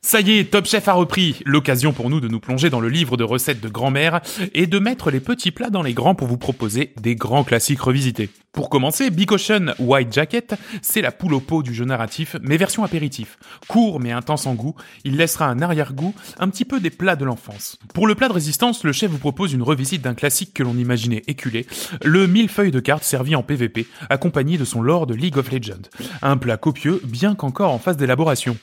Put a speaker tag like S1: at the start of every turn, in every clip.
S1: Ça y est, Top Chef a repris. L'occasion pour nous de nous plonger dans le livre de recettes de grand-mère et de mettre les petits plats dans les grands pour vous proposer des grands classiques revisités. Pour commencer, Big Ocean White Jacket, c'est la poule au pot du jeu narratif, mais version apéritif. Court mais intense en goût, il laissera un arrière-goût, un petit peu des plats de l'enfance. Pour le plat de résistance, le chef vous propose une revisite d'un classique que l'on imaginait éculé, le millefeuille de cartes servi en PVP, accompagné de son lore de League of Legends. Un plat copieux, bien qu'encore en phase d'élaboration.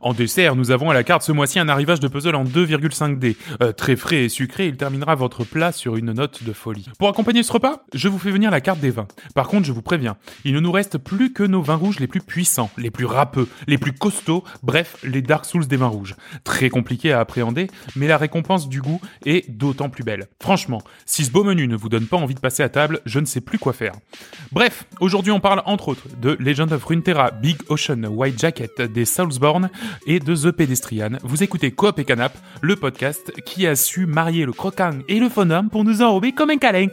S1: En dessert, nous avons à la carte ce mois-ci un arrivage de puzzle en 2,5D. Euh, très frais et sucré, il terminera votre plat sur une note de folie. Pour accompagner ce repas, je vous fais venir la carte des vins. Par contre, je vous préviens, il ne nous reste plus que nos vins rouges les plus puissants, les plus râpeux, les plus costauds, bref, les Dark Souls des vins rouges. Très compliqué à appréhender, mais la récompense du goût est d'autant plus belle. Franchement, si ce beau menu ne vous donne pas envie de passer à table, je ne sais plus quoi faire. Bref, aujourd'hui on parle entre autres de Legend of Runeterra, Big Ocean, White Jacket, des Soulsborne et de The Pedestrian. Vous écoutez Coop et Canap, le podcast qui a su marier le croquant et le phonome pour nous enrober comme un câlin.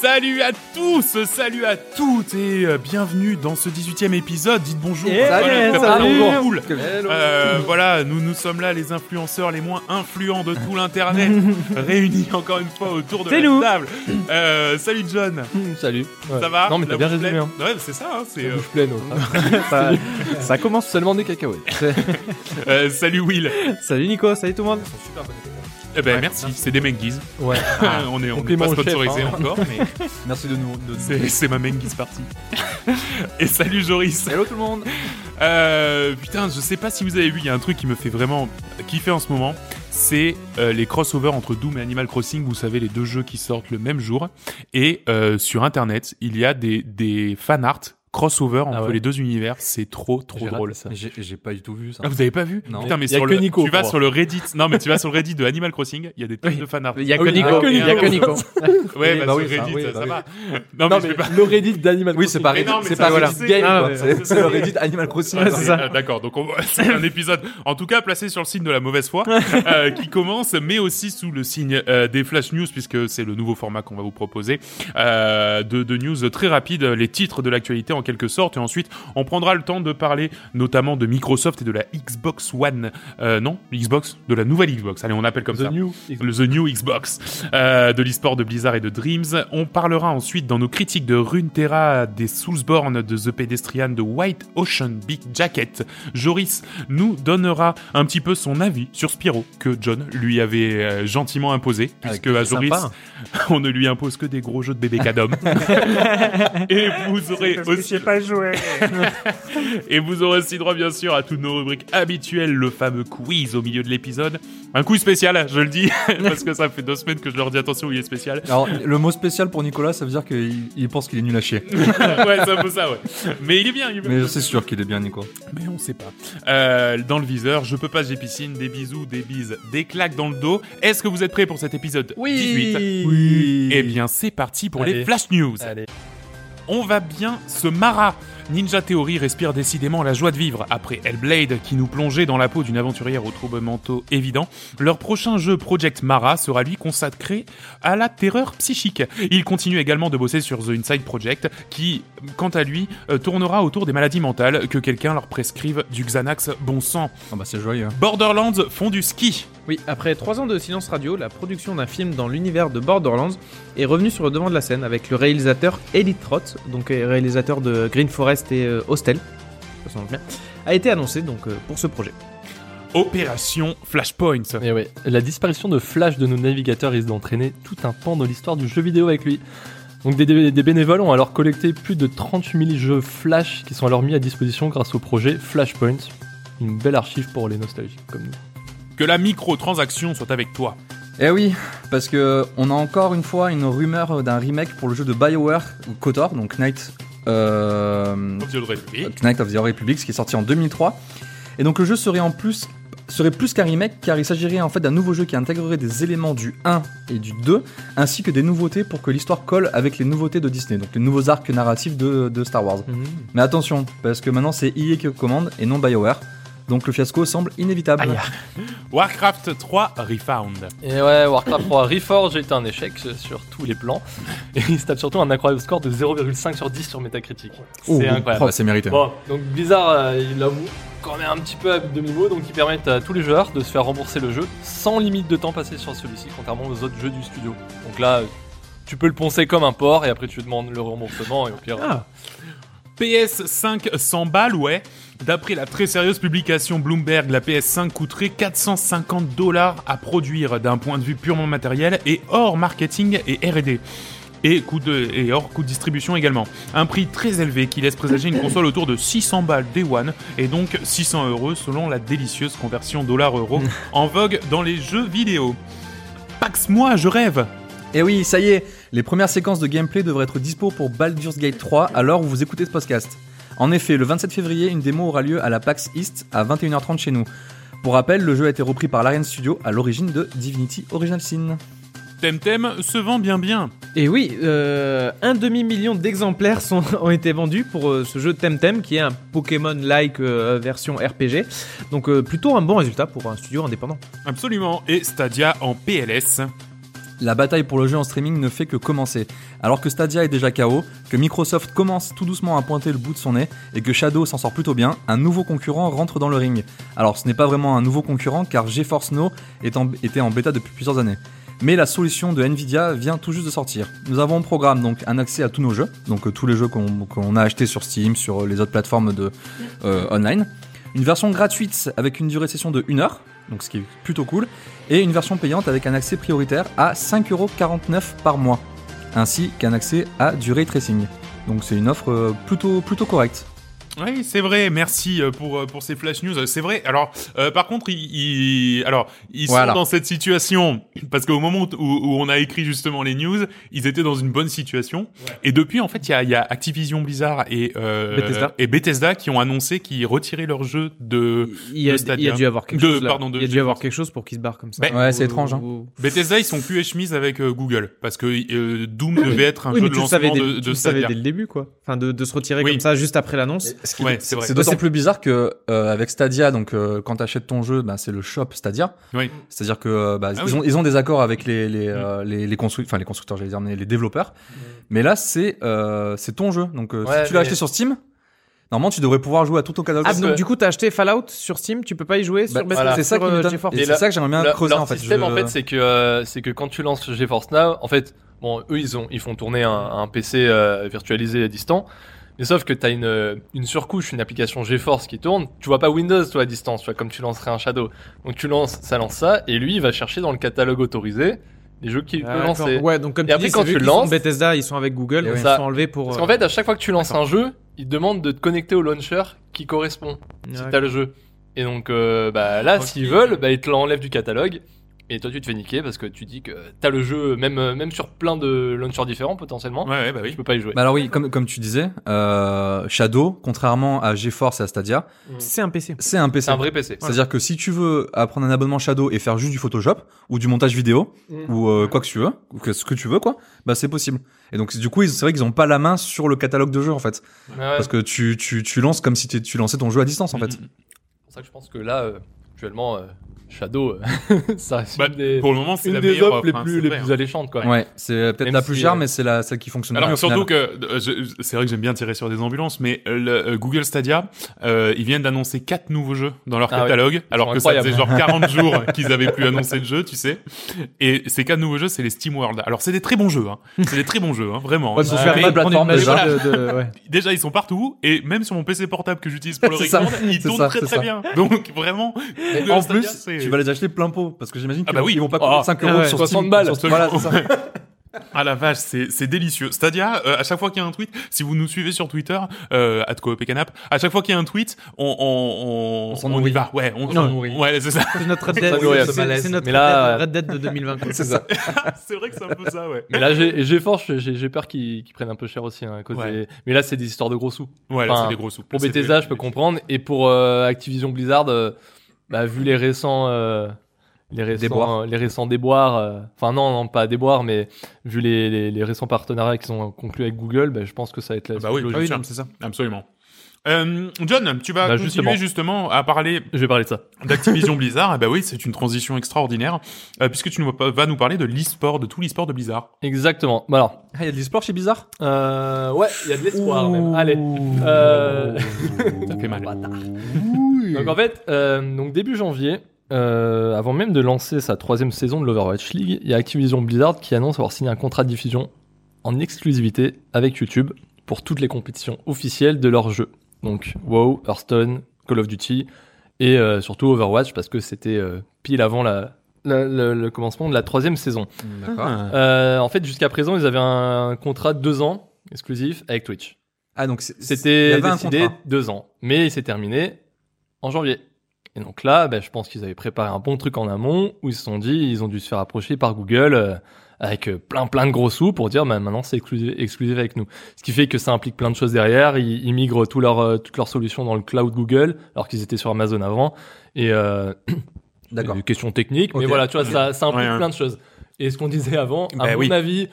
S1: Salut à tous, salut à toutes et euh, bienvenue dans ce 18e épisode. Dites bonjour.
S2: Eh,
S3: ben,
S1: voilà,
S2: salut,
S1: voilà,
S2: salut.
S1: bonjour, cool.
S2: Hello.
S1: Euh, voilà, nous nous sommes là les influenceurs les moins influents de tout l'internet, réunis encore une fois autour de
S2: C'est
S1: la
S2: nous.
S1: table. Euh, salut John,
S3: Salut.
S1: ça va
S3: Non, mais t'as
S1: La
S3: bien
S1: bouche
S3: résumé.
S1: pleine
S3: Hein.
S1: Ouais, c'est ça. hein, c'est, euh,
S3: Bouche pleine, ouais. ça, ça commence seulement des cacahuètes.
S1: euh, salut Will.
S2: Salut Nico, salut tout le monde.
S1: Eh ben merci, c'est des Menguises.
S3: Ouais.
S1: on est on n'est
S3: Compliment
S1: pas
S3: au chef,
S1: sponsorisé
S3: hein.
S1: encore, mais
S3: Merci de nous. De...
S1: c'est- c'est ma Menguise partie. et salut Joris.
S3: Hello tout le monde.
S1: Euh, putain, je sais pas si vous avez vu, il y a un truc qui me fait vraiment kiffer en ce moment, c'est euh, les crossovers entre Doom et Animal Crossing, vous savez, les deux jeux qui sortent le même jour. Et euh, sur Internet, il y a des, des fanarts crossover entre
S3: Ah ouais.
S1: les deux univers, c'est trop trop drôle.
S3: ça. J'ai j'ai pas du tout vu ça.
S1: Ah, vous avez pas vu
S3: Non.
S1: Putain, mais
S3: Y a
S1: sur
S3: que
S1: le,
S3: Nico
S1: tu vas
S3: pour
S1: sur le Reddit. Non, mais tu vas sur le Reddit de Animal Crossing. Il y a des tonnes de fanarts.
S4: Il y a
S3: Ah
S4: que
S3: oui,
S4: Nico.
S1: ah,
S4: Il y a
S1: oui,
S4: que
S1: oui.
S4: Nico.
S1: Ouais,
S3: Oui,
S1: bah,
S3: bah
S1: sur
S3: oui,
S1: Reddit,
S3: ça, oui,
S1: ça,
S3: bah
S1: ça va.
S3: oui.
S1: Non, mais,
S3: Non,
S1: je
S3: mais
S1: vais pas.
S3: le Reddit d'Animal
S4: Oui, c'est
S3: Crossing.
S4: pareil.
S1: Mais non, mais
S4: C'est
S1: ça,
S4: pas
S1: je
S4: voilà.
S1: sais.
S4: Game,
S2: Ah,
S4: quoi.
S2: ouais.
S4: C'est-
S3: C'est le Reddit Animal Crossing.
S2: Ouais, c'est ça.
S1: Ah, D'accord, donc on- c'est un épisode, en tout cas placé sur le signe de la mauvaise foi, euh, qui commence, mais aussi sous le signe euh, des flash news, puisque c'est le nouveau format qu'on va vous proposer, euh, de, de news très rapides, les titres de l'actualité en quelque sorte, et ensuite on prendra le temps de parler notamment de Microsoft et de la Xbox One, Euh, non, Xbox, de la nouvelle Xbox, allez on appelle comme ça.
S3: New.
S1: Le The New Xbox, euh, de l'esport de Blizzard et de Dreams. On parlera ensuite dans nos critiques de Runeterra, des Soulsborne, de The Pedestrian, de White Ocean Big Jacket. Joris nous donnera un petit peu son avis sur Spyro, que John lui avait euh, gentiment imposé, puisque à Joris,
S4: sympa.
S1: on ne lui impose que des gros jeux de bébé cadom. et vous aurez aussi...
S2: pas joué.
S1: Et vous aurez aussi droit, bien sûr, à toutes nos rubriques habituelles, le fameux quiz au milieu de l'épisode. Un quiz spécial, je le dis, parce que ça fait deux semaines que je leur dis attention, il est spécial.
S3: Alors, le mot spécial pour Nicolas, ça veut dire qu'il il pense qu'il est nul à chier.
S1: ouais, c'est un peu ça, ouais. Mais il est bien, il est bien.
S3: Mais je suis sûr qu'il est bien, Nico.
S1: Mais on sait pas. Euh, dans le viseur, je peux pas, j'ai piscine, des bisous, des bises, des claques dans le dos. Est-ce que vous êtes prêts pour cet épisode 18
S3: Oui.
S1: Eh bien, c'est parti pour les
S3: Allez.
S1: Flash News.
S3: Allez.
S1: On va bien se marra. Ninja Theory respire décidément la joie de vivre. Après Hellblade, qui nous plongeait dans la peau d'une aventurière aux troubles mentaux évidents, leur prochain jeu Project Mara sera lui consacré à la terreur psychique. Il continue également de bosser sur The Inside Project, qui, quant à lui, euh, tournera autour des maladies mentales que quelqu'un leur prescrive du Xanax bon sang.
S3: Ah bah c'est joyeux. hein.
S1: Borderlands font du ski.
S4: Oui, après trois ans de silence radio, la production d'un film dans l'univers de Borderlands est revenue sur le devant de la scène avec le réalisateur Elliot Roth, donc euh, réalisateur de Green Forest et euh, Hostel, ça s'en bien, a été annoncé donc euh, pour ce projet.
S1: Opération Flashpoint.
S5: Et Eh ouais, la disparition de Flash de nos navigateurs risque d'entraîner tout un pan dans l'histoire du jeu vidéo avec lui. Donc des, des- des bénévoles ont alors collecté plus de 38 000 jeux Flash qui sont alors mis à disposition grâce au projet Flashpoint. Une belle archive pour les nostalgiques comme nous.
S1: Que la microtransaction soit avec toi.
S3: Eh oui, parce que on a encore une fois une rumeur d'un remake pour le jeu de Bioware ou KOTOR, donc euh, Night. euh,
S1: Objet de réplique.
S3: Knight of the Old Republic, ce qui est sorti en 2003. Et donc le jeu serait en plus serait plus qu'un remake car il s'agirait en fait d'un nouveau jeu qui intégrerait des éléments du 1 et du 2 ainsi que des nouveautés pour que l'histoire colle avec les nouveautés de Disney, donc les nouveaux arcs narratifs de, de Star Wars.
S4: Mhm.
S3: Mais attention, parce que maintenant c'est EA qui commande et non BioWare, donc le fiasco semble inévitable.
S5: Ah,
S4: Aïe.
S1: Warcraft 3 Refound.
S5: Et ouais, Warcraft 3 Reforged a été un échec sur tous les plans. Et il se tape surtout un incroyable score de 0,5 sur 10 sur Metacritic.
S3: Oh,
S5: C'est incroyable.
S3: oh, c'est mérité.
S5: Bon, donc Blizzard, euh, il avoue quand même un petit peu à demi-mot, donc ils permettent à tous les joueurs de se faire rembourser le jeu sans limite de temps passé sur celui-ci, contrairement aux autres jeux du studio. Donc là, tu peux le poncer comme un porc et après tu demandes le remboursement et au pire.
S4: Ah,
S1: PS5 100 balles, ouais. D'après la très sérieuse publication Bloomberg, la PS5 coûterait 450 dollars à produire d'un point de vue purement matériel et hors marketing et RD. Et, coût de, et hors coût de distribution également. Un prix très élevé qui laisse présager une console autour de 600 balles Day One et donc 600 euros selon la délicieuse conversion dollar-euro en vogue dans les jeux vidéo. Pax moi, je rêve
S3: Et Eh oui, ça y est, les premières séquences de gameplay devraient être dispo pour Baldur's Gate 3 à l'heure où vous écoutez ce podcast. En effet, le 27 février, une démo aura lieu à la PAX East à 21h30 chez nous. Pour rappel, le jeu a été repris par l'Ariane Studio à l'origine de Divinity Original Sin.
S1: Temtem se vend bien bien.
S4: Et oui, euh, un demi-million d'exemplaires sont- ont été vendus pour euh, ce jeu Temtem, qui est un Pokémon-like euh, version RPG. Donc euh, plutôt un bon résultat pour un studio indépendant.
S1: Absolument. Et Stadia en PLS.
S3: La bataille pour le jeu en streaming ne fait que commencer. Alors que Stadia est déjà KO, que Microsoft commence tout doucement à pointer le bout de son nez et que Shadow s'en sort plutôt bien, un nouveau concurrent rentre dans le ring. Alors ce n'est pas vraiment un nouveau concurrent car GeForce Now est en- était en bêta depuis plusieurs années. Mais la solution de Nvidia vient tout juste de sortir. Nous avons au programme donc un accès à tous nos jeux, donc euh, tous les jeux qu'on qu'on a achetés sur Steam, sur euh, les autres plateformes de euh, online. Une version gratuite avec une durée de session de 1 heure, donc ce qui est plutôt cool et une version payante avec un accès prioritaire à 5,49€ par mois, ainsi qu'un accès à du ray tracing. Donc c'est une offre euh, plutôt, plutôt correcte.
S1: Oui, c'est vrai. Merci euh, pour euh, pour ces flash news. Euh, C'est vrai. Alors, euh, par contre, ils, ils- alors ils
S3: Voilà.
S1: sont dans cette situation parce qu'au moment où, où on a écrit justement les news, ils étaient dans une bonne situation. Et depuis, en fait, il y a, il y a Activision Blizzard et euh,
S4: Bethesda.
S1: et Bethesda qui ont annoncé qu'ils retiraient leur jeu de
S4: Il y a,
S1: de Euh, Stadia.
S4: il y a dû avoir quelque
S1: De-
S4: chose. là.
S1: pardon, de
S4: il y a dû
S1: GeForce.
S4: avoir quelque chose pour qu'il se barre comme ça.
S1: Ben,
S3: Ouais, c'est étrange, hein.
S4: ou-
S1: Bethesda. Ils sont plus et chemise avec euh, Google parce que euh, Doom devait être un
S4: Oui,
S1: jeu
S4: mais
S1: de
S4: tu le
S1: lancement
S4: savais dès,
S1: de,
S4: tu
S1: de
S4: le savais
S1: Stadia.
S4: dès le début, quoi. Enfin, de, de se retirer
S1: Oui.
S4: comme ça juste après l'annonce.
S1: Ouais, c'est vrai.
S3: C'est d'autant plus bizarre que euh, avec Stadia, donc euh, quand t'achètes ton jeu, bah, c'est le shop Stadia.
S1: Oui.
S3: C'est-à-dire que euh, bah,
S1: Ah
S3: ils,
S1: oui. Mm.
S3: ont, ils ont des accords avec les les, euh, les, les constructeurs, enfin les constructeurs, j'allais dire, mais les développeurs. Mais là, c'est euh, c'est ton jeu. Donc euh,
S5: Mm. Ouais,
S3: si tu l'as
S5: mais-
S3: acheté sur Steam, normalement, tu devrais pouvoir jouer à tout ton catalogue.
S4: Ah,
S5: Parce
S4: donc
S5: que-
S4: du coup, t'as acheté Fallout sur Steam, tu peux pas y jouer
S3: Bah,
S4: sur
S5: voilà.
S3: C'est ça qui
S4: sur,
S3: me
S4: euh,
S3: donne-
S4: GeForce
S3: et
S5: Et
S3: c'est
S5: là-
S3: ça que j'aimerais bien
S5: Leur-
S3: creuser
S5: leur
S3: en fait.
S5: système
S3: Je-
S5: en fait c'est que euh, c'est que quand tu lances GeForce Now en fait bon eux ils ont ils font tourner un, un PC euh, virtualisé à distance mais sauf que tu as une, euh, une surcouche, une application GeForce qui tourne, tu vois pas Windows toi à distance, tu vois, comme tu lancerais un Shadow. Donc tu lances, ça lance ça, et lui il va chercher dans le catalogue autorisé les jeux qu'il peut
S4: Ah, d'accord.
S5: lancer.
S4: Ouais, donc comme
S5: Et
S4: tu
S5: après,
S4: dis,
S5: quand
S4: c'est vu
S5: tu
S4: qu'ils sont
S5: lances-
S4: Bethesda, ils sont avec Google,
S3: Et
S4: donc
S3: oui.
S4: ils
S5: Ça-
S4: sont enlevés pour.
S5: Parce
S4: euh,
S5: qu'en fait à chaque fois que tu lances un jeu, il te demande de te connecter au launcher qui correspond, si
S4: ouais.
S5: t'as le jeu. Et donc euh, bah, là,
S1: Ok.
S5: s'ils veulent, bah, ils te l'enlèvent du catalogue. Et toi, tu te fais niquer parce que tu dis que t'as le jeu, même, euh, même sur plein de launchers différents potentiellement,
S1: Ouais, ouais, bah
S5: tu
S1: oui.
S5: peux pas y jouer.
S3: Bah alors oui, comme, comme tu disais, euh, Shadow, contrairement à GeForce et à Stadia,
S4: C'est un PC.
S3: c'est un PC.
S5: c'est un vrai PC.
S3: C'est-à-dire que si tu veux apprendre un abonnement Shadow et faire juste du Photoshop ou du montage vidéo
S5: Mm.
S3: ou euh, quoi que tu veux, ou que ce que tu veux quoi, bah c'est possible. Et donc du coup, ils- c'est vrai qu'ils ont pas la main sur le catalogue de jeux en fait,
S5: Ouais, ouais,
S3: parce que tu, tu, tu lances comme si t'es- tu lançais ton jeu à distance en
S5: Mm-hmm.
S3: fait.
S5: C'est pour ça que je pense que là, euh, actuellement, euh, Shadow, euh, ça reste
S1: Bah,
S5: une des,
S1: Pour le moment, c'est
S5: une
S1: la
S5: des
S1: meilleure
S5: offres
S1: offre.
S5: les
S1: hein,
S5: plus,
S1: c'est
S5: les
S1: vrai,
S5: plus alléchantes. Quoi.
S3: Ouais, c'est peut-être
S5: Même
S3: la plus
S5: si,
S3: chère,
S5: euh,
S3: mais c'est la celle qui fonctionne le mieux.
S1: Alors
S3: au final.
S1: surtout que euh, je- je- c'est vrai que j'aime bien tirer sur des ambulances, mais euh, le, euh, Google Stadia, euh, ils viennent d'annoncer quatre nouveaux jeux dans leur
S5: Ah ouais.
S1: catalogue, alors que ça
S5: incroyables.
S1: faisait genre 40 jours qu'ils avaient plus annoncé de jeux, tu sais. Et ces quatre nouveaux jeux, c'est les Steam World. Alors c'est des très bons jeux, hein. c'est des très bons jeux, hein, vraiment.
S4: Ouais, pour
S5: Ouais,
S4: faire
S1: mais-
S4: mal prendre une
S3: plateforme,
S4: majeure
S1: déjà.
S4: de- de- ouais.
S1: Déjà ils sont partout, et même sur mon PC portable que j'utilise pour le
S3: C'est ça,
S1: record, ils
S3: c'est
S1: tournent
S3: ça,
S1: très
S3: c'est
S1: très
S3: ça.
S1: bien. Donc vraiment, Google
S3: en
S1: Stadia,
S3: plus,
S1: c'est-
S3: tu vas les acheter plein pot, parce que j'imagine
S1: Ah
S3: qu'ils
S1: bah oui.
S3: ils vont pas
S5: Ah,
S3: coûter 5 euros
S4: ouais,
S3: sur
S5: 60
S3: Steam.
S5: balles.
S3: Sur- Voilà, c'est ça.
S1: Ah la vache, c'est c'est délicieux. Stadia, euh, à chaque fois qu'il y a un tweet, si vous nous suivez sur Twitter, euh, @coopcanap, à chaque fois qu'il y a un tweet, on on
S3: On
S1: on,
S3: s'en
S1: on y
S3: nourrit.
S1: va. Ouais, on
S4: On
S1: s'en
S4: s'en
S1: nourrit. Ouais, c'est ça.
S4: C'est notre Red
S5: Ça
S4: Dead,
S5: nous reste
S4: c'est-
S5: malaise.
S4: c'est notre
S5: Mais là,
S4: Red Dead Red Dead de 2020. quoi.
S3: C'est ça.
S1: c'est vrai que c'est un peu ça, ouais.
S5: Mais là, j'ai- et GeForce, j'ai j'ai peur qu'ils qu'ils prennent un peu cher aussi. hein, à cause
S1: Ouais.
S5: des- Mais là, c'est des histoires de gros sous.
S1: Ouais, là,
S5: Enfin,
S1: Ah, c'est des gros sous.
S5: Pour
S1: C'est
S5: Bethesda,
S1: des-
S5: je peux comprendre. Et pour euh, Activision Blizzard, euh, Bah, vu les récents, euh, les récents,
S3: Déboires.
S5: euh, les récents déboires, euh, enfin non, non, pas déboires, mais vu les, les, les récents partenariats qu'ils ont conclus avec Google, bah, je pense que ça va être la
S1: Bah oui,
S5: suite
S1: ah
S5: logique.
S1: non, mais c'est ça. Absolument. Euh, John, tu vas
S5: Bah,
S1: continuer justement.
S5: justement.
S1: à parler
S5: Je vais parler de ça.
S1: d'Activision Blizzard. Eh ben oui, c'est une transition extraordinaire euh, puisque tu nous, vas nous parler de l'e-sport, de tout l'e-sport de Blizzard.
S5: Exactement. Bah, alors,
S3: Ah, il y a de l'espoir chez Bizarre
S5: euh, ouais, il y a de l'espoir même. Allez. Euh... ça fait mal. Donc en fait, euh, donc début janvier, euh, avant même de lancer sa troisième saison de l'Overwatch League, il y a Activision Blizzard qui annonce avoir signé un contrat de diffusion en exclusivité avec YouTube pour toutes les compétitions officielles de leur jeu. Donc WoW, Hearthstone, Call of Duty et euh, surtout Overwatch parce que c'était euh, pile avant la- la- le- le commencement de la troisième saison.
S3: D'accord.
S1: Ah.
S5: Euh, en fait, jusqu'à présent, ils avaient un contrat de deux ans exclusif avec Twitch.
S3: Ah, donc c'est- il y
S5: C'était
S3: avait un
S5: décidé
S3: contrat.
S5: deux ans, mais il s'est terminé en janvier. Et donc là, ben, je pense qu'ils avaient préparé un bon truc en amont où ils se sont dit, ils ont dû se faire approcher par Google euh, avec euh, plein plein de gros sous pour dire, bah, maintenant c'est exclusif, exclusif avec nous. Ce qui fait que ça implique plein de choses derrière. Ils, ils migrent tout leur, euh, toutes leurs solutions dans le cloud Google, alors qu'ils étaient sur Amazon avant. Et euh,
S3: D'accord.
S5: une question technique,
S3: Ok.
S5: mais voilà, tu vois, ça, ça implique
S1: Ouais, ouais.
S5: plein de choses. Et ce qu'on disait avant, à
S1: Bah
S5: mon
S1: oui.
S5: avis,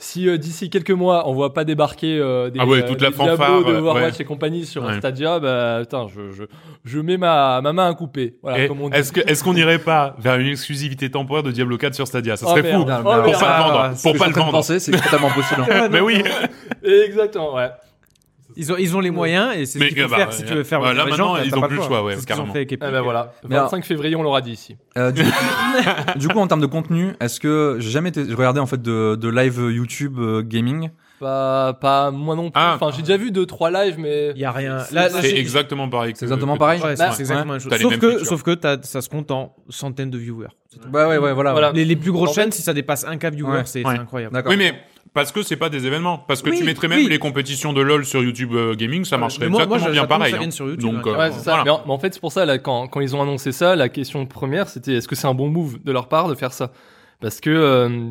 S5: si euh, d'ici quelques mois, on voit pas débarquer euh, des,
S1: Ah ouais, toute
S5: euh,
S1: la
S5: des Diablo,
S1: fanfare,
S5: de
S1: ouais,
S5: Overwatch
S1: ouais.
S5: et compagnie sur
S1: Ouais.
S5: Stadia, bah, putain, je, je, je mets ma, ma main à couper. Voilà,
S1: Eh,
S5: comme on dit.
S1: Est-ce que est-ce qu'on n'irait pas vers une exclusivité temporaire de Diablo 4 sur Stadia Ça
S5: Oh,
S1: serait
S5: merde.
S1: fou.
S5: Oh,
S1: Pour
S5: merde.
S1: pas le vendre,
S3: ce
S1: pour
S3: que
S1: pas
S3: je suis en
S1: le
S3: train de
S1: vendre.
S3: penser, c'est totalement possible. hein.
S1: Mais oui.
S5: Ah, Exactement, ouais.
S4: Ils ont, ils ont les moyens et c'est
S1: Mais,
S4: ce qu'il faut
S1: bah,
S4: faire
S1: ouais.
S4: si tu veux faire
S1: Ouais, là,
S4: vivre les
S1: maintenant,
S4: gens, t'as-
S1: ils
S4: t'as
S1: ont
S4: pas
S1: plus le choix, ouais,
S4: C'est ce qu'ils ont
S1: carrément.
S4: fait avec Epic.
S5: Eh ben voilà,
S3: Mais alors-
S5: 25 février, on l'aura dit ici.
S3: Euh, du, du coup, en termes de contenu, est-ce que j'ai jamais été, je regardais en fait de, de live euh, YouTube euh, gaming.
S5: Pas, pas moi non plus.
S1: Ah.
S5: Enfin, j'ai déjà vu deux trois lives, mais
S4: Il y a rien.
S5: C'est-
S4: Là, là,
S1: C'est
S4: j'ai-
S1: exactement pareil. que-
S3: C'est exactement
S1: que-
S3: pareil.
S4: Ouais,
S1: Ouais.
S4: c'est exactement la même
S1: T'as
S4: chose.
S1: les
S4: Bah, Sauf
S1: mêmes
S4: que,
S1: features.
S4: sauf que t'as- ça se compte en centaines de viewers.
S3: Bah ouais, ouais, voilà.
S5: Voilà.
S4: Les, les plus grosses
S5: En fait-
S4: chaînes, si ça dépasse 1K viewers,
S3: Ouais.
S4: c'est c'est
S1: Ouais.
S4: incroyable.
S3: D'accord.
S1: Oui, mais parce que c'est pas des événements. Parce que
S4: Oui,
S1: tu mettrais même
S4: oui.
S1: les compétitions de LoL sur YouTube euh, Gaming, ça
S4: Ouais,
S1: marcherait
S4: mais moi- moi,
S1: exactement bien
S4: j'attends que ça
S1: pareil.
S4: vienne
S1: hein.
S4: sur YouTube,
S1: Donc,
S4: hein,
S1: euh,
S5: Ouais, c'est ça.
S1: voilà.
S5: Mais, en, mais en fait, c'est pour ça, là, quand, quand ils ont annoncé ça, la question première, c'était est-ce que c'est un bon move de leur part de faire ça Parce que euh,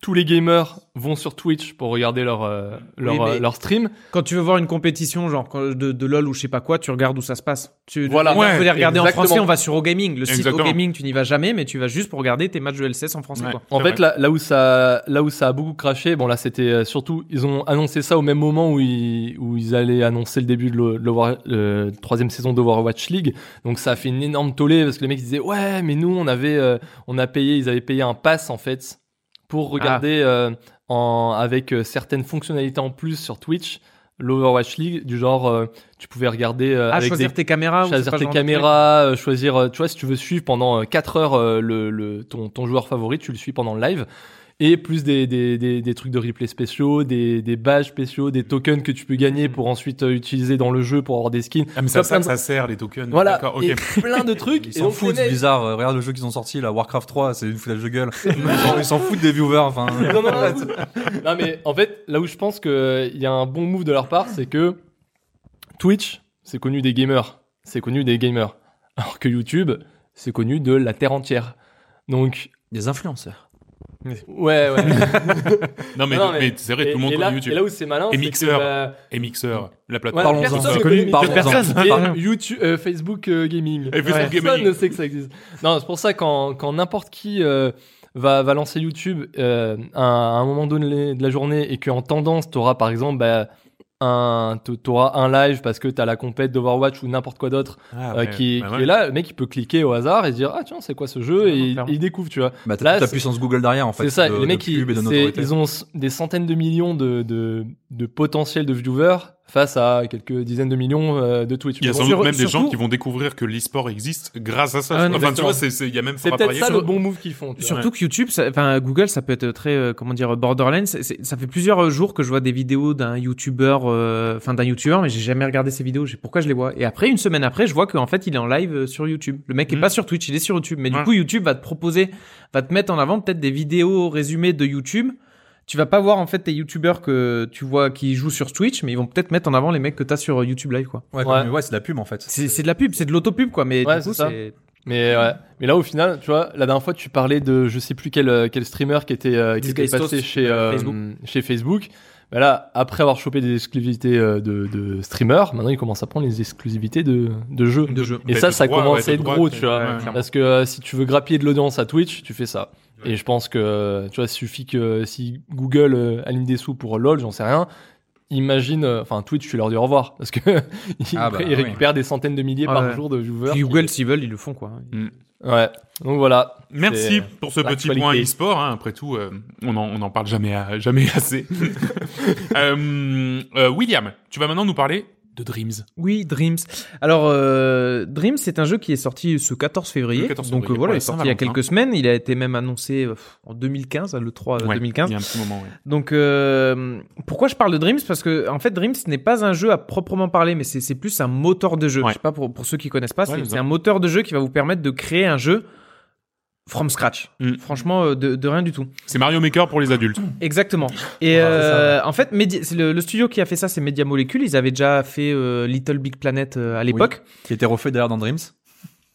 S5: tous les gamers vont sur Twitch pour regarder leur, euh, leur,
S4: Oui, mais-
S5: euh, leur stream.
S4: Quand tu veux voir une compétition, genre quand- de, de LoL ou je sais pas quoi, tu regardes où ça se passe. Tu,
S5: Voilà.
S4: tu
S1: Ouais,
S4: peux les regarder
S5: exactement.
S4: en français, on va sur OGaming. Le site
S1: Exactement.
S4: OGaming, tu n'y vas jamais, mais tu vas juste pour regarder tes matchs de LCS en français.
S1: Ouais.
S4: Quoi.
S5: En
S1: C'est
S5: fait,
S1: vrai.
S5: là, là, où ça, là où ça a beaucoup craché, bon, là, c'était euh, surtout, ils ont annoncé ça au même moment où ils, où ils allaient annoncer le début de l'O- de l'Over- euh, troisième saison d'Overwatch League. Donc, ça a fait une énorme tollée parce que les mecs ils disaient, ouais, mais nous, on avait, euh, on a payé, ils avaient payé un pass, en fait, pour regarder
S4: Ah.
S5: euh, en, avec euh, certaines fonctionnalités en plus sur Twitch l'Overwatch League, du genre, euh, tu pouvais regarder euh,
S4: Ah,
S5: avec des
S4: choisir tes caméras. ou c'est
S5: choisir
S4: pas
S5: tes
S4: genre de truc.
S5: caméras, euh, choisir, euh, tu vois, si tu veux suivre pendant 4 heures euh, le, le- ton, ton joueur favori, tu le suis pendant le live. Et plus des, des, des, des trucs de replay spéciaux, des, des badges spéciaux, des tokens que tu peux gagner pour ensuite euh, utiliser dans le jeu pour avoir des skins.
S1: Ah, mais ça,
S5: Pas plein
S1: ça,
S5: de-
S1: ça sert les tokens.
S5: Voilà,
S1: D'accord, ok.
S5: et plein de trucs.
S3: Ils
S5: et
S3: s'en
S5: donc,
S3: foutent,
S5: les mecs-
S3: bizarre. euh, regarde le jeu qu'ils ont sorti, là, Warcraft 3, c'est une foutage de gueule. ils s'en- ils s'en foutent des viewers, enfin.
S5: non, non, non. Non, mais en fait, là où je pense qu'il y a un bon move de leur part, c'est que Twitch, c'est connu des gamers. C'est connu des gamers. Alors que YouTube, c'est connu de la terre entière. Donc,
S3: Des influenceurs.
S5: ouais, ouais.
S1: Non, mais,
S5: Non,
S1: mais c'est vrai,
S5: et-
S1: tout le monde
S5: et là,
S1: connaît YouTube.
S5: et là où c'est malin,
S1: Et
S5: c'est que,
S1: Mixer.
S5: bah,
S1: Et Mixer, la
S5: ouais,
S1: plateforme.
S3: Parlons-en.
S5: personne ne
S3: C'est
S5: connaît
S3: connu,
S5: Mixer.
S3: parlons-en.
S5: Et
S4: Parlons.
S5: YouTube, euh, Facebook euh, Gaming.
S1: Et Facebook
S5: Personne
S1: Gaming.
S5: ne sait que ça existe. Non, c'est pour ça quand quand n'importe qui euh, va, va lancer YouTube euh, à, à un moment donné de la journée et qu'en tendance, t'auras par exemple bah, un t- t'auras un live parce que t'as la compète d'Overwatch ou n'importe quoi d'autre
S1: Ah,
S5: euh,
S1: ouais,
S5: qui,
S1: bah
S5: qui
S1: ouais.
S5: est là, le mec il peut cliquer au hasard et se dire ah tiens c'est quoi ce jeu et
S4: Clairement,
S5: il-
S4: clairement.
S5: il découvre tu vois.
S3: Bah, t'as
S5: Là,
S3: toute la
S5: c'est-
S3: puissance Google derrière, en fait.
S5: C'est ça,
S3: de-
S5: les mecs,
S3: de
S5: ils,
S3: pub et de
S5: c'est-
S3: notoriété.
S5: ils ont s- des centaines de millions de, de, de potentiels de viewers face à quelques dizaines de millions euh, de Twitch.
S1: Il y a
S5: Bon,
S1: sans
S5: sur-
S1: doute même des
S5: surtout,
S1: gens qui vont découvrir que l'e-sport existe grâce à ça.
S4: Ah, non,
S1: enfin, tu
S5: exactement.
S1: vois, c'est- c'est- il y a même
S5: C'est
S1: pas
S5: peut-être
S1: parier
S5: ça
S1: sur-
S5: le bon move qu'ils font. tu vois.
S4: Surtout que YouTube, ça- enfin Google, ça peut être très euh, comment dire borderline. C'est- c'est- ça fait plusieurs euh, jours que je vois des vidéos d'un YouTuber, euh, enfin d'un YouTuber, mais j'ai jamais regardé ces vidéos. je sais Pourquoi je les vois Et après, une semaine après, je vois qu'en fait, il est en live euh, sur YouTube. Le mec est
S5: Mm.
S1: Mhm.
S4: pas sur Twitch, il est sur YouTube. Mais
S1: Ouais.
S4: du coup, YouTube va te proposer, va te mettre en avant peut-être des vidéos résumées de YouTube. Tu vas pas voir en fait tes YouTubers que tu vois qui jouent sur Twitch, mais ils vont peut-être mettre en avant les mecs que t'as sur euh, YouTube Live quoi.
S3: Ouais, comme-
S5: Ouais.
S3: ouais. c'est de la pub, en fait.
S4: C'est c'est de la pub, c'est de l'autopub quoi. Mais
S5: Ouais,
S4: du coup,
S5: c'est ça.
S4: c'est
S5: Mais, ouais. mais là, au final, tu vois, la dernière fois, tu parlais de je sais plus quel, euh, quel streamer qui était, euh, qui
S4: This
S5: était
S4: guy's
S5: passé
S4: toast,
S5: chez, euh,
S4: Facebook.
S5: chez Facebook. Bah là, après avoir chopé des exclusivités euh, de, de streamers, maintenant ils commencent à prendre les exclusivités de, de jeux.
S4: de jeu.
S5: Et
S1: T'as
S5: ça,
S1: le
S5: ça
S1: droit,
S5: commence
S1: ouais,
S5: à
S1: t'as
S5: être
S1: le droit,
S5: gros,
S1: t'as-
S5: tu vois.
S1: ouais,
S4: clairement.
S5: Parce que euh, si tu veux grappiller de l'audience à Twitch, tu fais ça.
S1: Ouais.
S5: Et je pense que, tu vois, il suffit que si Google euh, aligne des sous pour LOL, j'en sais rien, imagine, euh, enfin, Twitch, tu leur dis au revoir. Parce que ils,
S3: Ah bah,
S5: ils
S3: oui.
S5: récupèrent des centaines de milliers
S4: Ah
S5: par
S4: ouais.
S5: jour de joueurs. qui-
S4: Google, s'ils veulent, ils le font quoi.
S5: Ouais. Donc voilà.
S1: Merci
S5: C'est, euh,
S1: pour ce petit
S5: l'actualité.
S1: point e-sport. hein. Après tout, euh, on n'en on en parle jamais, à- jamais assez. Euh, euh, William, tu vas maintenant nous parler de Dreams.
S4: Oui, Dreams. Alors, euh, Dreams, c'est un jeu qui est sorti ce 14 février.
S1: Le 14
S4: donc
S1: février,
S4: euh,
S1: pour
S4: voilà, il
S1: la
S4: est sorti il y a
S1: Saint-Valentin.
S4: quelques semaines. Il a été même annoncé euh, en 2015, le euh, 3
S1: Ouais,
S4: 2015.
S1: Il y a un petit moment, ouais.
S4: Donc, euh, pourquoi je parle de Dreams Parce que, en fait, Dreams n'est pas un jeu à proprement parler, mais c'est c'est plus un moteur de jeu.
S1: Ouais.
S4: Je sais pas pour, pour ceux qui connaissent pas,
S1: Ouais,
S4: c'est-
S1: mais
S4: c'est
S1: non.
S4: un moteur de jeu qui va vous permettre de créer un jeu from scratch.
S1: Mm.
S4: Franchement, euh, de- de rien du tout.
S1: C'est Mario Maker pour les adultes.
S4: Exactement. Et
S5: Ah,
S4: euh, en fait, Media- c'est le, le studio qui a fait ça, c'est Media Molecule. Ils avaient déjà fait euh, Little Big Planet euh, à l'époque.
S3: Qui était refait d'ailleurs dans Dreams.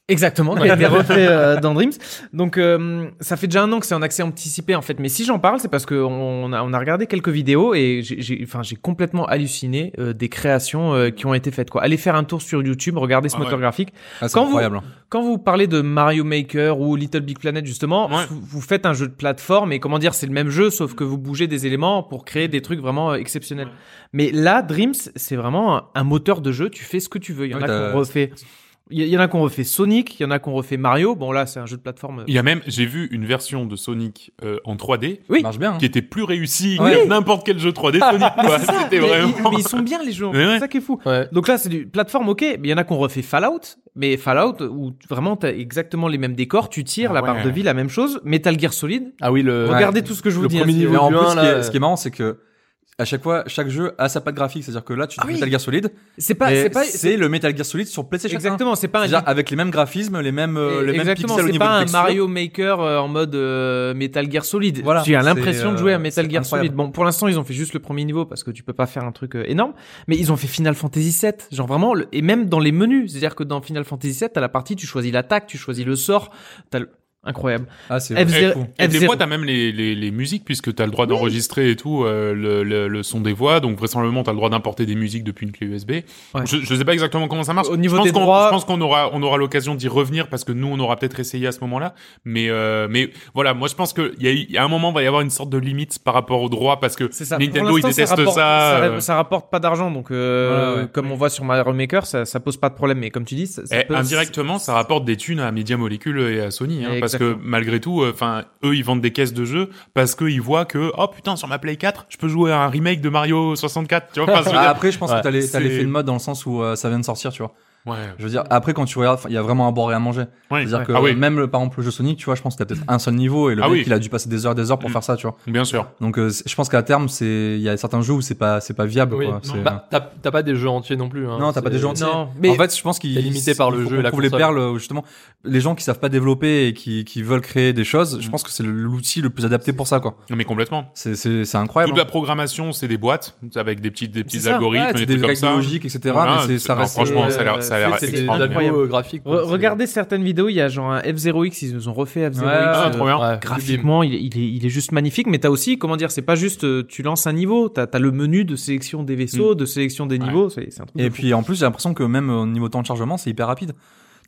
S4: Exactement. Qui a été refait euh, dans Dreams. Donc, euh, ça fait déjà un an que c'est en accès anticipé en fait. Mais si j'en parle, c'est parce que on a, on a regardé quelques vidéos et j'ai- j'ai, enfin, j'ai complètement halluciné euh, des créations euh, qui ont été faites. Quoi. Allez faire un tour sur YouTube, regardez ce
S1: Ah
S4: moteur
S1: ouais.
S4: graphique.
S3: Ah, c'est
S4: Quand vous-
S3: incroyable.
S4: Quand vous parlez de Mario Maker ou Little Big Planet, justement,
S1: Ouais.
S4: vous, vous faites un jeu de plateforme et comment dire, c'est le même jeu, sauf que vous bougez des éléments pour créer des trucs vraiment euh, exceptionnels. Mais là, Dreams, c'est vraiment un- un moteur de jeu, tu fais ce que tu veux. Il y en
S3: Ouais,
S4: a
S3: t'as-
S4: qu'on refait. Il y- il y en a qu'on refait Sonic, il y en a qu'on refait Mario. Bon, là, c'est un jeu de plateforme. euh,
S1: Il y a même, j'ai vu une version de Sonic euh, en 3D
S4: Oui.
S3: Marche bien. hein.
S1: qui était plus réussie
S3: Ouais.
S1: que n'importe quel jeu 3D Sonic. quoi. C'était
S4: mais,
S1: vraiment.
S4: ils, mais ils sont bien, les jeux. en
S1: Mais
S4: fait,
S1: ouais.
S4: C'est ça qui est fou.
S5: Ouais.
S4: Donc là, c'est du plateforme, ok, mais il y en a qu'on refait Fallout, mais Fallout, où vraiment, t'as exactement les mêmes décors, tu tires,
S1: Ah
S4: la
S1: ouais.
S4: barre de vie, la même chose. Metal Gear Solid,
S5: Ah oui, le.
S4: regardez tout ce que je vous
S5: Le
S4: dis. hein,
S5: premier
S4: c'est-
S5: niveau
S3: Mais en
S5: du
S3: plus,
S5: un,
S3: ce, qui
S5: là,
S3: est, euh, ce qui est marrant, c'est que à chaque fois, chaque jeu a sa patte graphique. C'est-à-dire que là, tu te
S4: Ah oui.
S3: Metal Gear Solid,
S4: C'est pas,
S3: mais
S4: c'est pas,
S3: c'est le Metal Gear Solid sur PlayStation 1.
S4: exactement, c'est pas un.
S3: C'est-à-dire avec les mêmes graphismes, les mêmes, euh, les mêmes
S4: Exactement,
S3: pixels au
S4: c'est
S3: niveau
S4: pas
S3: des
S4: un
S3: textures.
S4: Mario Maker euh, en mode euh, Metal Gear Solid.
S3: Voilà,
S4: tu as
S3: c'est,
S4: l'impression de jouer à
S3: euh,
S4: Metal
S3: c'est
S4: Gear
S3: incroyable.
S4: Solid. Bon, pour l'instant, ils ont fait juste le premier niveau parce que tu peux pas faire un truc euh, énorme. Mais ils ont fait Final Fantasy VII, genre vraiment, le- et même dans les menus, c'est-à-dire que dans Final Fantasy VII, t'as la partie, tu choisis l'attaque, tu choisis le sort, t'as le... incroyable.
S3: Ah, c'est
S4: F-
S1: Et,
S4: F0.
S1: Eh, et des
S4: F0.
S1: fois, t'as même les, les, les musiques, puisque t'as le droit d'enregistrer et tout, euh, le, le, le son des voix, donc vraisemblablement, t'as le droit d'importer des musiques depuis une clé USB. Je, je sais pas exactement comment ça marche.
S4: Au niveau
S1: je pense
S4: des
S1: qu'on-
S4: droits-
S1: je pense qu'on aura, on aura l'occasion d'y revenir, parce que nous, on aura peut-être essayé à ce moment-là. Mais, euh, mais voilà, moi, je pense qu'il y a eu- à un moment, il va y avoir une sorte de limite par rapport aux droits, parce que
S4: C'est ça.
S1: Nintendo,
S4: Pour
S1: ils
S4: l'instant,
S1: détestent
S4: rapporte-
S1: ça.
S4: Ça,
S1: euh.
S4: ça rapporte pas d'argent, donc euh,
S3: Voilà, ouais.
S4: comme on voit sur Mario Maker, ça, ça pose pas de problème. Mais comme tu dis, ça, ça
S1: Eh,
S4: peut-
S1: indirectement, ça rapporte des thunes à Media Molecule et à Sony, hein, parce que
S4: Exactement.
S1: malgré tout, enfin, eux, ils vendent des caisses de jeux parce qu'ils voient que, oh putain, sur ma Play 4, je peux jouer à un remake de Mario 64, tu vois. Enfin, je veux
S3: Ah,
S1: dire-
S3: après, je pense
S5: Ouais,
S3: que t'as les, t'as les
S1: c'est-
S3: faits de mode dans le sens où euh, ça vient de sortir, tu vois.
S1: Ouais.
S3: Je veux dire, après, quand tu regardes, enfin, il y a vraiment à boire et à manger.
S1: Ouais.
S3: C'est-à-dire que
S1: Ah oui.
S3: même, le, par exemple, le jeu Sonic, tu vois, je pense que t'as peut-être un seul niveau et le
S1: Ah
S3: mec,
S1: oui.
S3: il a dû passer des heures, des heures pour
S1: Mm.
S3: faire ça, tu vois.
S1: bien sûr.
S3: Donc, euh, c'est- je pense qu'à terme, c'est, il y a certains jeux où c'est pas, c'est pas viable,
S5: Oui.
S3: quoi. C'est-
S5: Bah, t'as t'as pas des jeux entiers non plus. hein.
S3: Non, t'as pas
S5: C'est-
S3: des jeux entiers.
S4: Non, mais
S3: en fait, je pense qu'il
S5: t'es limité par le
S3: il faut
S5: jeu et
S3: qu'on
S5: la
S3: trouve les
S5: console.
S3: perles euh, justement les gens qui savent pas développer et qui, qui veulent créer des choses. Je
S1: Mm.
S3: pense que c'est l'outil le plus adapté pour ça quoi.
S1: Non, mais complètement.
S3: C'est c'est c'est incroyable.
S1: Toute la programmation, c'est des boîtes avec des petits, des petits
S3: C'est ça,
S1: algorithmes,
S3: ouais,
S1: des,
S3: c'est des
S1: trucs comme
S3: règles
S1: ça.
S3: logiques, etc.
S1: Voilà,
S3: mais c'est ça
S1: non,
S3: reste.
S1: Franchement,
S4: euh,
S1: ça a l'air, ça a l'air
S5: C'est des
S1: extraordinaire.
S4: incroyable.
S5: labos graphiques. quoi.
S4: Re-
S5: C'est-
S4: Regardez certaines vidéos, il y a genre un F0X, ils nous ont refait F0X.
S3: Ouais,
S1: Ah,
S4: euh,
S1: trop bien.
S5: Ouais.
S4: graphiquement, il, il est, il est juste magnifique, mais t'as aussi, comment dire, c'est pas juste euh, tu lances un niveau, t'as as le menu de sélection des vaisseaux, de sélection des
S1: Ouais.
S4: niveaux, c'est c'est un truc. de
S3: Et
S4: fou.
S3: puis en plus, j'ai l'impression que même au niveau temps de chargement, c'est hyper rapide.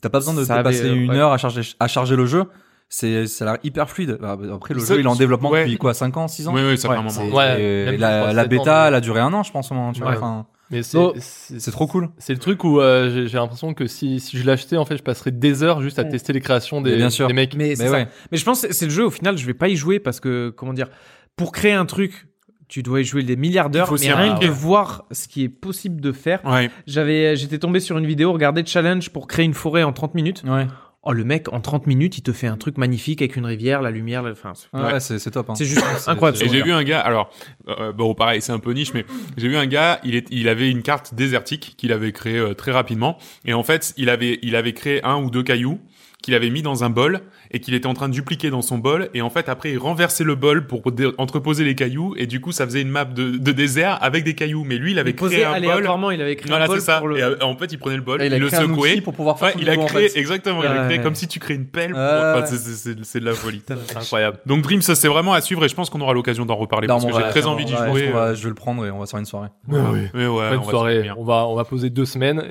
S3: T'as pas besoin de
S4: Ça
S3: te
S4: avait,
S3: passer
S4: euh,
S3: une
S4: ouais.
S3: heure à charger à charger le jeu. C'est ça a l'air hyper fluide. Bah, Après le
S1: Ça,
S3: jeu, il est en
S1: c'est-
S3: développement
S1: ouais.
S3: depuis quoi 5 ans, 6 ans.
S1: Oui, oui, ça fait
S3: Ouais,
S1: un moment.
S3: c'est-
S5: Ouais,
S3: et
S5: même
S3: la,
S5: trois,
S3: la
S5: sept
S3: bêta,
S5: ans,
S3: elle a duré un an, je pense au moment. tu vois.
S5: Ouais.
S3: Enfin,
S5: Mais c'est
S4: Oh.
S3: c'est trop cool.
S5: C'est le truc où euh, j'ai- j'ai l'impression que si, si je l'achetais, en fait, je passerais des heures juste à
S4: Mm.
S5: tester les créations
S3: Mais
S5: des,
S3: bien sûr.
S5: des mecs.
S4: Mais, c'est
S3: Mais
S4: ça.
S3: ouais.
S4: mais je pense que c'est le jeu, au final, je vais pas y jouer parce que, comment dire, pour créer un truc, tu dois y jouer des milliards d'heures,
S1: faut
S4: mais
S1: s'y
S4: rien que
S1: impliquer.
S4: de voir ce qui est possible de faire.
S1: Ouais.
S4: J'avais, euh, j'étais tombé sur une vidéo, regardez challenge pour créer une forêt en 30 minutes.
S3: Ouais.
S4: Oh, le mec, en 30 minutes, il te fait un truc magnifique avec une rivière, la lumière, la- enfin, c'est-
S3: Ouais,
S1: Ouais.
S3: ouais, c'est c'est top. hein.
S4: c'est juste incroyable.
S1: Et j'ai vu un gars, alors euh, bon pareil c'est un peu niche mais j'ai vu un gars, il est il avait une carte désertique qu'il avait créée euh, très rapidement et en fait, il avait il avait créé un ou deux cailloux qu'il avait mis dans un bol et qu'il était en train de dupliquer dans son bol. Et en fait, après, il renversait le bol pour dé- entreposer les cailloux. Et du coup, ça faisait une map de, de désert avec des cailloux. Mais lui, il avait
S4: Il
S1: créé
S4: posait
S1: un bol.
S4: aléatoirement, il avait créé un
S1: Voilà,
S4: bol
S1: c'est ça.
S4: pour le.
S1: Et euh, en fait, il prenait le bol,
S3: Et
S1: il,
S3: il a
S1: le
S3: créé un
S1: secouait.
S3: outil pour pouvoir faire
S1: Ouais,
S3: son
S1: il a
S3: nouveau, en
S1: créé,
S3: fait.
S1: exactement, il a
S4: Ouais,
S1: créé
S4: ouais.
S1: comme si tu crées une pelle. pour-
S3: Ouais,
S1: enfin,
S3: ouais.
S1: c'est- c'est- c'est c'est de la folie. C'est incroyable. Donc Dreams, c'est vraiment à suivre et je pense qu'on aura l'occasion d'en reparler
S3: Non,
S1: parce
S3: mais
S1: que
S3: on va-
S1: j'ai très
S3: on
S1: envie d'y
S3: va-
S1: jouer.
S3: on va- Je vais le prendre et on va faire une soirée.
S1: Mais Ah ouais,
S5: Bonne
S1: on va
S5: soirée.
S1: s'en souvenir.
S5: on va, on va poser deux semaines.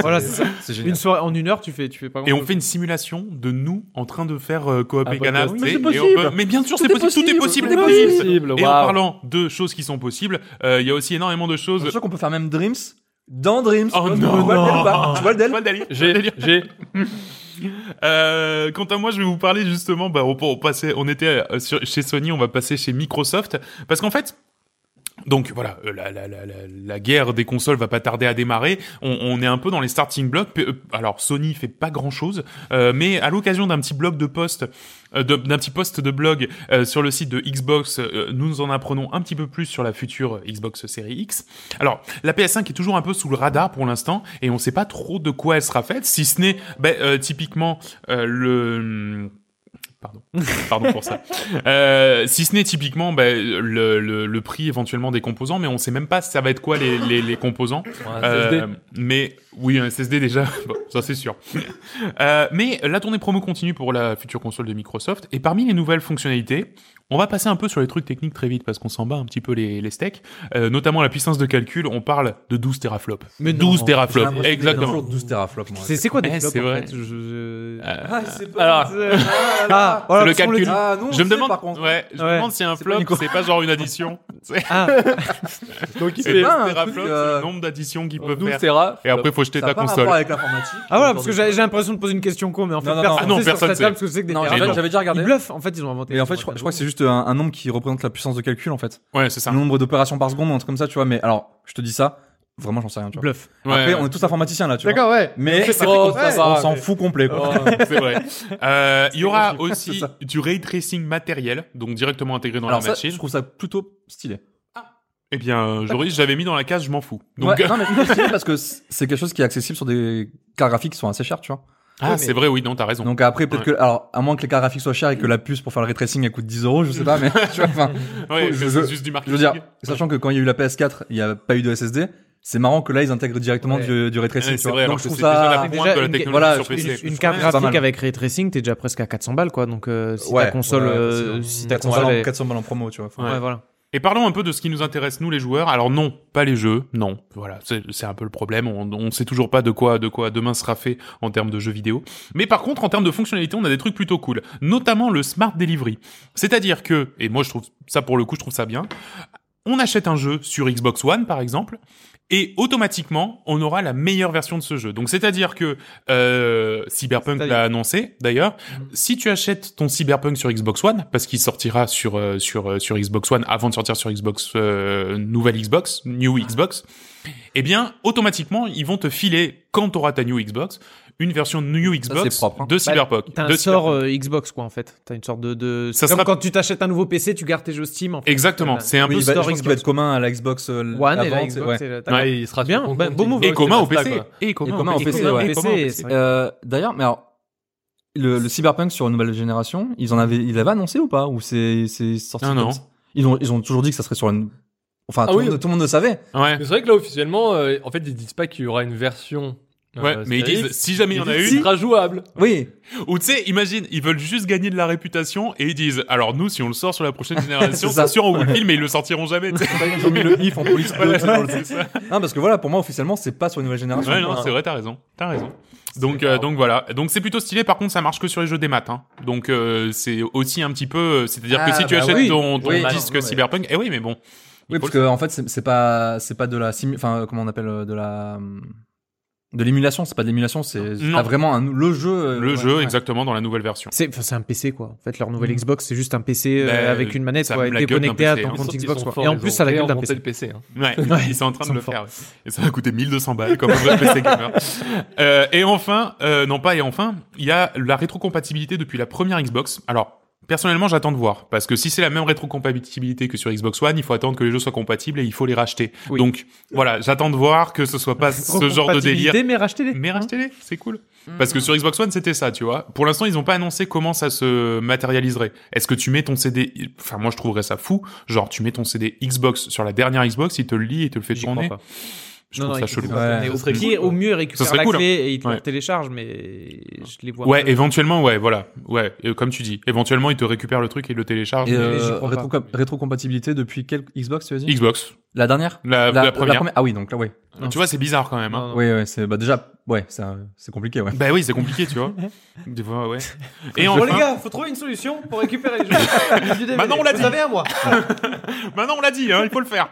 S4: Voilà, c'est ça.
S3: C'est
S4: Une
S3: génial.
S4: soirée en une heure, tu fais, tu fais pas.
S1: Et on fait une simulation de nous en train de faire euh, coop
S5: Un
S1: et Ganas,
S5: podcast.
S1: tu sais,
S5: Mais c'est
S1: et on
S5: possible.
S1: peut- Mais bien sûr,
S5: Tout
S1: c'est
S5: est
S1: possible. Tout est possible.
S5: possible. Tout est
S1: Dreams.
S5: possible.
S1: Et en
S5: Waouh.
S1: parlant de choses qui sont possibles, euh, il y a aussi énormément de
S3: Je suis
S1: choses.
S3: sûr qu'on peut faire même Dreams dans Dreams.
S1: Oh
S3: Tu
S1: non.
S3: vois le Dell ou pas Tu vois le bah, Dell
S1: Pas d'aller.
S5: J'ai, j'ai.
S1: Euh, quant à moi, je vais vous parler justement. Bah, on, on passait- on était euh, sur- chez Sony, on va passer chez Microsoft, parce qu'en fait. Donc voilà, euh, la, la, la, la, la guerre des consoles va pas tarder à démarrer. On, on est un peu dans les starting blocks. P- euh, Alors Sony fait pas grand chose, mais à l'occasion d'un petit blog de post, euh, de- d'un petit post de blog euh, sur le site de Xbox, euh, nous en apprenons un petit peu plus sur la future Xbox Series X. Alors la PS5 est toujours un peu sous le radar pour l'instant et on sait pas trop de quoi elle sera faite, si ce n'est ben, euh, typiquement euh, le hmm, Pardon, pardon pour ça. Euh, si ce n'est typiquement ben, le, le, le prix éventuellement des composants, mais on sait même pas ça va être quoi les, les, les composants.
S5: Euh,
S1: Euh, mais oui, un SSD déjà, bon, ça c'est sûr. Euh, mais la tournée promo continue pour la future console de Microsoft. Et parmi les nouvelles fonctionnalités, on va passer un peu sur les trucs techniques très vite parce qu'on s'en bat un petit peu les, les steaks. Euh, notamment la puissance de calcul, on parle de 12 teraflops.
S4: Mais non,
S1: 12
S3: J'ai
S1: teraflops,
S3: l'impression que j'ai
S1: exactement.
S3: toujours 12 teraflops, moi.
S4: C'est c'est quoi des
S1: Eh,
S4: flops
S1: c'est
S4: en
S1: vrai.
S4: fait Je- je-
S1: Euh,
S3: Ah, c'est
S5: Alors,
S4: Ah, voilà,
S1: le
S4: parce qu'on
S1: calcul.
S4: dit.
S3: Ah, non,
S1: je me
S3: c'est,
S1: demande,
S3: par contre.
S1: ouais, je me
S4: Ouais.
S1: demande si un
S3: C'est pas
S1: flop,
S3: Nico.
S1: c'est pas genre une addition. C'est
S4: Ah,
S5: donc il
S1: c'est
S5: fait
S3: pas un
S1: 12 teraflops,
S3: truc,
S1: c'est
S3: euh,
S1: le nombre d'additions qu'il peut
S5: 12
S1: faire.
S5: Tera.
S1: Et après, faut jeter
S3: Ça a
S1: ta
S3: pas rapport
S1: console.
S3: avec l'informatique.
S4: ah voilà, parce que j'ai j'ai l'impression de poser une question con, mais en fait,
S3: Non, non, non.
S4: personne
S3: Ah
S1: non,
S4: sait sur
S1: personne
S4: cette
S1: sait.
S4: table ce que c'est que des
S3: Non,
S1: Mais
S3: j'avais,
S1: non.
S4: teraflops.
S3: j'avais déjà regardé.
S4: Ils bluffent, en fait, ils ont inventé. hein.
S3: Et en
S4: ce
S3: fait, je
S4: terme.
S3: crois, je crois que c'est juste un, un nombre qui représente la puissance de calcul, en fait.
S1: Ouais, c'est ça.
S3: Le nombre d'opérations par seconde, ou un truc comme ça, tu vois. Mais alors, je te dis ça, vraiment, j'en sais rien, tu vois.
S4: Bluff.
S1: Ouais,
S3: Après, on est tous informaticiens, là, tu vois.
S4: ouais.
S3: Mais Oh,
S5: C'est
S3: on
S5: bon,
S4: ça
S5: va,
S3: s'en
S5: mais-
S3: fout complet, quoi.
S1: C'est vrai. Euh, Il y aura aussi
S3: ça.
S1: du ray tracing matériel, donc directement intégré dans
S3: Alors
S1: la
S3: ça,
S1: machine.
S3: je trouve ça plutôt stylé.
S1: Eh bien, euh, Joris, j'avais mis dans la case, je m'en fous. Donc,
S3: Ouais, non, mais plutôt stylé parce que c'est c'est quelque chose qui est accessible sur des cartes graphiques qui sont assez chères, tu vois.
S1: ah,
S4: mais-
S1: c'est vrai, oui, non, t'as raison.
S3: Donc après, peut-être que, alors, à moins que les cartes graphiques soient chères et que la puce pour faire le retracing elle coûte 10 euros, je sais pas, mais tu vois, enfin,
S1: ouais, mais
S3: je- je-
S1: c'est juste du
S3: je
S1: marketing.
S3: veux dire, sachant que quand il y a eu la PS4, il n'y a pas eu de SSD, c'est marrant que là, ils intègrent directement
S4: Ouais.
S3: du, du retracing,
S1: Ouais,
S3: tu
S1: c'est
S3: vois.
S1: vrai, alors
S3: Donc je
S1: que
S3: trouve
S1: c'est déjà la
S3: ça,
S1: fin
S4: Déjà,
S1: de la
S4: une-
S1: technologie
S3: voilà,
S1: sur
S3: je-
S1: PC.
S4: Une, une
S1: Ouais,
S4: carte
S1: c'est pas
S4: graphique
S3: mal.
S4: avec ray tracing, t'es déjà presque à 400 balles, quoi. Donc, euh, si
S3: Ouais,
S4: ta console,
S3: ouais,
S4: euh,
S3: c'est-
S4: si ta
S3: 400
S4: console,
S3: balles,
S4: est...
S3: 400 balles en promo, tu vois. Faut-
S1: Ouais.
S4: ouais, voilà.
S1: Et parlons un peu de ce qui nous intéresse, nous les joueurs. Alors non, pas les jeux, non. Voilà, c'est c'est un peu le problème. On ne sait toujours pas de quoi, de quoi demain sera fait en termes de jeux vidéo. Mais par contre, en termes de fonctionnalité, on a des trucs plutôt cool. Notamment le Smart Delivery. C'est-à-dire que, et moi je trouve ça pour le coup, je trouve ça bien, on achète un jeu sur Xbox One par exemple, et automatiquement, on aura la meilleure version de ce jeu. Donc c'est-à-dire que euh, Cyberpunk
S4: C'est-à-dire-
S1: l'a annoncé d'ailleurs, si tu achètes ton Cyberpunk sur Xbox One, parce qu'il sortira sur euh, sur euh, sur Xbox One avant de sortir sur Xbox euh, nouvelle Xbox, New Xbox, eh bien automatiquement, ils vont te filer quand tu auras ta New Xbox une version New Xbox
S3: c'est propre, hein.
S1: de Cyberpunk.
S4: T'as un
S1: de
S4: sort
S1: Cyberpunk.
S4: euh, Xbox, quoi, en fait. T'as une sorte de. de...
S1: Ça
S4: c'est comme
S1: sera-
S4: quand tu t'achètes un nouveau PC, tu gardes tes jeux Steam, en fait.
S1: Exactement,
S4: Voilà.
S1: c'est un peu
S3: Oui, il va, je
S4: store
S3: pense qu'il va
S4: Xbox.
S3: être commun à la Xbox euh,
S4: One et
S3: avant,
S4: la
S3: c'est- ouais.
S4: Xbox. et la-
S5: Ouais, il sera
S4: Bien,
S5: sur
S4: bah,
S5: compte-
S4: bon move.
S1: et commun au
S5: Basta,
S1: PC.
S5: quoi.
S1: Et
S3: commun au PC, ouais.
S1: Et commun au
S4: PC,
S1: PC.
S4: c'est vrai.
S3: Euh, D'ailleurs, mais alors, le, le Cyberpunk sur une nouvelle génération, ils en avaient, ils l'avaient annoncé ou pas Ou c'est c'est sorti
S1: Non,
S3: comme
S1: non.
S3: ça Ils ont, ils ont toujours dit que ça serait sur une. Enfin,
S5: Ah
S3: tout,
S5: oui.
S3: le monde, tout le monde le savait.
S1: Ouais.
S5: Mais c'est vrai que là, officiellement, euh, en fait, ils disent pas qu'il y aura une version. euh,
S1: Ouais, mais ils
S5: Series
S1: disent
S5: X,
S1: si jamais il y en a
S5: ils disent,
S1: une,
S5: ce sera jouable.
S3: Oui.
S1: ou tu sais, imagine, ils veulent juste gagner de la réputation et ils disent alors nous si on le sort sur la prochaine génération,
S3: C'est
S1: c'est
S3: ça.
S1: sûr on vous le file mais ils le sortiront jamais. tu sais.
S3: ils ont mis le if en police.
S1: Voilà, c'est ça.
S3: Non, parce que voilà, pour moi, officiellement, c'est pas sur une nouvelle génération.
S1: Ouais, non, c'est vrai, t'as raison, t'as raison. Donc
S5: C'est
S1: euh,
S5: marrant.
S1: donc voilà, donc c'est plutôt stylé. Par contre, ça marche que sur les jeux des maths. hein. Donc euh, c'est aussi un petit peu, euh, c'est-à-dire
S3: Ah,
S1: que si tu
S3: bah
S1: achètes
S3: oui.
S1: ton, ton
S3: Oui, bah,
S1: disque
S3: non, mais-
S1: Cyberpunk, eh oui, mais bon.
S3: Oui,
S1: Il faut
S3: parce que en fait, c'est c'est pas, c'est pas de la, simu- enfin, euh, comment on appelle, euh, de la, de l'émulation. C'est pas de l'émulation, c'est
S1: Non.
S3: t'as vraiment un, le jeu. euh,
S1: le
S3: ouais,
S1: jeu
S3: ouais.
S1: exactement dans la nouvelle version.
S4: C'est enfin, c'est un PC quoi. En fait, leur nouvelle
S3: Mm.
S4: Xbox, c'est juste un PC euh,
S1: Bah,
S4: avec une manette
S1: ça
S4: quoi,
S1: a
S4: et
S1: la gueule d'un
S4: déconnecté à
S1: PC,
S4: ton
S1: hein.
S4: compte
S5: Ils sont
S4: Xbox. quoi.
S5: forts,
S4: Et en
S5: ils
S4: plus,
S5: ont
S4: ça a la gueule d'un
S5: réinventé
S4: PC.
S5: le PC. hein.
S1: Ouais, ils sont en train
S4: ils
S1: de
S4: sont
S1: le
S4: forts.
S1: faire. ouais. Et ça va coûter 1200 balles comme un vrai PC gamer. Euh, et enfin, euh, non pas et enfin, il y a la rétrocompatibilité depuis la première Xbox. Alors Personnellement, j'attends de voir. Parce que si c'est la même rétrocompatibilité que sur Xbox One, il faut attendre que les jeux soient compatibles et il faut les racheter.
S4: Oui.
S1: Donc, voilà, j'attends de voir que ce soit pas ce genre de délire.
S4: Compatibilité, Mais rachetez-les.
S1: Mais rachetez-les, c'est cool. Parce que sur Xbox One, c'était ça, tu vois. Pour l'instant, ils n'ont pas annoncé comment ça se matérialiserait. Est-ce que tu mets ton CD, enfin, moi, je trouverais ça fou. Genre, tu mets ton CD Xbox sur la dernière Xbox, il te le lit et te le fait
S4: J'y crois
S1: tourner.
S4: pas.
S1: Je trouve ça
S4: ils font
S1: chelou.
S4: pas.
S3: Ouais,
S4: Mais
S5: ça
S4: au
S5: serait
S4: pire,
S5: cool.
S4: au mieux, ils récupèrent
S1: serait
S4: la
S1: cool, hein.
S4: clé et ils te
S1: Ouais.
S4: le téléchargent, mais je les vois.
S1: Ouais,
S4: pas.
S1: éventuellement, ouais, voilà. Ouais, euh, comme tu dis. Éventuellement, ils te récupèrent le truc et le téléchargent.
S3: Et
S1: mais-
S3: euh,
S4: j'y crois pas.
S3: rétrocom- rétrocompatibilité depuis quelle Xbox tu as dit
S1: Xbox.
S3: La dernière
S1: La, la première.
S3: Ah oui, donc là, ouais.
S1: Donc, tu vois, c'est bizarre quand même. Hein.
S4: Non, non.
S3: Oui, ouais, c'est bah, déjà, ouais, ça- c'est compliqué, ouais.
S1: Bah oui, c'est compliqué, tu vois. Des fois, ouais. Et
S4: Bon, les
S1: enfin,
S4: gars, faut trouver une solution pour récupérer les jeux.
S1: Maintenant, on l'a dit.
S4: Vous avez un mois.
S1: maintenant on l'a dit, hein, il faut le faire.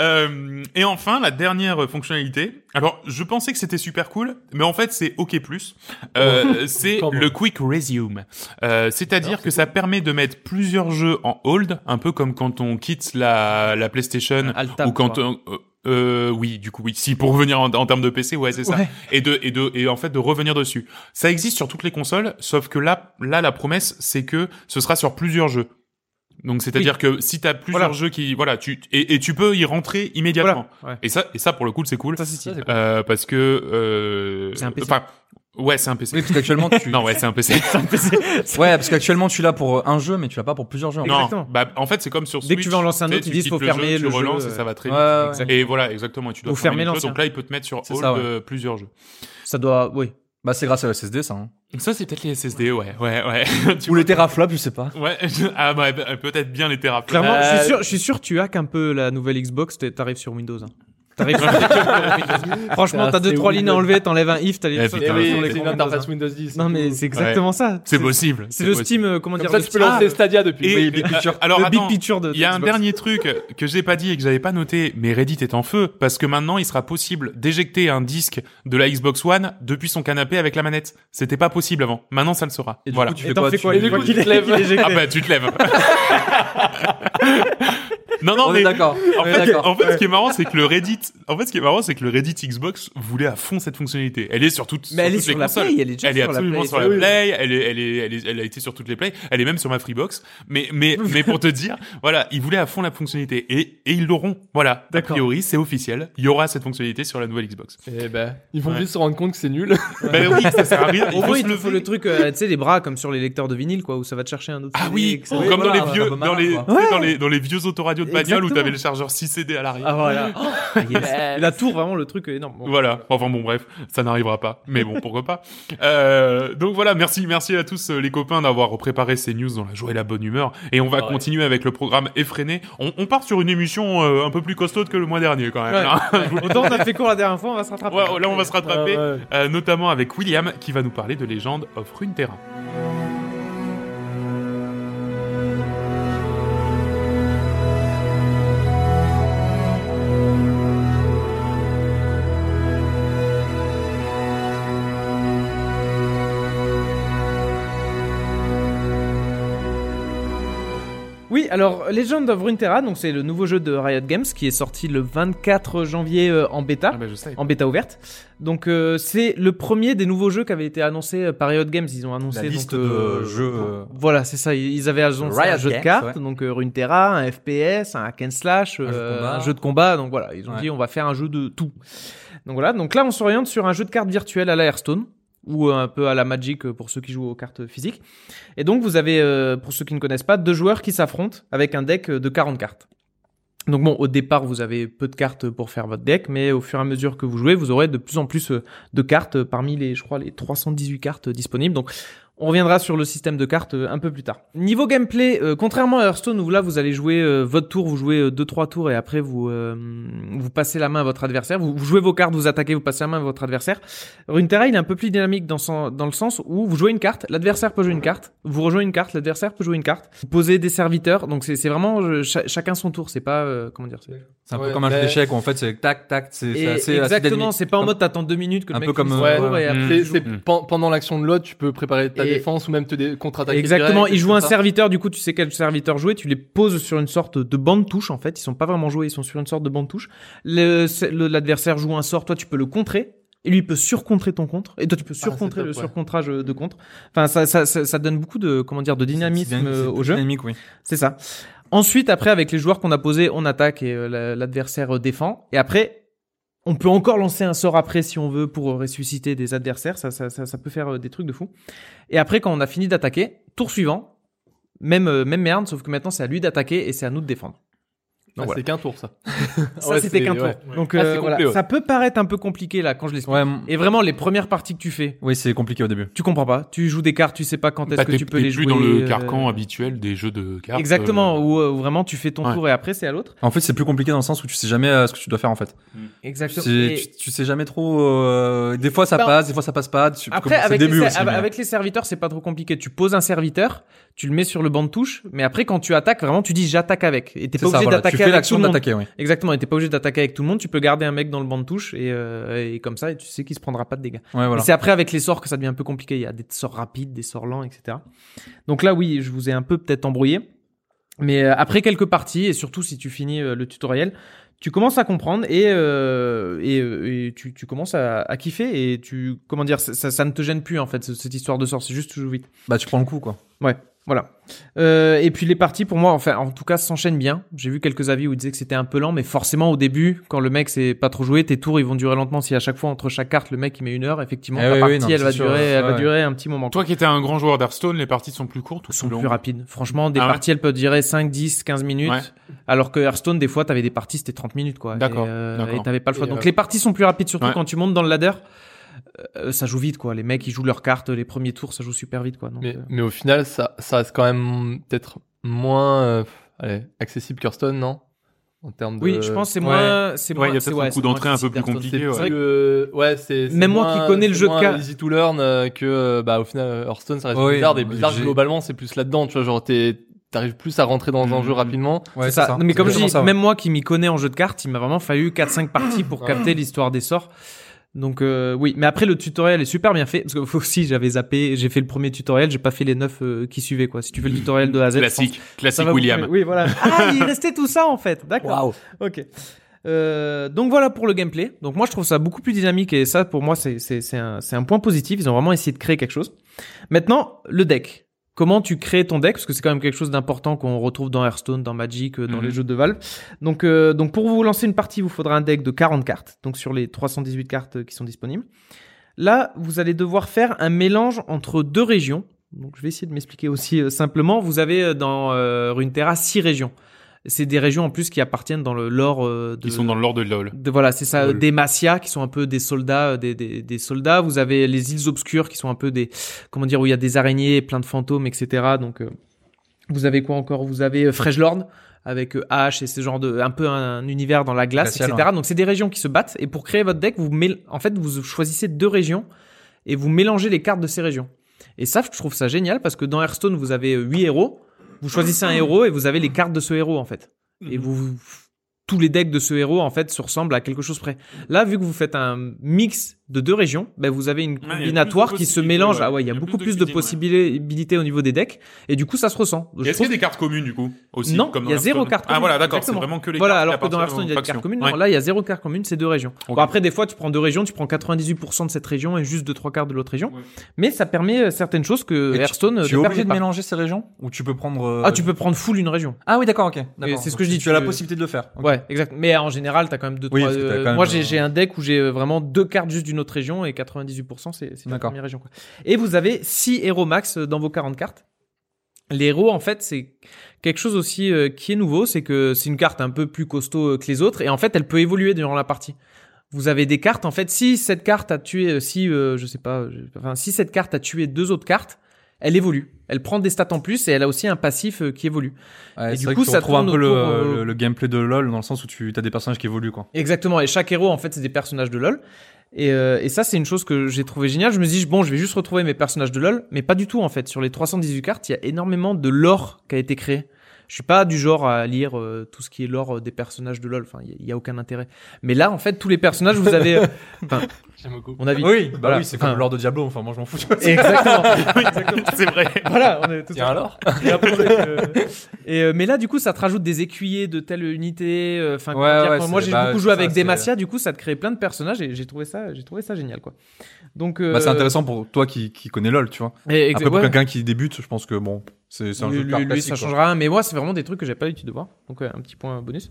S1: Euh, et enfin, la dernière fonctionnalité. Alors, je pensais que c'était super cool, mais en fait, c'est OK+. Euh, c'est
S5: Pardon.
S1: le Quick Resume. Euh, C'est-à-dire que ça permet de mettre plusieurs jeux en hold, un peu comme quand on quitte la, la PlayStation
S4: Alta.
S1: ou quand on- euh, euh, oui, du coup, oui. Si pour revenir en, en termes de PC, ouais, c'est ça.
S4: Ouais.
S1: Et de et de et en fait de revenir dessus. Ça existe sur toutes les consoles, sauf que là, là, la promesse, c'est que ce sera sur plusieurs jeux. Donc, c'est-à-dire que si t'as plusieurs
S4: Voilà.
S1: jeux qui, voilà, tu et, et tu peux y rentrer immédiatement.
S4: Voilà, ouais.
S1: Et ça, et ça pour le coup, c'est cool.
S4: Ça, c'est stylé.
S5: Ça, c'est cool.
S1: Euh, parce que euh,
S4: C'est un PC.
S1: Enfin, ouais, c'est un PC.
S3: Oui, parce qu'actuellement, tu.
S1: Non, ouais, c'est un PC.
S3: Ouais, parce qu'actuellement, tu l'as pour euh, un jeu, mais tu l'as pas pour plusieurs jeux. hein. en
S1: non,
S4: Exactement.
S1: bah, en fait, c'est comme sur
S4: Dès que
S1: Switch,
S4: tu veux en lancer un
S1: sais,
S4: autre, ils
S1: tu
S4: disent
S1: quittes
S4: faut
S1: le jeu,
S4: fermer le
S1: tu relances
S4: jeu, euh,
S1: et ça va très
S3: fait.
S1: vite.
S3: Ouais, ouais, ouais.
S4: Exact.
S1: Et voilà, exactement. Et tu dois
S4: Ou fermer
S1: fermer le jeu.
S4: l'ancien.
S1: Donc là, ils peuvent te mettre sur
S3: C'est
S1: hold
S3: ça, ouais.
S1: euh, plusieurs jeux.
S4: Ça doit, oui.
S3: Bah, c'est grâce à la SSD, ça. hein.
S1: Ça, c'est peut-être les SSD, ouais, ouais, ouais. Tu
S3: Ou les teraflops, je sais pas.
S1: vois- Ouais, ah, bah, bah, peut-être bien les thérapeutes.
S4: Clairement,
S5: Euh,
S4: je suis sûr, je suis sûr, que tu hack un peu la nouvelle Xbox, t'es- t'arrives sur Windows. hein. T'arrives sur Windows. Franchement,
S5: C'est
S4: t'as deux
S5: assez
S4: trois lignes à
S5: Windows.
S4: enlever, t'enlèves un if, t'as les
S1: Eh,
S4: sur-
S1: putain,
S4: sur les
S1: oui,
S4: commandes
S5: c'est une
S4: Windows,
S5: interface
S4: hein.
S5: Windows 10.
S4: Non mais c'est exactement ça.
S1: C'est possible.
S4: C'est le
S1: possible.
S4: Steam, euh, comment
S5: Comme
S4: dire
S5: ça,
S4: le
S5: tu peux
S4: Steam-
S5: lancer Stadia depuis.
S1: Et-
S5: Oui,
S1: et-
S5: big
S1: euh,
S5: picture.
S1: alors,
S4: le big
S1: attends,
S4: picture de.
S1: Il y a un
S4: d'Xbox.
S1: dernier truc que j'ai pas dit et que j'avais pas noté, mais Reddit est en feu parce que maintenant il sera possible d'éjecter un disque de la Xbox One depuis son canapé avec la manette. C'était pas possible avant. Maintenant ça le sera.
S3: Et du
S1: voilà.
S3: coup, tu
S4: Et
S3: fais
S4: t'en
S3: quoi,
S4: fais
S3: tu-
S4: quoi
S5: Et du coup,
S4: qu'il
S5: tu te lèves.
S4: qu'il éjecte.
S1: Ah bah tu te lèves. non non
S3: On
S1: mais
S3: est d'accord.
S1: En
S3: on est
S1: fait,
S3: d'accord.
S1: en fait, ce qui est marrant, c'est que le Reddit, en fait, ce qui est marrant, c'est que le Reddit Xbox voulait à fond cette fonctionnalité. Elle est sur toutes,
S4: Mais elle est
S1: toutes les
S4: sur la
S1: consoles.
S4: Play, elle est déjà
S1: elle est
S4: sur la
S1: absolument
S4: Play.
S1: sur la
S5: Ah oui.
S1: Play. Elle est, elle est, elle est- elle a été sur toutes les Play. Elle est même sur ma Freebox. Mais, mais, mais pour te dire, voilà, ils voulaient à fond la fonctionnalité et, et ils l'auront. Voilà. A
S4: D'accord.
S1: priori, c'est officiel. Il y aura cette fonctionnalité sur la nouvelle Xbox.
S5: Eh ben, ils vont
S1: Ouais.
S5: vite se rendre compte que c'est nul.
S1: Ben oui, ça sert à rien.
S4: Au
S1: Il faut
S4: moins,
S1: se
S4: il te faut
S1: lever.
S4: le truc, euh, tu sais, les bras comme sur les lecteurs de vinyle, quoi, où ça va te chercher un autre.
S1: Ah
S4: CD,
S1: oui,
S4: etc.
S1: comme
S3: Oui,
S1: dans
S3: voilà,
S1: les
S3: un
S1: vieux,
S3: peu
S1: dans
S3: malin,
S1: les,
S3: quoi.
S1: tu sais, dans les, dans les vieux autoradios de bagnole où
S4: Exactement.
S1: t'avais le chargeur 6 CD à l'arrière.
S4: Ah voilà. Yes. La tour, vraiment, le truc énorme. Bon.
S1: Voilà. Enfin bon, bref, ça n'arrivera pas. Mais bon, pourquoi pas. Euh, donc voilà, merci, merci à tous euh, les copains d'avoir préparé ces news dans la joie et la bonne humeur. Et on va
S5: Ouais.
S1: continuer avec le programme effréné. On, on part sur une émission euh, un peu plus costaude que le mois dernier quand même.
S4: Ouais.
S1: hein.
S4: Autant on a fait court la dernière fois, on va se rattraper.
S1: Ouais, là, on va se rattraper,
S5: Ah ouais.
S1: euh, notamment avec William qui va nous parler de Légende of Runeterra.
S4: Oui, alors Legend of Runeterra, donc c'est le nouveau jeu de Riot Games qui est sorti le 24 janvier euh, en bêta.
S1: Ah bah je sais.
S4: En bêta ouverte. Donc, euh, c'est le premier des nouveaux jeux qui avait été annoncé euh, par Riot Games. Ils ont annoncé
S3: La liste
S4: donc,
S3: de
S4: euh,
S3: jeux, euh,
S4: Voilà, c'est ça. Ils avaient annoncé
S3: Riot
S4: un jeu
S3: Games,
S4: de cartes,
S3: ouais.
S4: donc euh, Runeterra, un FPS, un hack and slash,
S3: jeu de
S4: euh,
S3: combat.
S4: un jeu de combat. Donc voilà, ils ont
S3: Ouais.
S4: dit on va faire un jeu de tout. Donc voilà. Donc là, on s'oriente sur un jeu de cartes virtuel à la Hearthstone ou euh, un peu à la Magic euh, pour ceux qui jouent aux cartes physiques. Et donc vous avez, euh, pour ceux qui ne connaissent pas, deux joueurs qui s'affrontent avec un deck euh, de 40 cartes. Donc bon, au départ, vous avez peu de cartes pour faire votre deck, mais au fur et à mesure que vous jouez, vous aurez de plus en plus euh, de cartes euh, parmi les, je crois, les 318 cartes euh, disponibles. Donc on reviendra sur le système de cartes euh, un peu plus tard. Niveau gameplay, euh, contrairement à Hearthstone où là vous allez jouer euh, votre tour, vous jouez 2-3 tours et après vous, euh, vous passez la main à votre adversaire, vous, vous jouez vos cartes, vous attaquez, vous passez la main à votre adversaire. Runeterra il est un peu plus dynamique dans, son- dans le sens où vous jouez une carte, l'adversaire peut jouer une carte, vous rejouez une carte, l'adversaire peut jouer une carte, vous posez des serviteurs, donc c'est c'est vraiment euh, cha- chacun son tour, c'est pas... euh, comment dire c'est-
S3: C'est un peu
S5: Ouais,
S3: comme un jeu
S5: mais-
S3: d'échecs où en fait c'est tac tac, c'est c'est
S4: Et
S3: assez assez
S4: Exactement,
S3: dynamique.
S4: c'est pas en
S3: Comme-
S4: mode t'attends deux minutes que le
S3: un
S4: mec
S3: peu
S4: finisse
S3: comme,
S4: son
S5: euh,
S4: tour
S5: ouais.
S4: et après,
S1: Mm.
S5: C'est-
S4: il joue.
S5: c'est
S1: Mm.
S5: pen- pendant l'action de l'autre, tu peux préparer ta
S4: Et-
S5: défense ou même te dé- contre-attaquer.
S4: Exactement,
S5: direct,
S4: ils jouent un
S5: etc.
S4: serviteur, du coup tu sais quel serviteur jouer, tu les poses sur une sorte de bande touche en fait, ils sont pas vraiment joués, ils sont sur une sorte de bande touche. Le- c'est- le- L'adversaire joue un sort, toi tu peux le contrer. Et lui, il peut surcontrer ton contre. Et toi, tu peux surcontrer
S5: Ah, top,
S4: le
S5: ouais.
S4: surcontrage euh, de contre. Enfin, ça, ça, ça, ça donne beaucoup de, comment dire, de dynamisme euh, au jeu.
S3: Dynamique, oui.
S4: C'est ça. Ensuite, après, avec les joueurs qu'on a posés, on attaque et euh, la- l'adversaire euh, défend. Et après, on peut encore lancer un sort après si on veut pour euh, ressusciter des adversaires. Ça, ça, ça, ça peut faire euh, des trucs de fou. Et après, quand on a fini d'attaquer, tour suivant, même, euh, même merde, sauf que maintenant c'est à lui d'attaquer et c'est à nous de défendre.
S5: Ah,
S1: voilà.
S5: C'est qu'un tour, ça.
S1: Ah
S4: Ça,
S5: Ouais,
S4: c'était
S5: c'est-
S4: qu'un tour.
S5: ouais.
S4: Donc
S5: Ah, c'est
S4: euh, voilà.
S5: complet, ouais.
S4: ça peut paraître un peu compliqué là quand je l'explique.
S3: Ouais, m-
S4: Et vraiment, les premières parties que tu fais,
S3: oui, c'est compliqué au début.
S4: tu comprends pas. Tu joues des cartes, tu sais pas quand est-ce
S1: Bah,
S4: que
S1: t'es-
S4: tu peux
S1: t'es
S4: les
S1: plus
S4: jouer.
S1: dans le
S4: euh,
S1: carcan habituel des jeux de cartes.
S4: Exactement,
S1: euh,
S4: où, euh, où vraiment tu fais ton
S1: Ouais.
S4: tour et après c'est à l'autre.
S3: En fait, c'est plus compliqué dans le sens où tu sais jamais euh, ce que tu dois faire en fait. Tu
S4: Exactement.
S3: sais, tu, tu sais jamais trop. euh, des fois ça
S4: Ben,
S3: passe, des fois ça passe pas. Tu,
S4: Après,
S3: c'est le
S4: avec,
S3: début
S4: les,
S3: aussi,
S4: avec-
S3: mais-
S4: avec les serviteurs, c'est pas trop compliqué. Tu poses un serviteur, tu le mets sur le banc de touche, mais après, quand tu attaques, vraiment, tu dis j'attaque avec. Et t'es
S3: c'est
S4: pas
S3: ça,
S4: obligé
S3: voilà. Tu
S4: d'attaquer
S3: fais
S4: avec
S3: l'action
S4: tout le monde.
S3: d'attaquer, oui.
S4: Exactement, et t'es pas obligé d'attaquer avec tout le monde. Tu peux garder un mec dans le banc de touche et, euh, et comme ça, et tu sais qu'il se prendra pas de dégâts.
S3: Ouais, voilà.
S4: Et C'est après avec les sorts que ça devient un peu compliqué. Il y a des sorts rapides, des sorts lents, etc. Donc là, oui, je vous ai un peu peut-être embrouillé. Mais euh, après quelques parties, et surtout si tu finis euh, le tutoriel, tu commences à comprendre et, euh, et, euh, et tu, tu commences à, à kiffer. Et tu, comment dire, ça, ça- ça ne te gêne plus en fait, ce- cette histoire de sorts. C'est juste tu joues vite.
S3: Bah, tu prends le coup, quoi.
S4: Voilà. Euh, et puis les parties, pour moi, enfin, en tout cas, s'enchaînent bien. J'ai vu quelques avis où ils disaient que c'était un peu lent, mais forcément, au début, quand le mec sait pas trop jouer, tes tours ils vont durer lentement. Si à chaque fois entre chaque carte, le mec il met une heure, effectivement,
S3: Eh
S4: ta
S3: oui, oui,
S4: partie
S3: non,
S4: elle
S3: c'est
S4: va
S3: sûr,
S4: durer, elle va
S3: ouais.
S4: durer un petit moment.
S1: Toi qui étais un grand joueur d'Hearthstone, les parties sont plus courtes ou
S4: sont
S1: longues
S4: plus rapides. Franchement, des
S1: Ah ouais
S4: parties elles peuvent durer 5, 10, 15 minutes.
S1: Ouais.
S4: Alors que Hearthstone, des fois, t'avais des parties, c'était 30 minutes, quoi.
S1: D'accord,
S4: Et,
S1: d'accord.
S4: et t'avais pas le choix.
S5: Et,
S4: Donc
S5: euh,
S4: les parties sont plus rapides, surtout
S1: Ouais.
S4: quand tu montes dans le ladder. Euh, ça joue vite, quoi. Les mecs, ils jouent leurs cartes, les premiers tours, ça joue super vite, quoi. Donc,
S5: Mais,
S4: euh,
S5: mais au final, ça, ça reste quand même peut-être moins euh, allez, accessible qu'Hearthstone, non En termes de.
S4: Oui, je pense que c'est
S5: Ouais.
S4: moins, c'est
S1: Ouais,
S4: moins.
S1: il y a
S4: c'est-
S1: peut-être
S4: ouais,
S1: un
S4: c'est
S1: coup
S4: moins
S1: d'entrée un peu plus
S4: accessible
S5: C'est
S1: compliqué.
S5: plus,
S1: ouais.
S5: euh, ouais, c'est. c'est
S4: Même moi qui
S5: moins-
S4: connais le
S5: c'est
S4: jeu de
S5: moins
S4: cartes.
S5: Easy to learn euh, que, euh, bah, au final, euh, Hearthstone, ça reste
S3: Oui,
S5: bizarre. Et
S3: mais
S5: bizarre,
S3: j'ai-
S5: globalement, c'est plus là-dedans. Tu vois, genre, t'es- t'arrives plus à rentrer dans un
S3: Mm.
S1: Mhm.
S5: jeu rapidement.
S3: Ouais,
S4: C'est ça. Non, Mais comme je dis,
S3: ça, ouais.
S4: même moi qui m'y connais en jeu de cartes, il m'a vraiment fallu 4-5 parties pour
S5: Ouais.
S4: capter l'histoire des sorts. Donc euh, oui, mais après le tutoriel est super bien fait parce que faut aussi j'avais zappé, j'ai fait le premier tutoriel, j'ai pas fait les 9 qui suivaient quoi. Si tu fais le tutoriel de A à Z, je pense-
S1: Classique,
S4: ça
S1: classique
S4: va vous
S1: William.
S4: calmer. Oui, voilà. Ah, il restait tout ça en fait. D'accord.
S3: Waouh.
S4: OK. Euh, donc voilà pour le gameplay. Donc moi je trouve ça beaucoup plus dynamique et ça pour moi c'est c'est c'est un c'est un point positif, ils ont vraiment essayé de créer quelque chose. Maintenant, le deck. Comment tu crées ton deck parce que c'est quand même quelque chose d'important qu'on retrouve dans Hearthstone, dans Magic, euh, dans
S1: Mhm.
S4: les jeux de Valve. Donc euh, donc pour vous lancer une partie, vous faudra un deck de 40 cartes. Donc sur les 318 cartes euh, qui sont disponibles. Là, vous allez devoir faire un mélange entre deux régions. Donc je vais essayer de m'expliquer aussi euh, simplement, vous avez euh, dans euh, Runeterra six régions. C'est des régions en plus qui appartiennent dans le lore euh, de
S1: Ils sont dans le lore de LoL.
S4: de- voilà, c'est ça,
S1: Lol.
S4: des Masia qui sont un peu des soldats, euh, des, des, des soldats. Vous avez les îles obscures qui sont un peu des, comment dire, où il y a des araignées, plein de fantômes, etc. Donc, euh, vous avez quoi encore Vous avez euh, Frejlorn avec euh, H et ce genre de, un peu un univers dans la glace,
S3: Glacial,
S4: etc. Donc, c'est des régions qui se battent. Et pour créer votre deck, vous mêl- en fait, vous choisissez deux régions et vous mélangez les cartes de ces régions. Et ça, je trouve ça génial parce que dans Hearthstone, vous avez euh, huit héros. Vous choisissez un héros et vous avez les cartes de ce héros, en fait. Et
S1: Mhm.
S4: vous, vous- tous les decks de ce héros, en fait, se ressemblent à quelque chose près. Là, vu que vous faites un mix de deux régions, ben, vous avez une
S1: il y a
S4: combinatoire
S1: plus de
S4: qui se
S1: possibilités,
S4: mélange.
S1: ouais.
S4: Ah ouais, il y a beaucoup plus de
S1: cuisine, ouais.
S4: possibilités au niveau des decks. Et du coup, ça se ressent. Je
S1: Et Est-ce qu'il y
S4: trouve-
S1: a des cartes communes du coup aussi
S4: Non,
S1: comme dans
S4: il y a zéro
S1: Hearthstone
S4: carte
S1: Ah voilà,
S4: commune,
S1: d'accord, c'est
S4: exactement.
S1: vraiment que les
S4: voilà,
S1: cartes.
S4: alors que dans
S1: appartiennent
S4: Hearthstone,
S1: aux
S4: il y a des cartes
S1: factions.
S4: communes.
S1: Ouais.
S4: Non, là, il y a zéro carte commune, c'est deux régions.
S1: Ok.
S4: Bon, après, des fois, tu prends deux régions, tu prends 98% de cette région et juste deux, trois quarts de l'autre région.
S1: Ouais.
S4: Mais ça permet euh, certaines choses que
S3: Et tu-
S4: Hearthstone euh,
S3: Tu
S4: ne
S3: es obligé
S4: permet
S3: de
S4: pas.
S3: mélanger ces régions Ou tu peux prendre. euh,
S4: Ah, tu peux prendre full une région.
S3: Ah oui, d'accord, ok.
S4: Et
S3: D'accord.
S4: c'est ce
S3: Donc,
S4: que je dis,
S3: Tu as la
S4: tu-
S3: possibilité de le faire. Ok.
S4: Ouais, exact. Mais en général, t'as quand même deux,
S3: Oui,
S4: trois.
S3: parce que t'as
S4: euh,
S3: quand même,
S4: moi,
S3: euh,
S4: j'ai j'ai un deck où j'ai euh, vraiment deux cartes juste d'une autre région et 98%, c'est c'est la
S3: D'accord.
S4: première région. Quoi. Et vous avez six héros max euh, dans vos 40 cartes. Les héros, en fait, c'est quelque chose aussi euh, qui est nouveau, c'est que c'est une carte un peu plus costaud euh, que les autres et en fait, elle peut évoluer durant la partie. Vous avez des cartes, en fait, si cette carte a tué, euh, si euh, je sais pas, euh, je- enfin, si cette carte a tué deux autres cartes, elle évolue. Elle prend des stats en plus et elle a aussi un passif euh, qui évolue. Et
S3: Ouais, c'est
S4: du
S3: vrai
S4: coup,
S3: que tu
S4: ça
S3: retrouves un
S4: tourne
S3: peu le,
S4: autour, euh,
S3: le- le gameplay de LoL dans le sens où tu as des personnages qui évoluent, quoi.
S4: Exactement, et chaque héros, en fait, c'est des personnages de LoL. Et, euh, et ça, c'est une chose que j'ai trouvé géniale. Je me dis, bon, je vais juste retrouver mes personnages de LoL, mais pas du tout, en fait. Sur les 318 cartes, il y a énormément de lore qui a été créé. Je suis pas du genre à lire euh, tout ce qui est l'or des personnages de LoL. Enfin, il y a- il y, a aucun intérêt. Mais là, en fait, tous les personnages, vous avez. euh,
S5: J'aime beaucoup.
S4: on a vu.
S3: Oui, bah
S4: Voilà.
S3: oui, c'est comme
S4: Enfin,
S3: l'or de Diablo, enfin moi je m'en fous.
S4: Exactement.
S1: c'est vrai.
S4: voilà, on est tout
S5: Il y a un lore
S4: Et après, euh, et, euh, mais là, du coup, ça te rajoute des écuyers de telle unité. euh, Enfin, comment
S3: Ouais,
S4: dire,
S3: ouais,
S4: moi,
S3: c'est-
S4: j'ai
S3: bah,
S4: beaucoup
S3: c'est
S4: joué avec
S3: ça,
S4: des Macia, du coup, ça te crée plein de personnages et j'ai trouvé ça, j'ai trouvé ça génial, quoi. Donc, euh,
S3: Bah, c'est intéressant pour toi qui, qui connais LoL, tu vois.
S4: mais exa-
S3: Après, pour
S4: ouais,
S3: quelqu'un qui débute, je pense que bon, c'est c'est un
S4: lui,
S3: jeu de
S4: lui-
S3: cartes
S4: lui, ça
S3: classique, quoi.
S4: changera rien. Mais moi, c'est vraiment des trucs que j'ai pas l'habitude de voir. Donc, ouais, un petit point bonus.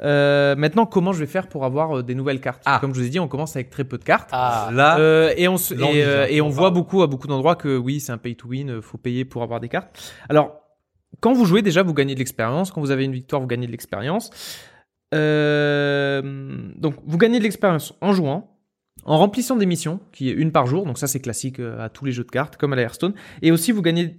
S4: Euh, maintenant, comment je vais faire pour avoir euh, des nouvelles cartes
S3: Ah.
S4: Comme je vous ai dit, on commence avec très peu de cartes.
S5: Ah,
S3: Là,
S4: Euh, et on, se-
S3: l'envie,
S4: et, euh,
S3: hein,
S4: et on
S3: on
S4: voit
S3: parle.
S4: beaucoup à beaucoup d'endroits que oui, c'est un pay to win, euh, faut payer pour avoir des cartes. Alors, quand vous jouez déjà, vous gagnez de l'expérience. Quand vous avez une victoire, vous gagnez de l'expérience. Euh, donc, vous gagnez de l'expérience en jouant, en remplissant des missions, qui est une par jour. Donc ça, c'est classique euh, à tous les jeux de cartes, comme à la Hearthstone. Et aussi, vous gagnez.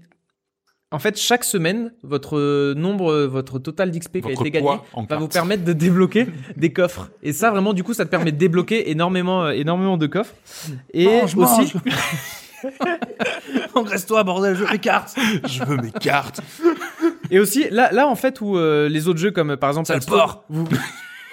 S4: En fait, chaque semaine, votre euh, nombre, euh, votre total d'XP qui a
S1: Votre
S4: été gagné
S1: poids en
S4: va vous
S1: cartes.
S4: permettre de débloquer des coffres. Et ça, vraiment, du coup, ça te permet de débloquer énormément, euh, énormément de coffres. Et
S3: Mange,
S4: aussi,
S3: Engraisse-toi, bordel, je les cartes.
S1: Je veux mes cartes.
S4: et aussi, là, là, en fait, où euh, les autres jeux, comme euh, par exemple,
S3: Sale
S4: Hearthstone,
S3: porc.
S4: vous,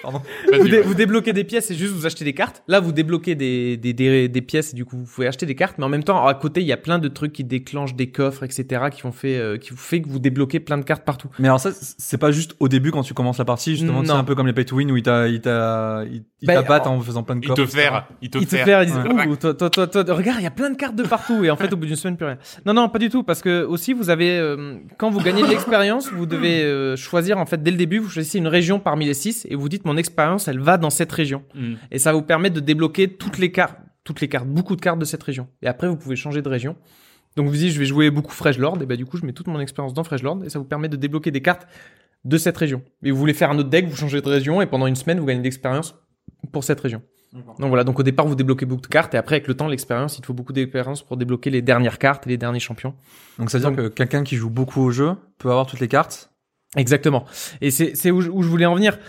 S1: Vas-y,
S4: vous, dé-
S1: ouais.
S4: vous débloquez des pièces et juste vous achetez des cartes. Là, vous débloquez des, des, des, des pièces et du coup, vous pouvez acheter des cartes. Mais en même temps, à côté, il y a plein de trucs qui déclenchent des coffres, etc., qui ont fait, euh, qui vous fait que vous débloquez plein de cartes partout.
S3: Mais alors ça, c'est pas juste au début quand tu commences la partie, justement, c'est
S4: Non.
S3: un peu comme les pay to win où ils t'a- ils t'a- ils- ils
S4: Bah,
S3: t'abattent
S4: alors-
S3: en faisant plein de
S1: Il te
S3: coffres.
S1: faire, il te
S4: Ils te
S1: faire.
S4: flairent, ils disent,
S1: Ouais.
S4: Ouh, toi, toi, toi, toi, regarde, il y a plein de cartes de partout. Et en fait, au bout d'une semaine, plus rien. Non, non, pas du tout. Parce que aussi, vous avez, euh, quand vous gagnez de l'expérience, vous devez euh, choisir, en fait, dès le début, vous choisissez une région parmi les six et vous dites, mon expérience, elle va dans cette région.
S1: Mm.
S4: Et ça vous permet de débloquer toutes les cartes, toutes les cartes, beaucoup de cartes de cette région. Et après, vous pouvez changer de région. Donc vous dites, je vais jouer beaucoup Fresh Lord, et bah du coup, je mets toute mon expérience dans Fresh Lord, et ça vous permet de débloquer des cartes de cette région. Et vous voulez faire un autre deck, vous changez de région, et pendant une semaine, vous gagnez de l'expérience pour cette région. Donc voilà, donc au départ, vous débloquez beaucoup de cartes, et après, avec le temps, l'expérience, il te faut beaucoup d'expérience pour débloquer les dernières cartes et les derniers champions.
S3: Donc ça veut dire que quelqu'un qui joue beaucoup au jeu peut avoir toutes les cartes.
S4: Exactement. Et c'est c'est où, je- où je voulais en venir.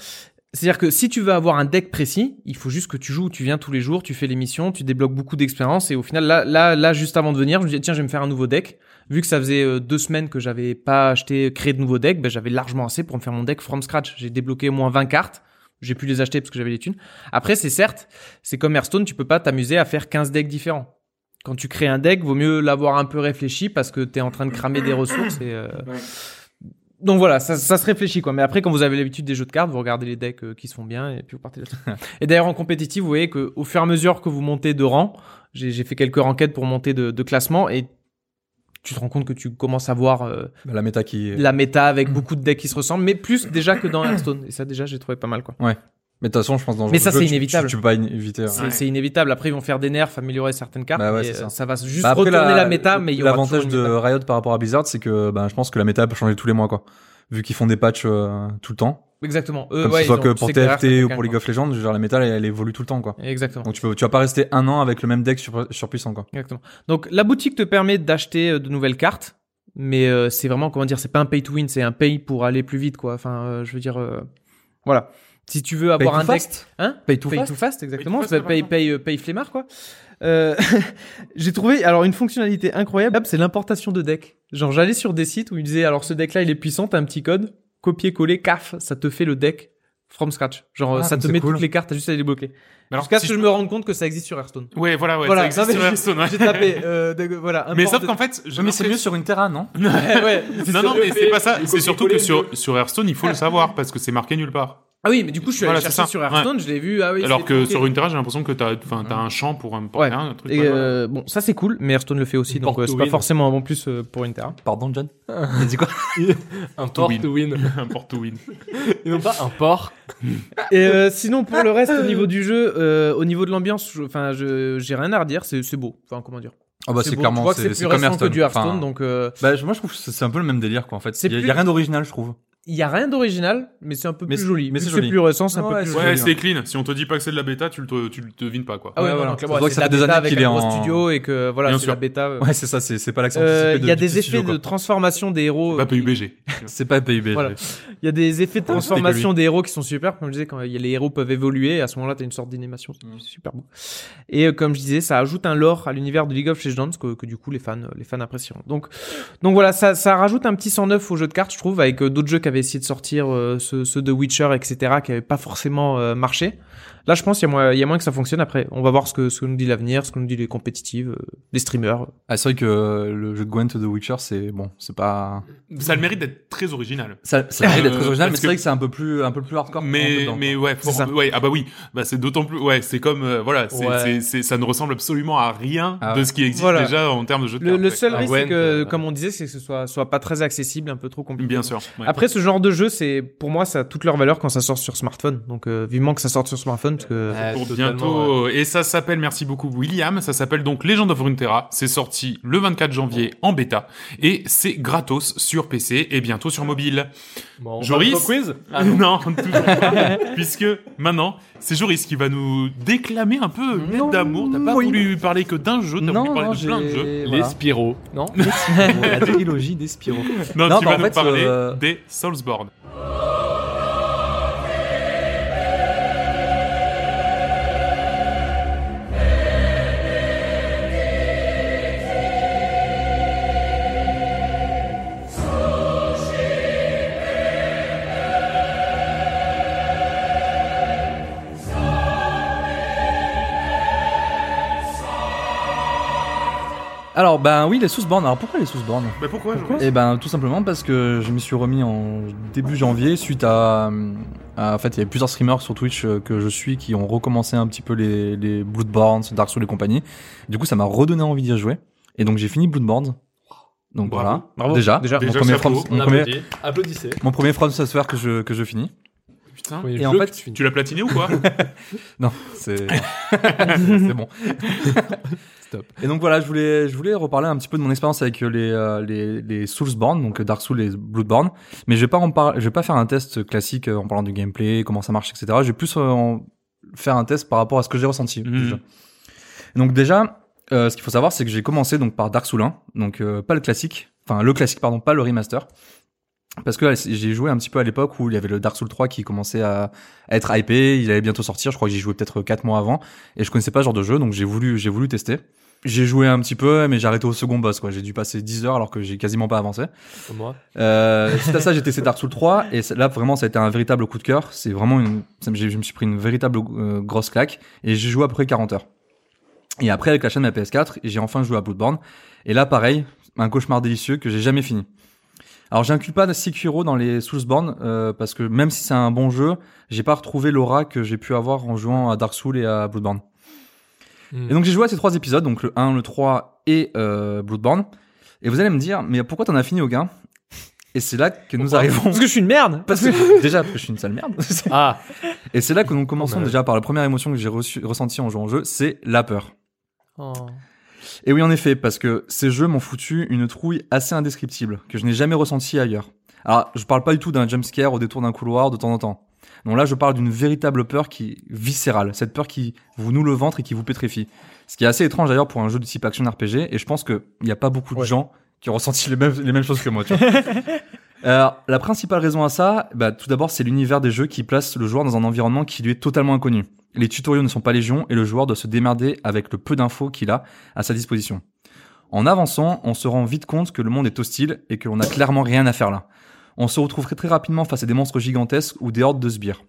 S4: C'est-à-dire que si tu veux avoir un deck précis, il faut juste que tu joues, tu viens tous les jours, tu fais les missions, tu débloques beaucoup d'expérience et au final, là, là, là, juste avant de venir, je me disais tiens, je vais me faire un nouveau deck. Vu que ça faisait euh, deux semaines que j'avais pas acheté, créé de nouveau deck, ben, j'avais largement assez pour me faire mon deck from scratch. J'ai débloqué au moins 20 cartes. J'ai pu les acheter parce que j'avais les thunes. Après, c'est certes, c'est comme Hearthstone, tu peux pas t'amuser à faire 15 decks différents. Quand tu crées un deck, vaut mieux l'avoir un peu réfléchi parce que t'es en train de cramer des ressources et, euh, donc voilà, ça, ça se réfléchit quoi. Mais après, quand vous avez l'habitude des jeux de cartes, vous regardez les decks euh, qui se font bien et puis vous partez là-dessus. et d'ailleurs, en compétitif, vous voyez que au fur et à mesure que vous montez de rang, j'ai j'ai fait quelques enquêtes pour monter de, de classement et tu te rends compte que tu commences à voir euh,
S3: Bah, la méta qui.
S4: la méta avec beaucoup de decks qui se ressemblent, mais plus déjà que dans Hearthstone. Et ça, déjà, j'ai trouvé pas mal quoi.
S3: Mais de toute façon, je pense dans le
S4: Mais
S3: jeu
S4: ça,
S3: de jeu,
S4: c'est
S3: tu- tu-
S4: inévitable.
S3: Tu, peux pas in- éviter. hein.
S4: C'est
S1: Ouais.
S4: c'est inévitable. Après, ils vont faire des nerfs, améliorer certaines cartes.
S3: Bah ouais,
S4: et,
S3: c'est ça.
S4: euh, ça. va juste
S3: Bah,
S4: retourner la,
S3: la-
S4: méta, mais il y aura
S3: L'avantage
S4: toujours une
S3: de
S4: méta.
S3: Riot par rapport à Blizzard, c'est que ben, je pense que la méta peut changer tous les mois, quoi. Vu qu'ils font des patchs euh, tout le temps.
S4: Exactement. Eux,
S3: comme
S4: Euh, ouais,
S3: ce soit
S4: ils ont-
S3: que
S4: tu
S3: pour
S4: sais derrière, ça fait
S3: TFT ou pour
S4: quelqu'un,
S3: League of Legends, genre la méta, elle, elle évolue tout le temps, quoi.
S4: quoi. Exactement.
S3: Donc tu, peux, tu vas pas rester un an avec le même deck sur, surpuissant, quoi.
S4: Exactement. Donc la boutique te permet d'acheter euh, de nouvelles cartes, mais euh, c'est vraiment comment dire, c'est pas un pay to win, c'est un pay pour aller plus vite quoi. Enfin, euh, je veux dire, euh, voilà. Si tu veux avoir
S3: Pay
S4: un
S3: to
S4: deck,
S3: fast
S4: hein,
S3: Pay to
S4: pay
S3: fast
S4: to fast, exactement,
S1: Pay to fast,
S4: Bah, paye
S1: c'est
S4: paye euh, paye flemmard quoi. Euh, J'ai trouvé alors une fonctionnalité incroyable, c'est l'importation de decks. Genre j'allais sur des sites où ils disaient alors ce deck là il est puissant, t'as un petit code, copier coller, caf, ça te fait le deck from scratch. Genre
S3: Ah,
S4: ça te
S3: c'est
S4: met
S3: cool.
S4: toutes les cartes, t'as juste à les débloquer.
S1: Mais alors,
S4: Jusqu'à
S1: si
S4: ce que je me rende compte que ça existe sur Hearthstone.
S1: Ouais, voilà, ouais.
S4: Voilà,
S1: ça existe
S4: non, mais
S1: sur Hearthstone, ouais.
S4: J'ai tapé, euh, de- voilà.
S1: Mais
S4: import
S1: sauf
S4: de-
S1: qu'en fait, j'ai
S3: mais c'est mieux
S1: l'impression-
S3: sur une Terra, non
S4: Eh ouais, c'est
S1: Non,
S4: sûr.
S1: non, mais c'est pas ça. C'est surtout que sur, sur Hearthstone, il faut le savoir parce que c'est marqué nulle part.
S4: Ah oui, mais du coup, je suis allé
S1: Voilà, c'est
S4: chercher
S1: ça.
S4: sur Hearthstone, je l'ai vu. Ah oui,
S1: Alors
S4: c'est
S1: que
S4: ok.
S1: sur une terrasse, j'ai l'impression que t'as, enfin, t'as un champ pour un, pour
S4: Ouais.
S1: un truc.
S4: Et
S1: ouais, ouais.
S4: euh, bon, ça c'est cool, mais Hearthstone le fait aussi,
S5: Une
S4: donc
S5: porte
S4: euh, c'est
S5: to
S4: pas
S5: win.
S4: forcément un bon plus euh, pour une terre.
S3: Pardon, John Il dit quoi
S5: un port
S1: win.
S5: to win.
S1: Un port to win.
S5: Et non pas un port.
S4: Et euh, sinon, pour le reste, au niveau du jeu, euh, au niveau de l'ambiance, je- enfin, je- j'ai rien à redire, c'est c'est beau. Enfin, comment dire
S3: Ah bah c'est
S4: beau.
S3: clairement
S4: Tu vois que
S3: c'est
S4: c'est plus
S3: comme
S4: récent que
S3: Hearthstone.
S4: du Hearthstone,
S3: Enfin,
S4: donc. euh,
S3: bah, je- moi je trouve que c'est c'est un peu le même délire quoi en fait.
S4: C'est
S3: Il y, a-
S4: plus-
S3: il y a rien d'original je trouve.
S4: Il y a rien d'original, mais c'est un peu
S3: Mais
S4: plus
S3: c'est-
S4: joli.
S3: mais
S4: Vu
S3: c'est
S4: que
S3: joli.
S4: plus récent, c'est un
S3: Ouais,
S4: peu plus
S3: c'est
S4: joli.
S3: joli.
S1: Ouais, c'est clean. Si on te dit pas que c'est de la bêta, tu le, te- tu le devines pas, quoi.
S4: Ah ouais,
S3: Ouais,
S4: voilà.
S3: voilà.
S4: Donc, là,
S3: On
S4: c'est
S3: voit que ça
S4: la
S3: fait des
S4: bêta
S3: années
S4: avec
S3: qu'il est
S4: un gros
S3: en-
S4: studio et que voilà,
S1: Bien
S4: c'est
S1: sûr.
S4: la bêta. euh.
S3: Ouais, c'est ça, c'est c'est pas l'accent
S4: Euh,
S3: anticipé
S4: Il
S3: de-
S4: y a
S3: du
S4: des
S3: petit studio,
S4: effets de
S3: quoi.
S4: transformation des héros. euh,
S1: Pas PUBG.
S3: C'est pas PIB.
S4: Voilà. Il y a des effets de
S3: Ah,
S4: transformation des héros qui sont super. Comme je disais, quand il y a- les héros peuvent évoluer, et à ce moment-là, t'as une sorte d'animation. C'est
S3: Mm.
S4: super beau. Et euh, comme je disais, ça ajoute un lore à l'univers de League of Legends que, que du coup, les fans, euh, les fans apprécieront. Donc, donc voilà, ça, ça rajoute un petit 109 au jeu de cartes, je trouve, avec euh, d'autres jeux qui avaient essayé de sortir, euh, ceux, ceux de Witcher, etc., qui n'avaient pas forcément euh, marché. Là, je pense qu'il y, a moyen- il y a moins que ça fonctionne. Après, on va voir ce que, ce que nous dit l'avenir, ce que nous dit les compétitives, euh, les streamers.
S3: Ah, c'est vrai que euh, le jeu de Gwent de Witcher, c'est bon, c'est pas.
S1: Ça a le mérite d'être très original.
S3: Ça, ça
S1: Euh,
S3: mérite d'être très original,
S1: parce
S3: mais c'est
S1: que-
S3: vrai que c'est un peu plus, un peu plus hardcore. qu'on rentre
S1: Mais,
S3: dedans,
S1: mais
S3: quoi.
S1: ouais, faut-
S4: C'est ça.
S1: ouais, ah bah oui, bah c'est d'autant plus, ouais, c'est comme, euh, voilà, c'est,
S3: Ouais.
S1: c'est- c'est- ça ne ressemble absolument à rien
S3: Ah
S1: de
S3: ouais.
S1: ce qui existe
S4: Voilà.
S1: déjà en termes de jeu de
S4: Le,
S1: cartes.
S4: le
S1: ouais.
S4: seul
S5: Ah,
S4: risque,
S5: Gwen,
S4: c'est que,
S5: euh,
S4: comme on disait, c'est que ce soit, soit pas très accessible, un peu trop compliqué.
S1: Bien sûr. ouais.
S4: Après, ce genre de jeu, c'est pour moi, ça a toute leur valeur quand ça sort sur smartphone. Donc, euh, vivement que ça sorte sur smartphone, parce que
S5: Ouais,
S1: pour
S5: Euh, totalement,
S1: bientôt. Et ça s'appelle, merci beaucoup William, ça s'appelle donc Legend of Runeterra. C'est sorti le 24 janvier en bêta et c'est gratos sur PC et bientôt sur mobile.
S5: Bon, on
S1: Joris
S5: passe au quiz Ah
S1: non,
S5: non.
S1: toujours pas, puisque maintenant, c'est Joris qui va nous déclamer un peu une lettre
S3: Non,
S1: d'amour. T'as pas
S3: oui.
S1: voulu parler que d'un jeu, t'as
S3: Non,
S1: voulu parler
S3: non,
S1: de
S3: j'ai.
S1: plein de jeux.
S5: Les
S3: voilà.
S5: Spiro, non
S3: La trilogie des Spiro.
S1: Non,
S3: Non,
S1: tu
S3: bah,
S1: vas
S3: en
S1: nous
S3: fait,
S1: parler
S3: euh,
S1: des Soulsborne.
S3: Alors, ben oui, les sous-bornes. Alors, pourquoi les sous-bornes
S1: Bah pourquoi, Joris
S3: Eh ben, tout simplement parce que je m'y suis remis en début janvier suite à, à- en fait, il y avait plusieurs streamers sur Twitch euh, que je suis qui ont recommencé un petit peu les, les Bloodborne, Dark Souls et compagnie. Du coup, ça m'a redonné envie d'y jouer. Et donc, j'ai fini Bloodborne. Donc
S1: Bravo.
S3: voilà.
S4: Bravo.
S3: Déjà,
S4: Déjà.
S3: mon
S1: Déjà,
S3: premier
S1: chapeau.
S3: From,
S5: On
S3: mon premier,
S5: applaudit. Applaudissez.
S3: mon premier From Software que je que je finis.
S1: Putain.
S5: Oui,
S3: Et
S5: je
S3: en
S5: veux
S3: fait-
S5: que tu finisses.
S1: Tu l'as platiné ou quoi
S3: Non, c'est c'est bon.
S5: Stop.
S3: Et donc voilà, je voulais, je voulais reparler un petit peu de mon expérience avec les, euh, les, les Soulsborne, donc euh, Dark Souls et Bloodborne. Mais je vais pas en par- je vais pas faire un test classique euh, en parlant du gameplay, comment ça marche, etc. Je vais plus euh, en faire un test par rapport à ce que j'ai ressenti. du
S1: Mhm.
S3: jeu. Donc déjà, euh, ce qu'il faut savoir, c'est que j'ai commencé donc par Dark Souls 1, donc euh, pas le classique, enfin le classique pardon, pas le remaster. Parce que euh, j'ai joué un petit peu à l'époque où il y avait le Dark Souls 3 qui commençait à à être hypé, il allait bientôt sortir, je crois que j'y jouais peut-être 4 mois avant, et je connaissais pas ce genre de jeu, donc j'ai voulu, j'ai voulu tester. J'ai joué un petit peu, mais j'ai arrêté au second boss, quoi. J'ai dû passer 10 heures alors que j'ai quasiment pas avancé.
S5: Comme moi.
S3: Euh, suite à ça, j'ai testé Dark Souls 3 et c'est- là vraiment ça a été un véritable coup de cœur. C'est vraiment une, ça me- j'ai- je me suis pris une véritable euh, grosse claque et j'ai joué à peu près 40 heures. Et après avec la chaîne de la PS4, j'ai enfin joué à Bloodborne et là pareil, un cauchemar délicieux que j'ai jamais fini. Alors j'inclus pas Sekiro dans les Soulsborne euh, parce que même si c'est un bon jeu, j'ai pas retrouvé l'aura que j'ai pu avoir en jouant à Dark Souls et à Bloodborne.
S5: Mm.
S3: Et donc j'ai joué à ces trois épisodes, donc le 1, le 3 et euh, Bloodborne. Et vous allez me dire, mais pourquoi t'en as fini aucun Et c'est là que nous arrivons.
S4: parce que je suis une merde.
S3: Parce que, déjà, parce que je suis une sale merde.
S5: Ah,
S3: Et c'est là que nous commençons
S5: Oh, mais-
S3: déjà par la première émotion que j'ai reçue- ressentie en jouant au jeu, c'est la peur.
S4: Oh.
S3: Et oui, en effet, parce que ces jeux m'ont foutu une trouille assez indescriptible, que je n'ai jamais ressentie ailleurs. Alors, je parle pas du tout d'un jumpscare au détour d'un couloir de temps en temps. Non, là, je parle d'une véritable peur qui est viscérale, cette peur qui vous noue le ventre et qui vous pétrifie. Ce qui est assez étrange d'ailleurs pour un jeu de type action RPG, et je pense qu'il n'y a pas beaucoup de
S4: Ouais.
S3: gens qui ont ressenti les mêmes, les mêmes choses que moi, tu vois. Euh, la principale raison à ça, bah, tout d'abord, c'est l'univers des jeux qui place le joueur dans un environnement qui lui est totalement inconnu. Les tutoriels ne sont pas légion et le joueur doit se démerder avec le peu d'infos qu'il a à sa disposition. En avançant, on se rend vite compte que le monde est hostile et que l'on n'a clairement rien à faire là. On se retrouve très, très rapidement face à des monstres gigantesques ou des hordes de sbires.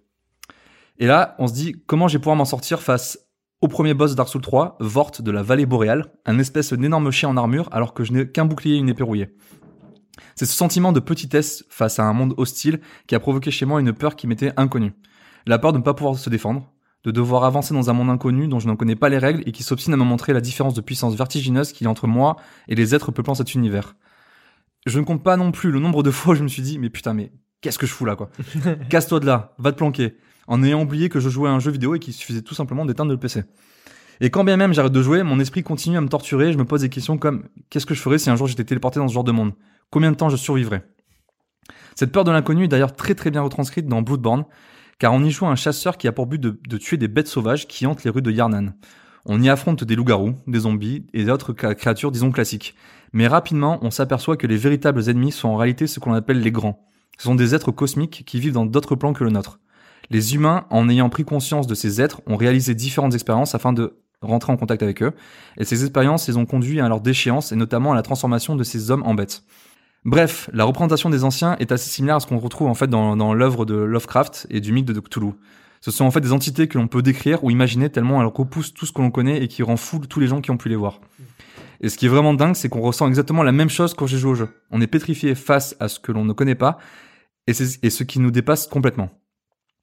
S3: Et là, on se dit comment je vais pouvoir m'en sortir face au premier boss de Dark Souls 3, Vort de la Vallée Boréale, un espèce d'énorme chien en armure alors que je n'ai qu'un bouclier et une épée rouillée. C'est ce sentiment de petitesse face à un monde hostile qui a provoqué chez moi une peur qui m'était inconnue. La peur de ne pas pouvoir se défendre, de devoir avancer dans un monde inconnu dont je n'en connais pas les règles et qui s'obstine à me montrer la différence de puissance vertigineuse qu'il y a entre moi et les êtres peuplant cet univers. Je ne compte pas non plus le nombre de fois où je me suis dit, mais putain, mais qu'est-ce que je fous là, quoi Casse-toi de là, va te planquer, en ayant oublié que je jouais à un jeu vidéo et qu'il suffisait tout simplement d'éteindre le PC. Et quand bien même j'arrête de jouer, mon esprit continue à me torturer et je me pose des questions comme, qu'est-ce que je ferais si un jour j'étais téléporté dans ce genre de monde Combien de temps je survivrais Cette peur de l'inconnu est d'ailleurs très très bien retranscrite dans Bloodborne, car on y joue un chasseur qui a pour but de, de tuer des bêtes sauvages qui hantent les rues de Yarnan. On y affronte des loups-garous, des zombies et d'autres ca- créatures disons classiques. Mais rapidement, on s'aperçoit que les véritables ennemis sont en réalité ce qu'on appelle les grands. Ce sont des êtres cosmiques qui vivent dans d'autres plans que le nôtre. Les humains, en ayant pris conscience de ces êtres, ont réalisé différentes expériences afin de rentrer en contact avec eux, et ces expériences les ont conduits à leur déchéance et notamment à la transformation de ces hommes en bêtes. Bref, la représentation des anciens est assez similaire à ce qu'on retrouve en fait dans, dans l'œuvre de Lovecraft et du mythe de Cthulhu. Ce sont en fait des entités que l'on peut décrire ou imaginer tellement elles repoussent tout ce que l'on connaît et qui rend fou tous les gens qui ont pu les voir. Et ce qui est vraiment dingue, c'est qu'on ressent exactement la même chose quand j'ai joué au jeu. On est pétrifié face à ce que l'on ne connaît pas et, c'est- et ce qui nous dépasse complètement.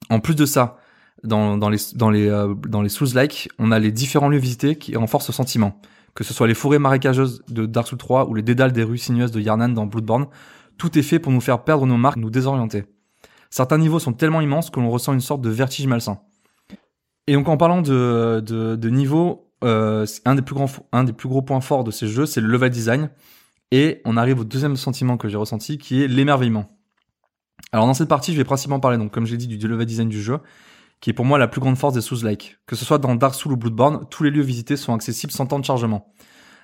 S3: En plus de ça, dans, dans les, dans les, euh, dans les Souls-like, on a les différents lieux visités qui renforcent ce sentiment. Que ce soit les forêts marécageuses de Dark Souls 3 ou les dédales des rues sinueuses de Yarnan dans Bloodborne, tout est fait pour nous faire perdre nos marques, nous désorienter. Certains niveaux sont tellement immenses que l'on ressent une sorte de vertige malsain. Et donc en parlant de, de, de niveaux, euh, c'est un, des plus grands, un des plus gros points forts de ces jeux, c'est le level design. Et on arrive au deuxième sentiment que j'ai ressenti, qui est l'émerveillement. Alors dans cette partie, je vais principalement parler, donc comme j'ai dit, du level design du jeu, qui est pour moi la plus grande force des Souls-like. Que ce soit dans Dark Souls ou Bloodborne, tous les lieux visités sont accessibles sans temps de chargement.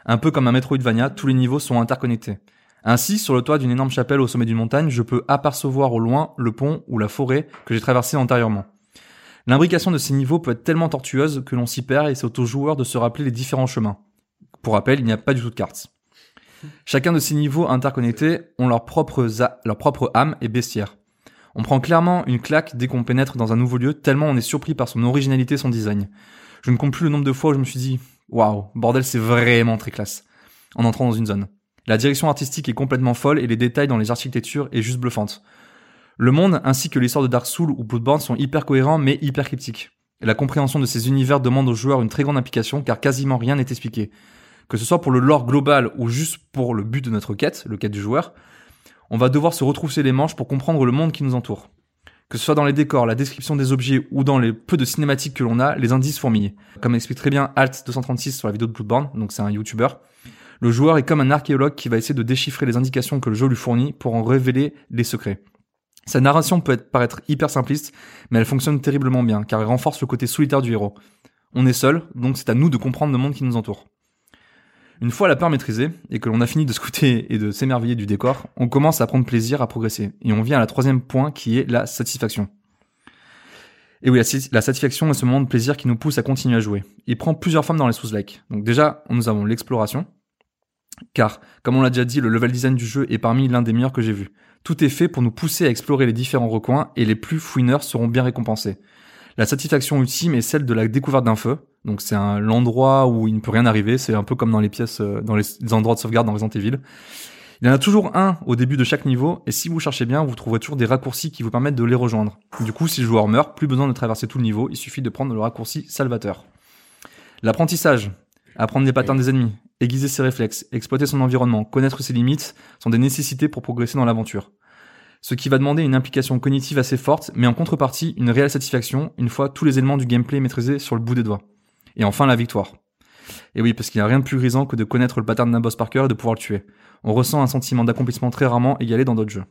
S3: Un peu comme un Metroidvania, tous les niveaux sont interconnectés. Ainsi, sur le toit d'une énorme chapelle au sommet d'une montagne, je peux apercevoir au loin le pont ou la forêt que j'ai traversé antérieurement. L'imbrication de ces niveaux peut être tellement tortueuse que l'on s'y perd et c'est au joueur de se rappeler les différents chemins. Pour rappel, il n'y a pas du tout de carte. Chacun de ces niveaux interconnectés ont leur propre, za- leur propre âme et bestiaire. On prend clairement une claque dès qu'on pénètre dans un nouveau lieu, tellement on est surpris par son originalité et son design. Je ne compte plus le nombre de fois où je me suis dit Waouh, bordel, c'est vraiment très classe en entrant dans une zone. La direction artistique est complètement folle et les détails dans les architectures est juste bluffante. Le monde ainsi que l'histoire de Dark Souls ou Bloodborne sont hyper cohérents mais hyper cryptiques. Et la compréhension de ces univers demande aux joueurs une très grande implication car quasiment rien n'est expliqué. Que ce soit pour le lore global ou juste pour le but de notre quête, le quête du joueur, on va devoir se retrousser les manches pour comprendre le monde qui nous entoure. Que ce soit dans les décors, la description des objets ou dans les peu de cinématiques que l'on a, les indices fourmillent. Comme explique très bien Alt236 sur la vidéo de Bloodborne, donc c'est un YouTuber, le joueur est comme un archéologue qui va essayer de déchiffrer les indications que le jeu lui fournit pour en révéler les secrets. Sa narration peut être- paraître hyper simpliste, mais elle fonctionne terriblement bien, car elle renforce le côté solitaire du héros. On est seul, donc c'est à nous de comprendre le monde qui nous entoure. Une fois la peur maîtrisée, et que l'on a fini de scouter et de s'émerveiller du décor, on commence à prendre plaisir à progresser, et on vient à la troisième point qui est la satisfaction. Et oui, la, sati- la satisfaction est ce moment de plaisir qui nous pousse à continuer à jouer. Il prend plusieurs formes dans les sous-like. Donc déjà, nous avons l'exploration, car, comme on l'a déjà dit, le level design du jeu est parmi l'un des meilleurs que j'ai vu. Tout est fait pour nous pousser à explorer les différents recoins et les plus fouineurs seront bien récompensés. La satisfaction ultime est celle de la découverte d'un feu. Donc c'est un l'endroit où il ne peut rien arriver, c'est un peu comme dans les pièces euh, dans les, les endroits de sauvegarde dans Resident Evil. Il y en a toujours un au début de chaque niveau et si vous cherchez bien, vous trouverez toujours des raccourcis qui vous permettent de les rejoindre. Du coup, si le joueur meurt, plus besoin de traverser tout le niveau, il suffit de prendre le raccourci salvateur. L'apprentissage, apprendre les patterns des ennemis, aiguiser ses réflexes, exploiter son environnement, connaître ses limites sont des nécessités pour progresser dans l'aventure. Ce qui va demander une implication cognitive assez forte, mais en contrepartie, une réelle satisfaction une fois tous les éléments du gameplay maîtrisés sur le bout des doigts. Et enfin, la victoire. Et oui, parce qu'il n'y a rien de plus grisant que de connaître le pattern d'un boss par cœur et de pouvoir le tuer. On ressent un sentiment d'accomplissement très rarement égalé dans d'autres jeux.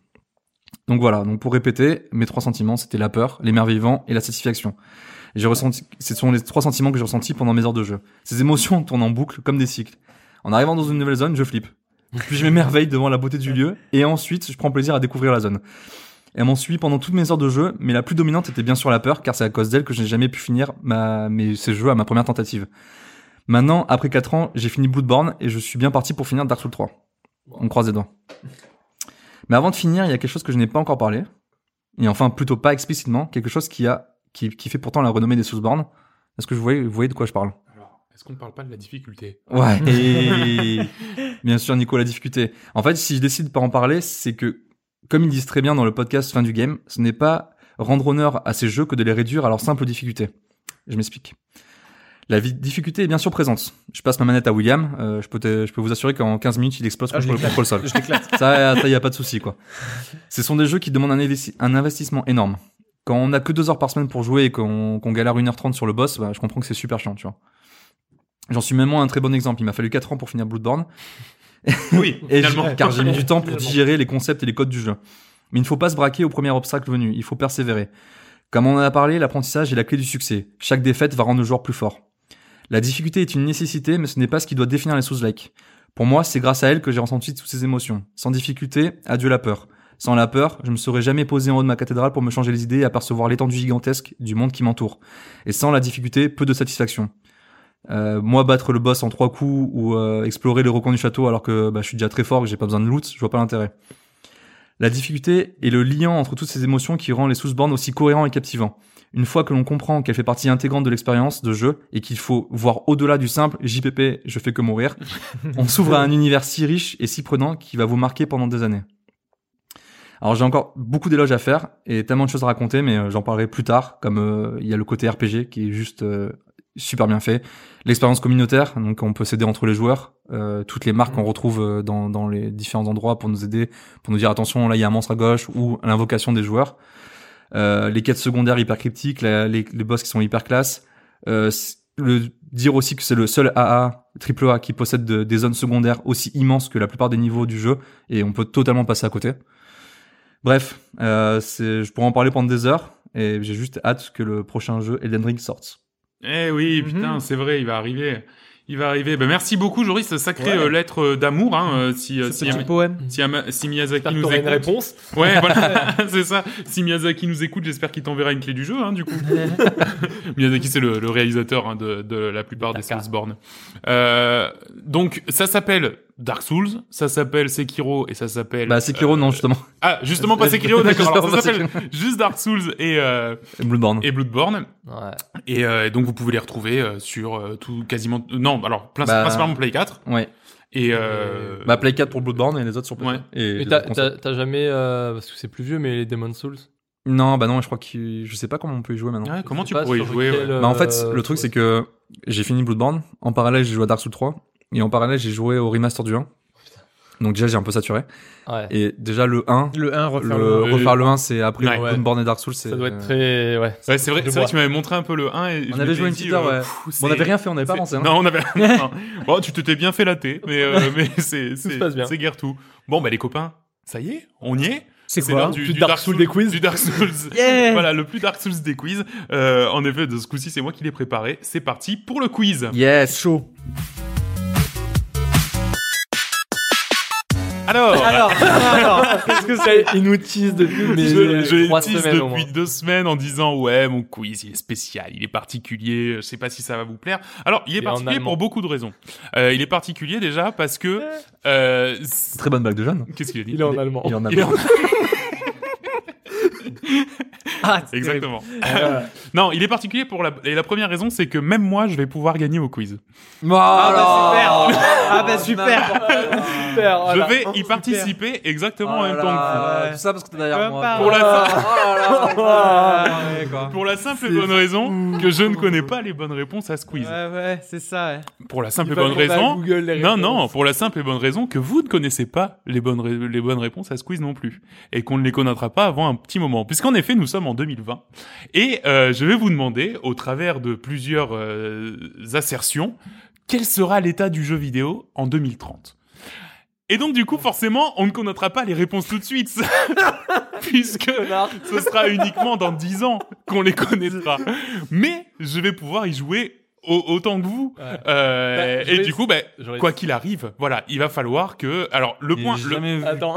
S3: Donc voilà, donc pour répéter, mes trois sentiments, c'était la peur, l'émerveillement et la satisfaction. J'ai ressenti, ce sont les trois sentiments que j'ai ressentis pendant mes heures de jeu. Ces émotions tournent en boucle comme des cycles. En arrivant dans une nouvelle zone, je flippe. Puis je m'émerveille devant la beauté du lieu et ensuite je prends plaisir à découvrir la zone. Elle m'en suit pendant toutes mes heures de jeu, mais la plus dominante était bien sûr la peur, car c'est à cause d'elle que je n'ai jamais pu finir ma... mes... ces jeux à ma première tentative. Maintenant, après 4 ans, j'ai fini Bloodborne et je suis bien parti pour finir Dark Souls 3. On croise les doigts. Mais avant de finir, il y a quelque chose que je n'ai pas encore parlé, et enfin plutôt pas explicitement, quelque chose qui a qui, qui fait pourtant la renommée des Soulsborne. Est-ce que vous voyez, vous voyez de quoi je parle
S1: Alors, est-ce qu'on ne parle pas de la difficulté
S3: Ouais. Et bien sûr, Nico, la difficulté. En fait, si je décide de pas en parler, c'est que, comme ils disent très bien dans le podcast Fin du Game, ce n'est pas rendre honneur à ces jeux que de les réduire à leur simple difficulté. Je m'explique. La vi- difficulté est bien sûr présente. Je passe ma manette à William. euh, je, peux te- je peux vous assurer qu'en 15 minutes, il explose
S4: Ah,
S3: contre,
S4: je
S3: le, contre le sol.
S4: Je l'éclate.
S3: Ça, il y a pas de souci, quoi. Ce sont des jeux qui demandent un, investi- un investissement énorme. Quand on a que deux heures par semaine pour jouer et qu'on qu'on galère 1h30 sur le boss, bah, je comprends que c'est super chiant, tu vois. J'en suis même moi un très bon exemple. Il m'a fallu 4 ans pour finir Bloodborne.
S1: Oui,
S3: Et
S1: finalement.
S3: j'ai- car j'ai mis du temps pour digérer les concepts et les codes du jeu. Mais il ne faut pas se braquer au premier obstacle venu, il faut persévérer. Comme on en a parlé, l'apprentissage est la clé du succès. Chaque défaite va rendre le joueur plus fort. La difficulté est une nécessité, mais ce n'est pas ce qui doit définir les sous-like. Pour moi, c'est grâce à elle que j'ai ressenti toutes ces émotions. Sans difficulté, adieu la peur. Sans la peur, je me serais jamais posé en haut de ma cathédrale pour me changer les idées et apercevoir l'étendue gigantesque du monde qui m'entoure. Et sans la difficulté, peu de satisfaction. Euh, moi, battre le boss en trois coups ou euh, explorer le recoin du château alors que bah, je suis déjà très fort, que j'ai pas besoin de loot, je vois pas l'intérêt. La difficulté est le lien entre toutes ces émotions qui rend les sous-bandes aussi cohérents et captivants. Une fois que l'on comprend qu'elle fait partie intégrante de l'expérience de jeu et qu'il faut voir au-delà du simple JPP, je fais que mourir, on s'ouvre à un univers si riche et si prenant qui va vous marquer pendant des années. Alors j'ai encore beaucoup d'éloges à faire et tellement de choses à raconter, mais euh, j'en parlerai plus tard, comme euh, il y a le côté RPG qui est juste euh, super bien fait, l'expérience communautaire, donc on peut s'aider entre les joueurs, euh, toutes les marques qu'on retrouve euh, dans, dans les différents endroits pour nous aider, pour nous dire attention, là il y a un monstre à gauche, ou l'invocation des joueurs, Euh, les quêtes secondaires hyper cryptiques, la- les, les boss qui sont hyper classe, Euh, c- le, dire aussi que c'est le seul AA, triple A qui possède de- des zones secondaires aussi immenses que la plupart des niveaux du jeu, et on peut totalement passer à côté. Bref, euh, c'est- je pourrais en parler pendant des heures, et j'ai juste hâte que le prochain jeu Elden Ring sorte.
S1: Eh oui,
S4: Mhm.
S1: putain, c'est vrai, il va arriver. Il va arriver. Ben, merci beaucoup, Joris. Sacrée
S5: Ouais.
S1: euh, lettre euh, d'amour. Hein, euh, si, euh, si,
S4: Ce petit poème.
S1: si Ama- si Miyazaki
S5: J'espère que
S1: nous
S5: t'auras
S1: écoute.
S5: une réponse.
S1: Ouais, voilà, c'est ça. Si Miyazaki nous écoute, j'espère qu'il t'enverra une clé du jeu, hein, du coup. Miyazaki, c'est le, le réalisateur hein, de, de la plupart des
S5: D'accord.
S1: Soulsborne. Euh, donc, ça s'appelle Dark Souls, ça s'appelle Sekiro et ça s'appelle...
S3: Bah Sekiro
S1: euh,
S3: non justement.
S1: Ah, justement pas Sekiro, d'accord.
S3: Justement,
S1: alors
S3: pas
S1: ça s'appelle juste Dark Souls et, euh,
S3: Bloodborne.
S1: et Bloodborne.
S5: Ouais.
S1: Et, euh, et donc, vous pouvez les retrouver euh, sur euh, tout, quasiment... euh, Non, alors, plein-
S3: Bah.
S1: principalement Play 4.
S3: Ouais.
S1: Et... Euh...
S3: Bah Play 4 pour Bloodborne et les autres sur PC.
S1: Ouais.
S3: Et
S5: Mais
S3: les
S5: t'as-
S3: autres consoles.
S5: t'as t'as jamais, euh, parce que c'est plus vieux, mais les Demon Souls.
S3: Non, bah non, je crois que je sais pas comment on peut y jouer maintenant.
S1: ouais, comment
S5: Je
S1: tu
S5: sais pas
S1: pourrais y
S5: sur
S1: jouer
S5: quel,
S1: ouais.
S5: euh,
S3: Bah en fait, le truc
S5: ouais.
S3: c'est que j'ai fini Bloodborne, en parallèle j'ai joué à Dark Souls 3 et en parallèle j'ai joué au remaster du 1. Donc déjà j'ai un peu saturé
S5: Ouais.
S3: et déjà le 1
S4: Le 1 refaire le
S3: le
S1: le-
S3: refaire le 1 c'est après
S1: Ouais.
S3: Bloodborne et Dark Souls c'est
S5: Ça doit être
S3: euh,
S5: très. Ouais.
S1: Ouais, c'est vrai, c'est vrai
S5: Je vois.
S1: que tu m'avais montré un peu le 1 et je
S3: On avait
S1: m'étais
S3: joué une
S1: dit,
S3: petite heure,
S1: euh,
S3: ouais.
S1: pff,
S3: Bon, on
S1: c'est-
S3: avait rien fait, on avait pas
S1: C'est-
S3: avancé. hein.
S1: Non, on avait. non. Bon, tu t'étais bien fait latter, mais, euh, mais c'est
S5: se
S1: c'est
S5: passe bien.
S1: c'est guère tout. Bon, bah les copains, ça y est, on y est.
S4: C'est
S1: l'heure
S4: quoi
S1: du,
S5: Plus Dark Souls des quiz.
S1: Du Dark Souls.
S4: Yeah
S1: Voilà, le plus Dark Souls des quiz. Euh, en effet, de ce coup-ci, c'est moi qui l'ai préparé. C'est parti pour le quiz.
S3: Yes, chaud.
S1: Alors,
S4: Alors, alors,
S5: Parce que ça, ils nous teasent depuis mais
S1: je, je les
S5: trois
S1: tease
S5: semaines au moins.
S1: depuis deux semaines en disant ouais mon quiz il est spécial, il est particulier, euh, je sais pas si ça va vous plaire. Alors il est
S5: Et en
S1: particulier
S5: allemand.
S1: pour beaucoup de raisons. Euh, il est particulier déjà parce que euh, c'est-
S3: Très bonne blague de jeune.
S1: qu'est-ce qu'il a dit
S5: Oh, Il est en allemand.
S3: Il en a
S1: Il est en-
S4: ah, c'est terrible.
S1: Exactement. non, il est particulier pour la et la première raison c'est que même moi je vais pouvoir gagner au quiz.
S3: Oh
S4: Ah, bah,
S3: Voilà. Oh
S4: Ah bah super.
S5: Super, voilà.
S1: Je vais y
S4: Oh Super.
S1: participer exactement en
S3: Oh
S1: même
S3: là
S1: temps que vous.
S3: là,
S4: que vous.
S3: Tout ça parce que t'es derrière
S4: Comme
S3: moi.
S4: par
S1: Pour la-
S3: Oh là là, ouais, quoi.
S1: Pour la simple et bonne raison que je ne connais pas les bonnes réponses à ce quiz.
S4: Ouais ouais, c'est ça. ouais.
S1: Pour la simple et
S5: Il va
S1: bonne
S5: demander à
S1: raison
S5: Google les
S1: Non,
S5: réponses.
S1: non, pour la simple et bonne raison que vous ne connaissez pas les bonnes, ré- les bonnes réponses à ce quiz non plus. Et qu'on ne les connaîtra pas avant un petit moment. Puisqu'en effet, nous sommes en 2020. Et euh, je vais vous demander, au travers de plusieurs euh, assertions, quel sera l'état du jeu vidéo en 2030 et donc du coup forcément on ne connaîtra pas les réponses tout de suite puisque
S5: Connard.
S1: ce sera uniquement dans 10 ans qu'on les connaîtra. Mais je vais pouvoir y jouer au- autant que vous.
S5: Ouais.
S1: Euh,
S5: Bah, je
S1: et
S5: vais-
S1: du coup, bah,
S5: J'aurais-
S1: quoi qu'il arrive, voilà, il va falloir que. Alors, le
S3: J'ai
S1: point. le-
S3: jamais vu
S5: Attends.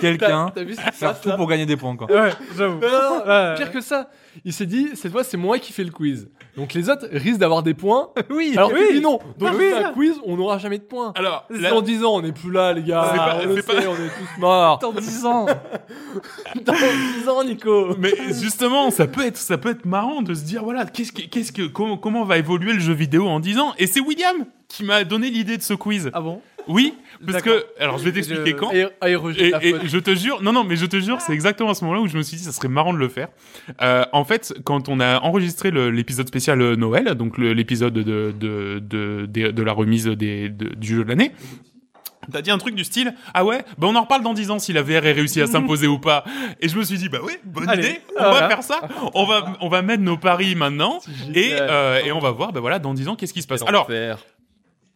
S3: quelqu'un
S5: T'as t'as vu ce
S3: faire
S5: ça,
S3: tout pour gagner des points quoi.
S4: Ouais, j'avoue.
S5: Non,
S4: Ouais.
S5: Pire que ça, il s'est dit cette fois c'est moi qui fais le quiz. Donc les autres risquent d'avoir des points.
S4: Oui.
S5: Alors
S4: oui.
S5: que lui, non. Donc
S4: Ah,
S5: on
S4: oui.
S5: fait un quiz, on n'aura jamais de points.
S1: Alors,
S5: Si
S1: la-
S5: Dans 10 ans, on n'est plus là, les gars.
S1: C'est pas-
S5: on le
S1: c'est pas-
S5: sait, on est tous morts.
S3: Dans 10 ans.
S5: Dans 10 ans, Nico.
S1: mais justement, ça peut être, ça peut être marrant de se dire, voilà, qu'est-ce que, qu'est-ce que, comment, comment va évoluer le jeu vidéo en 10 ans Et c'est William qui m'a donné l'idée de ce quiz.
S4: Ah bon
S1: Oui, parce
S4: D'accord.
S1: que, alors, je vais t'expliquer
S4: Je-
S1: quand.
S5: Et, ah, il rejette
S1: Et,
S5: la
S1: et
S5: faute.
S1: je te jure, non, non, mais je te jure, c'est exactement à ce moment-là où je me suis dit, ça serait marrant de le faire. Euh, en fait, quand on a enregistré le- l'épisode spécial euh, Noël, donc le- l'épisode de, de, de, de, de la remise des, de- du jeu de l'année, T'as dit un truc du style Ah ouais Ben on en reparle dans 10 ans si la VR est réussi à s'imposer ou pas. Et je me suis dit Bah ouais, bonne
S4: Allez,
S1: idée, on
S4: voilà.
S1: va faire ça. On va, on va mettre nos paris maintenant et,
S5: génial.
S1: euh, et on va voir, bah voilà, dans 10 ans, qu'est-ce qui se passe. Alors,
S5: Enfer.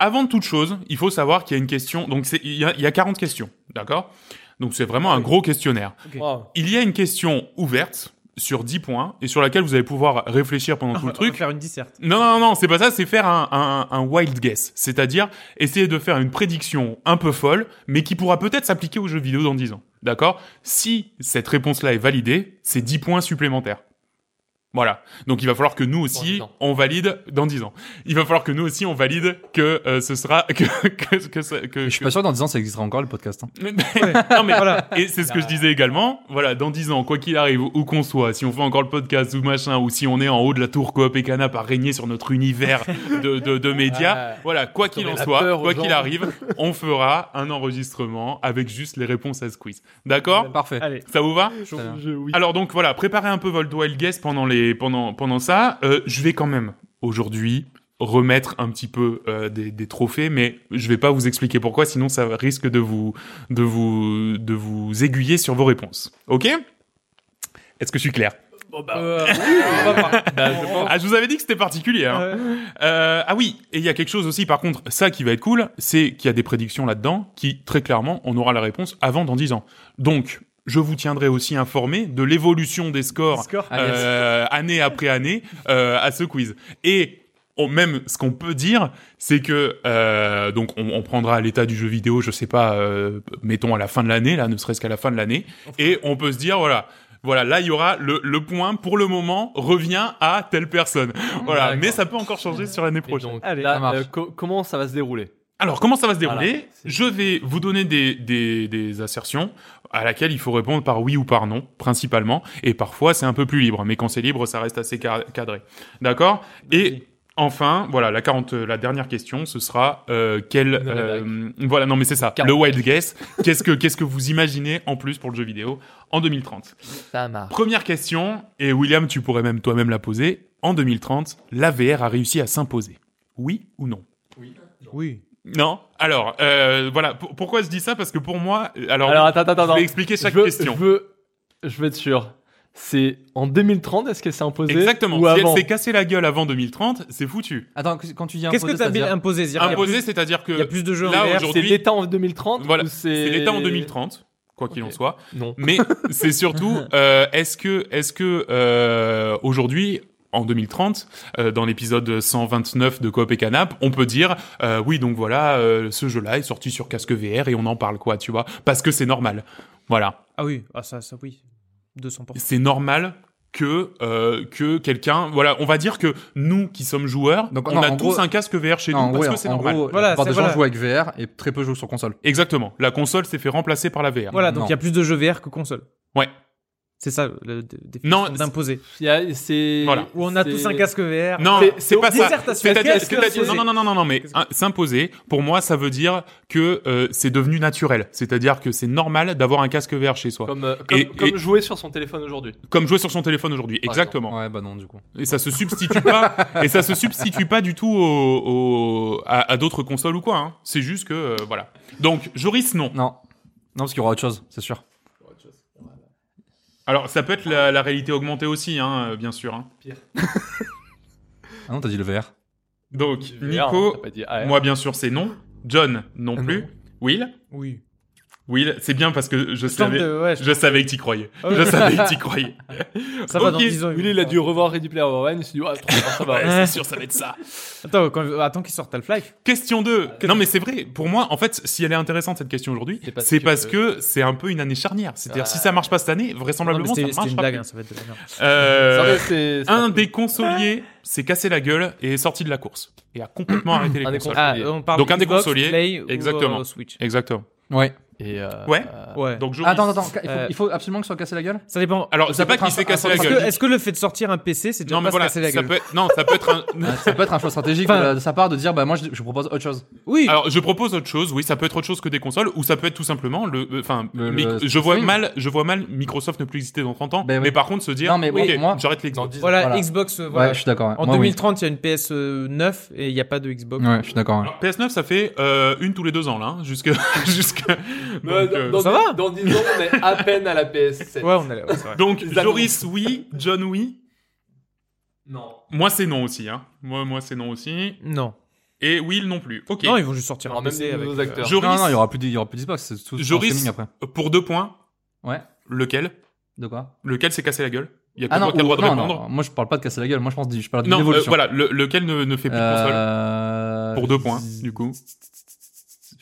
S1: avant toute chose, il faut savoir qu'il y a une question. Donc, c'est- il y, a- il y a 40 questions, d'accord Donc c'est vraiment un gros questionnaire.
S4: Ok.
S5: Wow.
S1: Il y a une question ouverte sur 10 points et sur laquelle vous allez pouvoir réfléchir pendant tout le
S4: On va
S1: truc.
S4: faire une disserte.
S1: Non, non, non, c'est pas ça, c'est faire un, un, un wild guess. C'est-à-dire essayer de faire une prédiction un peu folle, mais qui pourra peut-être s'appliquer aux jeux vidéo dans 10 ans. D'accord Si cette réponse-là est validée, c'est 10 points supplémentaires. Voilà. Donc il va falloir que nous aussi,
S5: Dans 10 ans.
S1: on valide dans 10 ans. Il va falloir que nous aussi, on valide que euh, ce sera... Que, que, que, ça- que-
S3: Je suis pas sûr que dans 10 ans ça existera encore le podcast. hein.
S1: que-
S4: non, mais voilà.
S1: et c'est ce que je disais également. Voilà, dans 10 ans, quoi qu'il arrive, où qu'on soit, si on fait encore le podcast ou machin, ou si on est en haut de la tour Coop et Canap à régner sur notre univers de, de, de médias,
S5: Ouais.
S1: voilà, quoi qu'il
S5: Sauver
S1: en
S5: Ah. la
S1: soit,
S5: peur aux
S1: quoi
S5: gens.
S1: qu'il arrive, on fera un enregistrement avec juste les réponses à ce quiz. D'accord
S3: Parfait.
S4: Allez.
S1: Ça vous va
S3: Très bien.
S5: Je- oui.
S1: alors donc voilà, préparez un peu Volt Wild Guess pendant les pendant pendant ça. Euh, je vais quand même aujourd'hui remettre un petit peu euh, des, des trophées, mais je vais pas vous expliquer pourquoi, sinon ça risque de vous de vous de vous aiguiller sur vos réponses. Ok Est-ce que je suis clair
S5: Euh, oui, on va par- Bah, je pense.
S1: Ah, je vous avais dit que c'était particulier. hein.
S4: Euh,
S1: Euh, ah oui, et il y a quelque chose aussi, par contre, ça qui va être cool, c'est qu'il y a des prédictions là-dedans qui, très clairement, on aura la réponse avant dans 10 ans. Donc, je vous tiendrai aussi informé de l'évolution des scores
S4: Score.
S3: Ah, yes.
S1: euh, année après année euh, à ce quiz. Et on- même ce qu'on peut dire, c'est que euh, donc on, on prendra à l'état du jeu vidéo, je sais pas, euh, mettons à la fin de l'année, là, ne serait-ce qu'à la fin de l'année, et on peut se dire voilà. Voilà, là il y aura le, le point pour le moment revient à telle personne. Voilà,
S5: Ah, D'accord.
S1: mais ça peut encore changer sur l'année
S5: Et
S1: prochaine.
S5: donc,
S4: Allez,
S5: là,
S3: ça marche.
S5: euh, co- comment ça va se dérouler
S1: Alors comment ça va se dérouler
S5: Voilà, c'est-
S1: Je vais vous donner des, des, des assertions à laquelle il faut répondre par oui ou par non principalement, et parfois c'est un peu plus libre, mais quand c'est libre ça reste assez ca- cadré. D'accord Et enfin, voilà, la 40, la dernière question, ce sera euh, quel
S5: Non, la
S1: euh, voilà, non mais c'est ça,
S5: 40.
S1: le wild guess. Qu'est-ce que qu'est-ce que vous imaginez en plus pour le jeu vidéo en 2030
S5: Ça marche.
S1: Première question, et William, tu pourrais même toi-même la poser. En 2030, la VR a réussi à s'imposer. Oui ou non
S4: Oui.
S1: non. Alors, euh, voilà. P- pourquoi je dis ça Parce que pour moi, euh, alors,
S5: Alors attends, attends,
S1: je
S5: attends.
S1: vais expliquer chaque
S5: je veux,
S1: question.
S5: Je veux, je veux être sûr. C'est en 2030, est-ce qu'elle s'est imposée
S1: Exactement.
S5: Ou
S1: si elle
S5: avant
S1: s'est cassée la gueule avant 2030, c'est foutu.
S3: Attends, que- quand tu dis
S4: Qu'est-ce que
S3: imposer,
S4: t'as
S3: c'est-à-dire-
S4: imposé Il y a plus-
S1: Imposé, c'est-à-dire
S4: il y
S1: que
S4: a plus de jeux en
S1: là,
S4: VR.
S5: C'est
S1: aujourd'hui-
S5: l'État en 2030
S1: Voilà.
S5: ou
S1: c'est l'État en 2030, quoi qu'il en
S5: Ok.
S1: soit.
S5: Non.
S1: Mais c'est surtout, euh, est-ce que, est-ce que euh, aujourd'hui, en 2030, euh, dans l'épisode 129 de Coop et Canap, on peut dire euh, oui, donc voilà, euh, ce jeu-là est sorti sur casque VR et on en parle quoi, tu vois Parce que c'est normal. Voilà.
S4: Ah oui, ah, ça, ça oui. 200%.
S1: c'est normal que euh, que quelqu'un voilà on va dire que nous qui sommes joueurs
S3: Donc,
S1: on
S3: non,
S1: a
S3: en
S1: tous
S3: gros-
S1: un casque VR chez
S3: Non, en
S1: nous
S3: gros,
S1: parce que c'est
S3: en
S1: normal
S3: gros,
S4: Voilà,
S3: la plupart
S4: c'est-
S3: des
S4: voilà.
S3: gens jouent avec VR et très peu jouent sur console.
S1: exactement la console s'est fait remplacer par la VR
S4: Voilà, donc
S3: Non.
S4: il y a plus de jeux VR que console.
S1: Ouais.
S4: C'est ça le dé-
S1: Non,
S4: définition d'imposer.
S5: Il y a- C'est.
S1: Voilà.
S4: Où on a
S5: c'est-
S4: tous un casque VR.
S1: non
S5: C'est-
S1: c'est pas ça
S4: Dissertation.
S1: C'est-à-dire-
S4: Qu'est-ce que
S1: c'est-à-dire-
S4: c'est
S1: non non non non non mais
S4: Qu'est-ce
S1: hein, s'imposer pour moi ça veut dire que euh, c'est devenu naturel c'est-à-dire que c'est normal d'avoir un casque VR chez soi comme,
S5: Comme, euh, comme,
S1: Et-
S5: comme
S1: et-
S5: jouer sur son téléphone aujourd'hui.
S1: jouer sur son téléphone aujourd'hui
S5: Par
S1: exactement
S3: Ouais, bah non, du coup.
S1: et ça se substitue pas et ça se substitue pas du tout au, au- à, à d'autres consoles ou quoi hein. c'est juste que euh, voilà donc Joris non
S3: Non. Non, parce qu'il y aura autre chose, c'est sûr.
S1: Alors, ça peut être la, la réalité augmentée aussi, hein, euh, bien sûr. hein.
S3: Ah non, t'as dit le VR.
S1: Donc,
S5: Du VR, hein,
S1: Nico,
S5: t'as pas dit AR.
S1: moi, bien sûr, c'est non. John, non
S5: Ah,
S1: plus.
S5: non.
S1: Will
S4: Oui.
S1: Will, c'est bien parce que je
S4: Je tente
S1: savais,
S4: de- ouais, je-
S1: je savais que t'y croyais.
S4: Ah ouais.
S1: Je savais que t'y croyais.
S4: Ça va dans
S1: Ok.
S4: 10 ans.
S5: Willy, il a dû revoir Ready Player One. Il s'est dit, ah, trop bien, ça va.
S1: Ouais, c'est sûr, ça va être ça.
S4: Attends, quand- attends qu'il sorte Half-Life.
S1: Question 2. Non, mais c'est vrai. Pour moi, en fait, si elle est intéressante, cette question aujourd'hui,
S5: C'est parce
S1: c'est
S5: que-
S1: parce que c'est un peu une année charnière. C'est-à-dire,
S5: Ah.
S1: si ça marche pas cette année,
S4: Non, mais
S1: vraisemblablement, ça
S4: C'était
S1: marche
S4: c'était une
S1: pas.
S4: blague, hein, ça va être de la merde.
S1: Euh,
S5: Sérieux, c'est- c'est
S1: un des consoliers s'est cassé la gueule et est sorti de la course. Et a complètement arrêté les
S5: Un des
S1: consoles.
S5: Ah,
S4: Ah,
S5: oui.
S4: on parle
S1: Donc, un des
S4: Xbox,
S1: consoliers.
S4: Play ou,
S1: Exactement.
S4: euh, Switch.
S1: Exactement.
S3: Ouais.
S5: Et, euh,
S1: Ouais.
S5: euh,
S4: Ouais.
S1: Donc, Joris-
S3: Attends, attends, il faut,
S4: Euh,
S3: il faut absolument que ça soit cassé la gueule
S4: ça dépend.
S1: Alors,
S3: Ça
S1: c'est
S3: peut
S1: pas
S3: être un-
S1: qu'il s'est cassé
S3: un-
S1: la
S4: Parce
S1: gueule.
S4: que- Est-ce que le fait de sortir un PC, c'est déjà
S1: Non, mais
S4: pas
S1: voilà,
S4: se casser la
S1: ça
S4: gueule
S1: peut être, non, ça peut être un.
S3: Ah, Ça peut être un choix stratégique
S4: Enfin-
S3: de, la- de sa part de dire bah moi je, je propose autre chose.
S4: Oui,
S1: Alors, je propose autre chose. Oui, ça peut être autre chose que des consoles, ou ça peut être tout simplement le. euh, Enfin,
S3: Le-
S1: mi-
S3: le-
S1: je vois
S3: oui.
S1: mal, je vois mal Microsoft ne plus exister dans 30 ans.
S3: Ben oui.
S1: Mais par contre, se dire,
S3: Non, mais oui,
S1: ok,
S3: moi-
S1: j'arrête les
S5: dans
S1: Xbox.
S5: 10 ans.
S4: voilà,
S3: Voilà.
S4: Xbox, euh, voilà.
S3: Ouais, je suis d'accord. ouais.
S4: En
S3: Moi, oui.
S4: 2030, il y a une PS9 et il n'y a pas de Xbox.
S3: Ouais, je suis d'accord. ouais.
S1: Alors, PS9, ça fait euh, une tous les deux ans là, hein, jusque jusque. Donc,
S5: Mais Bah, dans-
S1: euh,
S5: dans,
S4: ça va
S5: dans 10 ans, on est à peine à la PS7.
S4: Ouais, on est là. ouais, c'est vrai.
S1: donc,
S5: les
S1: Joris, oui, John, oui.
S5: Non.
S1: Moi, c'est non aussi. Hein. Moi, moi, c'est non aussi.
S4: Non.
S1: Et Will non plus. Ok.
S4: Non, ils vont juste sortir
S5: Alors,
S4: un
S5: même
S4: PC
S5: des
S4: avec,
S5: nouveaux
S4: euh,
S5: acteurs.
S1: Joris,
S3: Non, non, il y aura plus de- il y aura plus d'Xbox, c'est tout tout en
S1: Joris-
S3: streaming après.
S1: Pour deux points,
S3: Ouais,
S1: lequel
S3: de quoi
S1: Lequel s'est cassé la gueule Il y a que
S3: Ah non,
S1: toi qui as le droit de
S3: non,
S1: répondre.
S3: non, moi je parle pas de casser la gueule, moi je pense je parle d'une
S1: Non, euh,
S3: évolution.
S1: voilà, le- lequel ne, ne fait plus de console
S3: Euh,
S1: Pour deux points, du coup.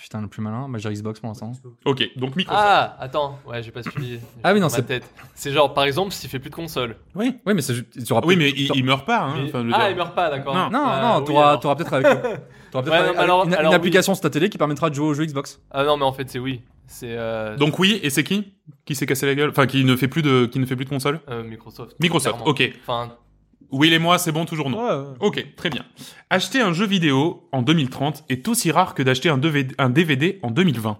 S3: Putain, le plus malin, bah, j'ai Xbox pour l'instant.
S1: Ok, donc Microsoft.
S5: Ah, attends, ouais, j'ai pas suivi.
S3: Ah oui, non,
S5: Ma
S3: c'est-
S5: tête. C'est genre, par exemple, s'il fait plus de console.
S1: Oui.
S3: Oui, mais c'est juste-
S4: ah,
S3: tu auras
S1: Oui,
S3: plus-
S1: mais il,
S3: tu-
S1: il meurt pas. Hein,
S5: Mais-
S1: enfin, je veux
S5: Ah,
S1: dire.
S5: il meurt pas, d'accord.
S1: Non.
S3: Non,
S5: Euh,
S3: non,
S5: oui,
S3: t'auras
S5: alors.
S3: t'auras peut-être avec, t'auras peut-être
S5: Ouais,
S3: avec-
S5: non, mais alors-
S3: une, une
S5: alors oui.
S3: application sur ta télé qui permettra de jouer au jeu Xbox.
S5: Ah non, mais en fait, c'est oui. C'est euh,
S1: Donc oui, et c'est qui qui s'est cassé la gueule Enfin, qui ne fait plus de, qui ne fait plus de console
S5: euh, Microsoft.
S1: Microsoft.
S5: clairement.
S1: Ok.
S5: Enfin,
S1: Will et moi, c'est bon, toujours non.
S4: Ouais, ouais.
S1: Ok, très bien. Acheter un jeu vidéo en 2030 est aussi rare que d'acheter un DVD, un DVD en 2020.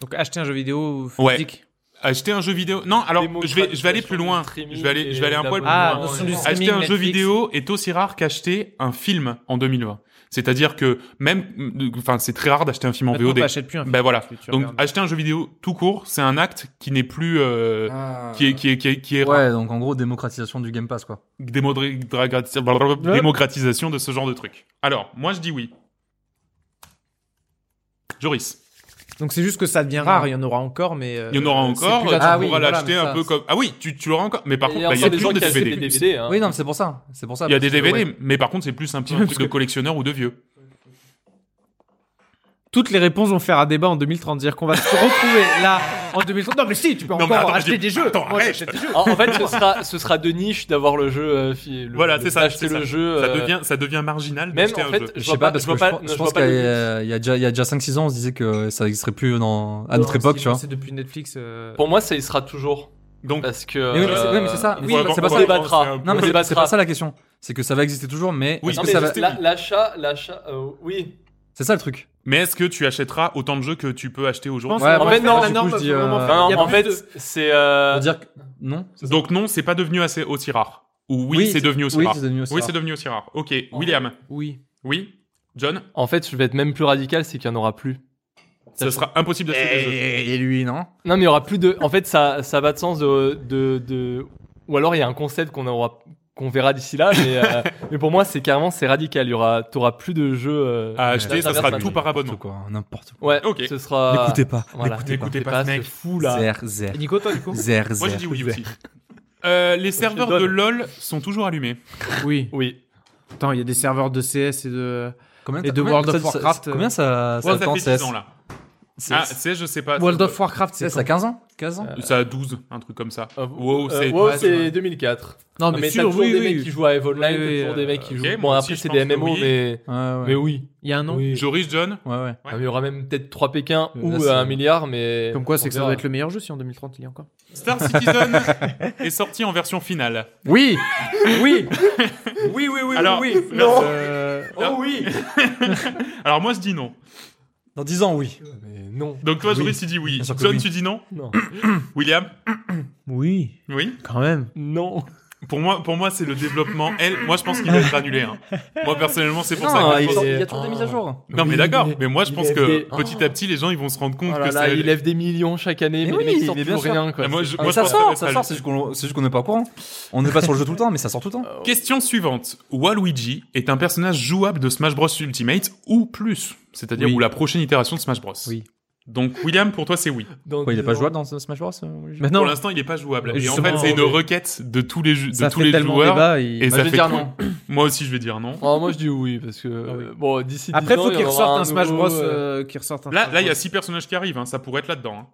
S4: Donc acheter un jeu vidéo
S1: Ouais.
S4: physique.
S1: Acheter un jeu vidéo. Non, alors je vais, je vais aller plus loin. Je vais aller, je vais aller un poil plus
S4: Ah,
S1: loin.
S4: notion du streaming,
S1: Acheter un jeu
S4: Netflix.
S1: vidéo est aussi rare qu'acheter un film en 2020. C'est-à-dire que même, enfin, c'est très rare d'acheter un film en
S4: Maintenant,
S1: VOD.
S4: t'achètes plus hein. un film.
S1: Ben voilà.
S4: Tu- tu
S1: Donc
S4: regardes.
S1: acheter un jeu vidéo tout court, c'est un acte qui n'est plus, euh, qui est, qui est, qui est, qui est rare.
S3: Ah. Ouais, donc en gros, démocratisation du Game Pass quoi.
S1: Démodré- dragrati- blablabla- démocratisation de ce genre de truc. Alors, moi, je dis oui. Joris,
S4: Donc c'est juste que ça devient rare, il y en aura encore, mais... euh,
S1: il y en aura
S4: c'est
S1: encore.
S4: plus
S1: Tu
S4: la-
S3: Ah oui,
S1: pourras
S3: voilà,
S1: l'acheter
S3: mais
S1: un
S3: ça,
S1: peu
S3: c'est-
S1: comme. Ah oui, tu, tu l'auras encore. Mais par
S5: Et
S1: contre, bah, il y a
S5: encore des gens
S1: toujours des
S5: qui achètent
S1: DVD.
S5: des DVD. hein.
S3: Oui, non, mais c'est pour ça. C'est pour ça.
S1: Il y a
S3: parce
S1: des
S3: que,
S1: DVD,
S3: ouais.
S1: mais par contre, c'est plus un petit
S4: Parce
S1: truc de
S4: que-
S1: collectionneur ou de vieux.
S4: Toutes les réponses vont faire un débat en 2030, c'est-à-dire qu'on va se retrouver là, en 2030. Non mais si, tu peux
S1: mais
S4: encore
S1: attends,
S4: acheter
S1: j'ai-
S4: des jeux
S1: attends,
S4: Moi,
S1: arrête.
S4: j'achète des jeux
S5: En, en fait, ce sera, ce sera de niche d'avoir le jeu. euh, fi- le-
S1: Voilà,
S5: de-
S1: c'est ça,
S5: D'acheter
S1: c'est
S5: le
S1: ça.
S5: jeu.
S1: Ça
S5: euh,
S1: devient, ça devient marginal
S5: Même
S1: d'acheter
S5: en
S1: un
S5: fait,
S1: jeu.
S5: je
S3: Je
S5: vois
S3: sais pas, parce
S5: je
S3: que
S5: vois pas,
S3: je, pense-
S5: ne-
S3: je
S5: je
S3: pense
S5: vois
S3: qu'il y,
S5: pas le-
S3: a euh, il y a déjà, il y a déjà 5-6 ans, on se disait que ça n'existerait plus dans, à notre
S4: Non,
S3: époque,
S4: si,
S3: tu vois.
S4: C'est depuis Netflix... euh,
S5: Pour moi, ça il sera toujours
S1: Donc,
S5: parce que.
S3: Mais oui, mais c'est- oui, mais c'est ça.
S5: euh,
S3: Oui,
S5: on
S3: mais
S5: va-
S3: c'est pas
S5: on
S3: ça.
S5: débattra.
S1: C'est un peu-
S3: Non, mais
S5: On
S3: c'est- c'est
S5: débattra.
S3: pas ça la question. C'est que ça va exister toujours, mais
S1: Oui,
S3: est-ce
S5: Non,
S3: que
S5: mais
S3: ça va-
S5: la- L'achat, l'achat. euh, Oui.
S3: c'est ça le truc.
S1: mais est-ce que tu achèteras autant de jeux que tu peux acheter
S4: je
S1: aujourd'hui
S4: pense
S3: Ouais,
S4: qu'on
S5: en
S4: va
S5: fait,
S4: faire
S5: non,
S4: la
S3: du
S4: norme
S3: coup, je dis,
S4: pour le moment.
S3: euh,
S4: Il y a
S5: Non,
S4: plus
S5: en fait,
S4: de-
S5: c'est. euh,
S3: Pour dire que non. c'est ça
S1: Donc non, c'est pas devenu assez aussi rare. Ou oui, c'est devenu aussi
S3: oui,
S1: rare.
S3: c'est devenu aussi
S1: Oui,
S3: rare.
S1: c'est devenu aussi rare. Ok,
S5: En
S1: William.
S4: Oui.
S1: Oui, John.
S5: En fait, je vais être même plus radical, c'est qu'il n'y en aura plus.
S1: Ça sera impossible
S3: Eh.
S1: d'acheter des jeux.
S3: Et et lui, non.
S5: Non, mais il y aura plus de. En fait, ça, ça va de sens de, de, de- Ou alors, il y a un concept qu'on aura, qu'on verra d'ici là, mais, euh, mais pour moi, c'est carrément, c'est radical. Il y aura, t'auras plus de jeux euh,
S1: À
S3: Ah,
S1: acheter, ça
S5: t'as
S1: sera
S5: pas de
S1: tout par abonnement.
S3: N'importe quoi, hein, n'importe quoi.
S5: Ouais.
S1: Ah. Ok.
S5: Ce sera.
S3: N'écoutez pas.
S5: Voilà.
S1: N'écoutez
S5: N'écoutez
S1: pas
S5: pas,
S1: ce
S5: ce
S1: mec.
S5: fou là.
S3: Zer, zer,
S4: Et Nico, toi, du coup
S3: zer,
S1: Moi, je
S3: zer.
S1: dis oui aussi. Euh, les serveurs de
S5: donne.
S1: LoL sont toujours allumés.
S4: Oui.
S5: Oui.
S4: Attends, il y a des serveurs de CS et de...
S3: Combien
S4: Et
S3: t'as-
S4: de
S3: combien-
S4: World of
S3: ça- ça-
S4: Warcraft, euh,
S3: Combien ça
S1: Ouais,
S3: ça
S1: ça
S3: attend
S1: fait 10
S3: CS
S1: ans là.
S3: C'est-
S1: Ah, c'est, je sais pas.
S4: World of Warcraft, c'est
S3: c'est ça a
S4: quand
S3: 15 ans 15 ans
S1: Ça a 12, un truc comme ça.
S5: Euh,
S1: Wow, c'est.
S5: euh, wow,
S4: ouais, c'est vrai.
S5: c'est 2004.
S4: Non,
S5: mais
S4: Ah, mais
S5: t'as
S4: sûr,
S5: toujours
S4: oui,
S5: des mecs qui
S4: oui.
S5: jouent à EVE Online,
S4: Oui,
S5: t'as
S4: oui,
S5: toujours des mecs qui
S1: ok,
S5: jouent. bon,
S1: moi aussi,
S5: après,
S1: je
S5: c'est
S1: pense
S5: des
S1: que
S5: MMO,
S1: oui.
S5: mais.
S3: Ouais, ouais.
S5: Mais oui.
S4: Il y a un nom.
S5: Oui.
S1: Joris, John.
S3: Ouais, ouais.
S5: Ah, mais Il y aura même peut-être 3 Pékin
S3: Là,
S5: ou
S3: c'est-
S5: euh, un milliard, mais.
S4: Comme quoi,
S5: on
S4: c'est que ça
S5: verra.
S4: doit être le meilleur jeu si en 2030 il y a encore.
S1: Star Citizen est sorti en version finale.
S3: Oui Oui Oui, oui, oui,
S1: Alors,
S3: oui, oui.
S1: non.
S3: Euh,
S1: Oh
S3: oui
S1: Alors moi je dis non.
S3: Dans 10 ans, oui.
S5: Mais non.
S1: Donc toi
S3: Oui.
S1: Joris tu dis oui.
S3: Bien sûr que
S1: John
S3: oui.
S1: tu dis non.
S5: Non.
S1: William
S4: Oui,
S1: Oui.
S4: quand même.
S5: Non.
S1: Pour moi pour moi c'est le développement L. Moi je pense qu'il va être annulé. hein. Moi personnellement c'est pour
S3: Non,
S1: ça que je
S3: il
S1: pense-
S3: sort- il y
S5: est-
S3: a toujours des mises à jour.
S1: Non mais
S5: Oui,
S1: d'accord.
S5: il est-
S1: Mais moi je
S5: il
S1: pense
S5: est-
S1: que
S5: il est-
S1: petit à petit les gens ils vont se rendre
S4: Ah,
S1: compte
S5: Oh là
S1: que
S5: là,
S1: c'est.
S5: il lève des millions chaque année, mais,
S3: Mais
S5: les mecs
S3: oui,
S5: ils sortent
S3: mais bien
S5: toujours
S3: sûr.
S5: rien. Quoi.
S1: Ah, moi, je-
S5: C'est
S1: moi,
S3: Mais
S1: je
S3: ça
S1: pense que
S3: sort,
S1: va
S3: ça
S1: être
S3: sort, c'est juste qu'on c'est juste qu'on n'est pas au courant. On n'est pas sur le jeu tout le temps, mais ça sort tout le temps.
S1: Question suivante. Waluigi est un personnage jouable de Smash Bros Ultimate ou plus, c'est-à-dire
S4: Oui.
S1: ou la prochaine itération de Smash Bros.
S4: Oui.
S1: Donc William pour toi c'est oui.
S5: Dans
S3: Quoi, il est
S5: dix
S3: pas
S5: ans.
S3: jouable dans Smash Bros euh,
S4: Maintenant,
S1: Pour l'instant il est pas jouable. Et en fait
S4: Justement,
S1: c'est une
S4: oui.
S1: requête de tous les ju- de
S4: ça
S1: tous
S4: fait
S1: les
S4: tellement
S1: joueurs.
S4: débat. il-
S1: Et
S5: Moi,
S1: ça
S5: je vais
S1: fait
S5: dire
S1: tout.
S5: non.
S1: Moi aussi je vais dire non.
S5: Oh, moi je dis oui parce que
S4: Ah oui.
S5: euh, bon d'ici
S4: Après,
S5: dix ans,
S4: faut
S5: il
S4: qu'il
S5: y en
S4: ressorte
S5: aura
S4: un Smash
S5: nouveau,
S4: Bros.
S5: euh,
S4: euh, Qu'il ressorte un.
S1: Là,
S4: Smash
S1: là, il y
S4: Bros.
S1: a six personnages qui arrivent, hein, ça pourrait être là-dedans.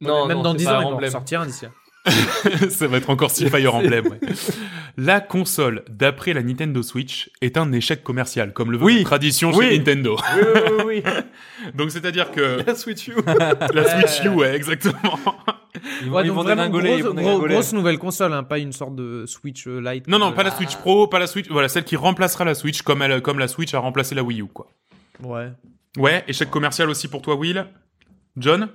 S5: Non,
S4: même
S5: non,
S4: dans
S5: c'est
S4: 10
S5: pas
S4: ans, il va en
S5: Emblem.
S4: sortir un d'ici. là.
S1: hein. ça va être encore si Fire Emblem. ouais. La console, d'après la Nintendo Switch, est un échec commercial, comme le veut
S3: Oui.
S1: la tradition chez
S3: Oui.
S1: Nintendo.
S5: Oui, oui, oui, oui.
S1: Donc, c'est-à-dire que
S5: La Switch U.
S1: la Switch U, ouais, exactement.
S3: Ils
S4: Ouais,
S3: ils
S4: donc
S3: vont
S4: vraiment
S3: dégringoler, ils
S4: grosse- gros-
S3: vont dégringoler.
S4: grosse nouvelle console, hein, pas une sorte de Switch euh, Lite.
S1: Non, non,
S4: Euh,
S1: pas la Switch Pro, pas la Switch, voilà, celle qui remplacera la Switch, comme, elle, comme la Switch a remplacé la Wii U, quoi.
S4: Ouais.
S1: Ouais, échec commercial aussi pour toi, Will. John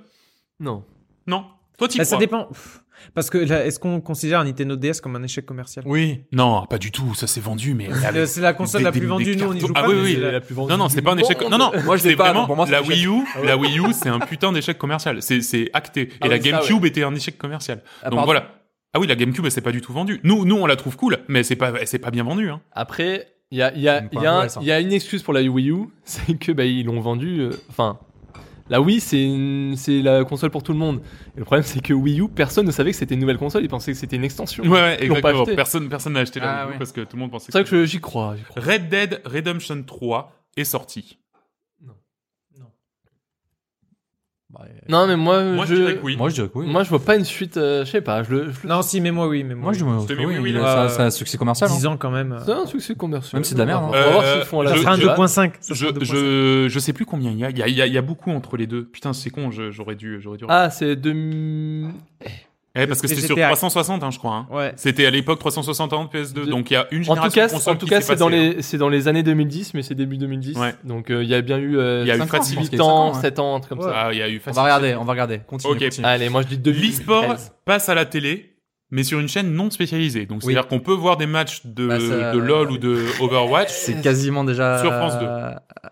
S5: Non.
S1: Non. Toi, tu
S4: Bah, ça dépend. Pff. Parce que là, est-ce qu'on considère un Nintendo DS comme un échec commercial
S3: Oui.
S1: Non, pas du tout, ça s'est vendu, mais.
S4: Euh, C'est la console
S1: des-
S4: la plus
S1: des-
S4: vendue,
S1: des
S4: nous on y
S1: cartons.
S4: joue
S1: Ah
S4: pas.
S1: oui,
S4: mais
S1: oui,
S4: c'est
S5: C'est
S4: la-
S5: la plus vendue
S1: Non, non,
S5: du
S1: c'est pas un échec.
S5: monde.
S1: Non, non,
S3: Moi, je l'ai
S1: c'est
S3: pas,
S1: vraiment
S3: donc pour moi, c'est
S1: la
S3: un échec.
S1: Wii U. La Wii U, c'est un putain d'échec commercial. C'est, c'est acté. Et
S5: Ah
S1: la
S5: oui, ça,
S1: GameCube était un échec commercial.
S3: Ah,
S1: Donc
S3: pardon.
S1: voilà. Ah oui, la GameCube, elle s'est pas du tout vendue. Nous, nous, on la trouve cool, mais c'est pas, c'est pas bien vendue. Hein.
S5: Après, Il y a, il y, a,
S3: Ça me
S5: il
S3: paraît
S5: y, a un-
S3: intéressant.
S5: il y a une excuse pour la Wii U, c'est que bah, ils l'ont vendue. euh, Enfin, la Wii, c'est une- c'est la console pour tout le monde. Et le problème, c'est que Wii U, personne ne savait que c'était une nouvelle console. Ils pensaient que c'était une extension.
S1: Ouais, ouais,
S5: Ils l'ont pas
S1: exactement.
S5: acheté.
S1: Personne personne n'a acheté la
S3: Ah,
S1: Wii U
S3: ouais.
S1: parce que tout le monde pensait
S5: C'est vrai que je- j'y crois. j'y crois.
S1: Red Dead Redemption 3 est sorti.
S5: Non, mais moi,
S1: Moi, je
S5: Euh, je,
S1: dirais que oui.
S3: Bah, Moi, je dirais que oui.
S5: moi, je vois pas une suite. euh, je sais pas. Je le. je le-
S4: Non, si, mais moi, oui. Mais moi,
S3: Moi, je
S4: oui.
S3: dirais
S1: C'était
S3: que
S1: mes
S3: oui.
S1: oui,
S3: il
S1: oui,
S3: a-
S4: euh,
S3: Ça, ça a un succès commercial. hein.
S4: 10 ans quand même. euh,
S5: C'est un succès commercial.
S3: Même si c'est de la merde, hein.
S5: On va voir
S1: Euh,
S5: s'ils font
S4: Ça
S5: la.
S1: je-
S4: sera un 2.5. ça
S1: Je,
S4: sera un 2.5.
S1: je, je sais plus combien il y a. Il y a, il y a- il y a beaucoup entre les deux. Putain, c'est con, je- j'aurais dû. j'aurais dû...
S5: Ah, c'est 2000.
S1: Eh, parce que
S4: c'est
S1: c'était sur
S4: GTA.
S1: 360, hein, je crois. hein.
S4: Ouais.
S1: C'était à l'époque 360 ans de PS2.
S5: De-
S1: Donc il y a une
S5: En tout
S1: génération
S5: cas,
S1: de
S5: c'est-
S1: consoles
S5: en tout
S1: qui
S5: cas,
S1: s'est
S5: c'est dans
S1: passée, hein.
S5: les c'est dans les années 2010, mais c'est début 2010.
S1: Ouais.
S5: Donc euh, il y a bien eu euh,
S1: Il y a eu
S5: cinq
S1: Frat
S5: ans,
S1: Cities,
S5: 8
S3: il y a cinq
S5: ans,
S3: ans, ouais.
S5: 7 ans, un truc comme ça.
S1: Ah, il y a eu
S3: On
S1: facile.
S3: va regarder, on va regarder. Continue.
S1: Ok.
S3: continue.
S5: Allez, moi je dis 2000.
S1: L'e-sport passe à la télé, mais sur une chaîne non spécialisée. Donc
S3: Oui.
S1: c'est-à-dire qu'on peut voir des matchs de,
S3: Bah, ça-
S1: de LoL ou de Overwatch.
S3: C'est quasiment déjà. euh,
S1: Sur France 2.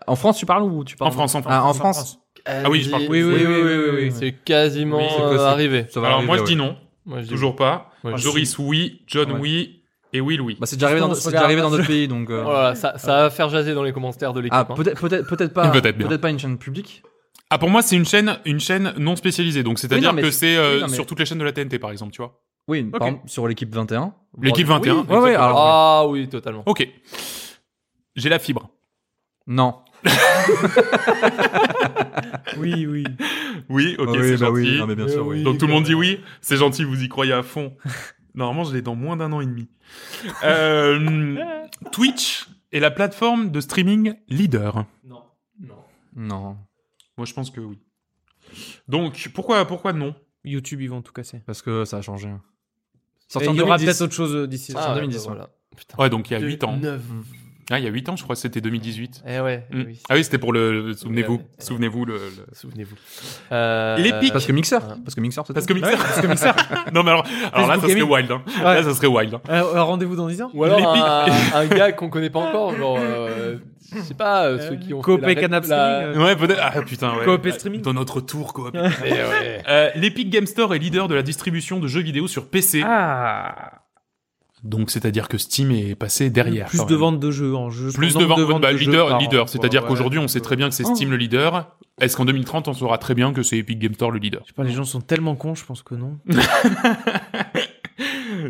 S3: En France, tu parles ou tu parles
S1: En France, en France.
S3: Ah, en France.
S1: Ah oui, je parle.
S4: Oui, oui, oui, oui, oui, oui.
S5: C'est quasiment
S1: Oui, c'est
S5: euh,
S3: possible.
S5: arrivé.
S3: Ça va
S1: Alors
S3: arriver,
S1: moi, je
S3: ouais.
S1: dis non.
S5: Moi, je dis-
S1: Toujours pas.
S5: moi, je dis-
S1: Joris, oui. John,
S3: Ouais.
S1: oui. Et Will, oui.
S3: Bah, c'est déjà arrivé dans,
S4: On se
S3: c'est déjà arrivé dans
S4: regarde.
S3: d'autres pays, donc. euh,
S5: Oh là là, ça, ça va faire jaser dans les commentaires de l'équipe.
S3: Ah,
S5: hein.
S3: peut-être, peut-être, peut-être pas.
S1: Peut-être bien.
S3: pas une chaîne publique.
S1: Ah, pour moi, c'est une chaîne, une chaîne non spécialisée. Donc c'est-à-dire
S3: non, mais
S1: que
S3: c'est-
S1: c'est euh,
S3: oui, non, mais-
S1: sur toutes les chaînes de la TNT, par exemple, tu vois.
S3: Oui,
S1: Ok.
S3: par exemple, sur l'équipe 21.
S1: L'équipe 21.
S3: Ouais, ouais, alors.
S5: Ah oui, totalement.
S1: Ok. J'ai la fibre.
S3: Non.
S4: Oui, oui.
S1: Oui, ok,
S3: Oui,
S1: c'est
S3: bah oui,
S1: gentil.
S3: non, mais bien
S5: Eh
S3: sûr,
S5: oui.
S3: oui.
S1: Donc tout le monde dit oui, c'est gentil, vous y croyez à fond. Normalement, je l'ai dans moins d'un an et demi. Euh, Twitch est la plateforme de streaming leader.
S5: Non.
S3: Non.
S1: Moi, je pense que oui. Donc, pourquoi, pourquoi non
S4: YouTube, ils vont tout casser.
S3: Parce que ça a changé.
S4: Et
S3: Sorti en
S4: Il y aura
S3: 2010.
S4: peut-être autre chose euh, d'ici.
S3: Ah, en 2010, ouais.
S5: bah voilà. Putain.
S1: Ouais, donc il y a 8 ans.
S5: 9.
S1: Ah, il y a 8 ans, je crois, c'était 2018.
S5: Eh ouais, eh
S1: Mm.
S5: oui.
S1: Ah oui, c'était pour le... le- souvenez-vous.
S5: Ouais, ouais.
S1: Souvenez-vous le... le-
S5: Souvenez-vous. Euh,
S1: Les pics.
S3: Parce que Mixer.
S5: Ah.
S3: Parce que Mixer, peut-être.
S1: Parce que Mixer... non, mais alors, alors là, ça
S4: Facebook
S1: serait
S4: Gaming.
S1: wild. hein. Là,
S4: Ouais.
S1: ça serait wild. hein.
S4: Euh, euh, Rendez-vous dans 10 ans.
S5: Ou alors
S1: Les
S5: un, un gars qu'on connaît pas encore, genre, euh, je sais pas, euh, ceux qui ont
S4: Coop
S5: fait
S4: et
S5: la-
S4: Canap
S5: la-
S4: Streaming,
S1: Ouais, peut-être... Ah, putain, ouais.
S4: Coop et streaming.
S1: Dans notre tour, coop.
S5: Eh ouais.
S1: Euh, L'Epic Game Store est leader de la distribution de jeux vidéo sur PC.
S4: Ah.
S1: Donc, c'est-à-dire que Steam est passé derrière.
S4: Plus
S1: quand
S4: de
S1: même.
S4: ventes de jeux en jeu.
S1: Plus
S4: nombre
S1: de ventes. bah,
S4: de jeux
S1: leader,
S4: par an,
S1: leader.
S4: quoi.
S1: C'est-à-dire
S4: Ouais,
S1: qu'aujourd'hui, on
S4: ouais.
S1: sait très bien que c'est Steam le leader. Est-ce qu'en 2030, on saura très bien que c'est Epic Game Store le leader
S4: Je sais pas, les gens sont tellement cons, je pense que non.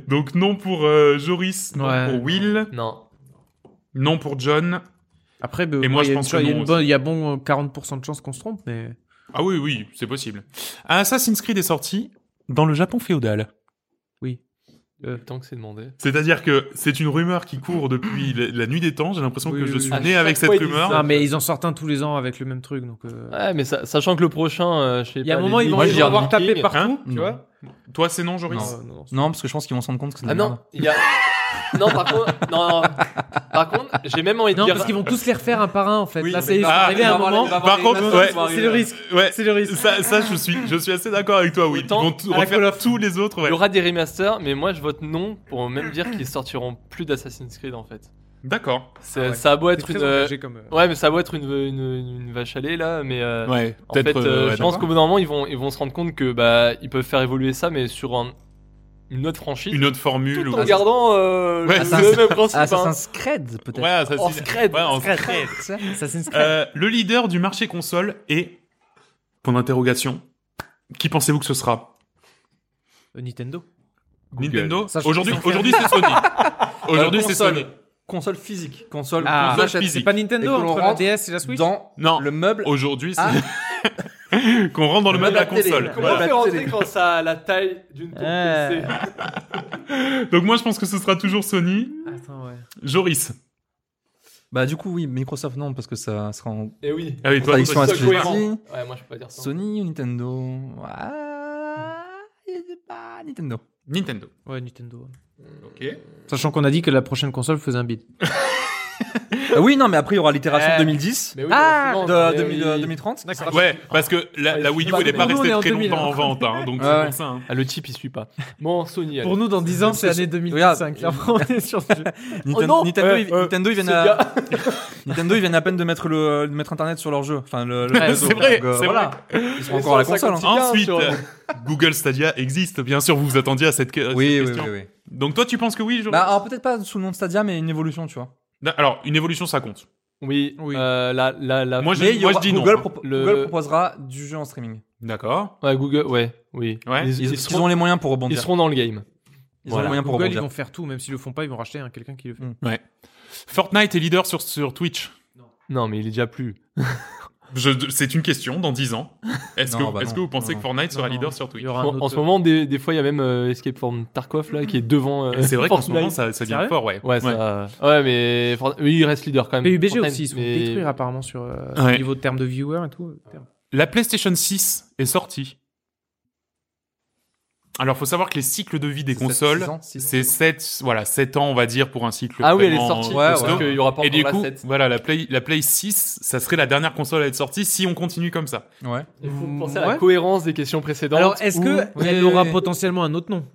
S1: Donc, non pour euh, Joris, non
S4: Ouais.
S1: pour Will,
S5: Non.
S1: non pour John.
S4: Après, bah,
S1: Et moi,
S4: il y
S1: je
S4: a une
S1: pense que
S4: cho- il y a
S1: non
S4: une bonne- Il y a bon euh, 40% de chances qu'on se trompe, mais.
S1: Ah oui, oui, c'est possible. Assassin's Creed est sorti dans le Japon féodal.
S4: Euh,
S5: Tant que c'est demandé.
S1: C'est-à-dire que c'est une rumeur qui court depuis la la nuit des temps. J'ai l'impression
S4: Oui,
S1: que je
S4: oui,
S1: suis
S5: oui.
S1: né
S5: À
S1: avec
S5: chaque
S1: cette
S5: fois, ils disent
S1: rumeur.
S5: ça.
S4: Ah, mais ils en sortent un tous les ans avec le même truc, donc. euh,
S5: Ouais, mais ça- sachant que le prochain, euh, je sais pas.
S4: Il y a un
S5: les euh,
S4: moment, ils vont
S3: Moi,
S5: Vikings-
S3: je
S4: ils vont
S3: dirais
S4: avoir tapé
S5: Vikings.
S4: partout, tu
S3: Non.
S4: vois.
S1: Hein Toi, c'est non, Joris
S3: Non.
S4: Euh, non, c'est-
S3: Non, parce que je pense qu'ils vont se rendre compte que c'est de
S5: Ah
S3: la
S5: non,
S3: merde.
S5: il y a. Non, par contre, non, non. Par contre, j'ai même envie de
S4: Non,
S5: dire.
S4: parce qu'ils vont tous les refaire un par un, en fait.
S3: Oui,
S4: Là,
S3: mais-
S4: c'est
S1: Ah,
S4: arrivé à un moment.
S1: Par contre, ouais,
S4: C'est le risque.
S1: Ouais,
S4: C'est le risque.
S1: ça, ça, je suis, je suis assez d'accord avec toi, oui. Ils
S5: Autant
S1: vont tout-
S4: à la Call
S1: refaire
S4: of.
S1: tous les autres, ouais.
S5: Il y aura des remasters, mais moi je vote non pour même dire qu'ils sortiront plus d'Assassin's Creed en fait.
S1: D'accord.
S5: C'est-
S4: Ah ouais.
S5: Ça a beau
S4: C'est
S5: être
S4: très
S5: une.
S4: engagé comme, euh,
S5: Ouais, mais ça a beau être une, une, une vache à lait là, mais. euh,
S1: Ouais,
S5: En fait, euh, je pense qu'au bout d'un moment, ils vont, ils vont se rendre compte que bah, ils peuvent faire évoluer ça, mais sur un- une autre franchise,
S1: une autre formule
S5: tout
S1: ou
S5: en gardant euh,
S1: Ouais,
S5: le-
S3: Assassin's-
S5: le même principe.
S4: ah,
S5: hein.
S3: Assassin's Creed, peut-être.
S1: Ouais, ça,
S5: En
S1: c'est-
S5: scred.
S1: Ouais, en scred.
S4: Assassin's Creed.
S1: Euh, le leader du marché console est point d'interrogation. Qui pensez-vous que ce sera
S4: Euh, Nintendo.
S1: Nintendo
S4: Ça, je-
S1: Aujourd'hui,
S4: ils ont fait-
S1: aujourd'hui c'est Sony. Aujourd'hui,
S3: Euh,
S1: c'est
S3: console.
S1: Sony.
S3: Console physique. Console
S4: Ah,
S3: qu'on
S1: console
S3: achète
S1: physique.
S4: C'est pas Nintendo
S3: Et que l'on
S4: entre la
S3: rentre
S4: DS et la Switch.
S3: dans
S1: Non,
S3: le meuble.
S1: aujourd'hui, c'est qu'on rentre dans le mode de la
S3: mode à télé.
S1: console.
S3: Comment
S5: Comment
S1: Voilà.
S3: la
S5: faire rentrer
S3: télé.
S5: quand ça a la taille d'une tour
S4: Euh.
S5: PC
S1: Donc moi, je pense que ce sera toujours Sony.
S4: Attends, ouais.
S1: Joris.
S3: Bah, du coup, oui, Microsoft, non, parce que ça sera en
S5: Eh oui.
S1: Ah oui, toi,
S3: Ah, ils sont
S1: toi,
S5: C'est
S3: inscrits.
S5: cohérent.
S3: Sony.
S5: Ouais, moi je peux pas dire ça.
S3: Sony ou Nintendo. Ah, je sais pas, Nintendo.
S1: Nintendo.
S4: Ouais, Nintendo.
S1: Ok.
S4: Sachant qu'on a dit que la prochaine console faisait un bid.
S3: Ah oui, non, mais après, il y aura l'itération
S5: Euh,
S3: de 2010.
S5: Mais oui,
S4: Ah,
S5: forcément,
S3: De, euh,
S5: mais
S3: 2000,
S5: oui.
S3: 2030.
S4: D'accord.
S1: Ouais, parce que la, la Wii U, elle n'est pas
S4: Nous, on
S1: restée
S4: est en
S1: très
S4: 2000,
S1: longtemps
S4: hein.
S1: en vente, hein, donc c'est
S3: Ouais.
S1: pour ça. hein.
S5: Ah, le type il suit pas. Bon, Sony.
S4: Pour nous, dans 10 ans, c'est
S3: Parce que-
S4: l'année 2025. Clairement, on est sur ce-
S3: Ninten-
S5: non
S3: Nintendo,
S5: Euh,
S3: ils,
S5: euh,
S3: Nintendo, ils viennent
S5: Sega.
S3: à, Nintendo, ils viennent à peine de mettre le, de mettre Internet sur leur jeu. Enfin, le, le
S4: Ouais,
S3: réseau.
S1: C'est vrai,
S3: Donc, euh,
S1: c'est
S3: voilà.
S1: vrai.
S3: Ils seront encore à la console. hein.
S5: Bien
S1: Ensuite,
S5: sûr.
S1: euh, Google Stadia existe, bien sûr, vous vous attendiez à cette, que- cette
S3: Oui, oui,
S1: question.
S3: oui, Bah. oui.
S1: Donc toi, tu penses que oui, Joris
S3: Bah, alors peut-être pas sous le nom de Stadia, mais une évolution, tu vois.
S1: Non, Alors, une évolution, ça compte.
S5: Oui,
S4: Oui.
S5: euh, la, la, la-
S1: Moi, je-
S3: Mais il y aura-
S1: je dis non,
S3: Google,
S1: hein.
S3: propo-
S5: Le-
S3: Google proposera du jeu en streaming.
S1: D'accord.
S5: Ouais, Google, ouais, oui.
S1: Ouais.
S5: Ils,
S3: Ils,
S5: ils
S3: ils
S5: seront,
S3: ont les moyens pour
S5: ils
S3: rebondir.
S5: seront dans le game.
S3: Ils ont
S5: voilà.
S3: les moyens pour
S4: Google, ils
S3: rebondir.
S4: vont faire tout, même s'ils le font pas, ils vont racheter hein, quelqu'un qui le fait.
S1: Fortnite est leader sur, sur Twitch.
S5: Non, mais il est déjà plus.
S1: Je- C'est une question dans 10 ans. Est-ce que,
S3: Non, bah
S1: est-ce
S3: non.
S1: que vous pensez
S3: Non,
S1: que Fortnite sera
S4: non,
S1: leader
S4: non.
S1: sur
S4: Il y
S1: Twitch
S4: aura un
S5: En, en
S4: autre-
S5: ce moment, des, des fois, il y a même euh, Escape from Tarkov là qui est devant. euh,
S1: C'est vrai qu'en ce moment,
S5: Fortnite.
S1: ça, ça devient
S4: Sérieux
S1: fort, ouais.
S5: Ouais, ça- ouais, mais Fort- oui, il reste leader quand même.
S4: PUBG
S5: Fortnite,
S4: aussi, ils se font
S5: mais- Ah
S4: détruire apparemment sur euh,
S1: Ouais.
S4: niveau de terme de viewers et tout. terme-
S1: La PlayStation 6 est sortie. Alors, faut savoir que les cycles de vie des
S3: C'est sept-
S1: consoles,
S3: six ans, six ans.
S1: c'est 7, voilà, 7 ans, on va dire, pour un cycle.
S5: Ah oui, elle est
S1: vraiment,
S5: sortie.
S1: euh,
S3: ouais,
S5: parce
S1: costaud.
S5: qu'il y aura pas
S1: Et
S5: encore
S1: du
S5: la
S1: coup,
S5: 7.
S1: voilà, la Play, la Play 6, ça serait la dernière console à être sortie si on continue comme ça.
S3: Ouais.
S5: Il faut
S4: Mm,
S5: penser à la
S4: ouais.
S5: cohérence des questions précédentes.
S4: Alors, est-ce que
S3: Ouais,
S4: elle
S3: ouais,
S4: aura
S3: ouais.
S4: potentiellement un autre nom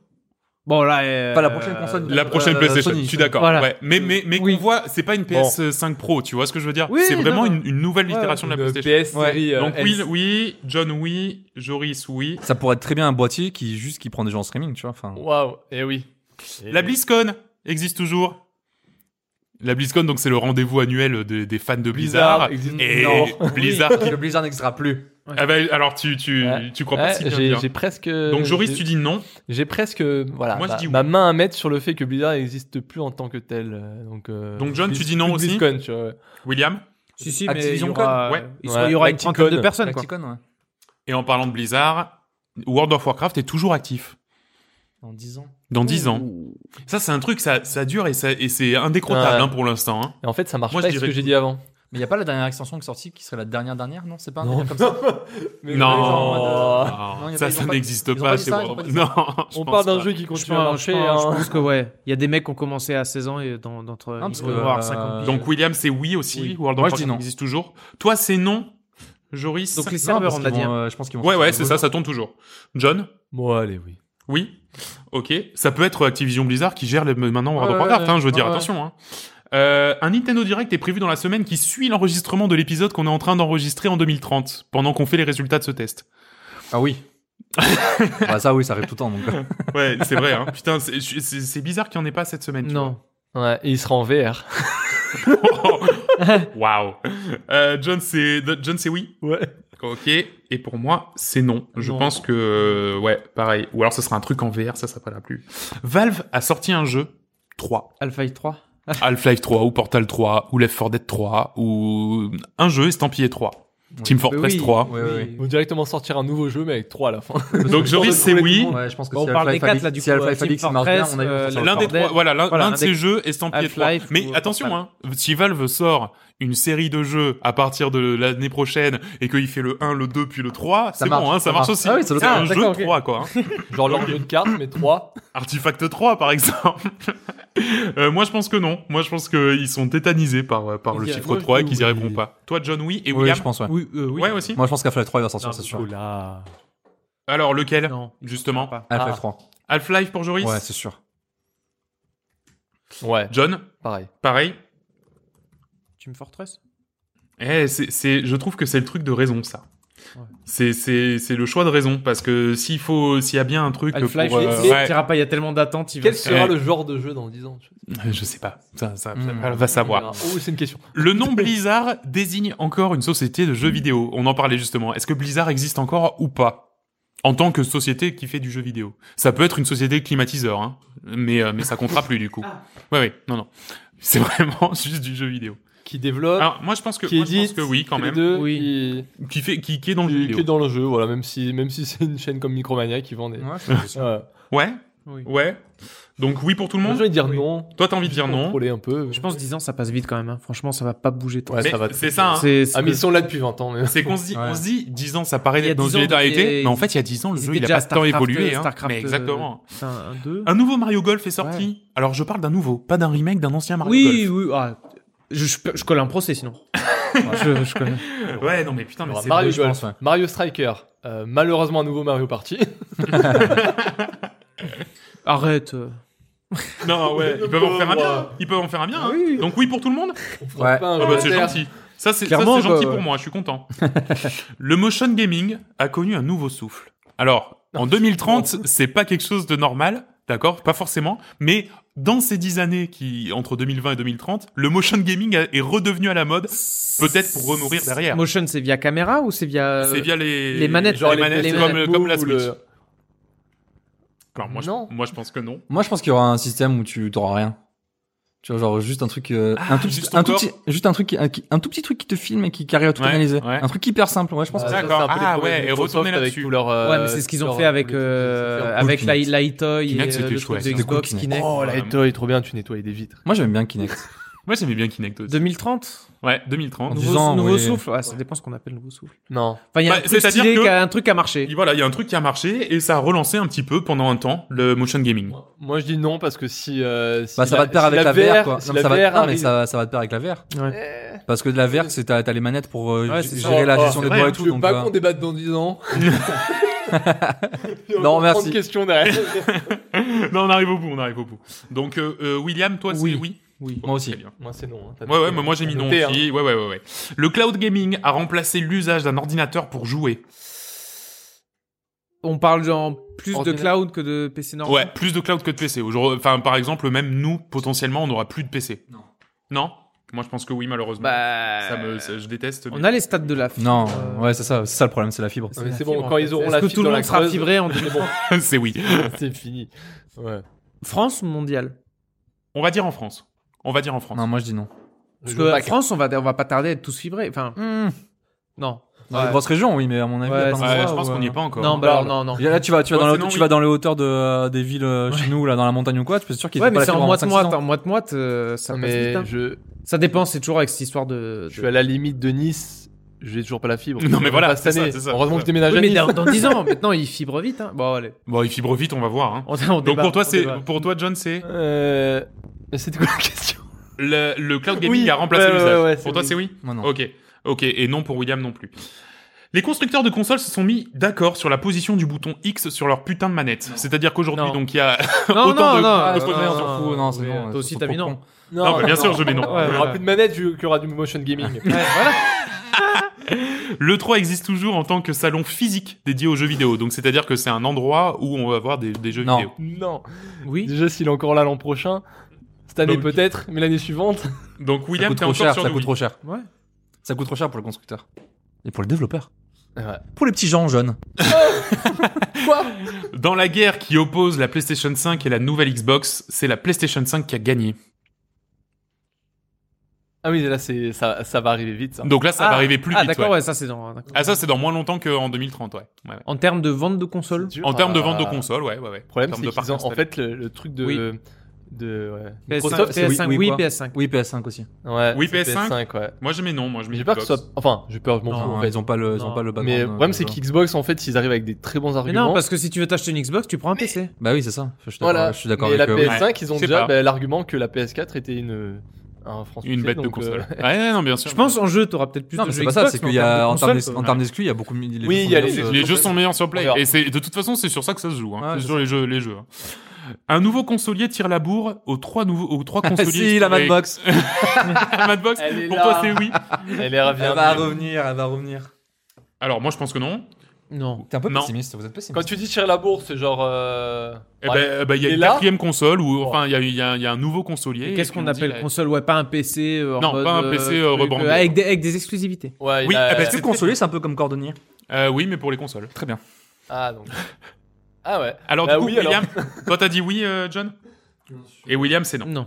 S4: Bon, là. euh,
S3: Pas la prochaine console.
S1: La
S3: Euh,
S1: prochaine PlayStation,
S3: Sony,
S1: je suis
S3: Sony.
S1: d'accord.
S4: Voilà.
S1: ouais. Mais, mais, mais
S4: Oui.
S1: qu'on voit, c'est pas une PS5 Pro, tu vois ce que je veux dire
S4: Oui,
S1: C'est
S4: non,
S1: vraiment
S4: non.
S1: une, une nouvelle
S4: Ouais,
S1: itération de la
S5: Le
S1: PlayStation.
S5: PS
S3: Ouais.
S5: série, euh,
S1: Donc
S5: S.
S1: Will, oui, John, oui, Joris, oui.
S3: Ça pourrait être très bien un boîtier qui juste qui prend des gens en streaming, tu vois. Enfin,
S5: Waouh, eh oui.
S1: La BlizzCon existe toujours. La BlizzCon, donc c'est le rendez-vous annuel des, des fans de Blizzard.
S5: existe-
S1: Et
S5: Non.
S1: Blizzard.
S3: le Blizzard n'existera plus.
S1: Ah bah, alors tu, tu,
S5: Ouais.
S1: tu crois
S5: Ouais,
S1: pas si bien
S5: j'ai,
S1: dire.
S5: j'ai presque.
S1: Donc Joris,
S5: j'ai-
S1: tu dis non.
S5: J'ai presque euh, voilà
S1: Moi, je
S5: ma,
S1: dis oui.
S5: ma main à mettre sur le fait que Blizzard n'existe plus en tant que tel. euh, Donc euh,
S1: Donc, John,
S5: Blizz-
S1: tu dis non
S5: plus
S1: aussi
S5: BlizzCon, tu vois.
S1: William.
S4: Si, si, mais il y
S3: Activision
S4: aura,
S1: Code, ouais.
S4: il
S5: Ouais.
S4: sera- il y aura une
S5: Activision
S4: trentaine de
S5: Code.
S4: personnes. Quoi.
S3: Acticon, ouais.
S1: Et en parlant de Blizzard, World of Warcraft est toujours actif.
S3: Dans 10 ans.
S1: Dans 10 ans. Ça, c'est un truc, ça, ça dure et, ça- et c'est indécrottable
S5: Ouais.
S1: hein, pour l'instant. hein.
S5: Et en fait, ça marche
S1: Moi,
S5: pas
S1: je
S5: avec ce que
S1: dirais-
S5: j'ai dit avant.
S3: Mais il n'y a pas la dernière extension qui est sortie qui serait la dernière dernière, non C'est pas un
S5: Non.
S3: délire comme ça
S1: non,
S5: Mais ils sont en mode, euh,
S1: Non,
S3: Non, y a
S1: Ah, ça,
S3: pas- ils
S1: ça
S3: ont pas-
S1: n'existe
S3: ils ont
S1: pas,
S3: pas dit
S1: chez
S3: ça, ils
S1: World
S3: ont
S1: of
S3: pas dit ça.
S1: Non, je
S5: On
S1: pense
S5: parle d'un
S1: pas.
S5: jeu qui
S4: Je pense,
S5: continue à marcher.
S4: je pense- je
S5: hein.
S4: pense que ouais. Il y a des mecs qui ont commencé à 16 ans et dans, d'entre eux,
S3: Non,
S4: ils
S3: parce
S4: vont
S3: que,
S4: avoir
S3: euh,
S4: 50 piges.
S1: Donc William, c'est oui aussi.
S4: Oui.
S1: World of
S3: Moi, je
S1: Warcraft
S3: dis non.
S1: existe toujours. Toi, c'est non. Joris.
S4: Donc les serveurs, on a dit. hein.
S3: je pense qu'ils vont.
S1: Ouais, ouais, c'est ça, ça tourne toujours. John.
S5: Bon, allez, oui.
S1: Oui. Ok. Ça peut être Activision Blizzard qui gère le- maintenant World
S3: Ouais,
S1: of Warcraft.
S3: ouais,
S1: hein, je veux dire,
S3: ouais, ouais.
S1: attention. hein. Euh, un Nintendo Direct est prévu dans la semaine qui suit l'enregistrement de l'épisode qu'on est en train d'enregistrer en 2030, pendant qu'on fait les résultats de ce test.
S3: Ah oui. bah ça oui, ça arrive tout le temps donc.
S1: Ouais, c'est vrai. Hein. Putain, c'est- c'est c'est bizarre qu'il n'y en ait pas cette semaine. tu
S4: hein. Non.
S5: Ouais, et il sera en VR.
S1: vois. Waouh. Euh, John, c'est John, c'est oui.
S5: Ouais.
S1: Ok. Et pour moi, c'est non. Je
S4: Non.
S1: pense que euh, ouais, pareil. Ou alors ce sera un truc en VR, ça, ça pas la plus. Valve a sorti un jeu 3.
S4: Alpha 3.
S1: Half-Life 3 ou Portal 3 ou Left 4 Dead 3 ou un jeu estampillé 3.
S3: Ouais.
S1: Team Fortress
S4: oui.
S1: 3.
S3: Ouais, ouais, ouais.
S5: Ils vont directement sortir un nouveau jeu, mais avec 3 à la fin.
S1: Donc Joris c'est oui.
S3: Ouais, je pense que
S4: Bon,
S3: si
S4: on parle
S3: Half-Life
S4: des quatre,
S3: Alix-
S4: là, du
S3: si
S4: coup, euh,
S3: Half-Life
S4: Team
S3: Alix marche bien,
S4: Fortress,
S3: on a eu
S4: euh,
S3: ça
S1: L'un des
S4: Dead.
S1: trois, voilà, l'un
S4: Voilà,
S1: l'un de
S4: un
S1: ces
S4: des-
S1: jeux estampillé 3.
S4: Half-Life
S1: Mais
S4: ou
S1: attention, hein, si Valve sort une série de jeux à partir de l'année prochaine et qu'il fait le 1, le 2 puis le 3, c'est
S3: marche,
S1: bon, hein,
S3: ça
S1: ça marche
S3: marche.
S1: aussi.
S3: Ah oui, ça doit
S1: c'est
S3: être-
S1: un jeu
S4: d'accord, ok.
S1: 3 quoi. hein.
S5: Genre leur jeu de cartes, mais 3.
S1: Artifact 3 par exemple. Euh, moi je pense que non. Moi je pense qu'ils sont tétanisés par, euh, par
S5: Ok,
S1: le
S5: moi,
S1: chiffre
S5: je
S1: 3 et
S5: dis
S1: qu'ils y
S5: oui.
S1: répondront pas. Toi John oui et
S3: Oui,
S1: William
S3: je pense ouais.
S4: Oui, euh, oui.
S1: Ouais aussi.
S3: Moi je pense qu'Half-Life 3 il va sortir, c'est sûr.
S5: Nicolas.
S1: Alors lequel
S4: Non.
S1: Justement.
S4: Pas.
S3: Half-Life 3.
S1: Half-Life pour Joris
S3: Ouais, c'est sûr.
S5: Ouais,
S1: John
S5: pareil.
S1: Pareil
S4: Team Fortress
S1: Eh, c'est, c'est- je trouve que c'est le truc de raison, ça.
S4: Ouais.
S1: C'est, c'est, c'est le choix de raison, parce que s'il faut, s'il y a bien un truc
S4: Half-Life,
S1: pour... euh,
S4: tu
S1: ouais,
S4: diras pas, il y a tellement d'attentes. il va
S5: Quel
S4: se-
S5: sera
S1: Ouais.
S5: le genre de jeu dans 10 ans tu vois
S1: Je sais pas, ça, ça,
S3: Mm.
S4: Hmm.
S1: ça va
S5: On verra.
S1: savoir.
S5: Oh, c'est une question.
S1: Le nom Blizzard désigne encore une société de jeux vidéo. On en parlait justement. Est-ce que Blizzard existe encore ou pas En tant que société qui fait du jeu vidéo. Ça peut être une société climatiseur, hein, mais, euh, mais ça comptera plus du coup.
S4: Ah.
S1: Ouais, ouais, non, non. C'est vraiment juste du jeu vidéo.
S5: Qui
S4: Euh,
S5: développe,
S1: Alors, moi, je pense que,
S5: qui
S1: moi, je pense
S5: édite,
S1: que oui, quand
S5: les
S1: même.
S5: deux,
S4: Oui.
S5: qui-
S1: Qui, fait, qui, qui est dans le jeu
S5: qui, qui
S1: vidéo.
S5: est dans le jeu, voilà, même si, même si c'est une chaîne comme Micromania qui vend des.
S3: Ouais, c'est sûr.
S5: Ouais.
S1: Ouais,
S4: Oui.
S1: ouais. Donc oui pour tout le
S5: Les
S1: monde.
S5: gens ils dire
S4: Oui.
S5: non.
S1: Toi, t'as envie de dire
S5: Pour
S1: non.
S5: troller un peu.
S4: Je pense 10 ans, ça passe vite quand même. hein. Franchement, Ah, ça va pas bouger tant.
S5: Ouais,
S1: Mais
S5: ça va.
S1: c'est ça, hein.
S4: C'est c'est
S5: Ah, mais ils
S4: que-
S5: sont là depuis 20 ans. Mais...
S1: C'est qu'on se dit,
S3: Ouais.
S1: on se dit, 10 ans, ça paraît
S4: Il y a
S1: être dans
S4: 10
S1: une
S4: ans,
S1: éternité,
S4: et-
S1: mais en fait, il y a 10 ans, le
S4: ils
S1: jeu,
S4: étaient
S1: il a
S4: déjà
S1: pas tant
S4: Starcraft, euh,
S1: évolué, hein.
S4: Starcraft, euh,
S1: Mais exactement.
S4: C'est un 2.
S1: Un nouveau Mario Golf est sorti. Alors, je parle d'un nouveau, pas d'un remake d'un ancien Mario
S4: Oui, oui. ah, je, je, je colle un procès sinon. je, je colle.
S1: Golf. Ouais, non, mais putain, mais
S5: Alors,
S1: c'est
S5: Mario,
S3: je
S5: Golf,
S3: pense, ouais.
S5: Mario Striker, euh, malheureusement un nouveau Mario Party.
S4: Arrête. euh.
S1: Non, ouais, ils peuvent en faire un bien. Ils peuvent en faire un bien. hein.
S4: Oui.
S1: Donc oui pour tout le monde.
S3: Ouais.
S5: Pas un
S1: Ah bah, c'est
S5: commentaire.
S1: gentil. Ça, c'est ça,
S4: Clairement,
S1: c'est gentil
S4: quoi,
S1: pour
S4: ouais.
S1: moi, je suis content. le motion gaming a connu un nouveau
S4: Ah,
S1: souffle. Alors, en 2030, c'est pas quelque chose de normal, d'accord Pas forcément, mais dans ces dix années qui, entre 2020 et 2030, le motion gaming a- est redevenu à la mode, peut-être pour remourir derrière.
S4: Motion, c'est via caméra ou c'est via.
S1: C'est via les,
S4: Euh, les manettes,
S1: genre
S4: les
S1: les manettes,
S4: les
S1: comme,
S4: manettes
S1: comme la
S5: Ou
S1: Switch.
S5: le-
S1: Alors, moi, je-
S5: Non.
S1: moi, je pense que non.
S3: Moi, je pense qu'il y aura un système où tu t'auras rien. Tu vois, genre juste un truc, euh,
S1: Ah,
S3: un tout petit,
S1: juste ton
S3: un tout
S1: corps.
S3: petit, juste un truc, qui- un, qui- un tout petit truc qui te filme et qui carré à tout
S1: Ouais,
S3: analyser.
S1: ouais.
S3: Un truc hyper simple. Ouais, je pense.
S1: Bah,
S3: que
S1: ça,
S3: ça-
S1: d'accord. c'est un peu Ah les ouais, problèmes et Microsoft retourner avec là-dessus. tous
S4: euh, Ouais, mais c'est ce qu'ils ont fait avec, euh, avec
S3: cool,
S4: la,
S3: Kinect.
S4: la Itoy et
S1: Kinect,
S4: euh,
S1: c'était
S4: le truc
S1: chouette,
S4: de
S1: hein.
S4: Xbox
S3: C'était cool,
S4: Kinect.
S5: Oh, la
S1: Vraiment.
S5: étoile est trop bien, tu nettoies des vitres.
S3: Moi, j'aime bien Kinect.
S1: Moi, j'aimais bien Kinect aussi.
S4: 2030
S1: Ouais, 2030.
S3: En
S4: Nouveau,
S3: 10 ans,
S4: nouveau
S3: oui.
S4: souffle Ah, Ça dépend ce qu'on appelle nouveau souffle.
S5: Non.
S4: Enfin, il y a
S1: Bah,
S4: un truc
S1: c'est-à-dire
S4: stylé
S1: que-
S4: qui a un truc qui a marché.
S1: Et voilà, il y a un truc qui a marché et ça a relancé un petit peu pendant un temps le motion gaming.
S5: Moi je dis non parce que si. euh, si
S3: Bah, ça
S5: la-
S3: va te perdre
S5: si
S3: avec la VR, quoi.
S5: si
S3: Non,
S5: la
S3: mais ça va,
S5: VR
S3: ah, mais
S5: arrive- Euh.
S3: ça, ça va te perdre avec la VR.
S4: Ouais.
S3: Parce que de la VR, c'est t'as, t'as les manettes pour euh,
S4: Ouais,
S3: g-
S4: c'est ça.
S3: gérer la
S5: Oh,
S3: gestion
S5: c'est
S3: des
S1: vrai,
S3: doigts et
S5: Je
S3: tout.
S5: veux
S3: Donc,
S5: pas
S3: euh,
S5: qu'on débatte dans 10 ans. Il y a
S3: Non,
S5: encore
S3: merci.
S5: 30 questions derrière.
S1: non, on arrive au bout, on arrive au bout. Donc, euh, euh, William, toi, c'est
S4: Oui.
S1: oui.
S4: Oui.
S3: moi aussi.
S1: Très bien.
S5: Moi c'est non. hein, t'as
S1: Ouais, ouais,
S5: noté,
S1: mais moi j'ai
S5: t'as
S1: mis non
S5: noté, hein.
S1: aussi. Ouais, ouais, ouais, ouais. Le cloud gaming a remplacé l'usage d'un ordinateur pour jouer.
S4: On parle genre plus de
S5: Ordinateur.
S4: cloud que de PC normal.
S1: Ouais, plus de cloud que de PC. Aujourd'hui, enfin, par exemple, même nous, potentiellement, on n'aura plus de PC.
S3: Non.
S1: Non Moi, je pense que oui, malheureusement.
S4: Bah.
S1: ça me, ça- je déteste. mais-
S4: On a les stats de la fibre.
S3: Non,
S4: Euh,
S3: ouais, c'est ça, c'est ça le problème, c'est la fibre.
S5: Non, Ah, mais
S4: la
S5: c'est bon,
S4: fibre,
S5: quand
S4: en
S5: ils
S4: fait.
S5: auront
S4: Est-ce
S5: la
S4: que
S5: fibre
S4: tout le
S5: dans la
S4: monde sera
S5: creuse,
S4: fibré en
S5: c'est bon.
S1: c'est oui.
S5: C'est fini. Ouais.
S4: France ou mondiale
S1: On va dire en France. On va dire en France.
S3: Non, moi je dis non.
S4: Parce
S5: Je
S4: que
S5: back.
S4: France, on va, on va pas tarder à être tous fibrés. Enfin,
S5: Hmm.
S4: non.
S3: Dans
S4: Ouais.
S3: les grosses régions, oui, mais à mon avis,
S4: Ouais,
S3: il y a plein
S4: c'est
S1: Ouais,
S3: d'endroits
S1: je pense
S3: où,
S1: qu'on n'y est
S3: euh,
S1: pas encore.
S4: Non, bah alors, non, non.
S3: Là, tu vas, tu vas,
S1: Ouais,
S3: dans, la,
S1: sinon,
S3: tu
S1: oui.
S3: vas dans les hauteurs de, euh, des villes euh, chez nous, là, dans la montagne ou quoi, tu peux être sûr qu'ils
S4: Ouais,
S3: font pas
S4: mais
S3: la
S4: c'est
S3: fibre
S4: en
S3: avant
S4: moite-moite.
S3: 5-6 ans.
S4: En moite-moite, euh, ça
S5: Non,
S4: passe vite, hein.
S5: mais je,
S4: Ça dépend, c'est toujours avec cette histoire de.
S5: je
S4: de-
S5: suis à la limite de Nice. J'ai toujours pas la fibre.
S1: Non, mais
S5: Pas
S1: voilà,
S5: cette
S1: c'est
S5: année.
S1: ça, c'est ça.
S5: Heureusement que je déménage
S4: Oui,
S5: à
S4: mais
S5: Nice.
S4: dans, dans 10 ans, maintenant, ils fibrent vite. Hein. Bon, allez.
S1: Bon, il fibre vite, on va voir. hein.
S4: On, on
S1: Donc
S4: débat,
S1: pour toi,
S4: on
S1: c'est
S4: débat.
S1: pour toi, John, c'est
S5: Euh, C'était quoi la question
S1: le, le cloud gaming
S5: Oui,
S1: a remplacé
S5: ouais, ouais,
S1: l'usage.
S5: ouais, ouais, c'est
S1: pour toi,
S5: oui.
S1: c'est oui.
S3: Moi, non.
S1: Ok, ok, et non pour William non plus. Les constructeurs de consoles se sont mis d'accord sur la position du bouton X sur leur putain de manette. C'est-à-dire qu'aujourd'hui,
S4: Non.
S1: donc il y a.
S4: Non,
S1: Autant
S4: non,
S1: de-
S4: non,
S3: Ah,
S1: de
S4: non,
S3: c'est pas
S1: non,
S3: vrai, on
S1: non,
S3: s'en fout, non, c'est
S4: oui,
S3: bon.
S4: Toi aussi,
S3: c'est
S4: t'as
S3: trop
S4: mis non.
S3: con.
S1: Non, mais bien sûr, je mets non.
S5: Il y aura
S4: ouais.
S5: plus de manette vu qu'il y aura du motion gaming.
S4: Ouais, voilà.
S1: Le 3 existe toujours en tant que salon physique dédié aux jeux vidéo. Donc c'est-à-dire que c'est un endroit où on va avoir des, des jeux
S3: Non.
S1: vidéo.
S5: non.
S4: Oui.
S5: Déjà, s'il est encore là l'an prochain, cette année
S1: Donc-
S5: peut-être, mais l'année suivante.
S1: Donc
S3: Ça
S1: William,
S3: coûte
S1: t'es
S3: trop
S1: encore
S3: cher,
S1: sur
S3: ça
S1: le
S3: coûte
S1: oui.
S3: trop cher.
S4: Ouais.
S3: Ça coûte trop cher pour le constructeur. Et pour le développeur.
S5: Ouais.
S3: Pour les petits gens jeunes.
S1: Dans la guerre qui oppose la PlayStation 5 et la nouvelle Xbox, c'est la PlayStation 5 qui a gagné.
S5: Ah oui, là, c'est ça, ça va arriver vite. Ça.
S1: Donc là, ça
S4: Ah.
S1: va arriver plus
S4: Ah,
S1: vite.
S4: d'accord,
S1: ouais.
S4: ouais, ça, c'est dans. d'accord.
S1: Ah ça, c'est dans moins longtemps qu'en 2030, ouais. Ouais, ouais.
S4: En termes de vente de consoles
S5: C'est dur
S1: En termes de
S5: à-
S1: vente de consoles, ouais, ouais, ouais.
S5: Le problème,
S1: En
S5: c'est
S1: termes de
S5: qu'ils
S1: parc
S5: ont- en
S1: installé.
S5: fait le, le truc de.
S4: Oui.
S5: de ouais.
S4: PS5,
S5: Microsoft, c'est
S4: PS5,
S3: oui,
S4: oui,
S3: quoi.
S4: PS5.
S3: Oui, PS5 aussi.
S5: Ouais,
S1: Oui,
S5: c'est
S1: PS5.
S5: ouais.
S1: Moi, je mets non. Moi, je mets
S5: Mais j'ai peur que ce
S1: Xbox.
S5: soit. Enfin, j'ai peur, je m'en fous
S3: Non,
S5: en
S3: ouais,
S5: fait.
S3: ils ont pas le, ils
S4: Non.
S3: ont pas le
S5: Mais le
S3: background,
S5: problème,
S3: euh,
S5: c'est
S3: genre.
S5: qu'Xbox, en fait, ils arrivent avec des très bons
S4: Mais
S5: arguments.
S4: non, parce que si tu veux t'acheter une Xbox, tu prends un PC.
S3: Bah oui, c'est ça. Je suis d'accord-
S5: voilà.
S3: je suis d'accord
S5: Mais
S3: avec
S5: la
S3: eux.
S5: PS5, ils ont
S1: euh, Je sais
S5: déjà
S1: pas.
S5: bah, l'argument que la PS4 était une. Un franc
S1: Une
S5: succès,
S1: bête de
S5: donc, euh,
S1: console. Ouais, non, bien sûr.
S4: Je pense en jeu, t'auras peut-être plus
S3: Non,
S4: de
S3: mais
S4: jeux
S3: c'est pas ça,
S4: Xbox,
S3: c'est
S4: mais
S3: qu'il y a, en
S4: termes
S3: termes
S4: de
S3: d'ex-
S4: consoles,
S3: en termes d'exclus, il y a beaucoup. les
S5: Oui,
S3: jeux
S5: il y a
S3: sont
S5: les
S3: bien,
S5: exclus.
S1: les jeux sont meilleurs sur Play.
S5: Regarde.
S1: Et c'est de toute façon, c'est sur ça que ça se joue. Hein.
S3: Ouais,
S1: c'est
S3: c'est
S1: sur les jeux, les jeux. Un nouveau consolier tire la bourre aux trois nouveaux, aux trois
S3: euh,
S1: consoliers.
S3: si, la
S1: historiques.
S3: Madbox.
S1: la Madbox.
S5: Elle est
S1: Pour
S5: là.
S1: toi, c'est oui.
S5: Elle est
S3: Elle va
S5: revient.
S3: revenir, elle va revenir.
S1: Alors moi, je pense que non.
S4: Non.
S3: T'es un peu
S1: Non.
S3: pessimiste, vous êtes
S5: Quand
S3: pessimiste.
S5: tu dis tirer la bourse, c'est genre. euh,
S1: Eh
S5: ouais.
S1: ben, eh ben, il y a
S5: Et
S1: une
S5: là-
S1: quatrième console ou enfin, il y a, il y a- il y a un nouveau consolier.
S4: Et
S1: Et
S4: Qu'est-ce
S1: puis
S4: qu'on
S1: on dit,
S4: appelle
S1: eh,
S4: console Ouais, pas un PC. euh, en
S1: Non,
S4: mode,
S1: pas un
S4: euh,
S1: PC, euh,
S4: truc,
S1: rebrandé.
S4: euh, Avec des, avec des exclusivités.
S5: Ouais, il
S1: Oui,
S5: a-
S1: ah bah,
S3: Est-ce que consoler, c'est un peu comme cordonnier
S1: euh, Oui, mais pour les consoles. Très bien.
S5: Ah, donc. Ah ouais.
S1: Alors
S5: Bah
S1: du coup,
S5: oui, alors.
S1: William, toi, t'as dit oui, euh, John. Et William, c'est non.
S4: Non.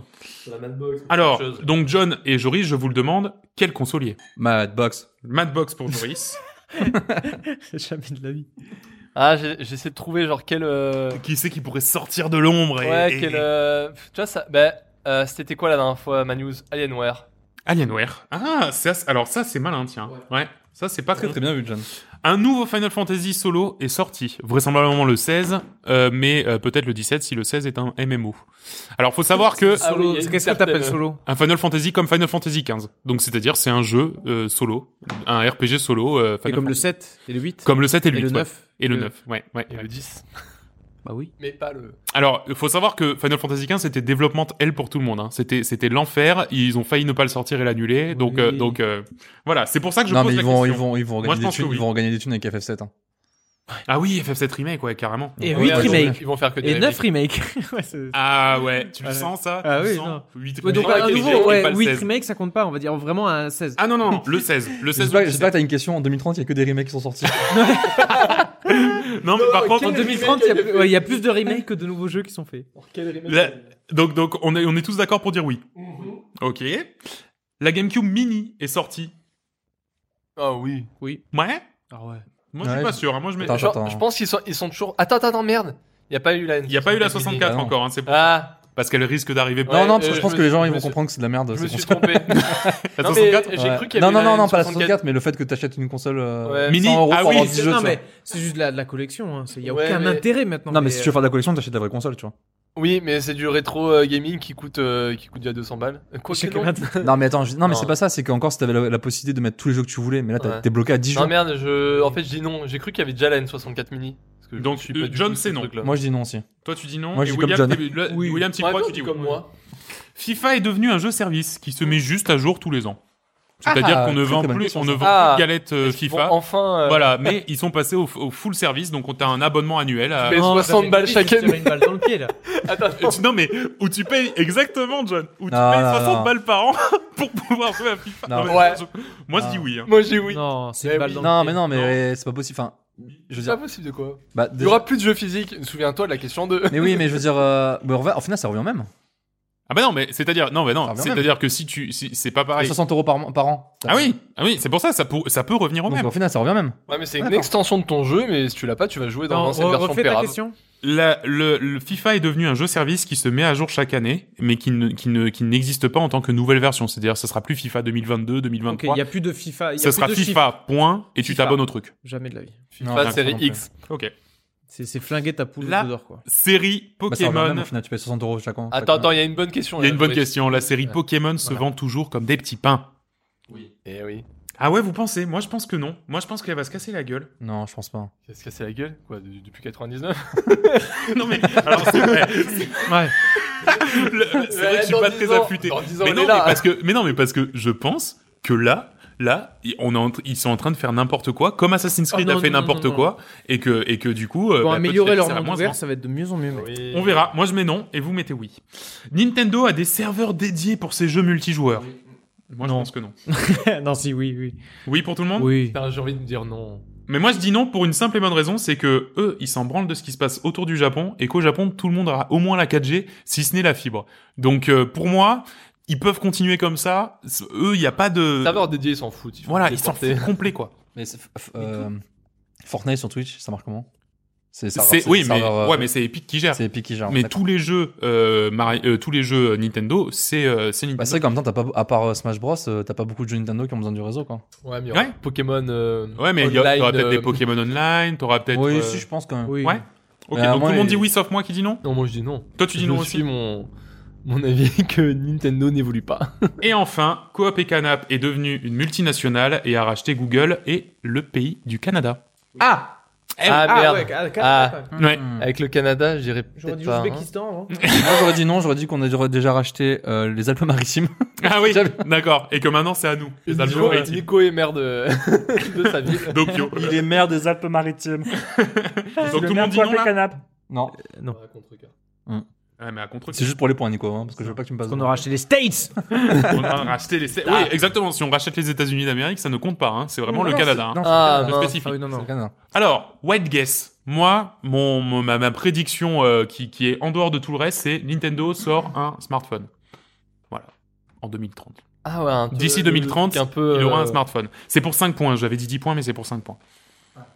S1: Alors,
S5: chose.
S1: donc John et Joris, je vous le demande, quel consolier
S3: Madbox.
S1: Madbox pour Joris,
S4: Jamais de la vie.
S5: Ah, j'ai- j'essaie de trouver genre quel. euh,
S1: qui c'est qui pourrait sortir de l'ombre et,
S5: Ouais,
S1: et-
S5: quel. euh, pff, Tu vois, ça. Bah, euh, c'était quoi la dernière fois, ma news Alienware.
S1: Alienware. Ah, ça, c'est- alors ça c'est malin, tiens. Ouais. Ça c'est pas con.
S3: bien vu, John.
S1: Un nouveau Final Fantasy solo est sorti, vraisemblablement le 16, euh, mais euh, peut-être le 17 si le 16 est un MMO. Alors faut savoir que
S5: Ah oui, il y a
S4: Solo.
S5: une
S4: Qu'est-ce que
S5: certaine-
S4: t'appelles solo
S1: un Final Fantasy comme Final Fantasy 15. Donc c'est-à-dire c'est un jeu euh, solo, un RPG solo. euh,
S4: Et
S1: Final
S4: comme le
S1: Fantasy.
S4: 7 et le 8
S1: comme le 7 et le
S4: et
S1: 8,
S4: le
S1: ouais.
S4: 9.
S1: Et le
S4: Le-
S1: 9, ouais, ouais.
S5: Et le 10.
S4: Bah oui.
S5: Mais pas le.
S1: Alors, il faut savoir que Final Fantasy XV, c'était développement L pour tout le monde. Hein. C'était, c'était l'enfer. Ils ont failli ne pas le sortir et l'annuler. Donc, euh, donc euh, voilà. C'est pour ça que je
S3: Non,
S1: pose
S3: mais
S1: la
S3: ils vont, ils
S1: question.
S3: vont, ils vont
S1: Moi, je
S3: gagner des
S1: pense que
S3: thunes,
S1: oui.
S3: ils vont gagner des thunes avec FF7. hein.
S1: Ah oui, FF7 Remake, ouais, carrément.
S4: Et
S5: Oui,
S4: huit
S5: attends,
S4: remakes.
S5: Ils vont faire que des
S4: Et 9
S5: remakes.
S4: remakes. Ouais, c'est-
S1: Ah ouais, tu le
S4: Ouais.
S1: sens ça
S4: Ah
S1: Tu le
S4: oui,
S1: sens
S4: non.
S1: Huit
S4: Ouais, donc
S1: remakes,
S4: à
S1: mais j'ai
S4: nouveau,
S1: pas
S4: ouais,
S1: le
S4: 8
S1: 16.
S4: remakes, ça compte pas. On va dire vraiment un 16.
S1: Ah non, non, non, le 16. Le 16 ou
S3: J'espère
S1: le
S3: j'espère que t'as une question. En 2030, il y a que des remakes qui sont sortis.
S1: 17. Non, mais par contre,
S4: en 2030, il y a plus- ouais, il y a plus de remakes que de nouveaux jeux qui sont faits.
S1: la- donc, donc on, est, on est tous d'accord pour dire oui. Ok. La GameCube Mini est sortie.
S5: Ah oui.
S4: Oui.
S1: Ouais
S4: Ah ouais.
S1: Moi, je suis
S3: Ouais,
S1: pas sûr. hein. Moi, je mets...
S3: Attends,
S5: Genre, je pense qu'ils sont, ils sont toujours. Attends, attends, attends, merde. Il n'y a pas eu la.
S1: Il n'y a pas eu la
S3: Ah
S1: 64
S3: non.
S1: encore. hein, c'est-
S5: Ah,
S1: Parce qu'elle risque d'arriver.
S5: Ouais,
S3: non, non, parce
S5: euh,
S3: que
S5: je
S3: je pense
S5: me
S3: que les
S5: suis-
S3: gens ils
S5: je me
S3: vont
S5: suis-
S3: comprendre que c'est de la merde.
S5: je
S3: ces
S5: me suis
S3: consoles.
S5: trompé.
S1: La
S5: Non, mais
S1: 64
S5: J'ai
S3: Ouais.
S5: cru qu'il y
S3: Non,
S5: avait
S3: non,
S5: la
S3: non, non, pas la
S5: 64.
S3: 64, mais le fait que t'achètes une console euh,
S5: Ouais.
S1: Mini.
S3: 100 euros
S1: Ah
S3: pour
S1: oui,
S3: avoir
S1: c'est-
S3: 10 jeux.
S4: non,
S3: tu vois.
S4: mais c'est juste de la, de la collection. hein. C'est- Il n'y a
S5: Ouais,
S4: aucun
S5: mais-
S4: intérêt maintenant.
S3: Non, mais si tu veux
S4: euh,
S3: faire de la collection, t'achètes la vraie console, tu vois.
S5: Oui, mais c'est du rétro euh, gaming qui coûte, euh, qui coûte déjà 200 balles. Euh, Quoi
S4: je
S5: que
S4: sais que
S5: non.
S4: maintenant-
S3: Non, mais attends, je- non, mais
S5: Non.
S3: c'est pas ça, c'est qu'encore si t'avais la, la possibilité de mettre tous les jeux que tu voulais, mais là t'as-
S5: Ouais.
S3: t'es bloqué à 10
S5: Non,
S3: jeux.
S5: merde, je... en fait, je dis non. J'ai cru qu'il y avait déjà la N64 mini. Parce que je
S1: Donc,
S5: suis pas
S1: euh,
S5: du
S1: John,
S5: tout ce
S1: c'est non.
S5: truc-là.
S3: Moi je dis non aussi.
S1: Toi, tu dis non.
S3: Moi,
S1: et
S3: je suis comme
S1: William,
S3: John.
S1: t'es- le-
S4: Oui.
S1: William, petit
S5: Ouais,
S1: croix,
S5: toi,
S1: tu dis
S5: t'es
S1: oui.
S5: comme moi.
S1: FIFA est devenu un jeu service qui se met juste à jour tous les ans. C'est-à-dire
S3: Ah,
S1: qu'on ne
S3: très,
S1: vend
S3: très bonne
S1: plus,
S3: question,
S1: on ne vend
S5: Ah.
S1: plus de galettes euh,
S5: Est-ce qu'ils
S1: FIFA.
S5: vont Enfin. euh,
S1: Voilà, mais ils sont passés au, au full service, donc on t'a un abonnement annuel. À...
S5: Mais-
S4: Non,
S5: 60
S4: ça fait
S5: balles
S4: triste,
S5: chacune.
S4: tu mets une balle dans le pied, là.
S5: Attends,
S1: Euh, tu- Non mais où tu payes exactement, John, où tu
S3: Non,
S1: payes
S3: non,
S1: 60
S3: non.
S1: balles par an pour pouvoir jouer à FIFA.
S3: Non.
S1: mais
S5: Ouais.
S1: je- Moi, je dis
S3: Non.
S1: oui. hein.
S5: moi j'ai oui.
S4: Non, c'est
S5: Mais
S4: une balle
S5: oui.
S4: dans le
S3: Non,
S4: pied.
S3: mais non, mais c'est pas possible. Enfin, je veux
S5: C'est pas
S3: dire.
S5: possible de quoi.
S3: Bah,
S5: Il y
S3: déjà-
S5: aura plus de jeux physiques. Souviens-toi de la question 2.
S3: Mais oui, mais je veux dire. euh, bah, on va- Au final, ça revient au même.
S1: Ah bah non, mais c'est-à-dire non, mais non,
S3: Ah, bien
S1: c'est-à-dire que si tu, si, c'est pas
S3: C'est
S1: pareil.
S3: 60 euros par, mois- par an.
S1: Ah oui, ah oui, c'est pour ça, ça, pour- ça peut revenir au
S3: Donc
S1: même.
S3: au final, ça revient au même.
S5: Ouais, mais c'est une
S3: D'accord.
S5: extension de ton jeu, mais si tu l'as pas, tu vas jouer dans
S4: Non,
S5: l'ancienne
S4: re-
S5: version
S4: refais ta
S5: pérable.
S4: question.
S1: La- le, le FIFA est devenu un jeu service qui se met à jour chaque année, mais qui ne, qui ne, qui n'existe pas en tant que nouvelle version. C'est-à-dire, ça sera plus FIFA 2022,
S4: Ok,
S1: 2023.
S4: il n'y a plus de FIFA. il y a
S1: ça
S4: plus
S1: sera
S4: de
S1: FIFA
S4: chiffres.
S1: point et tu
S4: FIFA.
S1: t'abonnes au truc.
S4: Jamais de la vie.
S3: Non,
S5: Pas
S3: d'accord,
S5: série
S3: ok.
S5: X.
S1: Ok.
S4: C'est c'est flinguer ta poule
S1: Là-
S4: au d'or, quoi.
S1: Série
S3: Bah, ça revient au
S1: Pokémon.
S3: même, au final, tu payes 60 euros chacun.
S5: Attends,
S3: chacun.
S5: attends, il y a une bonne question.
S1: il y a une
S5: là.
S1: bonne
S5: Oui.
S1: question. La série
S5: Ouais.
S1: Pokémon se vend toujours comme des petits pains.
S5: Eh oui.
S1: Ah ouais, vous pensez Moi, je pense que non. Moi, je pense qu'elle va se casser la gueule.
S3: Non, je pense pas.
S5: Qu'est-ce que c'est la gueule Quoi, de- depuis 99
S1: non mais alors c'est vrai.
S4: Ouais.
S1: Le- C'est vrai que je suis
S5: Dans
S1: pas
S5: 10
S1: très
S5: ans-
S1: affûté.
S5: dans 10 ans,
S1: mais
S5: on
S1: non,
S5: est
S1: mais
S5: là.
S1: parce que mais non mais parce que je pense que là là i- on est en tr- ils sont en train de faire n'importe quoi comme Assassin's
S4: Oh
S1: Creed
S4: non,
S1: a fait
S4: non, non,
S1: n'importe
S4: non,
S1: quoi et que et que du coup euh,
S4: Pour
S1: bah,
S4: améliorer
S1: petit à petit,
S4: leur
S1: ça va
S4: monde
S1: moins se
S4: ouvert,
S1: vendre.
S4: ça va Ah être de mieux en mieux. mec.
S5: Oui.
S1: On verra. Moi je mets non et vous mettez oui. Nintendo a des serveurs dédiés pour ses jeux multijoueurs. Moi je
S4: Non.
S1: pense que non.
S4: non, si, oui, Ah oui.
S1: Oui pour tout le monde.
S4: Oui.
S5: Putain, J'ai envie de dire non.
S1: Mais moi je dis non pour une simple et bonne raison, c'est que eux, ils s'en branlent de ce qui se passe autour du Japon et qu'au Japon, tout le monde aura au moins la 4G, si ce n'est la fibre. Donc euh, pour moi, ils peuvent continuer comme ça. C- Eux, il n'y a pas de...
S5: Serveur dédié, ils s'en foutent. font
S1: voilà,
S5: des
S1: ils s'en
S5: portées.
S1: foutent complet quoi.
S3: Mais c'est- f- f- euh, Fortnite sur Twitch, ça marche comment C'est serveur-
S1: C'est
S3: c'est
S1: oui, mais
S3: serveur, euh,
S1: ouais, mais c'est Epic qui gère.
S3: c'est Epic qui gère.
S1: Mais
S3: d'accord.
S1: tous les jeux, euh, Mari- euh, tous les jeux Nintendo, c'est euh, c'est
S3: Bah,
S1: Nintendo.
S3: c'est vrai qu'en même temps, t'as pas, à part euh, Smash Bros, euh, t'as pas beaucoup de jeux Nintendo qui ont besoin du réseau, quoi.
S5: Ouais, mais il y aura
S1: Ouais.
S5: Pokémon. euh,
S1: ouais, mais il y aura
S5: online,
S1: t'auras peut-être
S5: euh,
S1: des Pokémon Online, t'auras peut-être.
S3: Oui,
S1: euh,
S3: si, je pense quand même.
S4: Oui.
S1: Ouais. Ok,
S3: Mais à
S1: donc tout
S3: moi,
S1: le monde
S3: il-
S1: dit oui sauf moi qui dit non.
S5: Non, moi je dis non.
S1: Toi tu dis
S5: je
S1: non
S5: suis
S1: aussi.
S5: mon mon avis que Nintendo n'évolue pas.
S1: Et enfin, Coop et Canap est devenue une multinationale et a racheté Google et le pays du Canada.
S4: Ah
S1: Eh
S5: Ah, merde.
S4: ouais, ah,
S5: Ah.
S4: quand même.
S1: Ouais.
S3: Hmm.
S5: Avec le Canada, j'irai
S4: J'aurais
S5: peut-être
S4: dit
S5: pas. hein.
S4: l'Ouzbékistan avant.
S3: Moi, j'aurais dit non, j'aurais dit qu'on a déjà racheté euh, les Alpes-Maritimes.
S1: Ah oui,
S3: J'avais-
S1: d'accord. Et que maintenant c'est à nous, les
S5: Nico,
S1: Alpes
S5: Nico est maire de, de sa ville.
S1: d'Okyo.
S3: Il est maire des Alpes-Maritimes.
S1: Donc tout le monde dit non là
S3: Non,
S4: Non.
S1: Ouais, mais à contre
S3: c'est juste pour les points, Nico, hein, parce que je veux pas que tu me passes.
S4: Qu'on aura acheté les States
S1: on a racheté les. Oui, exactement. Si on rachète les États-Unis d'Amérique, ça ne compte pas. hein. C'est vraiment le Canada. hein.
S5: Ah,
S1: C'est
S5: non.
S1: spécifique.
S4: Ah oui, non,
S3: C'est
S4: non.
S3: le Canada.
S1: Alors, White Guess. Moi, mon, mon- ma, ma prédiction euh, qui, qui est en dehors de tout le reste, c'est Nintendo sort un smartphone. Voilà. En 2030.
S5: Ah ouais, un peu-
S1: D'ici 2030,
S5: un peu,
S1: Il aura
S5: euh,
S1: un smartphone. C'est pour 5 points. J'avais dit 10 points, mais c'est pour 5 points. Ah.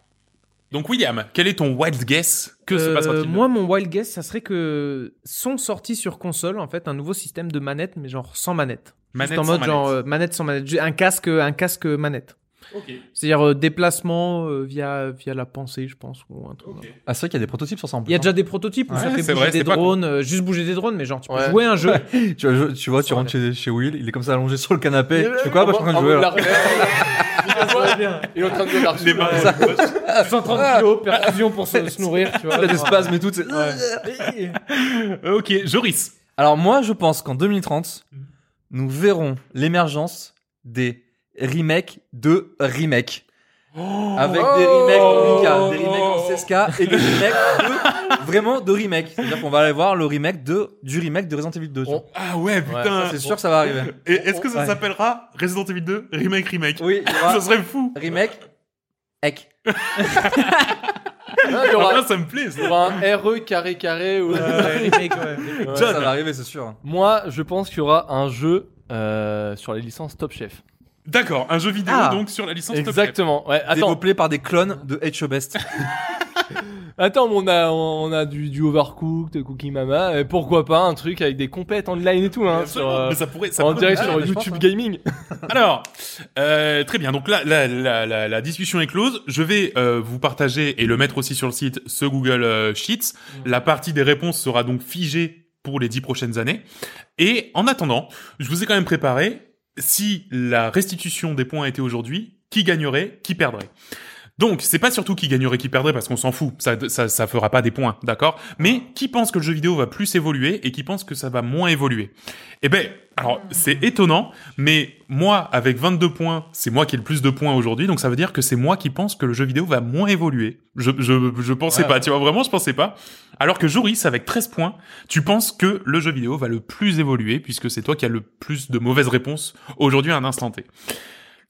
S1: Donc, William, quel est ton wild guess Que se
S4: Euh,
S1: passera-t-il
S4: Moi, mon wild guess, ça serait que sont sortis sur console, en fait, un nouveau système de manette, mais genre sans manette.
S1: Manette
S4: Juste en
S1: sans
S4: mode
S1: manette.
S4: genre euh, manette sans manette. J'ai Un casque, euh, un casque manette.
S1: Ok.
S4: C'est-à-dire euh, déplacement euh, via, via la pensée, je pense, ou un truc.
S3: Ah, c'est vrai qu'il y a des prototypes sur ça en
S4: Il y a
S3: plus,
S4: déjà des prototypes où
S1: Ouais,
S4: ça fait
S1: c'est
S4: bouger
S1: vrai, c'est
S4: des
S1: pas con.
S4: drones, euh, juste bouger des drones, mais genre tu peux
S5: Ouais.
S4: jouer à un jeu.
S3: hein. tu, vois, je- tu vois, tu rentres chez, chez Will, il est comme ça allongé sur le canapé. Tu fais quoi Bah, je suis en train de
S5: Ah,
S3: jouer
S5: vous
S3: là.
S5: la- Il est en train de jouer à
S1: Les mains.
S5: Ouais.
S4: 130 kilos, perfusion pour se, se nourrir, tu vois.
S3: Il a des spasmes et tout. c'est-
S1: Ok, Joris.
S3: Alors moi, je pense qu'en 2030, nous verrons l'émergence des remakes de remakes. avec des remakes en 8K, des remakes en 16K et des remakes de, vraiment de remakes. C'est-à-dire qu'on va aller voir le remake de, du remake de Resident Evil 2. tu vois.
S1: Ah ouais, putain.
S3: Ça, c'est sûr que ça va arriver.
S1: Et est-ce que ça
S3: Ouais.
S1: s'appellera Resident Evil 2 Remake Remake
S3: Oui, il y aura
S1: Ça serait fou.
S3: remake, ec.
S2: Ah, Il y
S1: Ah,
S2: aura,
S1: ça me plaît. ça.
S2: il y aura un
S5: E
S2: RE carré carré. Ou...
S4: Remake, ouais.
S3: Ouais,
S1: John.
S3: Ça va arriver, c'est sûr.
S5: Moi, je pense qu'il y aura un jeu euh, sur les licences Top Chef.
S1: D'accord, un jeu vidéo
S4: Ah.
S1: donc sur la licence Top Chef.
S5: Exactement. Ouais, attends,
S3: Développé par des clones de H.O. Best.
S5: attends, mais on a on a du, du Overcooked, Cooking Mama, et pourquoi pas un truc avec des compètes online et tout hein, sur,
S1: Absolument,
S5: euh,
S1: mais ça pourrait, ça
S5: en
S1: pourrait-
S5: direct
S3: Ah,
S5: sur
S3: mais je pense,
S5: YouTube
S3: hein.
S5: Gaming.
S1: Alors, euh, très bien. Donc là, la, la, la, la discussion est close. Je vais euh, vous partager et le mettre aussi sur le site ce Google euh, Sheets. La partie des réponses sera donc figée pour les dix prochaines années. Et en attendant, je vous ai quand même préparé si la restitution des points était aujourd'hui, qui gagnerait, qui perdrait. Donc, c'est pas surtout qui gagnerait, qui perdrait, parce qu'on s'en fout. Ça, ça, ça fera pas des points, d'accord Mais qui pense que le jeu vidéo va plus évoluer et qui pense que ça va moins évoluer Eh ben, alors, c'est étonnant, mais moi, avec 22 points, c'est moi qui ai le plus de points aujourd'hui, donc ça veut dire que c'est moi qui pense que le jeu vidéo va moins évoluer. Je, je, je pensais
S5: Ouais.
S1: pas, tu vois, vraiment, je pensais pas. Alors que Joris, avec 13 points, tu penses que le jeu vidéo va le plus évoluer, puisque c'est toi qui as le plus de mauvaises réponses aujourd'hui à un instant T.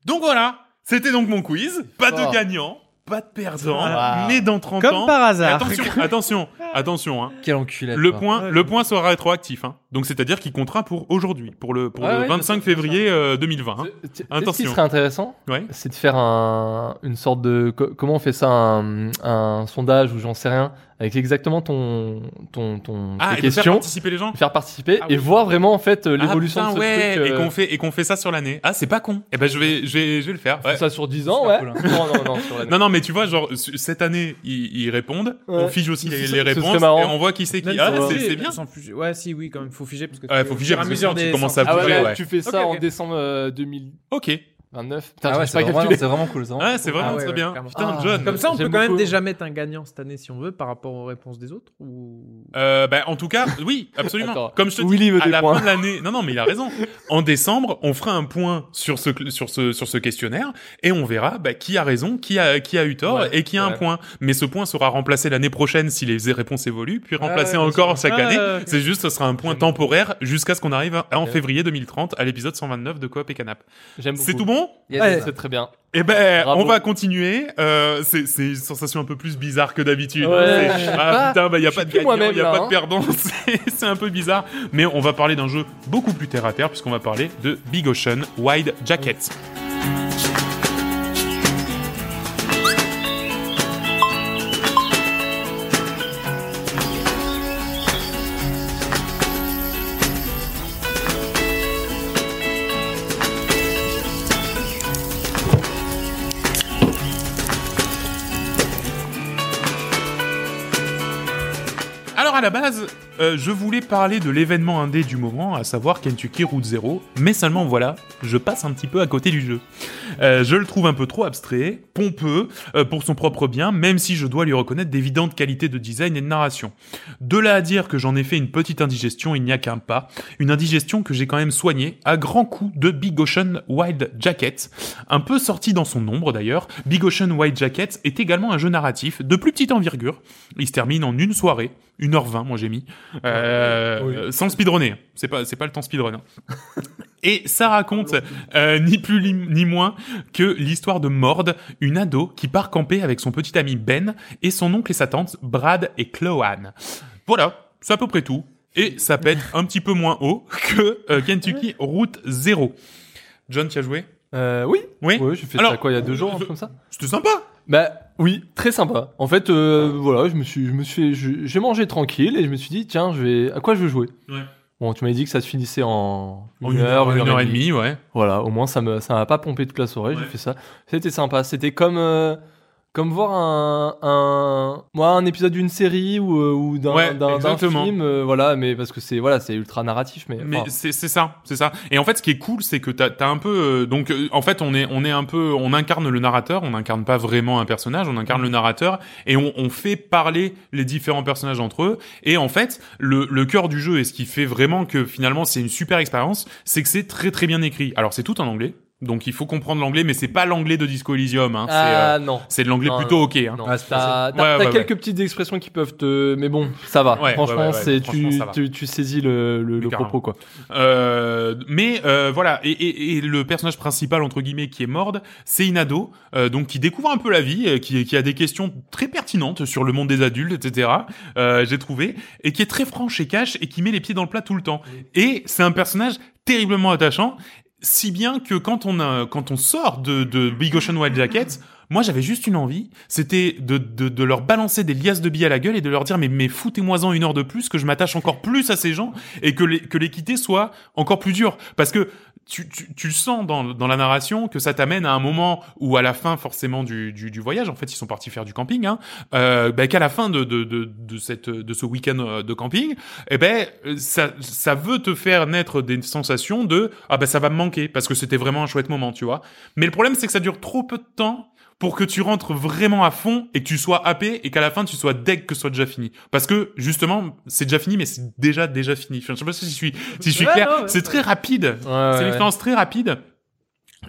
S1: Donc voilà, c'était donc mon quiz. Pas
S2: Fort.
S1: de gagnant, pas de perdant,
S2: Wow.
S1: mais dans 30
S4: Comme
S1: ans.
S4: par
S1: Et
S4: hasard.
S1: Attention, attention, attention. Hein.
S3: Quel enculé.
S1: Le point, le point sera rétroactif. Hein. Donc c'est-à-dire qu'il comptera pour aujourd'hui, pour le, pour
S5: Ouais,
S1: le
S5: ouais,
S1: 25
S5: bien sûr, bien
S1: février euh, 2020. hein.
S5: Tu- tu- tu sais Ce
S1: Attention.
S5: qui serait intéressant,
S1: Ouais.
S5: c'est de faire un, une sorte de co- comment on fait ça un, un sondage ou j'en sais rien avec exactement ton ton ton
S1: Ah,
S5: tes
S1: et de faire
S5: questions
S1: participer les gens.
S5: faire participer
S1: Ah
S5: et
S1: oui.
S5: voir vraiment en fait euh, l'évolution
S1: Ah,
S5: de
S1: putain,
S5: ce
S1: ouais,
S5: truc
S1: et
S5: euh,
S1: qu'on fait et qu'on fait ça sur l'année. Ah, c'est pas con. Eh ben je vais je vais je vais le faire. ouais.
S5: ça sur 10 ans
S3: C'est
S5: ouais
S3: cool, hein.
S5: non non non sur l'année.
S1: Non non mais tu vois genre c- cette année ils, ils répondent,
S5: Ouais.
S1: on fige aussi
S5: Ce
S1: les,
S5: serait-
S1: les
S5: ce serait
S1: réponses et
S5: marrant.
S1: on voit qui c'est qui.
S4: Même
S1: Ah
S4: sans
S1: c'est
S4: figer,
S1: c'est bien.
S4: sans figer. Ouais, si, oui, quand même, faut figer parce que.
S1: Ouais,
S4: tu-
S1: faut
S4: au
S1: figer
S4: fur
S1: parce
S4: et
S1: que
S4: mesure
S1: sinon, tu
S4: des
S1: commences
S4: centaines.
S1: à
S5: ah ouais,
S1: bouger,
S5: là,
S1: ouais.
S5: tu fais ça
S4: Ok,
S5: en
S4: ok.
S5: décembre euh, 2029
S1: Ok.
S5: Putain,
S3: Ah ouais,
S5: j'ai
S3: c'est
S5: pas
S3: vraiment,
S5: calculé
S3: c'est vraiment cool. c'est vraiment
S1: Ouais, c'est
S4: Ah
S1: vraiment
S4: ouais,
S1: très
S4: ouais,
S1: bien.
S4: carrément.
S1: Putain,
S5: Ah.
S1: John.
S4: Comme ça, on peut
S5: J'aime
S4: quand même
S5: beaucoup.
S4: déjà mettre un gagnant cette année si on veut par rapport aux réponses des autres ou.
S1: Euh, bah, en tout cas, oui, absolument.
S5: Attends.
S1: Comme je te dis,
S5: Willy veut
S1: à
S5: des
S1: la
S5: points.
S1: fin de l'année, non, non, mais il a raison. En décembre, on fera un point sur ce cl- sur ce sur ce questionnaire et on verra bah, qui a raison, qui a qui a eu tort
S5: Ouais,
S1: et qui a un
S5: ouais.
S1: point. Mais ce point sera remplacé l'année prochaine si les réponses évoluent, puis remplacé
S4: ouais, bien
S1: encore chaque
S4: Ah,
S1: année.
S4: ouais, ok.
S1: C'est juste, ce sera un point
S5: J'aime
S1: temporaire jusqu'à ce qu'on arrive à- en
S5: Ok.
S1: février 2030 à l'épisode 129 de Coop et Canap.
S5: j'aime beaucoup
S1: C'est tout bon
S4: Ouais.
S3: Yes.
S5: c'est très bien
S1: Eh ben,
S5: Bravo.
S1: on va continuer. Euh, c'est c'est une sensation un peu plus bizarre que d'habitude. hein.
S5: Ouais.
S1: C'est- Ah putain, bah y a
S5: Je
S1: pas
S5: suis
S1: de
S5: plus
S1: gagnant,
S5: moi-même,
S1: y a
S5: là,
S1: pas
S5: hein.
S1: de perdant. C'est c'est un peu bizarre, mais on va parler d'un jeu beaucoup plus terre à terre puisqu'on va parler de Big Ocean Wide Jacket. Alors à la base, euh, je voulais parler de l'événement indé du moment, à savoir Kentucky Route Zero, mais seulement voilà, je passe un petit peu à côté du jeu. Euh, je le trouve un peu trop abstrait, pompeux, euh, pour son propre bien, même si je dois lui reconnaître d'évidentes qualités de design et de narration. De là à dire que j'en ai fait une petite indigestion, il n'y a qu'un pas. Une indigestion que j'ai quand même soignée à grands coups de Big Ocean Wild Jacket. Un peu sorti dans son nombre d'ailleurs, Big Ocean Wild Jacket est également un jeu narratif de plus petite envergure. Il se termine en une soirée, 1h20 moi j'ai mis, euh,
S5: Oui.
S1: euh, sans le speedrunner. C'est pas, c'est pas le temps speedrun. hein. Et ça raconte, euh, ni plus li- ni moins, que l'histoire de Mord, une ado qui part camper avec son petit ami Ben et son oncle et sa tante Brad et Cloan. Voilà, c'est à peu près tout. Et ça pète un petit peu moins haut que euh, Kentucky Route 0. John, tu as joué
S5: Euh, oui
S1: Oui
S5: Ouais, j'ai fait
S1: Alors,
S5: ça quoi il y a deux jours un
S1: je-
S5: truc comme ça
S1: C'était sympa
S5: Bah oui, très sympa. En fait, euh, voilà, je me suis, je me suis, fait- je- j'ai mangé tranquille et je me suis dit, tiens, je vais, à quoi je veux jouer
S1: Ouais.
S5: Bon, tu m'avais dit que ça se finissait en
S1: En Une heure, une heure et demie, ouais.
S5: Voilà, au moins ça me, ça m'a pas pompé de classe oreille.
S1: Ouais.
S5: J'ai fait ça. C'était sympa. C'était comme, euh, comme voir un, un, moi, un épisode d'une série ou, euh, ou d'un,
S1: Ouais,
S5: d'un, d'un
S1: exactement.
S5: film, euh, voilà, mais parce que c'est, voilà, c'est ultra narratif, mais.
S1: Mais
S5: enfin,
S1: c'est c'est ça, c'est ça. Et en fait, ce qui est cool, c'est que t'as as un peu, euh, donc euh, en fait, on est on est un peu, on incarne le narrateur, on incarne pas vraiment un personnage, on
S5: Mm.
S1: incarne le narrateur et on, on fait parler les différents personnages entre eux. Et en fait, le le cœur du jeu et ce qui fait vraiment que finalement c'est une super expérience, c'est que c'est très très bien écrit. Alors c'est tout en anglais. Donc il faut comprendre l'anglais, mais c'est pas l'anglais de Disco Elysium. Hein. C'est, euh,
S5: Ah non.
S1: c'est de l'anglais
S5: Non, euh,
S1: plutôt ok. Hein.
S5: Non,
S3: Ah,
S5: t'as
S3: c'est
S5: t'as-
S1: Ouais,
S5: t'as
S1: ouais, ouais.
S5: quelques petites expressions qui peuvent te. Mais bon, ça va.
S1: Ouais,
S5: franchement,
S1: ouais, ouais, ouais.
S5: c'est
S1: Franchement,
S5: tu,
S1: ça va.
S5: tu, tu saisis le, le, le
S1: carrément.
S5: propos quoi.
S1: Euh, mais euh, voilà, et, et- et le personnage principal entre guillemets qui est mort, c'est Inado, euh, donc qui découvre un peu la vie, euh, qui, qui a des questions très pertinentes sur le monde des adultes, etc. euh, J'ai trouvé et qui est très franche et cash et qui met les pieds dans le plat tout le temps. Et c'est un personnage terriblement attachant, si bien que quand on a, quand on sort de, de Big Ocean Wild Jackets moi, j'avais juste une envie, c'était de, de, de leur balancer des liasses de billets à la gueule et de leur dire mais, mais foutez-moi-en une heure de plus, que je m'attache encore plus à ces gens et que les- que l'équité soit encore plus dure. Parce que tu, tu, tu le sens dans, dans la narration que ça t'amène à un moment où à la fin forcément du, du, du voyage, en fait ils sont partis faire du camping, hein, euh, bah, qu'à la fin de, de, de, de, cette, de ce week-end euh, de camping, eh ben euh, ça, ça veut te faire naître des sensations de ah ben ça va me manquer parce que c'était vraiment un chouette moment, tu vois. Mais le problème c'est que ça dure trop peu de temps pour que tu rentres vraiment à fond et que tu sois happé et qu'à la fin tu sois deg que ce soit déjà fini. Parce que justement, c'est déjà fini, mais c'est déjà déjà fini. Enfin, je sais pas si je suis, si je suis
S4: Ouais,
S1: clair.
S4: non, ouais.
S1: c'est très rapide.
S5: Ouais,
S1: c'est une
S5: ouais,
S1: expérience très rapide.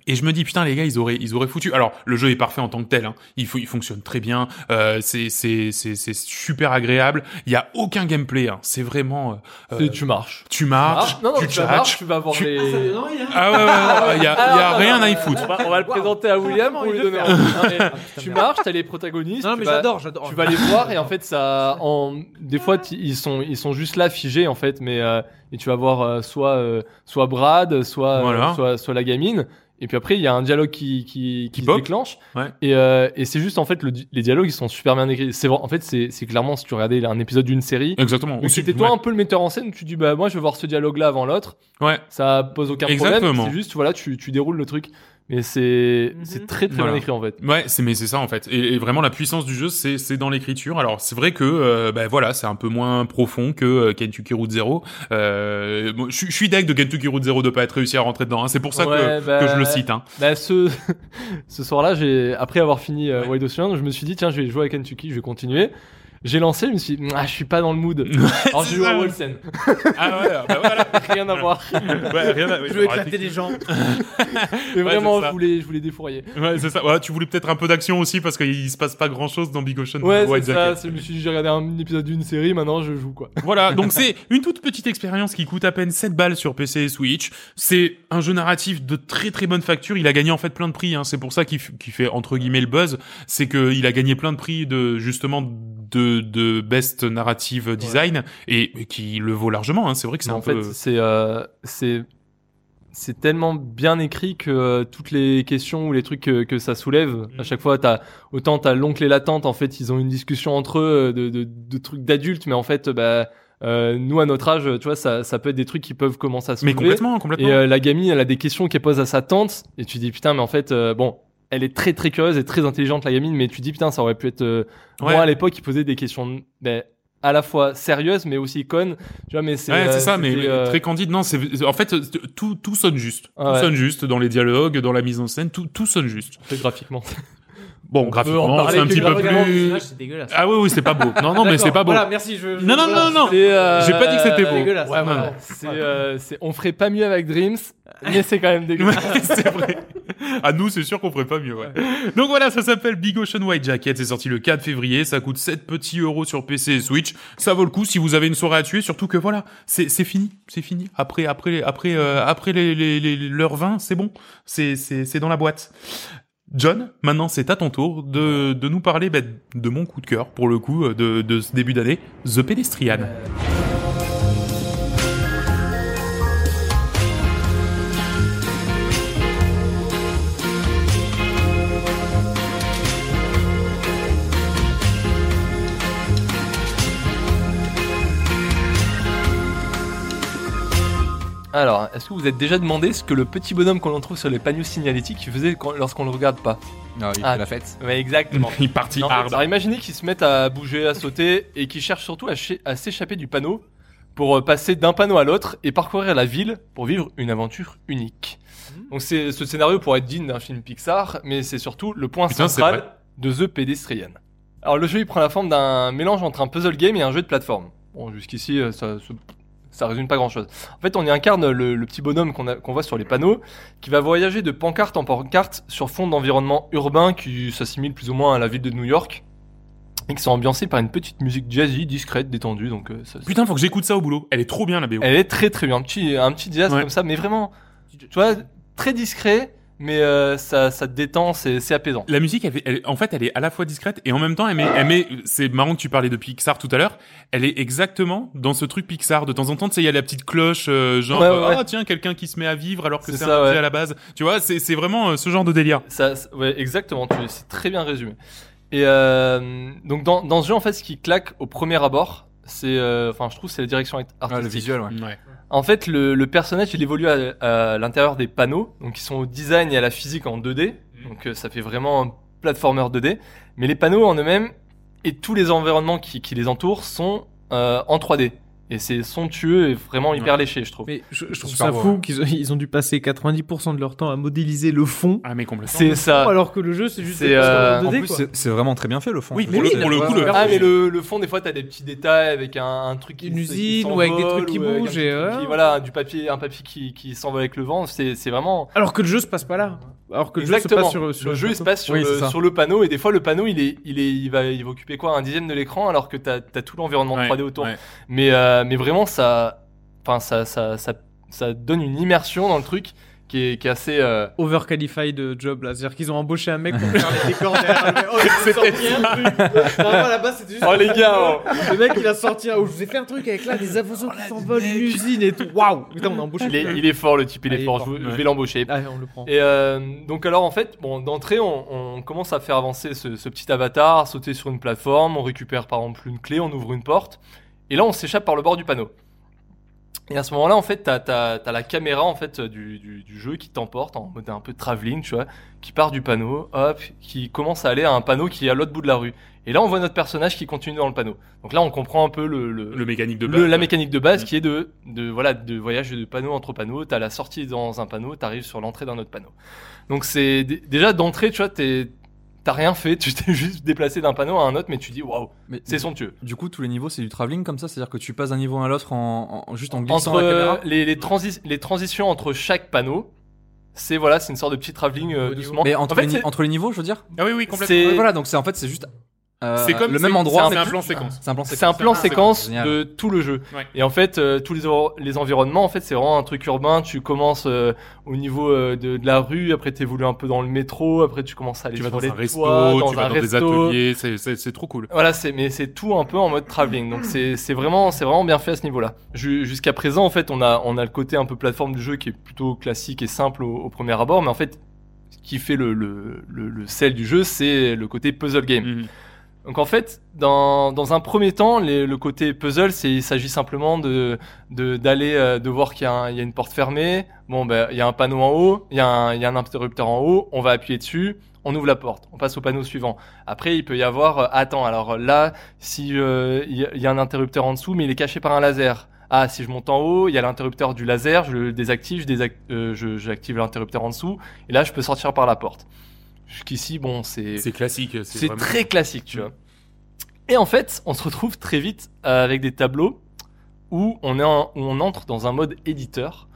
S1: Et je me dis putain les gars ils auraient ils auraient foutu alors le jeu est parfait en tant que tel hein. il faut il fonctionne très bien euh, c'est c'est c'est c'est super agréable il y a aucun gameplay hein. c'est vraiment euh,
S5: C'est-
S1: euh,
S5: tu marches.
S1: tu marches
S5: Ah, non, non,
S1: tu
S5: tu vas marcher,
S1: tchatches
S5: tu vas voir
S1: tu-
S5: les.
S4: hein.
S1: ah ouais, ouais, ouais, ouais, il y a il y a
S5: Alors,
S1: rien à y
S5: euh,
S1: foutre
S5: On va, on va le présenter à William pour lui donner. un-
S4: Ah,
S5: Non, mais tu marches, t'as les protagonistes.
S4: Non,
S5: tu
S4: mais
S5: vas-
S4: j'adore, j'adore.
S5: Tu vas les voir et en fait ça, en des fois t- ils sont ils sont juste là figés en fait, mais euh, et tu vas voir euh, soit euh, soit Brad, soit euh,
S1: Voilà.
S5: soit soit la gamine. Et puis après, il y a un dialogue qui qui, qui se
S1: pop.
S5: déclenche.
S1: Ouais.
S5: Et, euh, et c'est juste en fait le di- les dialogues ils sont super bien écrits. C'est vrai- en fait c'est c'est clairement si tu regardais un épisode d'une série,
S1: exactement
S5: donc,
S1: Aussi,
S5: c'était toi hein.
S1: ouais.
S5: un peu le metteur en scène, tu dis bah moi je vais voir ce dialogue là avant l'autre.
S1: Ouais.
S5: Ça pose aucun
S1: Exactement.
S5: problème. C'est juste voilà tu, tu déroules le truc. Mais c'est
S4: Mhm.
S5: c'est très très
S1: Voilà.
S5: bien écrit en fait.
S1: Ouais, c'est mais c'est ça en fait. Et, et vraiment la puissance du jeu, c'est c'est dans l'écriture. Alors c'est vrai que euh, bah, voilà, c'est un peu moins profond que euh, Kentucky Route Zero. Euh, bon, je suis- je suis deg de Kentucky Route Zero de pas être réussi à rentrer dedans. hein. C'est pour ça
S5: Ouais,
S1: que,
S5: bah,
S1: que je le cite. Hein.
S5: Bah ce ce soir-là, j'ai après avoir fini euh,
S1: Ouais.
S5: Wide Ocean, je me suis dit tiens je vais jouer à Kentucky, je vais continuer. J'ai lancé, je me suis dit, ah, je suis pas dans le mood. Alors
S1: C'est
S5: j'ai joué
S1: ça.
S5: à Wolsen.
S1: Ah ouais, bah voilà.
S5: Rien à voir.
S1: Ouais, rien à- ouais,
S4: Je veux
S1: bah,
S4: éclater les gens.
S5: Mais
S1: Ouais,
S5: vraiment,
S1: c'est ça.
S5: je voulais je voulais défourailler.
S1: Ouais, c'est ça. Ouais, tu voulais peut-être un peu d'action aussi parce qu'il se passe pas grand chose dans Big Ocean
S5: Ouais,
S1: White
S5: c'est ça.
S1: Jacket.
S5: c'est- Je me suis dit, j'ai regardé un épisode d'une série, maintenant je joue quoi.
S1: Voilà, donc c'est une toute petite expérience qui coûte à peine 7 balles sur PC et Switch. C'est un jeu narratif de très très bonne facture. Il a gagné en fait plein de prix. Hein. C'est pour ça qu'il f- qu'il fait entre guillemets le buzz. C'est que il a gagné plein de prix de justement de, de best narrative design et, et qui le vaut largement. Hein. C'est vrai que c'est
S5: Mais
S1: un
S5: en fait,
S1: peu.
S5: c'est euh, c'est c'est tellement bien écrit que euh, toutes les questions ou les trucs que, que ça soulève
S1: Mm.
S5: à chaque fois t'as autant t'as l'oncle et la tante en fait ils ont une discussion entre eux euh, de, de, de trucs d'adultes mais en fait euh, bah euh, nous à notre âge tu vois ça, ça peut être des trucs qui peuvent commencer à se
S1: Mais complètement, complètement.
S5: et euh, la gamine elle a des questions qu'elle pose à sa tante et tu dis putain mais en fait euh, bon elle est très très curieuse et très intelligente la gamine mais tu dis putain ça aurait pu être euh,
S1: Ouais.
S5: moi à l'époque il posait des questions ben, à la fois sérieuses mais aussi connes tu vois mais c'est
S1: Ouais,
S5: euh,
S1: c'est ça, mais
S5: c'était, euh,
S1: très candide. Non, c'est en fait tout tout sonne juste.
S5: Ah
S1: Tout
S5: ouais.
S1: sonne juste dans les dialogues, dans la mise en scène, tout tout sonne juste.
S5: Très graphiquement.
S1: Bon, graphiquement, c'est un petit peu plus.
S4: C'est dégueulasse.
S1: Ah oui, oui, c'est pas beau. Non, non, mais c'est pas beau.
S4: Voilà, merci. Je,
S1: Non, non, non, non.
S5: C'est, euh,
S1: J'ai pas dit que c'était beau.
S4: dégueulasse.
S5: Ouais,
S4: Non,
S5: voilà.
S4: non.
S5: C'est, euh, c'est- on ferait pas mieux avec Dreams, mais c'est quand même dégueulasse.
S1: c'est vrai. À nous, c'est sûr qu'on ferait pas mieux. Ouais. Donc voilà, ça s'appelle Big Ocean White Jacket. C'est sorti le 4 février. Ça coûte 7 petits euros sur PC et Switch. Ça vaut le coup si vous avez une soirée à tuer. Surtout que voilà, c'est c'est fini, c'est fini. Après, après, après, euh, après les, les, les, l'heure 20, c'est bon. C'est c'est c'est dans la boîte. John, maintenant c'est à ton tour de, de nous parler bah, de mon coup de cœur pour le coup euh, de, de ce début d'année, The Pedestrian.
S5: Alors, est-ce que vous êtes déjà demandé ce que le petit bonhomme qu'on trouve sur les panneaux signalétiques faisait lorsqu'on le regarde pas
S3: Non, il
S5: Ah,
S3: fait la fête.
S5: Mais exactement.
S1: Il est parti
S5: Non,
S1: hard.
S5: alors imaginez qu'ils se mettent à bouger, à sauter et qu'ils cherchent surtout à, ch- à s'échapper du panneau pour euh, passer d'un panneau à l'autre et parcourir la ville pour vivre une aventure unique.
S1: Hmm.
S5: Donc c'est ce scénario pourrait être digne d'un film Pixar, mais c'est surtout le point
S1: Putain, c'est vrai.
S5: central de The Pedestrian. Alors le jeu il prend la forme d'un mélange entre un puzzle game et un jeu de plateforme. Bon jusqu'ici euh, ça, se- ça résume pas grand chose. En fait, on y incarne le, le petit bonhomme qu'on a- qu'on voit sur les panneaux, qui va voyager de pancarte en pancarte sur fond d'environnement urbain qui s'assimile plus ou moins à la ville de New York et qui sont ambiancés par une petite musique jazzy, discrète, détendue. Donc, euh, ça-
S1: Putain, faut que j'écoute ça au boulot. Elle est trop bien la BO.
S5: elle est très très bien. Un petit, un petit jazz
S1: Ouais.
S5: comme ça, mais vraiment, tu vois, très discret, mais euh, ça, ça te détend, c'est c'est apaisant.
S1: La musique, elle, fait- elle- en fait, elle est à la fois discrète et en même temps, elle met, elle met- c'est marrant que tu parlais de Pixar tout à l'heure, elle est exactement dans ce truc Pixar. De temps en temps, tu sais, il y a la petite cloche, euh, genre,
S5: Ouais, ouais,
S1: ah
S5: ouais.
S1: tiens, quelqu'un qui se met à vivre alors que
S5: C'est
S1: c'est
S5: ça,
S1: un objet
S5: ouais.
S1: à la base. Tu vois, c'est c'est vraiment euh, ce genre de délire.
S5: Ça, c'est- ouais, exactement, tu- c'est très bien résumé. Et euh, donc dans, dans ce jeu, en fait, ce qui claque au premier abord, c'est, euh, enfin, je trouve, c'est la direction art-
S3: Ah, le
S5: artistique.
S3: visuel, ouais.
S5: En fait, le, le personnage, il évolue à, à l'intérieur des panneaux, donc ils sont au design et à la physique en 2D, donc euh, ça fait vraiment un platformer 2D. Mais les panneaux en eux-mêmes et tous les environnements qui, qui les entourent sont euh, en 3D. Et c'est somptueux et vraiment hyper léché, je trouve.
S4: Mais je, je trouve
S1: Super
S4: ça
S1: beau,
S4: fou
S1: ouais.
S4: qu'ils ont- ils ont dû passer 90% de leur temps à modéliser le fond,
S1: Ah mais complètement.
S5: C'est ça.
S4: alors que le jeu c'est juste
S5: C'est,
S4: des posters
S5: euh,
S4: en
S3: En
S4: 2D,
S3: plus,
S4: quoi.
S3: c'est- c'est vraiment très bien fait le fond.
S1: Oui,
S3: Je
S1: pour
S3: trouve
S1: le,
S3: que
S1: pour le
S3: c'est-
S1: coup, le,
S5: Ah mais le, le fond des fois t'as des petits détails avec un, un truc qui
S4: Une
S5: se- qui
S4: usine ou avec des
S5: s'envole
S4: trucs qui
S5: ou avec un
S4: bougent
S5: petit
S4: et
S5: truc qui-
S4: ouais.
S5: voilà du papier un papier qui, qui s'envole avec le vent c'est c'est vraiment
S4: Alors que le jeu se passe pas là. Alors que le
S5: exactement
S4: jeu se passe sur, sur
S5: le jeu il se
S4: plateau.
S5: passe sur,
S3: Oui, c'est
S5: le,
S3: ça.
S5: sur le panneau et des fois le panneau il est il est il va il va occuper quoi un dixième de l'écran alors que t'as as tout l'environnement
S1: Ouais,
S5: 3D autour
S1: ouais.
S5: mais euh, mais vraiment ça enfin ça ça, ça ça donne une immersion dans le truc qui est qui est assez euh,
S4: overqualified euh, job là, c'est-à-dire qu'ils ont embauché un mec pour faire les décors derrière. le mec. Oh, il a sorti un truc. Vraiment, là-bas, c'était juste.
S5: oh les gars oh.
S4: Le mec, il a sorti un. Oh, je vous ai fait un truc avec là des oiseaux qui s'envolent, une usine et tout. Waouh Putain, on a embauché.
S5: il est il est fort le type il
S4: Ah, il
S5: est
S4: est
S5: fort
S4: fort,
S5: je vous- je
S1: ouais.
S5: vais l'embaucher
S4: Allez, on le prend.
S5: Et euh, donc alors en fait, bon d'entrée, on, on commence à faire avancer ce, ce petit avatar, sauter sur une plateforme, on récupère par exemple une clé, on ouvre une porte, et là on s'échappe par le bord du panneau. Et à ce moment-là, en fait, t'as t'as- t'as la caméra en fait du, du, du jeu qui t'emporte en mode un peu travelling, tu vois, qui part du panneau, hop, qui commence à aller à un panneau qui est à l'autre bout de la rue. Et là, on voit notre personnage qui continue dans le panneau. Donc là, on comprend un peu le, le,
S1: le mécanique de
S5: le-
S1: base.
S5: la mécanique de base
S1: Mm.
S5: qui est de, de voilà de voyage de panneau entre panneaux. T'as la sortie dans un panneau, t'arrives sur l'entrée d'un autre panneau. Donc c'est dé- déjà d'entrée, tu vois, t'es- t'as rien fait, tu t'es juste déplacé d'un panneau à un autre, mais tu dis waouh,
S3: Mais-
S5: c'est somptueux.
S3: Du coup, tous les niveaux, c'est du travelling comme ça, c'est-à-dire que tu passes d'un niveau à l'autre en, en- juste en glissant
S5: Entre
S3: la
S5: euh,
S3: caméra.
S5: les, les, transi- les transitions entre chaque panneau, c'est voilà, c'est une sorte de petit travelling euh,
S4: Au niveau.
S5: doucement.
S3: Mais
S5: en
S3: entre,
S5: fait,
S3: les, ni-
S5: c'est-
S3: entre les niveaux, je veux dire.
S1: Ah oui oui complètement.
S5: c'est
S3: Ouais, voilà, donc c'est en fait, c'est juste euh,
S1: C'est comme-
S3: le
S1: c'est-
S3: même
S1: c'est
S3: endroit.
S1: un- c'est un plan séquence.
S3: C'est un plan
S5: C'est un
S3: séquence.
S5: plan
S1: Ah, c'est
S5: séquence
S3: génial.
S5: de tout le jeu.
S1: Ouais.
S5: Et en fait, euh, tous les, or- les environnements, en fait, c'est vraiment un truc urbain. Tu commences euh, au niveau euh, de, de la rue, après t'évolues un peu dans le métro, après tu commences à aller
S1: tu vas
S5: sur
S1: dans
S5: les
S1: un resto,
S5: toits,
S1: tu vas dans des
S5: resto.
S1: ateliers, c'est- c'est c'est trop cool.
S5: Voilà, c'est mais c'est tout un peu en mode traveling. Donc c'est c'est vraiment c'est vraiment bien fait à ce niveau-là. Ju- Jusqu'à présent, en fait, on a on a le côté un peu plateforme du jeu qui est plutôt classique et simple au, au premier abord, mais en fait, ce qui fait le le le, le sel du jeu, c'est le côté puzzle game.
S1: Mhm.
S5: Donc en fait, dans, dans un premier temps, les- le côté puzzle, c'est il s'agit simplement de de d'aller euh, de voir qu'il y, a un- il y a une porte fermée. Bon ben il y a un panneau en haut, il y, a un- il y a un interrupteur en haut, on va appuyer dessus, on ouvre la porte, on passe au panneau suivant. Après il peut y avoir euh, attends alors là si euh, il y, a- il y a un interrupteur en dessous mais il est caché par un laser. Ah si je monte en haut, il y a l'interrupteur du laser, je le désactive, je désac- euh, je- j'active l'interrupteur en dessous et là je peux sortir par la porte. Jusqu'ici bon c'est
S1: C'est classique.
S5: c'est
S1: vraiment-
S5: très classique, tu
S1: Mm.
S5: vois. Et en fait, on se retrouve très vite euh, avec des tableaux où on, est en- où on entre dans un mode éditeur,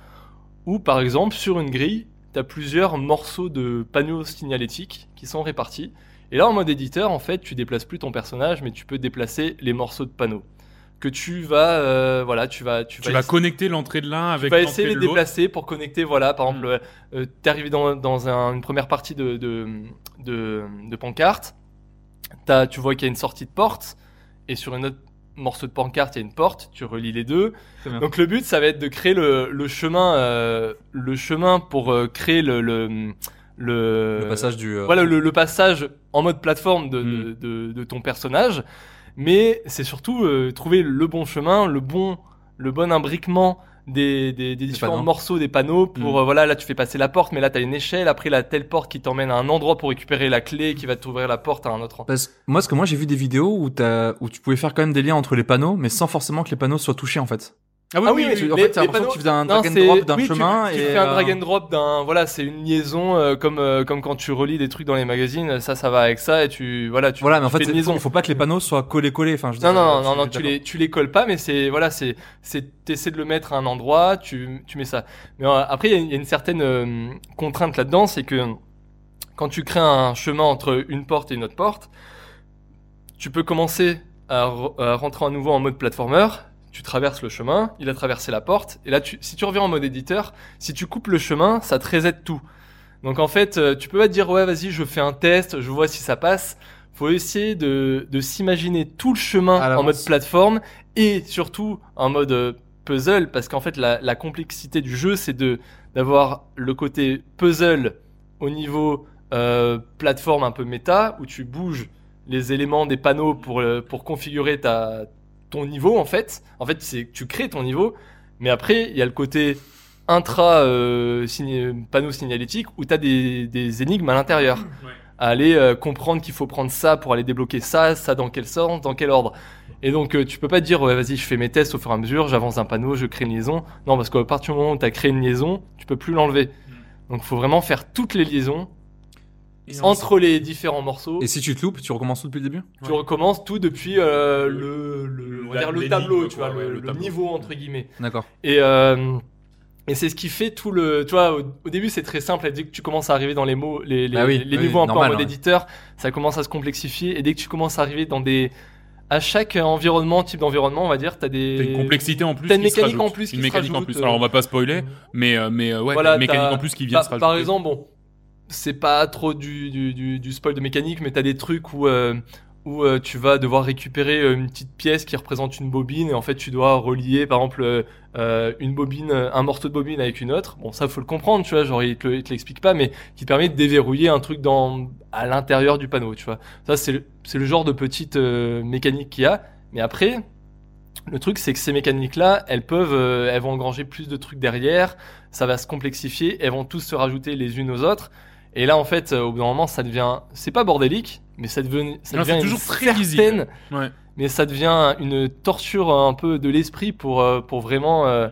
S5: où par exemple, sur une grille, tu as plusieurs morceaux de panneaux signalétiques qui sont répartis. Et là, en mode éditeur, en fait, tu déplaces plus ton personnage, mais tu peux déplacer les morceaux de panneaux que tu vas, euh, voilà, tu vas,
S1: Tu vas connecter l'entrée de l'un avec
S5: tu vas
S1: l'entrée
S5: essayer de
S1: de
S5: les
S1: l'autre.
S5: déplacer pour connecter. Voilà, par exemple, euh, t'es arrivé dans, dans un- une première partie de, de, de, de pancarte. T'as- tu vois qu'il y a une sortie de porte. Et sur un autre morceau de pancarte, il y a une porte. Tu relis les deux.
S3: Très bien.
S5: Donc le but, ça va être de créer le, le chemin, euh, le chemin pour euh, créer le, le, le,
S3: Le passage du. euh,
S5: voilà le, le passage en mode plateforme de,
S3: Hmm.
S1: Mm.
S5: de, de- de ton personnage, mais c'est surtout euh, trouver le bon chemin, le bon, le bon imbriquement des, des, des différents
S3: panneaux. Hmm.
S5: morceaux des panneaux pour
S1: Mm.
S5: euh, voilà là tu fais passer la porte mais là t'as une échelle après la telle porte qui t'emmène à un endroit pour récupérer la clé qui va t'ouvrir la porte à un autre endroit.
S3: Parce moi, ce que moi j'ai vu des vidéos où, t'as- où tu pouvais faire quand même des liens entre les panneaux, mais sans forcément que les panneaux soient touchés en fait.
S5: oui,
S3: Ah
S5: oui,
S3: oui,
S5: oui,
S3: tu- en
S5: les-
S3: fait, t'as
S5: les
S3: l'impression
S5: panneaux-
S3: que tu faisais un
S5: Non,
S3: drag and
S5: c'est-
S3: drop d'un
S5: oui, tu-
S3: chemin
S5: tu,
S3: et.
S5: fais un
S3: euh,
S5: drag and drop d'un voilà c'est une liaison euh, comme euh, comme quand tu relis des trucs dans les magazines ça ça va avec ça et tu voilà tu
S3: Voilà, mais en
S5: tu fais
S3: fait,
S5: une
S3: il
S5: liaison
S3: faut, faut pas que les panneaux soient collés-collés. Enfin, je veux
S5: non,
S3: dire,
S5: non,
S3: je
S5: non,
S3: suis
S5: non, tu
S3: d'accord.
S5: les, tu les colles pas, mais c'est, voilà, c'est, c'est, t'essaies de le mettre à un endroit, tu, tu mets ça. Mais euh, après, il y a une- il y, a une certaine euh, contrainte là-dedans, c'est que quand tu crées un chemin entre une porte et une autre porte, tu peux commencer à, re- à rentrer à nouveau en mode platformer, tu traverses le chemin, il a traversé la porte, et là, tu, si tu reviens en mode éditeur, si tu coupes le chemin, ça te reset tout. Donc en fait, euh, tu peux pas te dire, ouais, vas-y, je fais un test, je vois si ça passe faut essayer de, de s'imaginer tout le chemin
S4: À l'avance.
S5: en mode plateforme et surtout en mode euh, puzzle parce qu'en fait la, la complexité du jeu c'est de d'avoir le côté puzzle au niveau euh, plateforme un peu méta où tu bouges les éléments des panneaux pour euh, pour configurer ta ton niveau en fait en fait c'est tu crées ton niveau mais après il y a le côté intra euh, signa- panneau signalétique où tu as des, des énigmes à l'intérieur à aller euh, comprendre qu'il faut prendre ça pour aller débloquer ça, ça dans quel sens, dans quel ordre. Et donc euh, tu peux pas te dire ouais vas-y je fais mes tests au fur et à mesure, j'avance un panneau, je crée une liaison. Non parce qu'à partir du moment où tu as créé une liaison, tu peux plus l'enlever. Donc faut vraiment faire toutes les liaisons entre les différents morceaux.
S3: Et si tu te loupes, tu recommences tout depuis le début
S5: tu recommences tout depuis euh,
S1: Le-
S5: le,
S1: le-
S5: le, on va
S1: la-
S5: dire le
S1: l'énigme,
S5: tableau,
S1: quoi,
S5: tu vois,
S1: ouais,
S5: le-
S1: le
S5: le
S1: tableau.
S5: niveau entre guillemets.
S3: D'accord.
S5: Et, euh, et c'est ce qui fait tout le. Tu vois, au, au début, c'est très simple. Et dès que tu commences à arriver dans les mots, les, les,
S3: Ah oui,
S5: les
S3: oui,
S5: niveaux un
S3: normal,
S5: peu en mode
S3: ouais.
S5: éditeur, ça commence à se complexifier. Et dès que tu commences à arriver dans des. À chaque environnement, type d'environnement, on va dire, t'as des.
S1: T'as une complexité en plus.
S5: T'as une
S1: qui se
S5: mécanique
S1: rajoute.
S5: en plus qui
S1: Une
S5: se
S1: mécanique en
S5: rajoute,
S1: plus.
S5: euh,
S1: Alors on va pas spoiler, mais euh, mais euh, ouais,
S5: Voilà,
S1: t'as une mécanique
S5: t'as-
S1: en plus qui vient
S5: Par,
S1: se
S5: par
S1: rajouter.
S5: exemple, bon, c'est pas trop du, du, du, du spoil de mécanique, mais t'as des trucs où. euh, où euh, tu vas devoir récupérer euh, une petite pièce qui représente une bobine et en fait tu dois relier par exemple euh, euh, une bobine euh, un morceau de bobine avec une autre bon ça faut le comprendre tu vois genre il te, le- il te l'explique pas mais qui permet de déverrouiller un truc dans à l'intérieur du panneau tu vois ça c'est le, c'est le genre de petite euh, mécanique qu'il y a mais après le truc c'est que ces mécaniques là elles peuvent euh, elles vont engranger plus de trucs derrière ça va se complexifier elles vont tous se rajouter les unes aux autres et là en fait euh, au bout d'un moment ça devient c'est pas bordélique mais ça devient ça
S1: Non,
S5: devient
S1: c'est
S5: une
S1: toujours très lisible.
S5: certaine
S1: Ouais.
S5: mais ça devient une torture euh, un peu de l'esprit pour, euh, pour vraiment euh,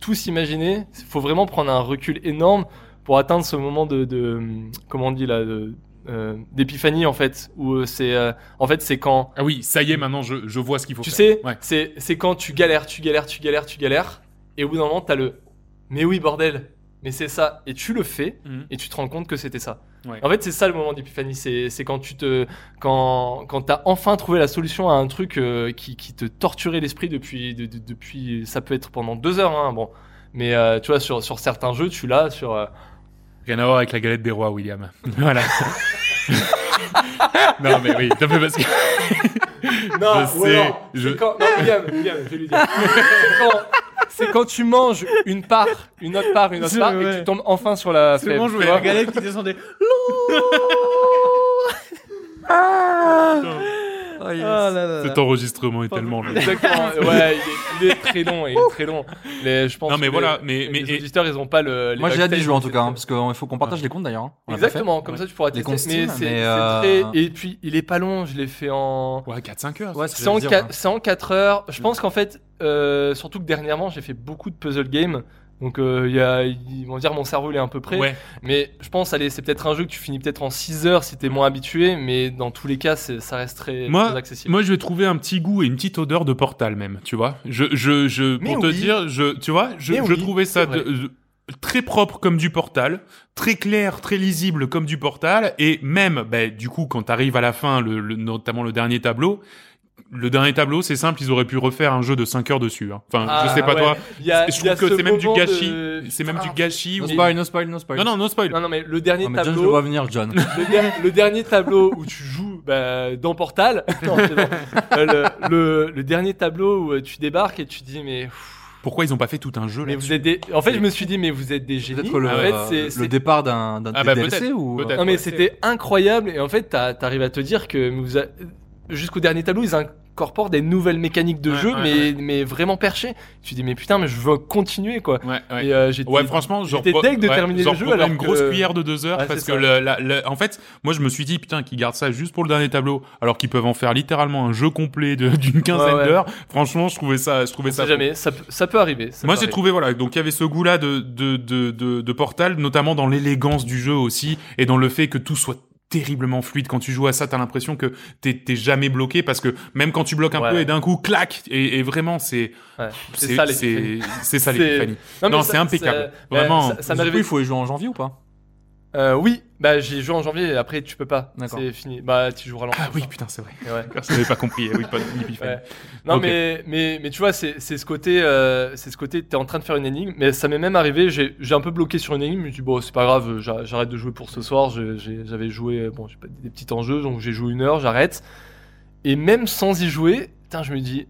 S5: tout s'imaginer. Il faut vraiment prendre un recul énorme pour atteindre ce moment de, de hum, comment on dit là, de, euh, d'épiphanie en fait, où euh, c'est, euh, en fait, c'est quand,
S1: Ah oui, ça y est, maintenant je, je vois ce qu'il faut
S5: tu
S1: faire.
S5: sais,
S1: Ouais.
S5: c'est, c'est quand tu galères, tu galères, tu galères, tu galères, et au bout d'un moment, t'as le, mais oui, bordel, mais c'est ça, et tu le fais,
S1: Mhm.
S5: et tu te rends compte que c'était ça.
S1: Ouais.
S5: En fait, c'est ça le moment d'épiphanie. C'est c'est quand tu te quand quand t'as enfin trouvé la solution à un truc euh, qui, qui te torturait l'esprit depuis de- de- depuis ça peut être pendant deux heures. Hein, bon, mais euh, tu vois sur sur certains jeux, tu l'as sur euh,
S1: Rien à voir avec la galette des rois, William. Voilà. non mais oui, t'as fait parce que
S5: Non,
S1: Je
S5: ou
S1: sais,
S5: alors,
S1: je-
S5: c'est quand... Non, William, William, je vais lui dire. C'est quand- C'est quand, tu manges une part, une autre part, une autre
S4: C'est
S5: part, et
S4: vrai.
S5: que tu tombes enfin sur la
S4: C'est bon,
S5: tu
S4: je voulais
S5: vois.
S4: la galette qui descendait.
S3: Ah, yes.
S4: Ah là là là.
S1: cet enregistrement est tellement long.
S5: Exactement. Ouais, il est, il est très long, il est très long. Les, je pense
S1: Non mais
S5: que
S1: voilà,
S5: les-
S1: mais mais
S5: les
S1: et-
S5: auditeurs, ils ont pas le. les
S3: Moi, j'ai hâte d'y
S5: backstage,
S3: jouer en
S5: donc
S3: tout
S5: c'est
S3: cas, hein,
S5: très-
S3: parce qu'on il faut qu'on partage les comptes d'ailleurs. hein. On l'a pas fait.
S5: Exactement, comme ça tu pourras
S3: Les
S5: tester.
S3: comptes Steam,
S5: mais c'est
S3: mais,
S5: c'est
S3: euh,
S5: très. Et puis il est pas long, je l'ai fait en.
S1: ouais, 4 5 heures.
S3: Ouais, Mm. c'est ce que
S5: C'est en,
S3: j'allais dire,
S5: qua-
S3: hein.
S5: c'est en 4 heures. Je pense qu'en fait, euh, surtout que dernièrement, j'ai fait beaucoup de puzzle games. Donc, euh, il y a, ils vont dire mon cerveau il est un peu près.
S1: Ouais.
S5: Mais je pense, allez, c'est peut-être un jeu que tu finis peut-être en 6 heures si t'es moins habitué. Mais dans tous les cas, c'est- ça reste très,
S1: Moi-
S5: très accessible.
S1: Moi, je vais trouver un petit goût et une petite odeur de Portal même, tu vois. Je, je, je,
S5: Mais
S1: pour te
S5: oui.
S1: dire, je, tu vois, je,
S5: Mais
S1: je
S5: oui,
S1: trouvais ça
S5: c'est vrai.
S1: de- de- très propre comme du Portal, très clair, très lisible comme du Portal, et même, ben, du coup, quand t'arrives à la fin, le, le- notamment le dernier tableau. Le dernier tableau, c'est simple, ils auraient pu refaire un jeu de 5 heures dessus. hein. Enfin,
S5: Ah,
S1: je sais pas
S5: ouais.
S1: toi.
S5: Il y a-
S1: Je
S5: il y a
S1: trouve que
S5: ce
S1: c'est même du
S5: moment de-
S1: gâchis. C'est même du
S5: Ah.
S1: gâchis.
S3: No
S1: mais-
S3: spoil, no spoil, no spoil.
S1: Non, non, no spoil.
S5: Non, non, mais le dernier
S3: Ah, mais John, je le
S5: tableau.
S3: vois venir, John.
S5: le, der- le dernier tableau où tu joues bah, dans Portal, Non, c'est bon. Euh, le, le- le dernier tableau où euh, tu débarques et tu dis mais, pff,
S1: Pourquoi ils ont pas fait tout un jeu
S5: mais
S1: là-dessus
S5: vous êtes des... En fait, je me suis dit mais vous êtes des génies.
S3: Peut-être le,
S5: en fait,
S3: euh,
S5: c'est-
S3: le
S5: c'est-
S3: départ d'un d'un
S1: Ah bah,
S3: DLC
S1: peut-être,
S3: ou. euh,
S1: peut-être.
S5: Non mais
S1: Ouais,
S5: c'était incroyable et en fait t'as- t'arrives à te dire que vous a- jusqu'au dernier tableau ils incorpore des nouvelles mécaniques de
S1: Ouais,
S5: jeu,
S1: ouais,
S5: mais, mais vraiment perchées. Tu dis, mais putain, mais je veux continuer, quoi.
S1: Ouais, ouais.
S5: Et euh, j'étais-
S1: Ouais, franchement, je
S5: j'étais
S1: repro-
S5: deg de
S1: ouais,
S5: terminer
S1: j'en
S5: le jeu,
S1: reprendrais
S5: alors
S1: une grosse
S5: que-
S1: cuillère de deux heures
S5: Ouais,
S1: parce
S5: c'est
S1: que
S5: ça.
S1: le- la- le- en fait, moi je me suis dit putain, qu'ils gardent ça juste pour le dernier tableau, alors qu'ils peuvent en faire littéralement un jeu complet de- d'une quinzaine
S5: ouais.
S1: d'heures. Franchement, je trouvais ça, je trouvais
S5: On sait
S1: ça.
S5: jamais, ça, peut- ça peut arriver. ça
S1: Moi
S5: peut
S1: j'ai
S5: arriver.
S1: trouvé voilà donc il y avait ce goût là de de, de de de Portal notamment dans l'élégance du jeu aussi et dans le fait que tout soit terriblement fluide quand tu joues à ça t'as l'impression que t'es t'es jamais bloqué parce que même quand tu bloques un
S5: Ouais.
S1: peu et d'un coup clac et, et vraiment c'est
S5: Ouais,
S1: c'est
S5: ça, les
S1: c'est
S5: épiphanies.
S1: c'est ça les
S5: C'est-
S1: épiphanies.
S5: mais
S1: Non,
S5: ça-
S1: c'est impeccable.
S5: ça-
S1: Vraiment.
S5: ouais, Ça, ça m'est
S3: Du coup,
S5: arrivé.
S3: il faut y jouer en janvier ou pas
S5: Euh, oui, bah j'ai joué en janvier et après tu peux pas.
S3: D'accord.
S5: C'est fini. Bah tu joueras l'enfer.
S1: ah oui putain c'est vrai
S5: Ouais.
S1: je n'avais pas compris eh oui pas d'épiphanie.
S5: Ouais. Non
S1: Ok.
S5: mais, mais mais tu vois c'est c'est ce côté euh, c'est ce côté t'es en train de faire une énigme mais ça m'est même arrivé j'ai j'ai un peu bloqué sur une énigme je me suis dit, bon c'est pas grave j'a- j'arrête de jouer pour ce soir Je- j'ai- j'avais joué euh, bon j'ai pas des petits enjeux donc j'ai joué une heure j'arrête et même sans y jouer putain je me dis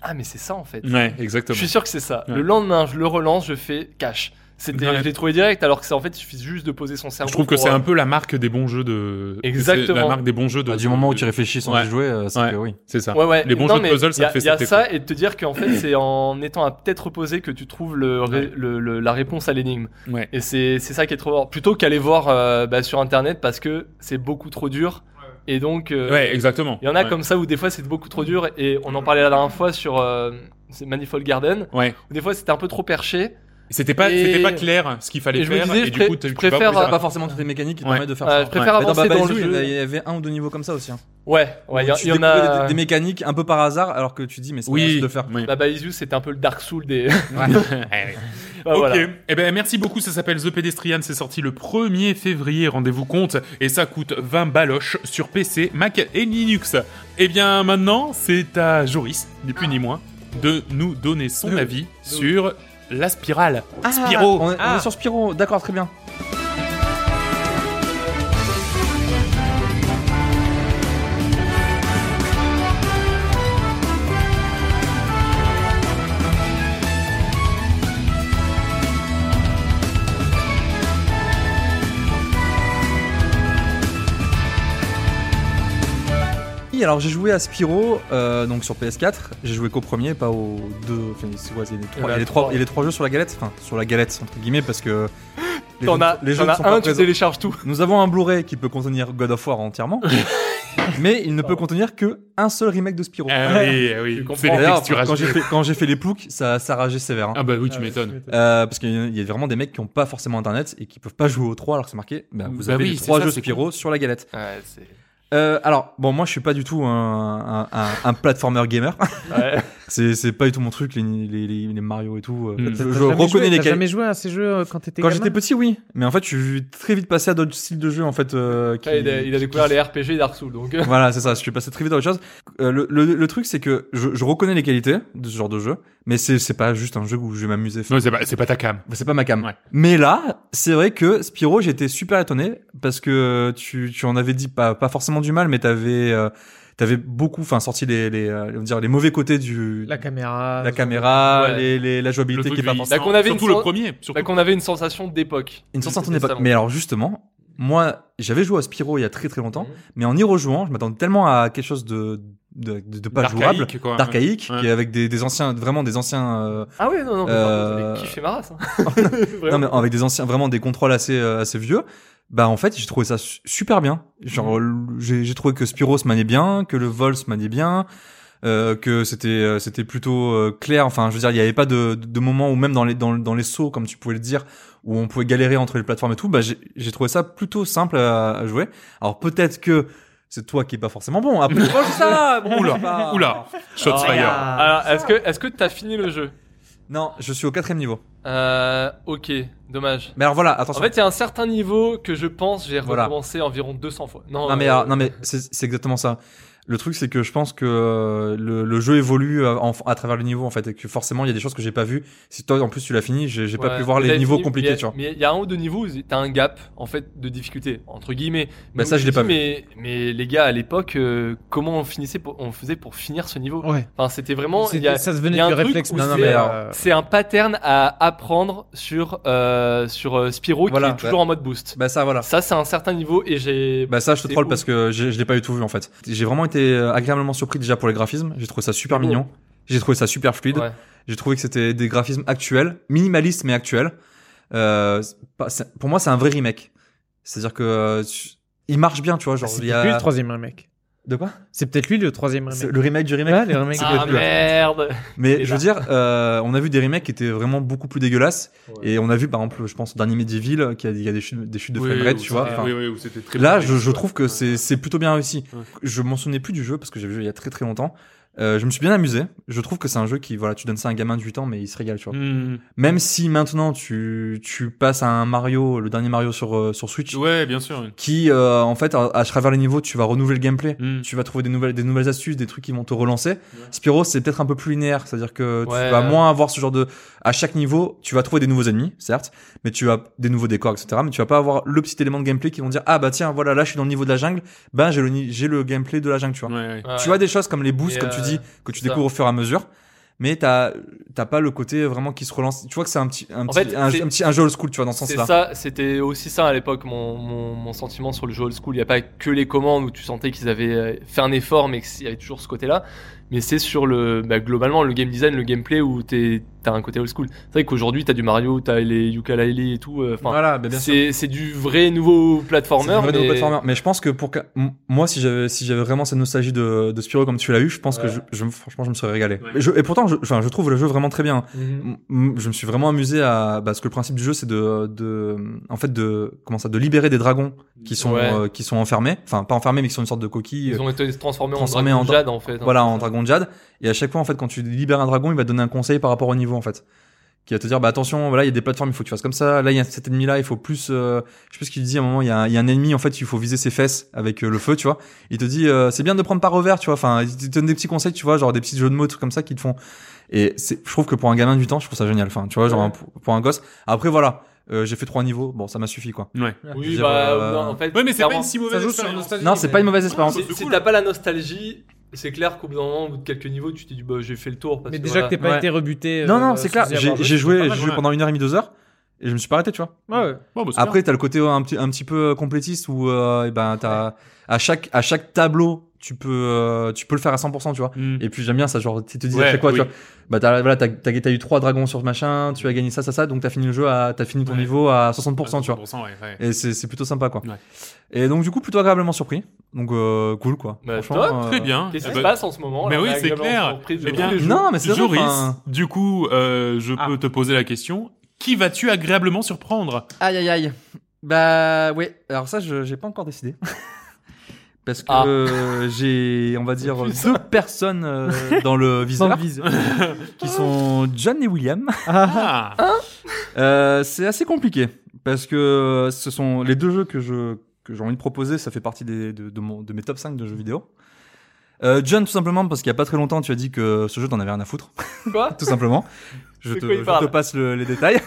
S5: ah mais c'est ça en fait
S1: Ouais,
S5: je
S1: exactement
S5: suis sûr que c'est ça
S1: Ouais.
S5: le lendemain je le relance je fais cash c'était
S1: Ouais.
S5: je l'ai trouvé direct alors que c'est en fait il suffit juste de poser son cerveau
S1: je trouve que
S5: pour,
S1: c'est
S5: euh,
S1: un peu la marque des bons jeux de
S5: Exactement.
S1: c'est la marque des bons jeux de
S3: Bah, Du moment où tu
S1: de-
S3: réfléchis sans
S1: Ouais.
S3: y jouer, euh, c'est
S1: Ouais.
S3: que oui.
S1: c'est ça
S5: Ouais, ouais.
S1: Les bons
S5: Non,
S1: jeux de
S5: mais
S1: puzzle, ça
S5: y a-
S1: te fait
S5: y a
S1: cet effet.
S5: ça et de te dire qu'en fait, c'est en étant à tête reposée que tu trouves le, ré-
S1: Ouais.
S5: le- le- la réponse à l'énigme.
S1: ouais
S5: Et c'est c'est ça qui est trop fort. Plutôt qu'aller voir euh, bah, sur internet parce que c'est beaucoup trop dur. Et donc, euh, il
S1: ouais exactement
S5: y en a
S1: Ouais.
S5: comme ça où des fois c'est beaucoup trop dur. Et on en parlait la dernière fois sur euh, c'est Manifold Garden.
S1: ouais
S5: Où des fois c'était un peu trop perché. Euh,
S1: C'était pas,
S5: Et-
S1: c'était pas clair ce qu'il fallait
S5: et je me
S1: faire.
S5: disais,
S1: et
S5: je
S1: du
S5: pré-
S1: coup, t'as-
S5: je
S1: tu vas
S5: préfère
S1: plus
S3: T'as
S1: tard.
S3: pas forcément toutes les mécaniques qui te
S1: Ouais.
S3: permettent de faire
S5: Ouais,
S3: ça.
S5: je préfère
S3: Mais dans
S5: avancer
S3: Baba
S5: dans le
S3: Is You,
S5: jeu.
S3: Il y avait un ou deux niveaux comme ça aussi. hein.
S5: Ouais, ouais. Il y,
S3: Où
S5: en-
S3: tu
S5: il y en
S3: découvrais
S5: a.
S3: des, des mécaniques un peu par hasard alors que tu dis mais c'est pas
S1: Oui,
S3: possible de faire.
S1: oui.
S5: Baba Is You, c'était un peu le Dark Soul des. Bah,
S1: ok.
S5: voilà.
S1: Eh ben, merci beaucoup. Ça s'appelle The Pedestrian. C'est sorti le 1er février. Rendez-vous compte. Et ça coûte 20 baloches sur PC, Mac et Linux. Eh bien, maintenant, c'est à Joris, ni plus ni moins, de nous donner son
S5: Euh,
S3: De-
S1: avis sur la spirale.
S5: Oh.
S3: Ah,
S1: Spyro.
S3: on, est, on
S4: Ah.
S3: est sur Spyro, d'accord, très bien. Oui, Alors j'ai joué à Spyro euh, donc sur PS4, j'ai joué qu'au premier, pas aux deux. Enfin, c'est quoi, c'est les trois-
S5: Il y en a
S3: il y a les trois-
S5: trois.
S3: il y a les trois jeux sur la galette, enfin sur la galette entre guillemets parce que les
S5: T'en
S3: jeux-
S5: as,
S3: les jeux
S5: t'en
S3: ne
S5: as
S3: sont
S5: un,
S3: pas
S5: tu
S3: présents.
S5: télécharges tout.
S3: Nous avons un Blu-ray qui peut contenir God of War entièrement, mais il ne peut
S5: Pardon.
S3: contenir que un seul remake de Spyro.
S1: Ah oui, ah oui.
S5: Tu comprends.
S1: C'est les
S3: D'ailleurs,
S1: textures
S3: quand j'ai
S1: HD.
S3: fait, quand j'ai fait les ploucs, ça, ça rageait sévère. hein.
S1: Ah bah oui, tu m'étonnes.
S3: Euh, parce qu'il y a- il y a vraiment des mecs qui n'ont pas forcément internet et qui peuvent pas jouer aux trois alors que c'est marqué. bah, vous
S1: Bah
S3: avez
S1: oui,
S3: les
S1: c'est
S3: trois
S1: ça,
S3: jeux
S1: c'est
S3: Spyro sur la galette.
S5: Ouais, c'est.
S3: Euh, alors bon, moi je suis pas du tout un, un, un, un platformer gamer.
S5: Ouais.
S3: c'est c'est pas du tout mon truc les, les, les, les Mario et tout. euh,
S1: Mm.
S4: Hmm.
S3: Je,
S4: T'as
S3: je
S4: jamais joué-
S3: reconnais les
S4: t'as
S3: qualités.
S4: jamais joué à ces jeux euh, quand t'étais
S3: Quand
S4: gamin
S3: j'étais petit, oui. Mais en fait, je suis très vite passé à d'autres styles de jeux en fait. euh, qui-
S4: Ah,
S5: Ouais, il, a, il a découvert les RPG et Dark Souls, donc. euh,
S3: voilà, c'est ça. Je suis passé très vite à autre chose. Euh, le, le, le truc, c'est que je, je reconnais les qualités de ce genre de jeu, mais c'est c'est pas juste un jeu où je vais m'amuser.
S1: Non, c'est pas, c'est pas ta cam.
S3: Bah, C'est pas ma cam.
S1: Ouais.
S3: Mais là, c'est vrai que Spyro, j'étais super étonné parce que tu, tu en avais dit pas, pas forcément du mal, mais t'avais euh, t'avais beaucoup, enfin, sorti les les euh, on va dire les mauvais côtés du
S4: La caméra.
S3: la caméra,
S5: Ouais.
S3: les, les- la
S1: Le
S3: jouabilité
S1: truc
S3: qui est
S1: du
S3: pas
S1: glissement.
S3: forcément
S5: Bah, qu'on avait une
S1: surtout le
S5: sorte-
S1: premier. Surtout.
S5: Bah, qu'on avait une sensation d'époque.
S3: une sorte
S5: C'était
S3: de
S5: ça,
S3: époque.
S5: mon-
S3: Mais alors justement, moi, j'avais joué à Spyro il y a très très longtemps,
S1: Mhm.
S3: mais en y rejouant, je m'attendais tellement à quelque chose de de, de, de pas
S1: D'archaïque,
S3: jouable.
S1: quoi.
S3: d'archaïque
S1: Ouais.
S3: qui est avec des, des anciens vraiment des anciens euh,
S5: Ah ouais, non, non, mais
S3: Euh,
S5: par contre, kiffé ma race. hein.
S3: non
S5: Vraiment.
S3: mais avec des anciens vraiment des contrôles assez euh, assez vieux bah en fait j'ai trouvé ça su- super bien genre l- j'ai j'ai trouvé que Spyro se maniait bien que le vol se maniait bien euh, que c'était euh, c'était plutôt euh, clair enfin je veux dire il y avait pas de de, de moment où même dans les dans, le- dans les sauts comme tu pouvais le dire où on pouvait galérer entre les plateformes et tout bah j'ai j'ai trouvé ça plutôt simple à, à jouer alors peut-être que c'est toi qui est pas forcément bon après oh, ça bon,
S1: Oula,
S3: c'est pas-
S1: oula. Shots
S5: Ah,
S1: fire.
S5: Alors, est-ce que, est-ce que t'as fini le jeu
S3: non je suis au quatrième niveau
S5: Euh, ok, dommage.
S3: mais alors voilà
S5: En
S3: attention
S5: fait, il y a un certain niveau que je pense j'ai
S3: Voilà.
S5: recommencé environ 200 fois. Non,
S3: Non mais,
S5: euh,
S3: ah, non, mais c'est c'est exactement ça. Le truc, c'est que je pense que euh, le, le jeu évolue euh, en- à travers les niveaux, en fait, et que forcément, il y a des choses que j'ai pas vues. Si toi, en plus, tu l'as fini, j'ai j'ai pas
S5: ouais.
S3: pu voir
S5: Mais
S3: les
S5: t'as
S3: niveaux
S5: fini,
S3: compliqués,
S5: mais-
S3: tu vois.
S5: Mais il y a un ou deux niveaux où t'as un gap, en fait, de difficulté, entre guillemets.
S3: Bah,
S5: Donc,
S3: ça, je l'ai
S5: dis,
S3: pas vu.
S5: Mais, mais les gars, à l'époque, euh, comment on finissait pour- on faisait pour finir ce niveau
S4: Ouais.
S5: Enfin, c'était vraiment. il y
S4: Oh. C'était-
S5: a-
S4: Ça se
S5: il y a
S4: venait
S5: un
S4: du
S5: truc
S4: réflexe.
S5: où
S3: Non, non,
S4: c'est,
S3: mais
S4: euh,
S3: alors-
S5: C'est un pattern à apprendre sur, euh, sur euh, Spyro
S3: Voilà,
S5: qui est toujours en mode boost.
S3: Bah ça, voilà.
S5: Ça, c'est un certain niveau et j'ai.
S3: Bah ça, je te
S5: C'est
S3: troll
S5: ouf.
S3: parce que j'ai- je l'ai pas du tout vu, en fait. J'ai vraiment été été euh, agréablement surpris déjà pour les graphismes. J'ai trouvé ça super
S2: Beau.
S3: mignon. J'ai trouvé ça super fluide.
S2: Ouais.
S3: J'ai trouvé que c'était des graphismes actuels, minimalistes mais actuels. Euh, c'est pas- c'est- pour moi, c'est un vrai remake. C'est-à-dire que euh, tu- il marche bien, tu vois. Genre,
S4: Ah, C'est
S3: il y
S4: peut-être
S3: a-
S4: lui le troisième remake.
S3: de quoi
S4: C'est peut-être lui le troisième
S3: C'est
S4: remake.
S3: Le remake du remake.
S4: Ouais, le remake.
S3: C'est
S2: Ah
S3: peut-être lui.
S2: merde
S3: Mais
S2: Et
S3: je veux dire, euh, on a vu des remakes qui étaient vraiment beaucoup plus dégueulasses.
S2: Ouais.
S3: Et on a vu, par exemple, je pense, au dernier Medieval, qu'il y a, il y a des chutes, des chutes de
S1: Oui,
S3: framerate,
S1: oui,
S3: tu vois.
S1: c'était-
S3: Enfin,
S1: oui, oui, oui, c'était très
S3: Là,
S1: bien.
S3: je, je trouve que c'est c'est plutôt bien réussi.
S1: Ouais.
S3: Je m'en souvenais plus du jeu parce que j'ai vu il y a très très longtemps. Euh, je me suis bien amusé. Je trouve que c'est un jeu qui, voilà, tu donnes ça à un gamin de 8 ans, mais il se régale, tu vois.
S1: Hmm.
S3: Même si maintenant tu, tu passes à un Mario, le dernier Mario sur, euh, sur Switch,
S1: Ouais, bien sûr.
S3: qui, euh, en fait, à, à travers les niveaux, tu vas renouveler le gameplay.
S1: Hmm.
S3: Tu vas trouver des nouvelles, des nouvelles astuces, des trucs qui vont te relancer. Spyro, c'est peut-être un peu plus linéaire, c'est-à-dire que
S2: Ouais.
S3: tu vas moins avoir ce genre de. À chaque niveau, tu vas trouver des nouveaux ennemis, certes, mais tu as des nouveaux décors, etc. Mais tu vas pas avoir le petit élément de gameplay qui vont dire ah bah tiens voilà là je suis dans le niveau de la jungle, ben j'ai le ni- j'ai le gameplay de la jungle, tu vois.
S1: Ouais, ouais.
S3: Tu as des choses comme les boosts,
S2: Et,
S3: comme tu
S2: euh,
S3: dis, que tu
S2: c'est ça.
S3: découvres au fur et à mesure. Mais t'as t'as pas le côté vraiment qui se relance. Tu vois que c'est un petit un
S2: En
S3: petit,
S2: fait,
S3: un,
S2: c'est-
S3: un petit un jeu old school, tu vois, dans ce
S2: C'est
S3: sens-là.
S2: ça, c'était aussi ça à l'époque mon, mon, mon sentiment sur le jeu old school. Il n'y a pas que les commandes où tu sentais qu'ils avaient euh, fait un effort, mais qu'il y avait toujours ce côté-là. Mais c'est sur le bah, globalement le game design, le gameplay où t'es- t'as un côté old school. C'est vrai qu'aujourd'hui t'as du Mario, t'as les ukulele et tout. euh, Enfin,
S3: Voilà, bah, bien sûr.
S2: c'est c'est du vrai nouveau
S3: C'est
S2: platformer.
S3: un vrai nouveau
S2: mais-
S3: platformer. Mais je pense que pour que- m- moi, si j'avais si j'avais vraiment cette nostalgie de, de Spyro comme tu l'as eu, je pense que
S2: Ouais.
S3: je, je me- franchement je me serais régalé.
S1: Ouais.
S3: Et je- et pourtant, je, enfin, je trouve le jeu vraiment très bien.
S2: Mhm.
S3: M- m- Je me suis vraiment amusé à bah, parce que le principe du jeu c'est de, de en fait de comment ça de libérer des dragons qui sont
S2: Ouais.
S3: euh, qui sont enfermés, enfin pas enfermés mais qui sont une sorte de euh, coquille.
S2: Ils ont été transformés,
S3: transformés
S2: en
S3: en
S2: dragon
S3: dra-
S2: jade en fait. hein.
S3: Voilà, en dragon de jade. Et à chaque fois, en fait, quand tu libères un dragon, il va te donner un conseil par rapport au niveau, en fait. Qui va te dire, bah attention, voilà, il y a des plateformes, il faut que tu fasses comme ça. Là, il y a cet ennemi-là, il faut plus. euh, je sais plus ce qu'il dit à un moment, il y, a, un- il y a un ennemi, en fait, il faut viser ses fesses avec euh, le feu, tu vois. Il te dit, euh, c'est bien de prendre par revers, tu vois. Enfin, il te donne des petits conseils, tu vois, genre des petits jeux de mots, trucs comme ça qui te font. Et c'est, je trouve que pour un gamin du temps, je trouve ça génial. Enfin, tu vois, genre
S2: Ouais.
S3: un- pour, pour un gosse. Après, voilà, euh, j'ai fait trois niveaux, bon, ça m'a suffi, quoi. je veux
S2: Oui,
S3: dire,
S2: bah
S3: euh,
S2: non, en fait.
S1: Ouais, mais c'est pas
S2: clairement,
S1: une si mauvaise
S4: joue sur la
S1: expérience.
S4: nostalgie.
S3: Non, c'est pas une mauvaise
S1: Non,
S3: expérience.
S1: c'est-
S2: si-
S1: cool.
S2: Si t'as pas la nostalgie, c'est clair qu'au bout d'un moment, au bout de quelques niveaux, tu te dis bah j'ai fait le tour. parce
S4: Mais
S2: que
S4: déjà que
S2: voilà.
S4: t'es pas
S3: Ouais.
S4: été rebuté.
S3: Non,
S4: euh,
S3: non, c'est
S4: sans
S3: clair.
S4: y
S3: J'ai,
S4: avoir
S3: j'ai joué,
S1: mal,
S3: j'ai joué
S1: ouais.
S3: pendant une heure et demie, deux heures, et je me suis pas arrêté, tu vois.
S4: Ah Ouais, ouais.
S1: Bon, bah, c'est
S3: Après, t'as le côté euh, un petit, un petit peu euh, complétiste où euh, eh ben, t'as, à, chaque, à chaque tableau, tu peux, euh, tu peux le faire à 100%, tu vois.
S1: bien. Hmm.
S3: Et puis j'aime bien ça, genre, tu te dis
S1: Ouais,
S3: à chaque fois,
S1: oui.
S3: tu vois, bah, t'as, voilà, t'as, t'as, t'as eu trois dragons sur ce machin, tu as gagné ça, ça, ça, donc t'as fini le jeu à, t'as fini ton
S1: Ouais.
S3: niveau à 60%, tu vois.
S1: 60%, ouais, ouais.
S3: Et c'est, c'est plutôt sympa, quoi.
S1: Ouais.
S3: Et donc, du coup, plutôt agréablement surpris. Donc, euh, cool, quoi.
S2: Bah,
S3: Franchement,
S1: Très
S3: euh,
S1: bien.
S2: Qu'est-ce
S1: Eh
S2: qui
S1: ben,
S2: se passe en ce moment
S1: Mais
S2: là, on
S1: oui,
S2: est
S1: c'est
S2: agréablement
S1: clair.
S2: surpris de
S1: Eh bien,
S2: tous les jours.
S3: Non, mais c'est vrai,
S1: Joris,
S3: enfin-
S1: du coup, euh, je
S4: Ah.
S1: peux te poser la question. Qui vas-tu agréablement surprendre
S3: Aïe, aïe, aïe. Bah, ouais. Alors, ça, je, j'ai pas encore décidé. Parce que
S2: Ah.
S3: euh, j'ai, on va dire,
S2: Plus.
S3: deux personnes euh, dans le
S4: Sans
S3: viseur.
S4: le vise.
S3: qui sont John et William.
S1: Ah,
S3: Euh, c'est assez compliqué parce que ce sont les deux jeux que je que j'ai envie de proposer. Ça fait partie des, de, de mon- de mes top 5 de jeux vidéo. Euh, John, tout simplement parce qu'il y a pas très longtemps, tu as dit que ce jeu t'en avais rien à foutre,
S2: Quoi
S3: tout simplement. Je
S2: De
S3: te,
S2: quoi il
S3: je
S2: parle
S3: te passe le- les détails.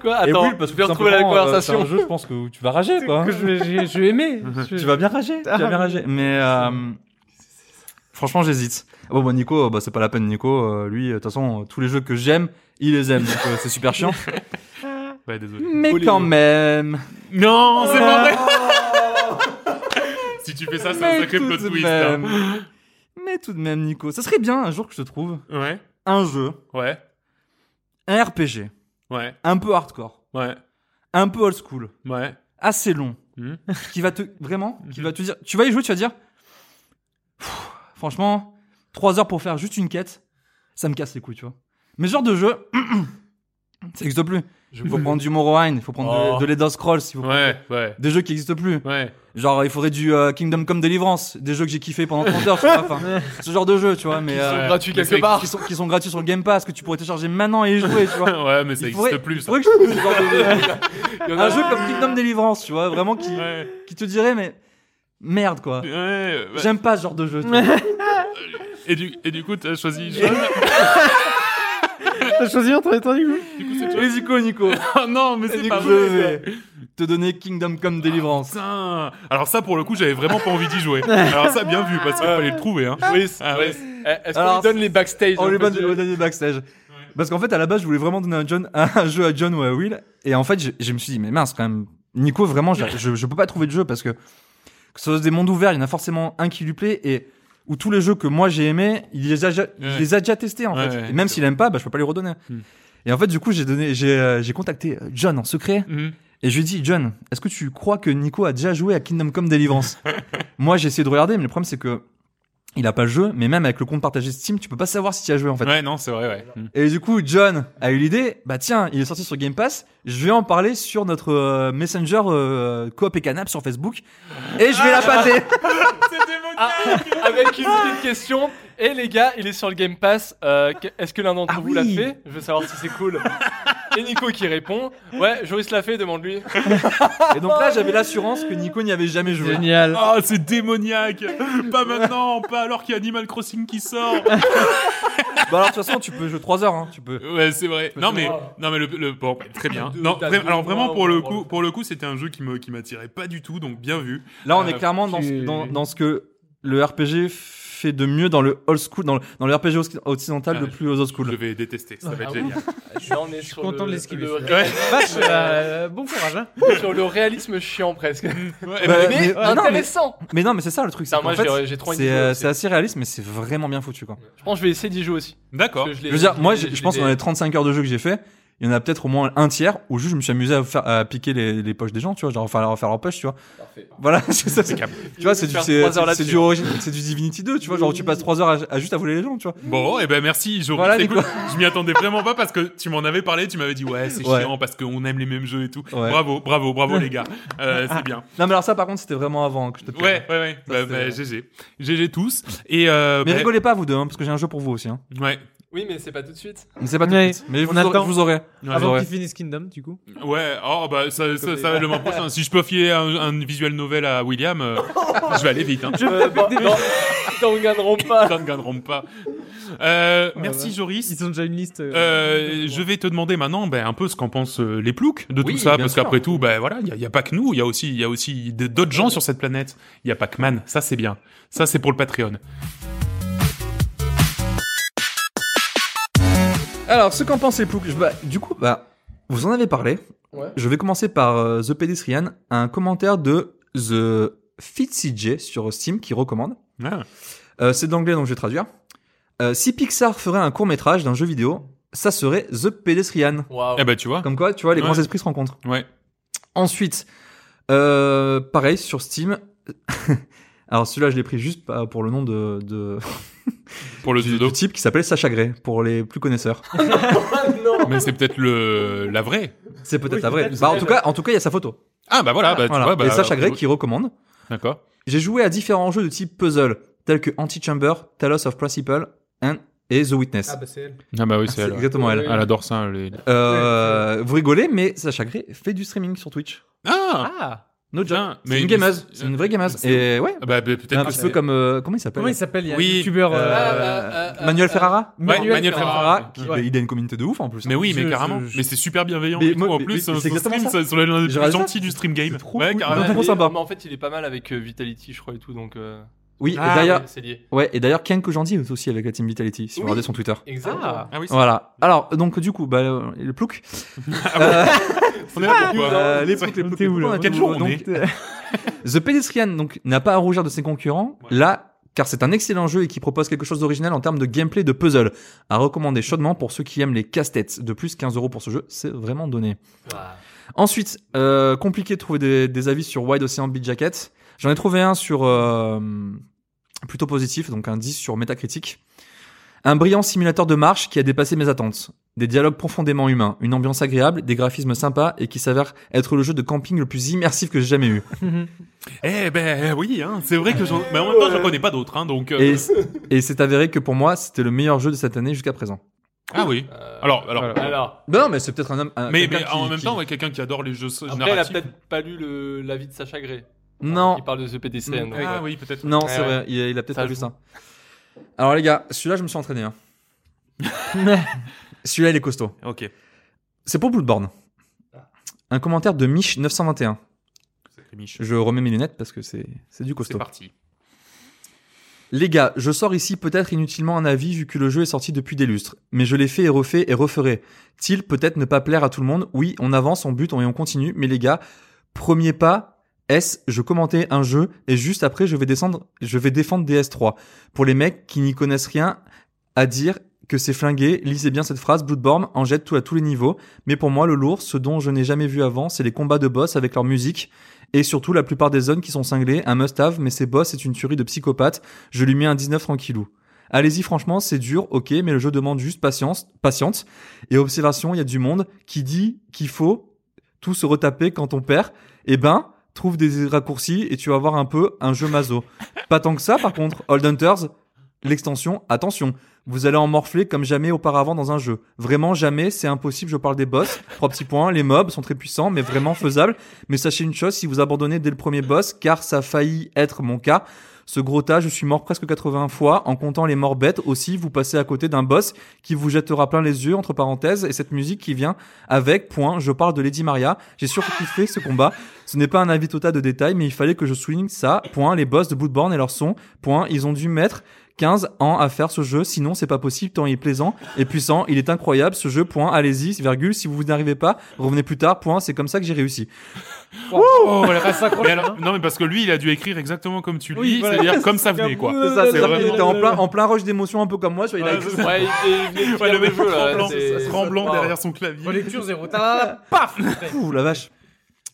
S2: Quoi Attends,
S3: oui, parce
S2: je
S3: que
S2: vais
S3: tout
S2: retrouver la
S3: simplement, euh, c'est
S2: conversation.
S3: un jeu, je pense que où tu vas rager, quoi. hein.
S4: Que je, je, je aimais.
S3: Tu vas bien rager, tu vas bien rager. Mais euh, franchement, j'hésite. Ah Bon, bah, Nico, euh, bah, c'est pas la peine, Nico. euh, lui, euh, de toute façon, euh, tous les jeux que j'aime, il les aime. Donc, euh, c'est super chiant.
S1: ouais, désolé.
S3: Mais
S2: Olivier.
S3: quand même.
S1: Non, c'est pas
S3: Ah.
S1: vrai. Si tu fais ça, c'est un sacré plot twist. hein.
S3: même. Mais tout de même, Nico, ça serait bien un jour que je te trouve
S1: Ouais,
S3: un jeu,
S1: ouais,
S3: un RPG,
S1: ouais,
S3: un peu hardcore,
S1: ouais,
S3: un peu old school,
S1: ouais.
S3: assez long,
S2: Hmm.
S1: Mhm.
S3: qui va te vraiment, qui
S1: Mhm.
S3: va te dire, tu vas y jouer, tu vas dire, Pfff, franchement, trois heures pour faire juste une quête, ça me casse les couilles, tu vois. Mais ce genre de jeu, ça existe plus.
S2: Je
S3: Il faut prendre du Morrowind, il faut prendre
S2: Oh.
S3: de, de l'Elder Scrolls, il faut
S1: Ouais, ouais,
S3: des jeux qui existent plus.
S1: ouais.
S3: Genre, il faudrait du euh, Kingdom Come Deliverance, des jeux que j'ai kiffé pendant 30 heures, tu vois, enfin, ce genre de jeu, tu vois, mais
S2: Ils sont
S3: euh,
S2: gratuits
S1: mais
S2: quelque
S1: c'est-
S2: part.
S3: qui, sont, qui sont gratuits sur le Game Pass, que tu pourrais télécharger maintenant et y jouer, tu vois.
S1: Ouais, mais ça
S3: Il
S1: existe
S3: faudrait-
S1: plus. hein. ça.
S3: Faudrait que je trouve ce genre de jeu.
S2: Il y en a
S3: un jeu comme Kingdom Deliverance, tu vois, vraiment qui,
S1: Ouais,
S3: qui te dirait, mais merde, quoi.
S1: ouais. ouais.
S3: J'aime pas ce genre de jeu. tu vois.
S1: Et du, et du coup, t'as choisi John.
S4: T'as choisi entre les trois du coup
S1: Du coup, c'est John.
S3: Et du coup, Nico,
S1: Oh non, mais
S3: et
S1: c'est
S3: du
S1: pas
S3: coup, je
S1: vrai. ça.
S3: vais te donner Kingdom Come Deliverance.
S1: Putain Alors ça, pour le coup, j'avais vraiment pas envie d'y jouer. Alors ça, bien vu, parce qu'il fallait le trouver. Hein.
S2: Joris,
S1: Ah
S2: Joris, eh, Est-ce qu'on
S3: Alors,
S2: lui donne les backstage
S3: On
S2: un
S3: les
S2: peu
S3: bonne
S2: de-
S3: au dernier backstage. Parce qu'en fait, à la base, je voulais vraiment donner un, John, un jeu à John ou à Will. Et en fait, je, je me suis dit, mais mince, quand même, Nico, vraiment, je, je, je peux pas trouver de jeu parce que Que ce soit des mondes ouverts, il y en a forcément un qui lui plaît et où tous les jeux que moi j'ai aimés, il les a, ja- il
S1: Ouais.
S3: les a déjà testés en
S1: Ouais,
S3: fait.
S1: ouais,
S3: et même
S1: c'est
S3: s'il aime pas, bah, je peux pas lui redonner.
S1: Hmm.
S3: Et en fait, du coup, j'ai donné, j'ai, euh, j'ai contacté John en secret
S1: Mhm.
S3: et je lui ai dit, John, est-ce que tu crois que Nico a déjà joué à Kingdom Come Deliverance Moi, j'ai essayé de regarder, mais le problème c'est que il a pas le jeu, mais même avec le compte partagé Steam, tu peux pas savoir si tu as joué en fait.
S1: Ouais, non, c'est vrai, ouais. Mhm.
S3: Et du coup, John a eu l'idée, bah tiens, il est sorti sur Game Pass, je vais en parler sur notre euh, Messenger euh, Coop et Canap sur Facebook, et je vais la pâter
S2: Ah, avec une petite question. Et les gars, il est sur le Game Pass. euh, que- Est-ce que l'un d'entre
S3: Ah
S2: vous
S3: oui.
S2: l'a fait Je veux savoir si c'est cool. Et Nico qui répond Ouais, Joris l'a fait, demande-lui.
S3: Et donc là, j'avais l'assurance que Nico n'y avait jamais joué.
S4: Génial.
S1: Oh, c'est démoniaque Pas maintenant, pas alors qu'il y a Animal Crossing qui sort
S3: Bah alors, de toute façon, tu peux jouer 3 heures, hein, tu peux.
S1: Ouais, c'est vrai. Non mais non mais le, le- bon bah, très bien. Non,
S2: t'as
S1: vra-
S2: deux
S1: alors vraiment
S2: mois
S1: pour
S2: ou
S1: le
S2: trois
S1: coup
S2: mois.
S1: pour le coup, c'était un jeu qui me qui m'attirait pas du tout donc bien vu.
S3: Là, on est
S1: Euh,
S3: clairement dans, ce-
S4: tu-
S3: dans, dans ce que le RPG fait de mieux dans le old school, dans le, dans le RPG occ- occidental
S1: Ah,
S3: le plus old
S1: Je
S3: school.
S1: vais détester, ça va
S4: Ah
S1: être
S4: bon
S1: génial.
S2: Là, on est sur
S4: content de
S2: le-
S4: l'esquiver,
S2: le
S4: celui-là.
S2: ré-
S4: Vache, euh, bon courage. Hein.
S2: Sur le réalisme chiant presque.
S1: Ouais,
S3: Bah,
S1: bah,
S2: Eh, Mais,
S3: mais- mais non,
S2: intéressant
S3: Mais non, mais c'est ça le truc, c'est
S2: Non,
S3: qu'en
S2: Moi,
S3: fait,
S2: j'ai- j'ai trop envie
S3: c'est,
S2: de
S3: euh,
S2: jouer
S3: c'est assez réaliste, mais c'est vraiment bien foutu quoi.
S2: Je pense que je vais essayer d'y jouer aussi.
S1: D'accord.
S2: Parce que
S3: Je
S2: l'ai-
S3: veux dire, moi,
S2: l'ai-
S3: je, je
S2: l'ai
S3: pense que
S2: des-
S3: dans les 35 heures de jeu que j'ai fait, il y en a peut-être au moins un tiers où juste je me suis amusé à, faire, à piquer les, les poches des gens, tu vois, genre faire leur, faire leurs poches, tu vois.
S2: Parfait.
S3: Voilà, c'est ça. c'est-
S1: Impeccable.
S3: Tu vois, c'est du,
S2: Faire
S3: c'est,
S2: trois heures
S3: c'est- c'est
S2: là-dessus.
S3: du Origin- c'est du Divinity 2, tu vois, genre où tu passes 3 heures à, à juste à voler les gens, tu vois.
S1: Bon, et ben merci, Joris.
S3: Voilà,
S1: Écoute, je m'y attendais vraiment pas parce que tu m'en avais parlé, tu m'avais dit ouais, c'est
S3: Ouais.
S1: chiant parce qu'on aime les mêmes jeux et tout.
S3: Ouais.
S1: Bravo, bravo, bravo les gars. Euh, c'est bien.
S3: Non, mais alors ça, par contre, c'était vraiment avant hein, que je te
S1: Ouais, ouais, ouais. Bah,
S3: c'est-
S1: bah, GG. GG tous. Et euh,
S3: Mais
S1: bah,
S3: rigolez pas, vous deux, hein, parce que j'ai un jeu pour vous aussi. Hein.
S1: Ouais.
S2: Oui, mais c'est pas tout de suite.
S3: Mais c'est pas tout de
S4: Ouais,
S3: suite. Mais je
S4: on
S3: vous, aurez,
S4: attend.
S3: je vous aurai.
S1: Ouais.
S4: Avant
S3: ouais.
S4: qu'il finisse Kingdom, du coup.
S1: Ouais, oh bah ça, ça, ça va être le mois prochain. Si je peux filer un, un visuel novel à William, euh, je vais aller vite. Hein.
S2: Euh, bon, non, T'en gagneront pas.
S1: Putain, ne gagneront pas. Euh, merci
S4: ouais.
S1: Joris.
S4: Ils ont déjà une liste. euh,
S1: Euh, je vais te demander maintenant ben, un peu ce qu'en pensent euh, les ploucs de
S3: Oui,
S1: tout ça,
S3: bien
S1: parce
S3: sûr.
S1: qu'après tout, ben, voilà, il n'y a, pas que nous, il y a aussi, il y a aussi d- d'autres gens sur cette planète. Il n'y a pas que Man, ça c'est bien. Ça c'est pour le Patreon.
S3: Alors, ce qu'en pensent les ploucs, je- bah, du coup, bah, vous en avez parlé.
S2: Ouais.
S3: Je vais commencer par euh, The Pedestrian, un commentaire de The FitCJ sur Steam qui recommande.
S1: Ah.
S3: Euh, c'est d'anglais donc je vais traduire. Euh, si Pixar ferait un court métrage d'un jeu vidéo, ça serait The Pedestrian.
S2: Waouh.
S1: Eh ben tu vois,
S3: Comme quoi, tu vois, les
S1: Ouais.
S3: grands esprits se rencontrent.
S1: ouais.
S3: Ensuite, euh, pareil sur Steam. Alors celui-là, je l'ai pris juste pas pour le nom de, de-
S1: Pour le
S3: du,
S1: pseudo.
S3: du type qui s'appelle Sacha Gray, pour les plus connaisseurs.
S1: Mais c'est peut-être le la vraie.
S3: C'est peut-être
S4: Oui,
S3: la vraie.
S4: peut-être,
S3: Bah, en
S4: peut-être.
S3: tout cas, en tout cas, il y a sa photo.
S1: Ah bah voilà, bah, tu
S3: Voilà.
S1: vois. Bah,
S3: Et Sacha Gray qui recommande.
S1: D'accord.
S3: J'ai joué à différents jeux de type puzzle, tels que Antichamber, Talos of Principle, and- et The Witness.
S4: Ah, bah, c'est elle.
S1: Ah bah oui,
S3: C'est
S1: c'est elle.
S3: exactement elle.
S1: Elle adore ça. les-
S3: Euh, Vous rigolez, mais Sacha Gray fait du streaming sur Twitch.
S1: Ah,
S4: Ah
S3: No joke.
S1: Putain, mais
S3: C'est une
S1: une-
S3: gameuse. C'est une vraie gameuse.
S1: c'est-
S3: Et ouais.
S1: Ah bah bah, peut-être
S3: Un
S1: que
S3: petit
S1: c'est-
S3: peu comme euh, comment il s'appelle
S4: Comment il s'appelle Il y a un
S1: Oui, Ah,
S4: youtubeur.
S3: Euh,
S4: euh,
S2: euh, euh,
S3: Manuel
S2: euh,
S3: Ferrara.
S1: Ouais,
S4: Manuel
S1: Manuel
S2: Ferrara.
S1: Ferrara.
S3: qui-
S4: Ouais.
S3: mais il a une communauté de ouf en plus.
S1: Mais oui, mais
S4: Je-
S1: carrément.
S4: je-
S1: Mais c'est super bienveillant.
S3: Mais
S1: et tout.
S3: moi-
S1: en
S3: mais-
S1: plus,
S3: mais
S1: sur
S3: c'est
S1: sur
S3: exactement
S1: stream,
S3: ça.
S1: c'est l'un des
S3: J'ai
S1: plus
S3: regardé ça.
S1: gentils du stream game.
S3: C'est trop
S1: Ouais,
S3: cool.
S1: carrément.
S3: Non, trop
S2: il-
S3: sympa.
S2: Mais en fait, il est pas mal avec euh, Vitality, je crois, et tout. Donc, euh,
S3: Oui,
S4: Ah,
S3: et d'ailleurs,
S2: c'est lié.
S3: ouais, et d'ailleurs, Ken Kojandi est aussi avec la team Vitality. Si vous
S2: Oui.
S3: regardez son Twitter.
S2: Exactement.
S1: Ah oui, c'est-
S3: Voilà. Alors, donc du coup, bah, euh, le plouc.
S1: Ah on est là pour quoi
S3: Euh, les
S1: C'est
S3: ploucs, les ploucs,
S4: T'es
S3: les
S4: où,
S3: ploucs,
S4: là
S3: on a
S1: Quel
S3: tout-
S1: jour on
S3: donc,
S1: est
S3: euh, The Pedestrian donc n'a pas à rougir de ses concurrents
S1: Ouais.
S3: là, car c'est un excellent jeu et qui propose quelque chose d'original en termes de gameplay de puzzle. À recommander chaudement pour ceux qui aiment les casse-têtes. De plus, 15 euros pour ce jeu, c'est vraiment donné. Ensuite, euh, compliqué de trouver des, des avis sur Wide Ocean Beat Jacket. J'en ai trouvé un sur euh, plutôt positif, donc un 10 sur Metacritic. Un brillant simulateur de marche qui a dépassé mes attentes. Des dialogues profondément humains, une ambiance agréable, des graphismes sympas et qui s'avère être le jeu de camping le plus immersif que j'ai jamais eu.
S1: bah. Eh ben oui, hein, c'est vrai que j'en. Mais en même temps, j'en connais pas d'autres, hein, donc. euh,
S3: Et, et c'est avéré que pour moi, c'était le meilleur jeu de cette année jusqu'à présent.
S1: Ah oui. Alors, alors.
S4: Voilà.
S2: Euh, Alors,
S3: Non, mais c'est peut-être un homme. un-
S1: Mais,
S3: Ah, quelqu'un
S1: mais
S3: qui-
S1: en même
S3: qui-
S1: temps, ouais, quelqu'un qui adore les jeux
S2: après, elle a
S1: narratifs.
S2: peut-être pas lu le- l'avis de Sacha Gray.
S3: Non,
S2: Qui parle de ce PDCN. donc, euh,
S1: Ah
S2: ouais.
S1: oui, peut-être.
S3: non,
S2: Ouais,
S3: c'est
S2: ouais.
S3: vrai, il a, il a peut-être
S2: Ça
S3: pas vu
S2: joue.
S3: ça. Alors les gars, celui-là, je me suis entraîné. hein. celui-là, il est costaud.
S1: Ok.
S3: C'est pour Bloodborne. Un commentaire de Mich921.
S1: Sacré Mich.
S3: Je remets mes lunettes parce que c'est c'est du
S1: C'est
S3: costaud.
S1: parti.
S3: Les gars, je sors ici peut-être inutilement un avis vu que le jeu est sorti depuis des lustres, mais je l'ai fait et refait et referai. Til peut-être ne pas plaire à tout le monde. Oui, on avance, on bute, on et on continue, mais les gars, premier pas S, je commentais un jeu et juste après je vais descendre, je vais défendre DS3. Pour les mecs qui n'y connaissent rien à dire que c'est flingué, lisez bien cette phrase, Bloodborne en jette tout à tous les niveaux, mais pour moi le lourd, ce dont je n'ai jamais vu avant, c'est les combats de boss avec leur musique et surtout la plupart des zones qui sont cinglées, un must-have, mais ces boss c'est une tuerie de psychopathes, je lui mets un 19 tranquillou. Allez-y, franchement, c'est dur, ok, mais le jeu demande juste patience, patiente. Et observation, il y a du monde qui dit qu'il faut tout se retaper quand on perd. Eh ben, trouve des raccourcis et tu vas avoir un peu un jeu maso. Pas tant que ça, par contre, Old Hunters, l'extension, attention. Vous allez en morfler comme jamais auparavant dans un jeu. Vraiment jamais, c'est impossible, je parle des boss. Trois petits points, les mobs sont très puissants, mais vraiment faisables. Mais sachez une chose, si vous abandonnez dès le premier boss, car ça a failli être mon cas, ce gros tas, je suis mort presque 80 fois, en comptant les morts bêtes aussi, vous passez à côté d'un boss qui vous jettera plein les yeux, entre parenthèses, et cette musique qui vient avec, point, je parle de Lady Maria, j'ai surkiffé ce combat, ce n'est pas un avis total de détail, mais il fallait que je souligne ça, point, les boss de Bloodborne et leur son, point, ils ont dû mettre 15 ans à faire ce jeu, sinon c'est pas possible, tant il est plaisant et puissant, il est incroyable ce jeu, point, allez-y, virgule, si vous n'arrivez pas, revenez plus tard, point, c'est comme ça que j'ai réussi.
S1: Oh, elle reste accrochée, Mais alors- non, mais parce que lui, il a dû écrire exactement comme tu le dis, c'est-à-dire comme ça venait, quoi.
S3: C'est ça, c'est
S1: vraiment-
S3: qu'il était en plein, en plein rush d'émotion, un peu comme moi, soit il a
S1: Ouais,
S3: écrit
S1: c'est
S2: Ouais, il est- il est
S1: Ouais, le mec
S2: jeu, là,
S1: tremblant,
S2: c'est-
S1: tremblant
S2: Ah.
S1: derrière son clavier.
S4: Relecture zéro. Ta- Paf Putain.
S3: Ouh la vache.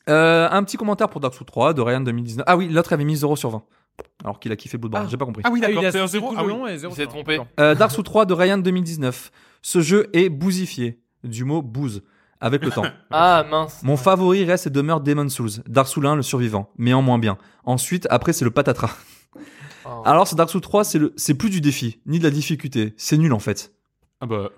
S3: Euh, un petit commentaire pour Dark Souls 3 de Ryan 2019. Ah oui, l'autre avait mis 0 sur 20. Alors qu'il a kiffé Bloodborne, j'ai pas compris.
S1: Ah oui,
S4: Ah,
S1: d'accord,
S4: il a
S1: c'est un zéro.
S4: tout
S1: Ah
S4: le
S1: oui.
S4: long et zéro
S2: Il s'est
S4: sur un.
S2: trompé.
S4: D'accord.
S3: Euh, Dark Souls 3 de Ryan 2019. Ce jeu est bousifié, du mot bouse, avec le temps.
S2: Ah mince.
S3: Mon favori reste et demeure Demon Souls, Dark Souls 1, le survivant, mais en moins bien. Ensuite, après, c'est le patatras.
S2: Oh.
S5: Ah.
S3: Alors, ce Dark Souls 3, c'est le, c'est plus du défi, ni de la difficulté. C'est nul, en fait.
S1: Ah bah,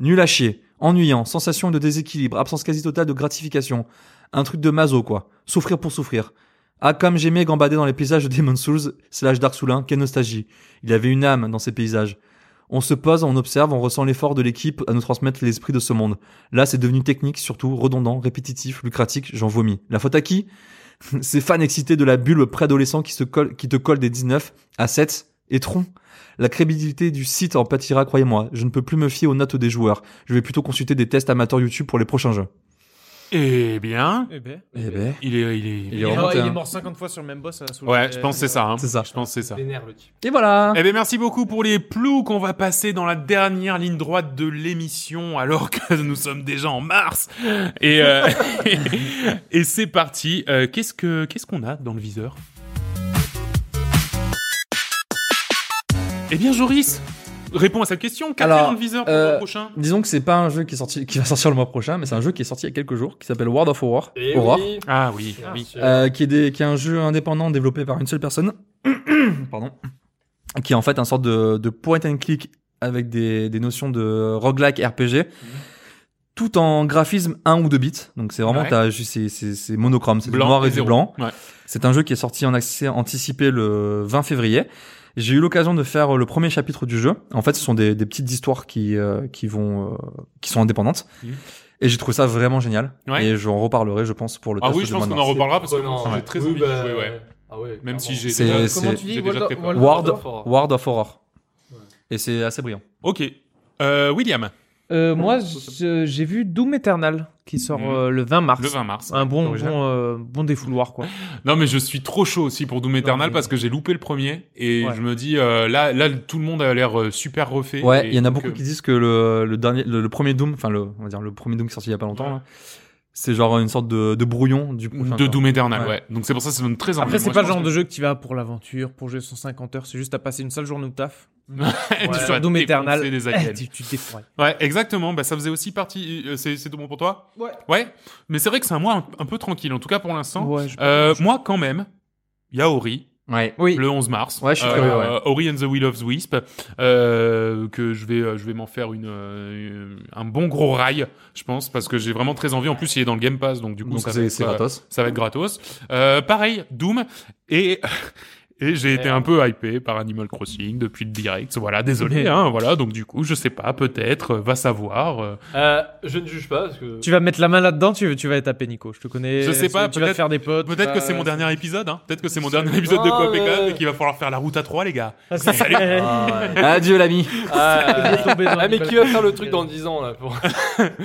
S3: Nul à chier, ennuyant, sensation de déséquilibre, absence quasi totale de gratification. Un truc de maso, quoi. Souffrir pour souffrir. Ah, comme j'aimais gambader dans les paysages de Demon Souls, slash Dark Souls 1, quelle nostalgie. Il avait une âme dans ces paysages. On se pose, on observe, on ressent l'effort de l'équipe à nous transmettre l'esprit de ce monde. Là, c'est devenu technique, surtout, redondant, répétitif, lucratique, j'en vomis. La faute à qui Ces fans excités de la bulle préadolescent qui, se colle, qui te colle des 19 à 7 et tronc. La crédibilité du site en pâtira, croyez-moi. Je ne peux plus me fier aux notes des joueurs. Je vais plutôt consulter des tests amateurs YouTube pour les prochains jeux.
S1: eh bien,
S4: Eh ben.
S3: Eh ben.
S1: il est, il est-
S3: Il
S4: Il est,
S3: remonté,
S4: il est
S3: hein.
S4: mort 50 fois sur le même boss. à Soul-
S1: Ouais, je pense que c'est ça. hein.
S3: C'est ça.
S1: Je pense que c'est ça.
S4: Vénère le type.
S3: Et voilà.
S1: Eh bien, merci beaucoup pour les ploucs. On va passer dans la dernière ligne droite de l'émission, alors que nous sommes déjà en mars. Et, euh, et c'est parti. Euh, qu'est-ce que qu'est-ce qu'on a dans le viseur Eh bien, Joris, réponds à cette question. Qu'a-t-il
S3: Alors,
S1: dans le viseur pour
S3: euh,
S1: le prochain
S3: Disons que c'est pas un jeu qui, est sorti, qui va sortir le mois prochain, mais c'est un jeu qui est sorti il y a quelques jours, qui s'appelle World of Horror,
S4: Eh
S2: Et
S3: Horror,
S2: oui.
S1: Ah oui,
S2: Bien
S1: oui.
S2: sûr.
S3: euh, qui, est des- qui est un jeu indépendant développé par une seule personne, pardon, qui est en fait un sorte de, de point and click avec des, des notions de roguelike
S1: Mhm.
S3: RPG, tout en graphisme 1 ou 2 bits. Donc c'est vraiment
S1: Ouais.
S3: t'as juste- c'est- c'est c'est monochrome, c'est du
S1: Blanc
S3: noir
S1: et
S3: et du
S1: zéro.
S3: blanc.
S1: Ouais.
S3: C'est un jeu qui est sorti en accès anticipé le 20 février. J'ai eu l'occasion de faire euh, le premier chapitre du jeu. En fait, ce sont des, des petites histoires qui euh, qui vont euh, qui sont indépendantes.
S1: Mhm.
S3: Et j'ai trouvé ça vraiment génial.
S1: Ouais.
S3: Et j'en reparlerai, je pense, pour le
S1: Ah
S3: test
S1: oui,
S3: du
S1: je pense
S3: mois de
S1: qu'on en
S3: mars.
S1: reparlera parce que
S2: Prenant.
S1: j'ai Ah, très
S2: Oui,
S1: envie
S2: bah,
S1: de jouer. Ouais.
S2: Ah ouais,
S1: Même si
S2: clairement.
S1: j'ai.
S3: C'est-
S1: déjà-
S4: Comment tu dis
S1: j'ai déjà
S4: World
S1: fait peur.
S4: of- World of
S3: Ward,
S2: Horror.
S3: Ward of Horror.
S2: Ouais.
S3: Et c'est assez brillant.
S1: Ok. Euh, William,
S4: Euh, moi, je- j'ai vu Doom Eternal qui sort
S1: Mhm.
S4: euh, le 20 mars.
S1: le 20 mars.
S4: Un bon,
S1: Original.
S4: bon, euh, bon défouloir, quoi.
S1: Non, mais je suis trop chaud aussi pour Doom Eternal
S4: mais-
S1: parce que j'ai loupé le premier et
S4: Ouais.
S1: je me dis euh, là, là, tout le monde a l'air euh, super refait.
S3: Ouais,
S1: Et
S3: il y en a
S1: donc,
S3: beaucoup
S1: euh,
S3: qui disent que le, le dernier, le, le premier Doom, enfin le, on va dire le premier Doom qui est sorti il y a pas longtemps,
S1: Ouais.
S3: là, c'est genre une sorte de, de brouillon du prochain,
S1: de
S3: quoi.
S1: Doom Eternal, ouais.
S3: Ouais.
S1: Donc c'est pour ça que ça donne très envie.
S4: Après, c'est
S1: Moi,
S4: pas
S1: je
S4: le genre
S1: pense
S4: de jeu que tu vas pour l'aventure, pour jouer 150 heures. C'est juste à passer une seule journée au taf.
S1: que- tu
S4: sur
S1: vas
S4: Doom
S1: défoncer
S4: Eternal.
S1: des aliens.
S4: Eh, tu, tu te défourailles.
S1: ouais, exactement. Bah ça faisait aussi partie. euh, c'est c'est tout bon pour toi.
S4: Ouais.
S1: Ouais. Mais c'est vrai que c'est un mois un, un peu tranquille, en tout cas pour l'instant.
S4: Ouais, je-
S1: Euh, moi, quand même, Yaori.
S3: Ouais.
S4: Oui.
S1: le 11 mars.
S3: Ouais, je suis
S1: Euh,
S3: curieux, ouais.
S1: Ori and the Will of the Wisp, euh, que je vais, euh, je vais m'en faire une, euh, un bon gros rail, je pense, parce que j'ai vraiment très envie. En plus, il est dans le Game Pass, donc du coup,
S3: Donc
S1: ça, va
S3: c'est
S1: être,
S3: c'est
S1: euh,
S3: gratos.
S1: ça va être gratos. Euh, pareil, Doom et Et j'ai été
S5: Merde.
S1: un peu hypé par Animal Crossing depuis le direct. Voilà, désolé, hein, voilà. Donc du coup, je sais pas, peut-être, euh, va savoir. euh,
S5: Euh, je ne juge pas parce que.
S4: Tu vas mettre la main là-dedans, tu, tu vas être tapé Nico. Je te connais.
S1: Je sais pas,
S4: Tu vas te
S1: peut-être-
S4: faire des potes. tu
S1: Peut-être que
S4: vas-
S1: c'est mon dernier épisode, hein. Peut-être que c'est mon dernier épisode de
S5: Non,
S1: Coop et Coop
S5: mais-
S1: et qu'il va falloir faire la route à trois, les gars.
S4: Ah, c'est-
S1: Salut.
S3: Adieu l'ami.
S5: Ah,
S4: est tombé dans
S5: ah, mais
S4: les
S5: qui va faire le truc dans 10 ans là pour...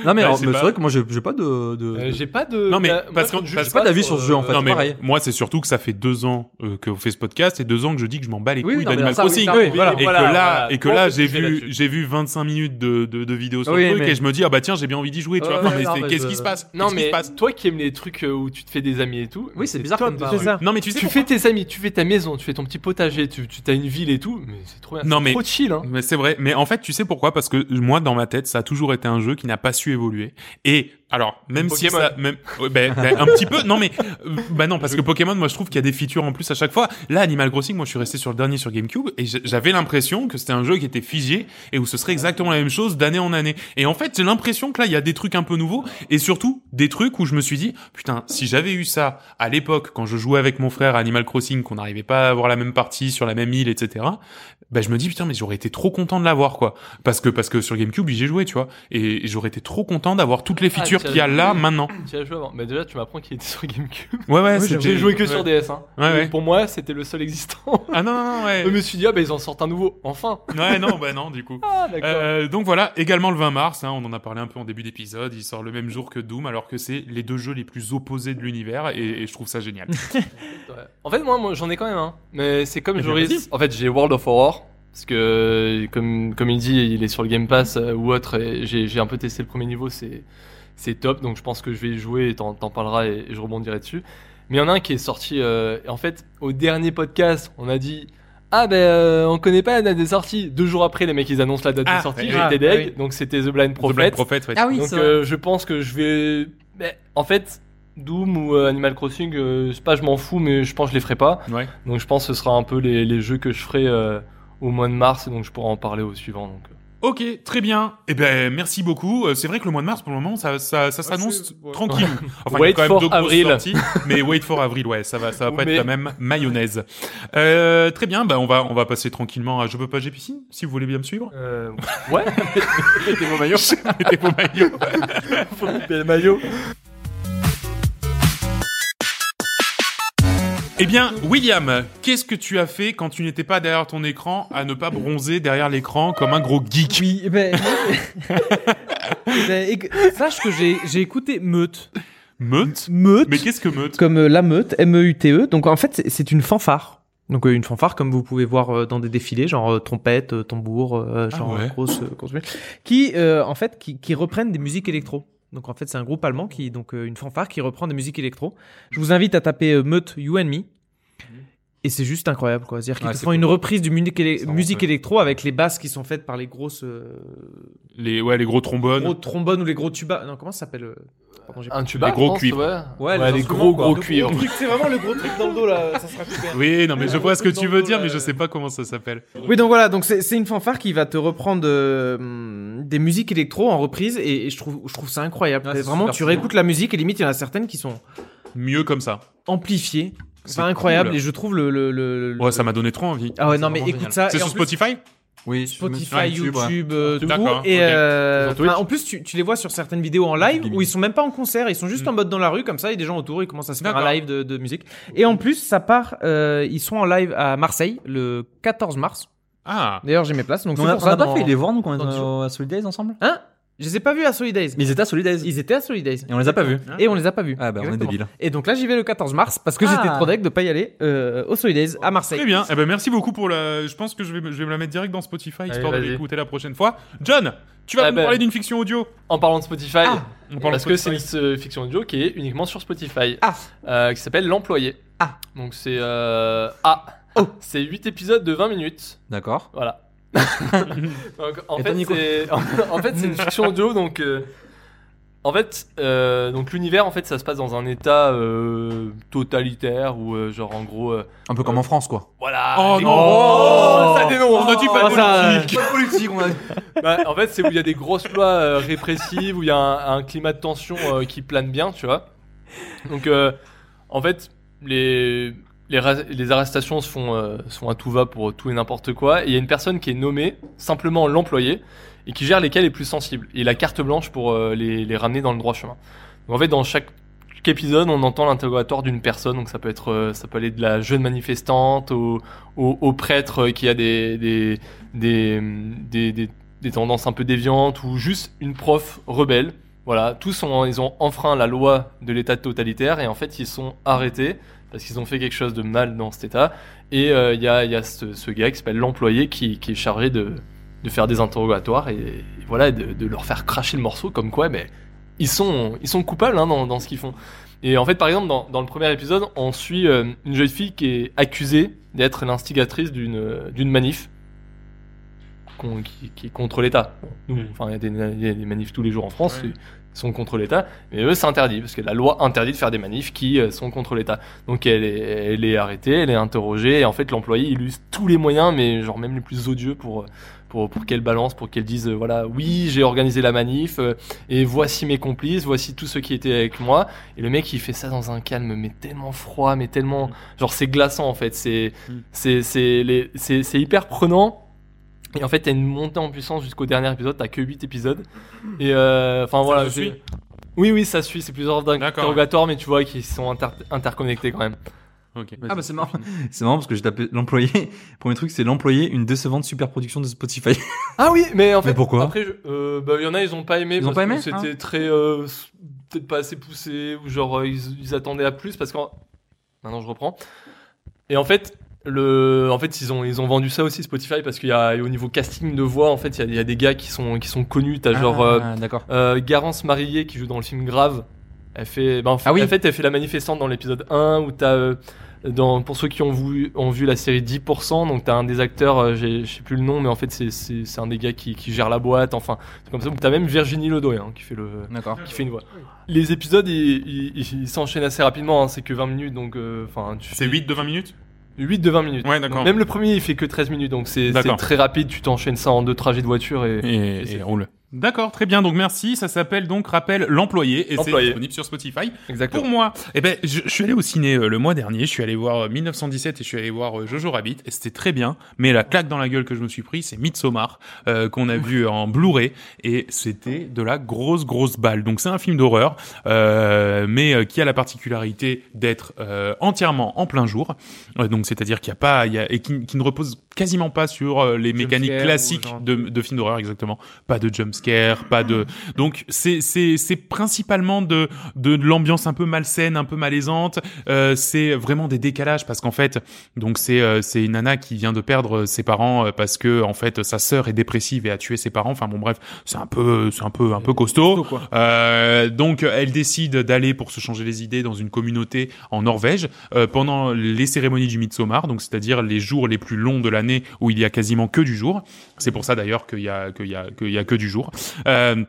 S3: Non mais,
S1: Ouais,
S3: alors,
S1: c'est
S3: mais
S1: pas-
S3: c'est vrai que moi j'ai j'ai pas de. de-
S5: Euh, J'ai pas de.
S1: Non, mais
S5: bah, moi,
S1: parce
S5: je ne
S1: qu'on-
S5: juge
S1: parce-
S3: pas d'avis sur ce jeu, en fait.
S5: euh,
S1: Non mais
S3: pareil.
S1: moi c'est surtout que ça fait deux ans euh, que vous faites ce podcast et deux ans que je dis que je m'en bats les
S3: Oui,
S1: couilles
S3: non, mais
S1: d'Animal
S3: alors ça, oui,
S1: Crossing.
S3: ça, oui,
S5: voilà.
S1: Et
S5: Voilà,
S1: que là,
S5: voilà.
S1: et que
S5: Bon,
S1: là
S5: on peut
S1: j'ai
S5: juger
S1: vu
S5: là-dessus.
S1: j'ai vu 25 minutes de, de, de vidéos sur
S3: Oui,
S1: le truc
S3: mais-
S1: et je me dis ah bah tiens j'ai bien envie d'y jouer tu
S3: Ouais,
S1: vois. Enfin,
S3: ouais,
S1: mais
S3: non,
S1: c'est-
S3: mais
S1: qu'est-ce
S3: je-
S1: qui se passe
S5: Non
S1: Qu'est-ce qui
S5: mais
S1: se passe
S5: toi qui aimes les trucs euh, où tu te fais des amis et tout.
S3: Oui, c'est
S5: mais
S3: bizarre
S5: top, hein.
S3: comme
S5: de
S3: part,
S5: ce
S4: C'est ça.
S1: non mais tu sais
S5: Tu
S1: pourquoi
S5: fais tes amis, tu fais ta maison, tu fais ton petit potager, tu, tu as une ville et tout, mais c'est trop bien.
S1: Non,
S5: c'est
S1: mais-
S5: trop chill. Hein.
S1: Mais c'est vrai. Mais en fait, tu sais pourquoi Parce que moi, dans ma tête, ça a toujours été un jeu qui n'a pas su évoluer. Et alors, même si
S5: Pokémon.
S1: ça, même ouais, ben, ben, un petit peu. Non mais, euh, bah non, parce que Pokémon, moi, je trouve qu'il y a des features en plus à chaque fois. Là, Animal Crossing, moi, je suis resté sur le dernier sur GameCube et j'- j'avais l'impression que c'était un jeu qui était figé et où ce serait exactement la même chose d'année en année. Et en fait, j'ai l'impression que là, il y a des trucs un peu nouveaux et surtout des trucs où je me suis dit, putain, si j'avais eu ça à l'époque quand je jouais avec mon frère à Animal Crossing, qu'on n'arrivait pas à avoir la même partie sur la même île, etc bah je me dis putain mais j'aurais été trop content de l'avoir quoi parce que parce que sur GameCube j'y ai joué tu vois et j'aurais été trop content d'avoir toutes les
S5: Ah,
S1: features
S5: tiens,
S1: qu'il y a
S5: oui.
S1: là maintenant
S5: Tu as joué avant. Mais déjà, tu m'apprends qu'il était sur GameCube.
S1: ouais ouais
S4: Oui,
S1: c'était-
S5: J'ai joué que sur
S1: Ouais.
S5: DS. Hein.
S1: Ouais,
S5: Et
S1: ouais.
S5: Pour moi, c'était le seul existant.
S1: ah non non non,
S5: Je
S1: ouais
S5: me suis dit, ah bah ils en sortent un nouveau, enfin.
S1: ouais non bah non du coup
S5: Ah d'accord.
S1: Euh, donc voilà, également le 20 mars, hein, on en a parlé un peu en début d'épisode, il sort le même jour que Doom, alors que c'est les deux jeux les plus opposés de l'univers, et, et je trouve ça génial.
S5: Ouais. En fait, moi, moi, j'en ai quand même un. Mais c'est comme
S1: Eh bien,
S5: Joris. En fait, j'ai World of Horror. Parce que, comme, comme il dit, il est sur le Game Pass euh, ou autre. Et j'ai j'ai un peu testé le premier niveau. C'est c'est top. Donc, je pense que je vais y jouer. et T'en t'en parleras et, et je rebondirai dessus. Mais il y en a un qui est sorti. euh, en fait, au dernier podcast, on a dit. Ah ben euh, on connaît pas la date des sorties. Deux jours après les mecs ils annoncent la date
S1: Ah,
S5: des sorties.
S1: oui.
S5: J'étais
S4: Ah,
S5: deg.
S4: oui.
S5: Donc c'était The Blind Prophet.
S1: The Black Prophet, ouais.
S3: Ah oui,
S5: Donc
S3: c'est vrai.
S5: euh, je pense que je vais. Mais, en fait, Doom ou euh, Animal Crossing, euh, c'est pas je m'en fous, mais je pense que je les ferai pas.
S1: Ouais.
S5: Donc je pense que ce sera un peu les, les jeux que je ferai euh, au mois de mars, et donc je pourrai en parler au suivant. Donc. euh.
S1: Ok, très bien. Eh ben, merci beaucoup. Euh, C'est vrai que le mois de mars, pour le moment, ça, ça, ça s'annonce
S4: c'est- ouais.
S1: tranquille. Enfin, il y a
S5: Wait
S1: quand même
S5: for
S1: deux grosses
S5: avril.
S1: sorties, mais wait for avril, ouais, ça va, ça va pas
S5: Mais-
S1: être la même mayonnaise. Euh, très bien, bah on va, on va passer tranquillement à Je veux pas j'ai piscine, si vous voulez bien me suivre.
S3: Euh,
S5: ouais, mettez vos maillots.
S1: Mettez vos maillots.
S5: Faut couper le maillot.
S1: Eh bien, William, qu'est-ce que tu as fait quand tu n'étais pas derrière ton écran, à ne pas bronzer derrière l'écran comme un gros geek
S4: Oui, ben. ben, éc- Sache que j'ai j'ai écouté Meute.
S1: Meute.
S4: Meute.
S1: Mais qu'est-ce que meute
S4: comme euh, la meute, M-E-U-T-E. E. Donc en fait, c'est- c'est une fanfare. Donc euh, une fanfare comme vous pouvez voir euh, dans des défilés, genre euh, trompette, euh, tambour, euh,
S1: Ah
S4: genre
S1: ouais.
S4: euh, grosse, euh, grosse musique, qui euh, en fait qui, qui reprennent des musiques électro. Donc en fait, c'est un groupe allemand qui donc euh, une fanfare qui reprend des musiques électro. Je vous invite à taper euh, meute You and Me. Et c'est juste incroyable quoi. C'est-à-dire qu'ils
S3: Ouais,
S4: te
S3: c'est
S4: font une reprise du musique, éle-
S1: Ça rend
S4: musique
S1: peu.
S4: électro avec les basses qui sont faites par les grosses euh,
S1: Les ouais, les gros trombones.
S4: gros trombones ou les gros tubas. Non, comment ça s'appelle euh, pardon, j'ai-
S5: Un tuba,
S1: Les gros
S5: je pense,
S1: cuivres.
S5: Ouais,
S3: Ouais,
S5: Ouais,
S3: les
S5: les
S3: instruments,
S5: gros
S3: quoi.
S5: gros
S3: Le gros
S5: cuivres.
S4: C'est vraiment le gros truc dans le dos là, ça sera super.
S1: Oui, non mais je vois ce que tu veux dire,
S4: Trombones,
S1: mais je
S4: euh,
S1: sais pas comment ça s'appelle.
S4: Oui, donc voilà, donc c'est c'est une fanfare qui va te reprendre euh, hum, des musiques électro en reprise et, et je trouve je trouve ça incroyable.
S3: Ah, c'est
S4: vraiment,
S3: super
S4: tu
S3: stylé.
S4: réécoutes la musique et limite il y en a certaines qui sont
S1: Mieux comme ça.
S4: amplifiées.
S1: C'est
S4: C'est incroyable
S1: cool.
S4: et je trouve le le, le, le-
S1: Ouais, ça m'a donné trop envie.
S4: ah ouais non
S3: c'est
S4: mais
S3: vraiment
S4: écoute
S3: génial.
S4: ça
S1: C'est
S4: et en
S1: sur
S4: plus,
S1: Spotify
S3: Oui, je me-
S4: Spotify,
S3: ouais,
S4: YouTube,
S3: ouais.
S4: euh, tout
S1: D'accord,
S4: et
S1: ok.
S4: euh,
S5: Sur Twitch.
S4: enfin, en plus tu, tu les vois sur certaines vidéos en live où ils sont même pas en concert, ils sont juste
S1: Mm.
S4: en mode dans la rue comme ça, il y a des gens autour, ils commencent à se faire
S1: D'accord.
S4: un live de, de musique et en plus ça part, euh, ils sont en live à Marseille le 14 mars.
S1: Ah.
S4: D'ailleurs j'ai mes places donc
S3: Mais
S4: c'est
S3: on a,
S4: pour
S3: on
S4: ça
S3: a pas
S4: dans-
S3: fait les voir nous quand
S4: dans
S3: on
S4: le
S3: était
S4: show.
S3: au- à Solid Days ensemble
S4: Hein Je les ai pas vus à Solidays.
S3: Mais ils étaient à Solid Days.
S4: Ils étaient à Solidays.
S3: Et on les a pas vus.
S1: Hein
S4: Et on les a pas vus.
S3: Ah bah on est
S4: Exactement.
S3: débiles.
S4: Et donc là, j'y vais le 14 mars parce que
S3: Ah.
S4: j'étais trop deck de pas y aller euh, au Solidays à Marseille.
S1: Très bien. Eh ben merci beaucoup pour la. Je pense que je vais, me- je vais me la mettre direct dans Spotify histoire de
S5: vas-y.
S1: l'écouter la prochaine fois. John, tu vas
S5: Ah
S1: nous
S5: ben.
S1: parler d'une fiction audio.
S5: En parlant de Spotify,
S1: On parle
S5: parce
S1: de
S5: que c'est
S1: Spotify.
S5: une euh, fiction audio qui est uniquement sur Spotify,
S4: Ah.
S5: euh, qui s'appelle L'Employé.
S4: Ah.
S5: Donc c'est... Euh... Ah
S4: Oh.
S5: C'est 8 épisodes de 20 minutes.
S3: D'accord.
S5: Voilà. donc, en fait,
S3: Et toi, Nico
S5: c'est en fait, c'est une fiction audio. Donc, euh, en fait, euh, donc l'univers, en fait, ça se passe dans un état euh, totalitaire où, euh, genre, en gros, euh,
S3: Un peu comme en France quoi.
S5: voilà.
S1: Oh
S5: des-
S1: non
S5: Oh, ça dénonce.
S1: On ne dit pas
S4: Oh, ça-
S1: politique.
S3: politique on a
S5: Bah, en fait, c'est où il y a des grosses lois euh, répressives, où il y a un, un climat de tension euh, qui plane bien, tu vois. Donc, euh, en fait, les les, ra- les arrestations se font, euh, sont à tout va pour tout et n'importe quoi. Et il y a une personne qui est nommée, simplement l'employé, et qui gère les cas les plus sensibles. Et la carte blanche pour euh, les, les ramener dans le droit chemin. Donc en fait, dans chaque chaque épisode, on entend l'interrogatoire d'une personne. Donc ça peut être, euh, ça peut aller de la jeune manifestante au, au, au prêtre euh, qui a des des, des, des, des- des tendances un peu déviantes ou juste une prof rebelle. Voilà, tous ont, ils ont enfreint la loi de l'État totalitaire et en fait ils sont arrêtés parce qu'ils ont fait quelque chose de mal dans cet État. Et euh, il y a, il y a ce, ce gars qui s'appelle l'employé qui, qui est chargé de, de faire des interrogatoires et, et voilà de, de leur faire cracher le morceau comme quoi ben, mais ils sont ils sont coupables hein, dans, dans ce qu'ils font. Et en fait par exemple dans, dans le premier épisode on suit euh, une jeune fille qui est accusée d'être l'instigatrice d'une euh, d'une manif qu'on- qui, qui est contre l'État. Nous,
S6: Mm.
S5: enfin il y, a des- il y a des manifs tous les jours en France.
S4: Ouais.
S5: et ils sont contre l'État, mais eux c'est interdit parce que la loi interdit de faire des manifs qui euh, sont contre l'État. Donc elle est, elle est arrêtée, elle est interrogée, et en fait l'employé il use tous les moyens, mais genre même les plus odieux pour euh, pour, pour qu'elle balance, pour qu'elle dise euh, voilà oui j'ai organisé la manif euh, et voici mes complices, voici tous ceux qui étaient avec moi. Et le mec il fait ça dans un calme mais tellement froid, mais tellement genre c'est glaçant en fait, c'est
S1: Mm.
S5: c'est c'est les- c'est c'est hyper prenant. Et en fait, t'as une montée en puissance jusqu'au dernier épisode, t'as que 8 épisodes. Et euh, enfin voilà.
S1: se
S5: c'est-
S1: suit
S5: Oui, oui, ça suit, c'est plusieurs
S1: D'accord.
S5: interrogatoires, mais tu vois qu'ils sont inter- interconnectés quand même.
S1: Ok.
S3: Ah bah c'est marrant. C'est marrant parce que j'ai tapé l'employé. Premier truc, c'est l'employé, une décevante super production de Spotify.
S5: Ah oui, mais en fait.
S3: Mais pourquoi
S5: Après, je- euh, bah, il y en a, ils ont pas aimé.
S3: Ils
S5: parce
S3: ont pas aimé, Ah.
S5: que C'était très. euh, s- Peut-être pas assez poussé, ou genre, euh, ils, ils attendaient à plus, parce que. Maintenant, je reprends. Et en fait. Le, en fait, ils ont, ils ont vendu ça aussi Spotify parce qu'il y a au niveau casting de voix, en fait, il y a, il y a des gars qui sont, qui sont connus. T'as genre euh,
S3: Ah, d'accord.
S5: Euh, Garance Marillier qui joue dans le film Grave. Elle fait, ben, en fait-
S3: Ah oui.
S5: en fait, elle fait la manifestante dans l'épisode 1 où t'as, euh, dans, pour ceux qui ont vu, ont vu la série 10%, donc t'as un des acteurs, euh, j'ai- je sais plus le nom, mais en fait c'est, c'est, c'est un des gars qui, qui gère la boîte, enfin, c'est comme ça. Ou T'as même Virginie Ledoy hein, qui fait le,
S3: D'accord.
S5: qui fait une voix. Les épisodes ils, ils- ils s'enchaînent assez rapidement, hein, c'est que 20 minutes, donc euh, enfin, tu
S1: C'est 8 de 20 minutes
S5: 8 de 20 minutes.
S1: Ouais, d'accord.
S5: Même le premier il fait que 13 minutes, donc c'est, c'est
S1: D'accord.
S5: très rapide. Tu t'enchaînes ça en deux trajets de voiture et,
S1: Et,
S5: c'est-
S1: et roule. D'accord, très bien. Donc merci. Ça s'appelle donc Rappel l'employé et c'est
S5: Employé.
S1: disponible sur Spotify.
S5: exactement.
S1: Pour moi, eh ben, je, je suis allé au ciné euh, le mois dernier. Je suis allé voir euh, 1917 et je suis allé voir euh, Jojo Rabbit. Et c'était très bien. Mais la claque dans la gueule que je me suis pris, c'est Midsommar euh, qu'on a vu en Blu-ray et c'était de la grosse grosse balle. Donc c'est un film d'horreur, euh, mais euh, qui a la particularité d'être euh, entièrement en plein jour. Euh, donc c'est-à-dire qu'il y a pas, il y a, et qui, qui ne repose quasiment pas sur euh, les mécaniques
S4: scare ou
S1: classiques
S4: genre-
S1: de, de films d'horreur exactement. Pas de jump scare, pas de. Donc c'est c'est c'est principalement de de, de l'ambiance un peu malsaine, un peu malaisante. Euh, c'est vraiment des décalages parce qu'en fait, donc c'est euh, c'est une nana qui vient de perdre euh, ses parents euh, parce que en fait sa sœur est dépressive et a tué ses parents. Enfin bon bref, c'est un peu c'est un peu un peu costaud.
S4: quoi.
S1: Euh, donc elle décide d'aller pour se changer les idées dans une communauté en Norvège euh, pendant les cérémonies du Midsommar, donc c'est-à-dire les jours les plus longs de l'année où il y a quasiment que du jour. C'est pour ça d'ailleurs qu'il y a qu'il y a qu'il y a que du jour. Euh,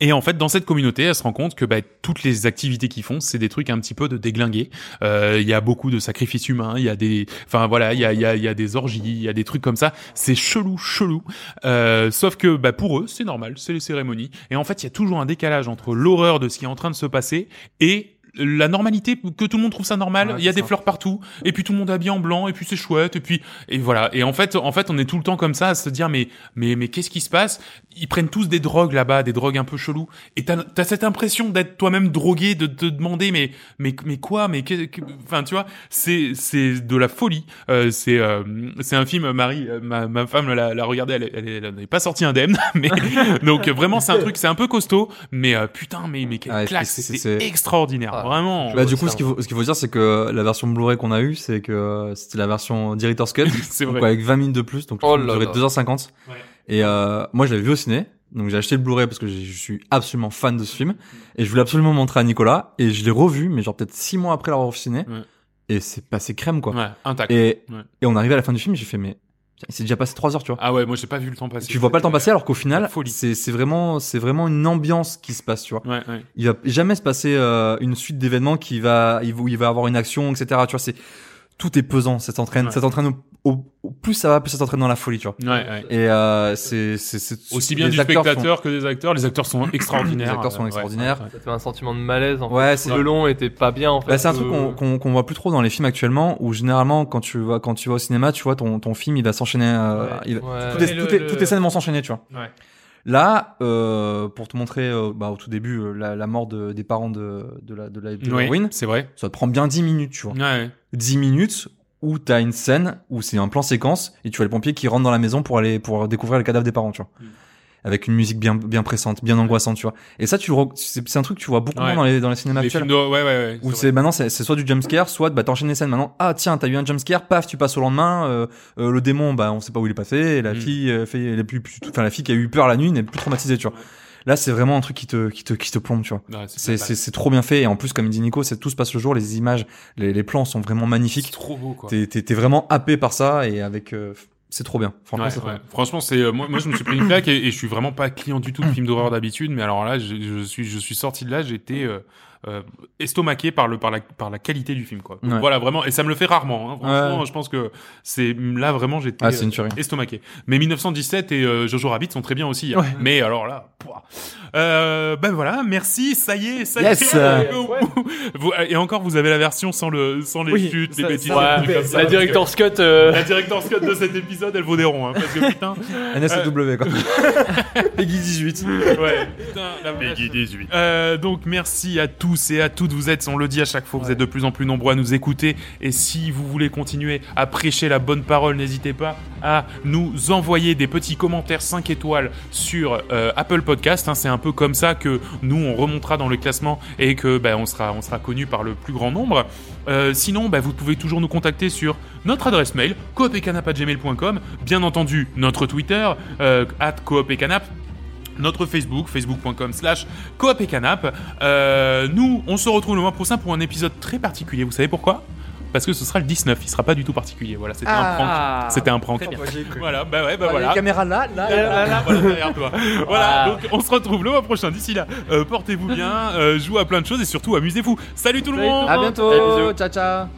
S1: et en fait, dans cette communauté, elle se rend compte que bah, toutes les activités qu'ils font, c'est des trucs un petit peu de déglingués. Euh, Il y a beaucoup de sacrifices humains, il y a des, enfin voilà, il y a, il y, a, il y a des orgies, il y a des trucs comme ça. C'est chelou, chelou. Euh, sauf que bah, pour eux, c'est normal, c'est les cérémonies. Et en fait, il y a toujours un décalage entre l'horreur de ce qui est en train de se passer et la normalité que tout le monde trouve ça normal
S3: Ouais,
S1: il y a
S3: c'est
S1: des
S3: ça.
S1: fleurs partout et puis tout le monde est habillé en blanc et puis c'est chouette et puis et voilà et en fait en fait on est tout le temps comme ça à se dire mais mais mais qu'est-ce qui se passe ils prennent tous des drogues là-bas des drogues un peu cheloues et t'as t'as cette impression d'être toi-même drogué de te demander mais mais mais quoi mais que- que- enfin tu vois c'est c'est de la folie euh, c'est euh, c'est un film Marie euh, ma, ma femme l'a, l'a regardé elle elle, elle n'est pas sortie indemne mais donc euh, vraiment c'est un truc c'est un peu costaud mais euh, putain mais mais quelle
S3: Ah, c'est-
S1: claque
S3: c'est-
S1: c'était
S3: c'est-
S1: extraordinaire
S5: Ah.
S1: vraiment
S3: Bah, du
S5: vois
S3: coup,
S5: ça,
S3: ce qu'il faut, ce qu'il faut dire, c'est que la version Blu-ray qu'on a eue, c'est que euh, c'était la version Director's Cut.
S1: c'est
S3: donc
S1: vrai
S3: avec 20 minutes de plus, donc
S5: Oh
S3: le film
S5: là
S3: durait
S5: là.
S3: 2h50.
S1: Ouais.
S3: Et euh, moi, je l'avais vu au ciné, donc j'ai acheté le Blu-ray parce que j'ai- je suis absolument fan de ce film. Et je voulais absolument montrer à Nicolas, et je l'ai revu, mais genre peut-être 6 mois après l'avoir vu au ciné.
S1: Ouais.
S3: Et c'est passé crème, quoi.
S1: ouais intact
S3: Et,
S1: Ouais.
S3: et on arrivait à la fin du film, j'ai fait, mais putain, il s'est déjà passé 3 heures, tu vois.
S1: ah ouais moi j'ai pas vu le temps passer
S3: tu vois pas le temps passer alors qu'au
S1: la
S3: final,
S1: folie.
S3: c'est c'est vraiment, c'est vraiment une ambiance qui se passe, tu vois
S1: ouais ouais
S3: il va jamais se passer euh, une suite d'événements qui va il- où il va avoir une action etc tu vois c'est tout est pesant. Ça t'entraîne,
S1: Ouais.
S3: ça t'entraîne au, au- au- plus ça va, plus ça t'entraîne dans la folie, tu vois.
S1: Ouais, ouais.
S3: Et euh, c'est c'est- c'est-
S1: Aussi bien
S3: les
S1: du
S3: acteurs sont-
S1: spectateur que des acteurs. Les acteurs sont extraordinaires.
S3: Les acteurs
S1: Euh,
S3: sont
S1: ouais,
S3: extraordinaires.
S1: ouais, ouais.
S2: Ça te fait un sentiment de malaise. En
S3: Ouais,
S2: fait.
S3: c'est-
S2: Le long était pas bien. En fait.
S3: Bah, c'est un
S2: Euh,
S3: truc qu'on qu'on qu'on voit plus trop dans les films actuellement où généralement quand tu vas quand tu vas au cinéma tu vois ton ton film il va s'enchaîner euh,
S4: Ouais.
S3: il-
S2: ouais.
S3: toutes, les,
S4: connais le-
S3: toutes les-
S4: le-
S3: toutes les scènes vont s'enchaîner tu vois
S4: Ouais.
S3: là euh, pour te montrer euh, bah, au tout début euh, la, la mort de, des parents de de la de la de
S1: Oui,
S3: l'héroïne,
S1: c'est vrai.
S3: ça te prend bien 10 minutes tu vois
S1: Ouais, ouais.
S3: 10 minutes où t'as une scène où c'est un plan séquence et tu vois les pompiers qui rentrent dans la maison pour aller pour découvrir le cadavre des parents tu vois
S1: Mm.
S3: avec une musique bien bien pressante bien angoissante tu vois et ça tu le re- c'est c'est un truc que tu vois beaucoup
S1: Ouais.
S3: moins dans les dans les cinémas
S1: Les
S3: actuels
S1: films de... ouais, ouais, ouais.
S3: où
S1: c'est
S3: c'est maintenant c'est c'est soit du jumpscare, soit bah t'enchaînes les scènes maintenant. Ah tiens, t'as eu un jumpscare, paf, tu passes au lendemain. euh, euh, le démon, bah on sait pas où il est passé. Et la
S1: Mm.
S3: fille, euh, fait, elle est plus, plus- enfin la fille qui a eu peur la nuit n'est plus traumatisée, tu vois. Là, c'est vraiment un truc qui te, qui te, qui te plombe, tu vois.
S1: vrai. Ouais,
S3: C'est,
S1: pas
S3: c'est,
S1: mal.
S3: c'est trop bien fait. Et en plus, comme dit Nico, c'est tout se passe le jour. Les images, les, les plans sont vraiment
S1: C'est
S3: magnifiques.
S1: trop beau, quoi.
S3: T'es, t'es, t'es vraiment happé par ça et avec, euh, c'est trop bien. Franchement,
S1: Ouais,
S3: c'est trop
S1: ouais.
S3: bien.
S1: Franchement, c'est euh, moi, moi, je me suis pris une claque et, et je suis vraiment pas client du tout de films d'horreur d'habitude, mais alors là, je, je suis je suis sorti de là, j'étais euh, euh, estomaqué par le par la par la qualité du film, quoi. Donc,
S3: Ouais.
S1: Voilà, vraiment, et ça me le fait rarement. hein. Franchement,
S3: Ouais.
S1: je pense que c'est là vraiment j'étais
S3: Ah, c'est
S1: euh,
S3: une tuerie.
S1: estomaqué. Mais 1917 et euh, Jojo Rabbit sont très bien aussi. hein.
S4: Ouais.
S1: Mais alors là, pouah. Euh, ben voilà, merci, ça y est, ça
S3: Yes.
S1: y est. Vous- et encore, vous avez la version sans le sans les
S4: Oui,
S1: chutes,
S4: ça-
S1: les bêtises, les
S4: ça-
S1: trucs
S2: Ouais,
S1: comme ça,
S2: la
S1: parce que-
S2: directeur Scott. euh,
S1: la directeur Scott de cet épisode, elle vaut des ronds, hein, parce que putain,
S3: NSW quoi. Peggy 18.
S1: ouais, putain, la vache. Euh, donc merci à tous et à toutes, vous êtes, on le dit à chaque fois, vous êtes de plus en plus nombreux à nous écouter, et si vous voulez continuer à prêcher la bonne parole, n'hésitez pas à nous envoyer des petits commentaires 5 étoiles sur euh, Apple Podcast, hein. c'est un peu comme ça que nous on remontera dans le classement et que ben, on sera, on sera connu par le plus grand nombre. Euh, sinon, bah, vous pouvez toujours nous contacter sur notre adresse mail, coopetcanap.gmail.com, bien entendu notre Twitter, euh, at coopetcanap, notre Facebook, facebook.com slash coop et canap. Euh, nous, on se retrouve le mois prochain pour un épisode très particulier. Vous savez pourquoi Parce que ce sera le 19, il sera pas du tout particulier. Voilà, c'était un prank. C'était un prank. Voilà, bah ouais, bah voilà. Ah.
S3: caméra là, là, là.
S1: Voilà, derrière toi. Voilà, donc on se retrouve le mois prochain. D'ici là, euh, portez-vous bien, euh, jouez à plein de choses et surtout amusez-vous. Salut tout le
S2: Salut tout le
S1: monde
S2: monde.
S3: À
S2: Allez,
S3: bientôt.
S2: bisous.
S3: Ciao ciao.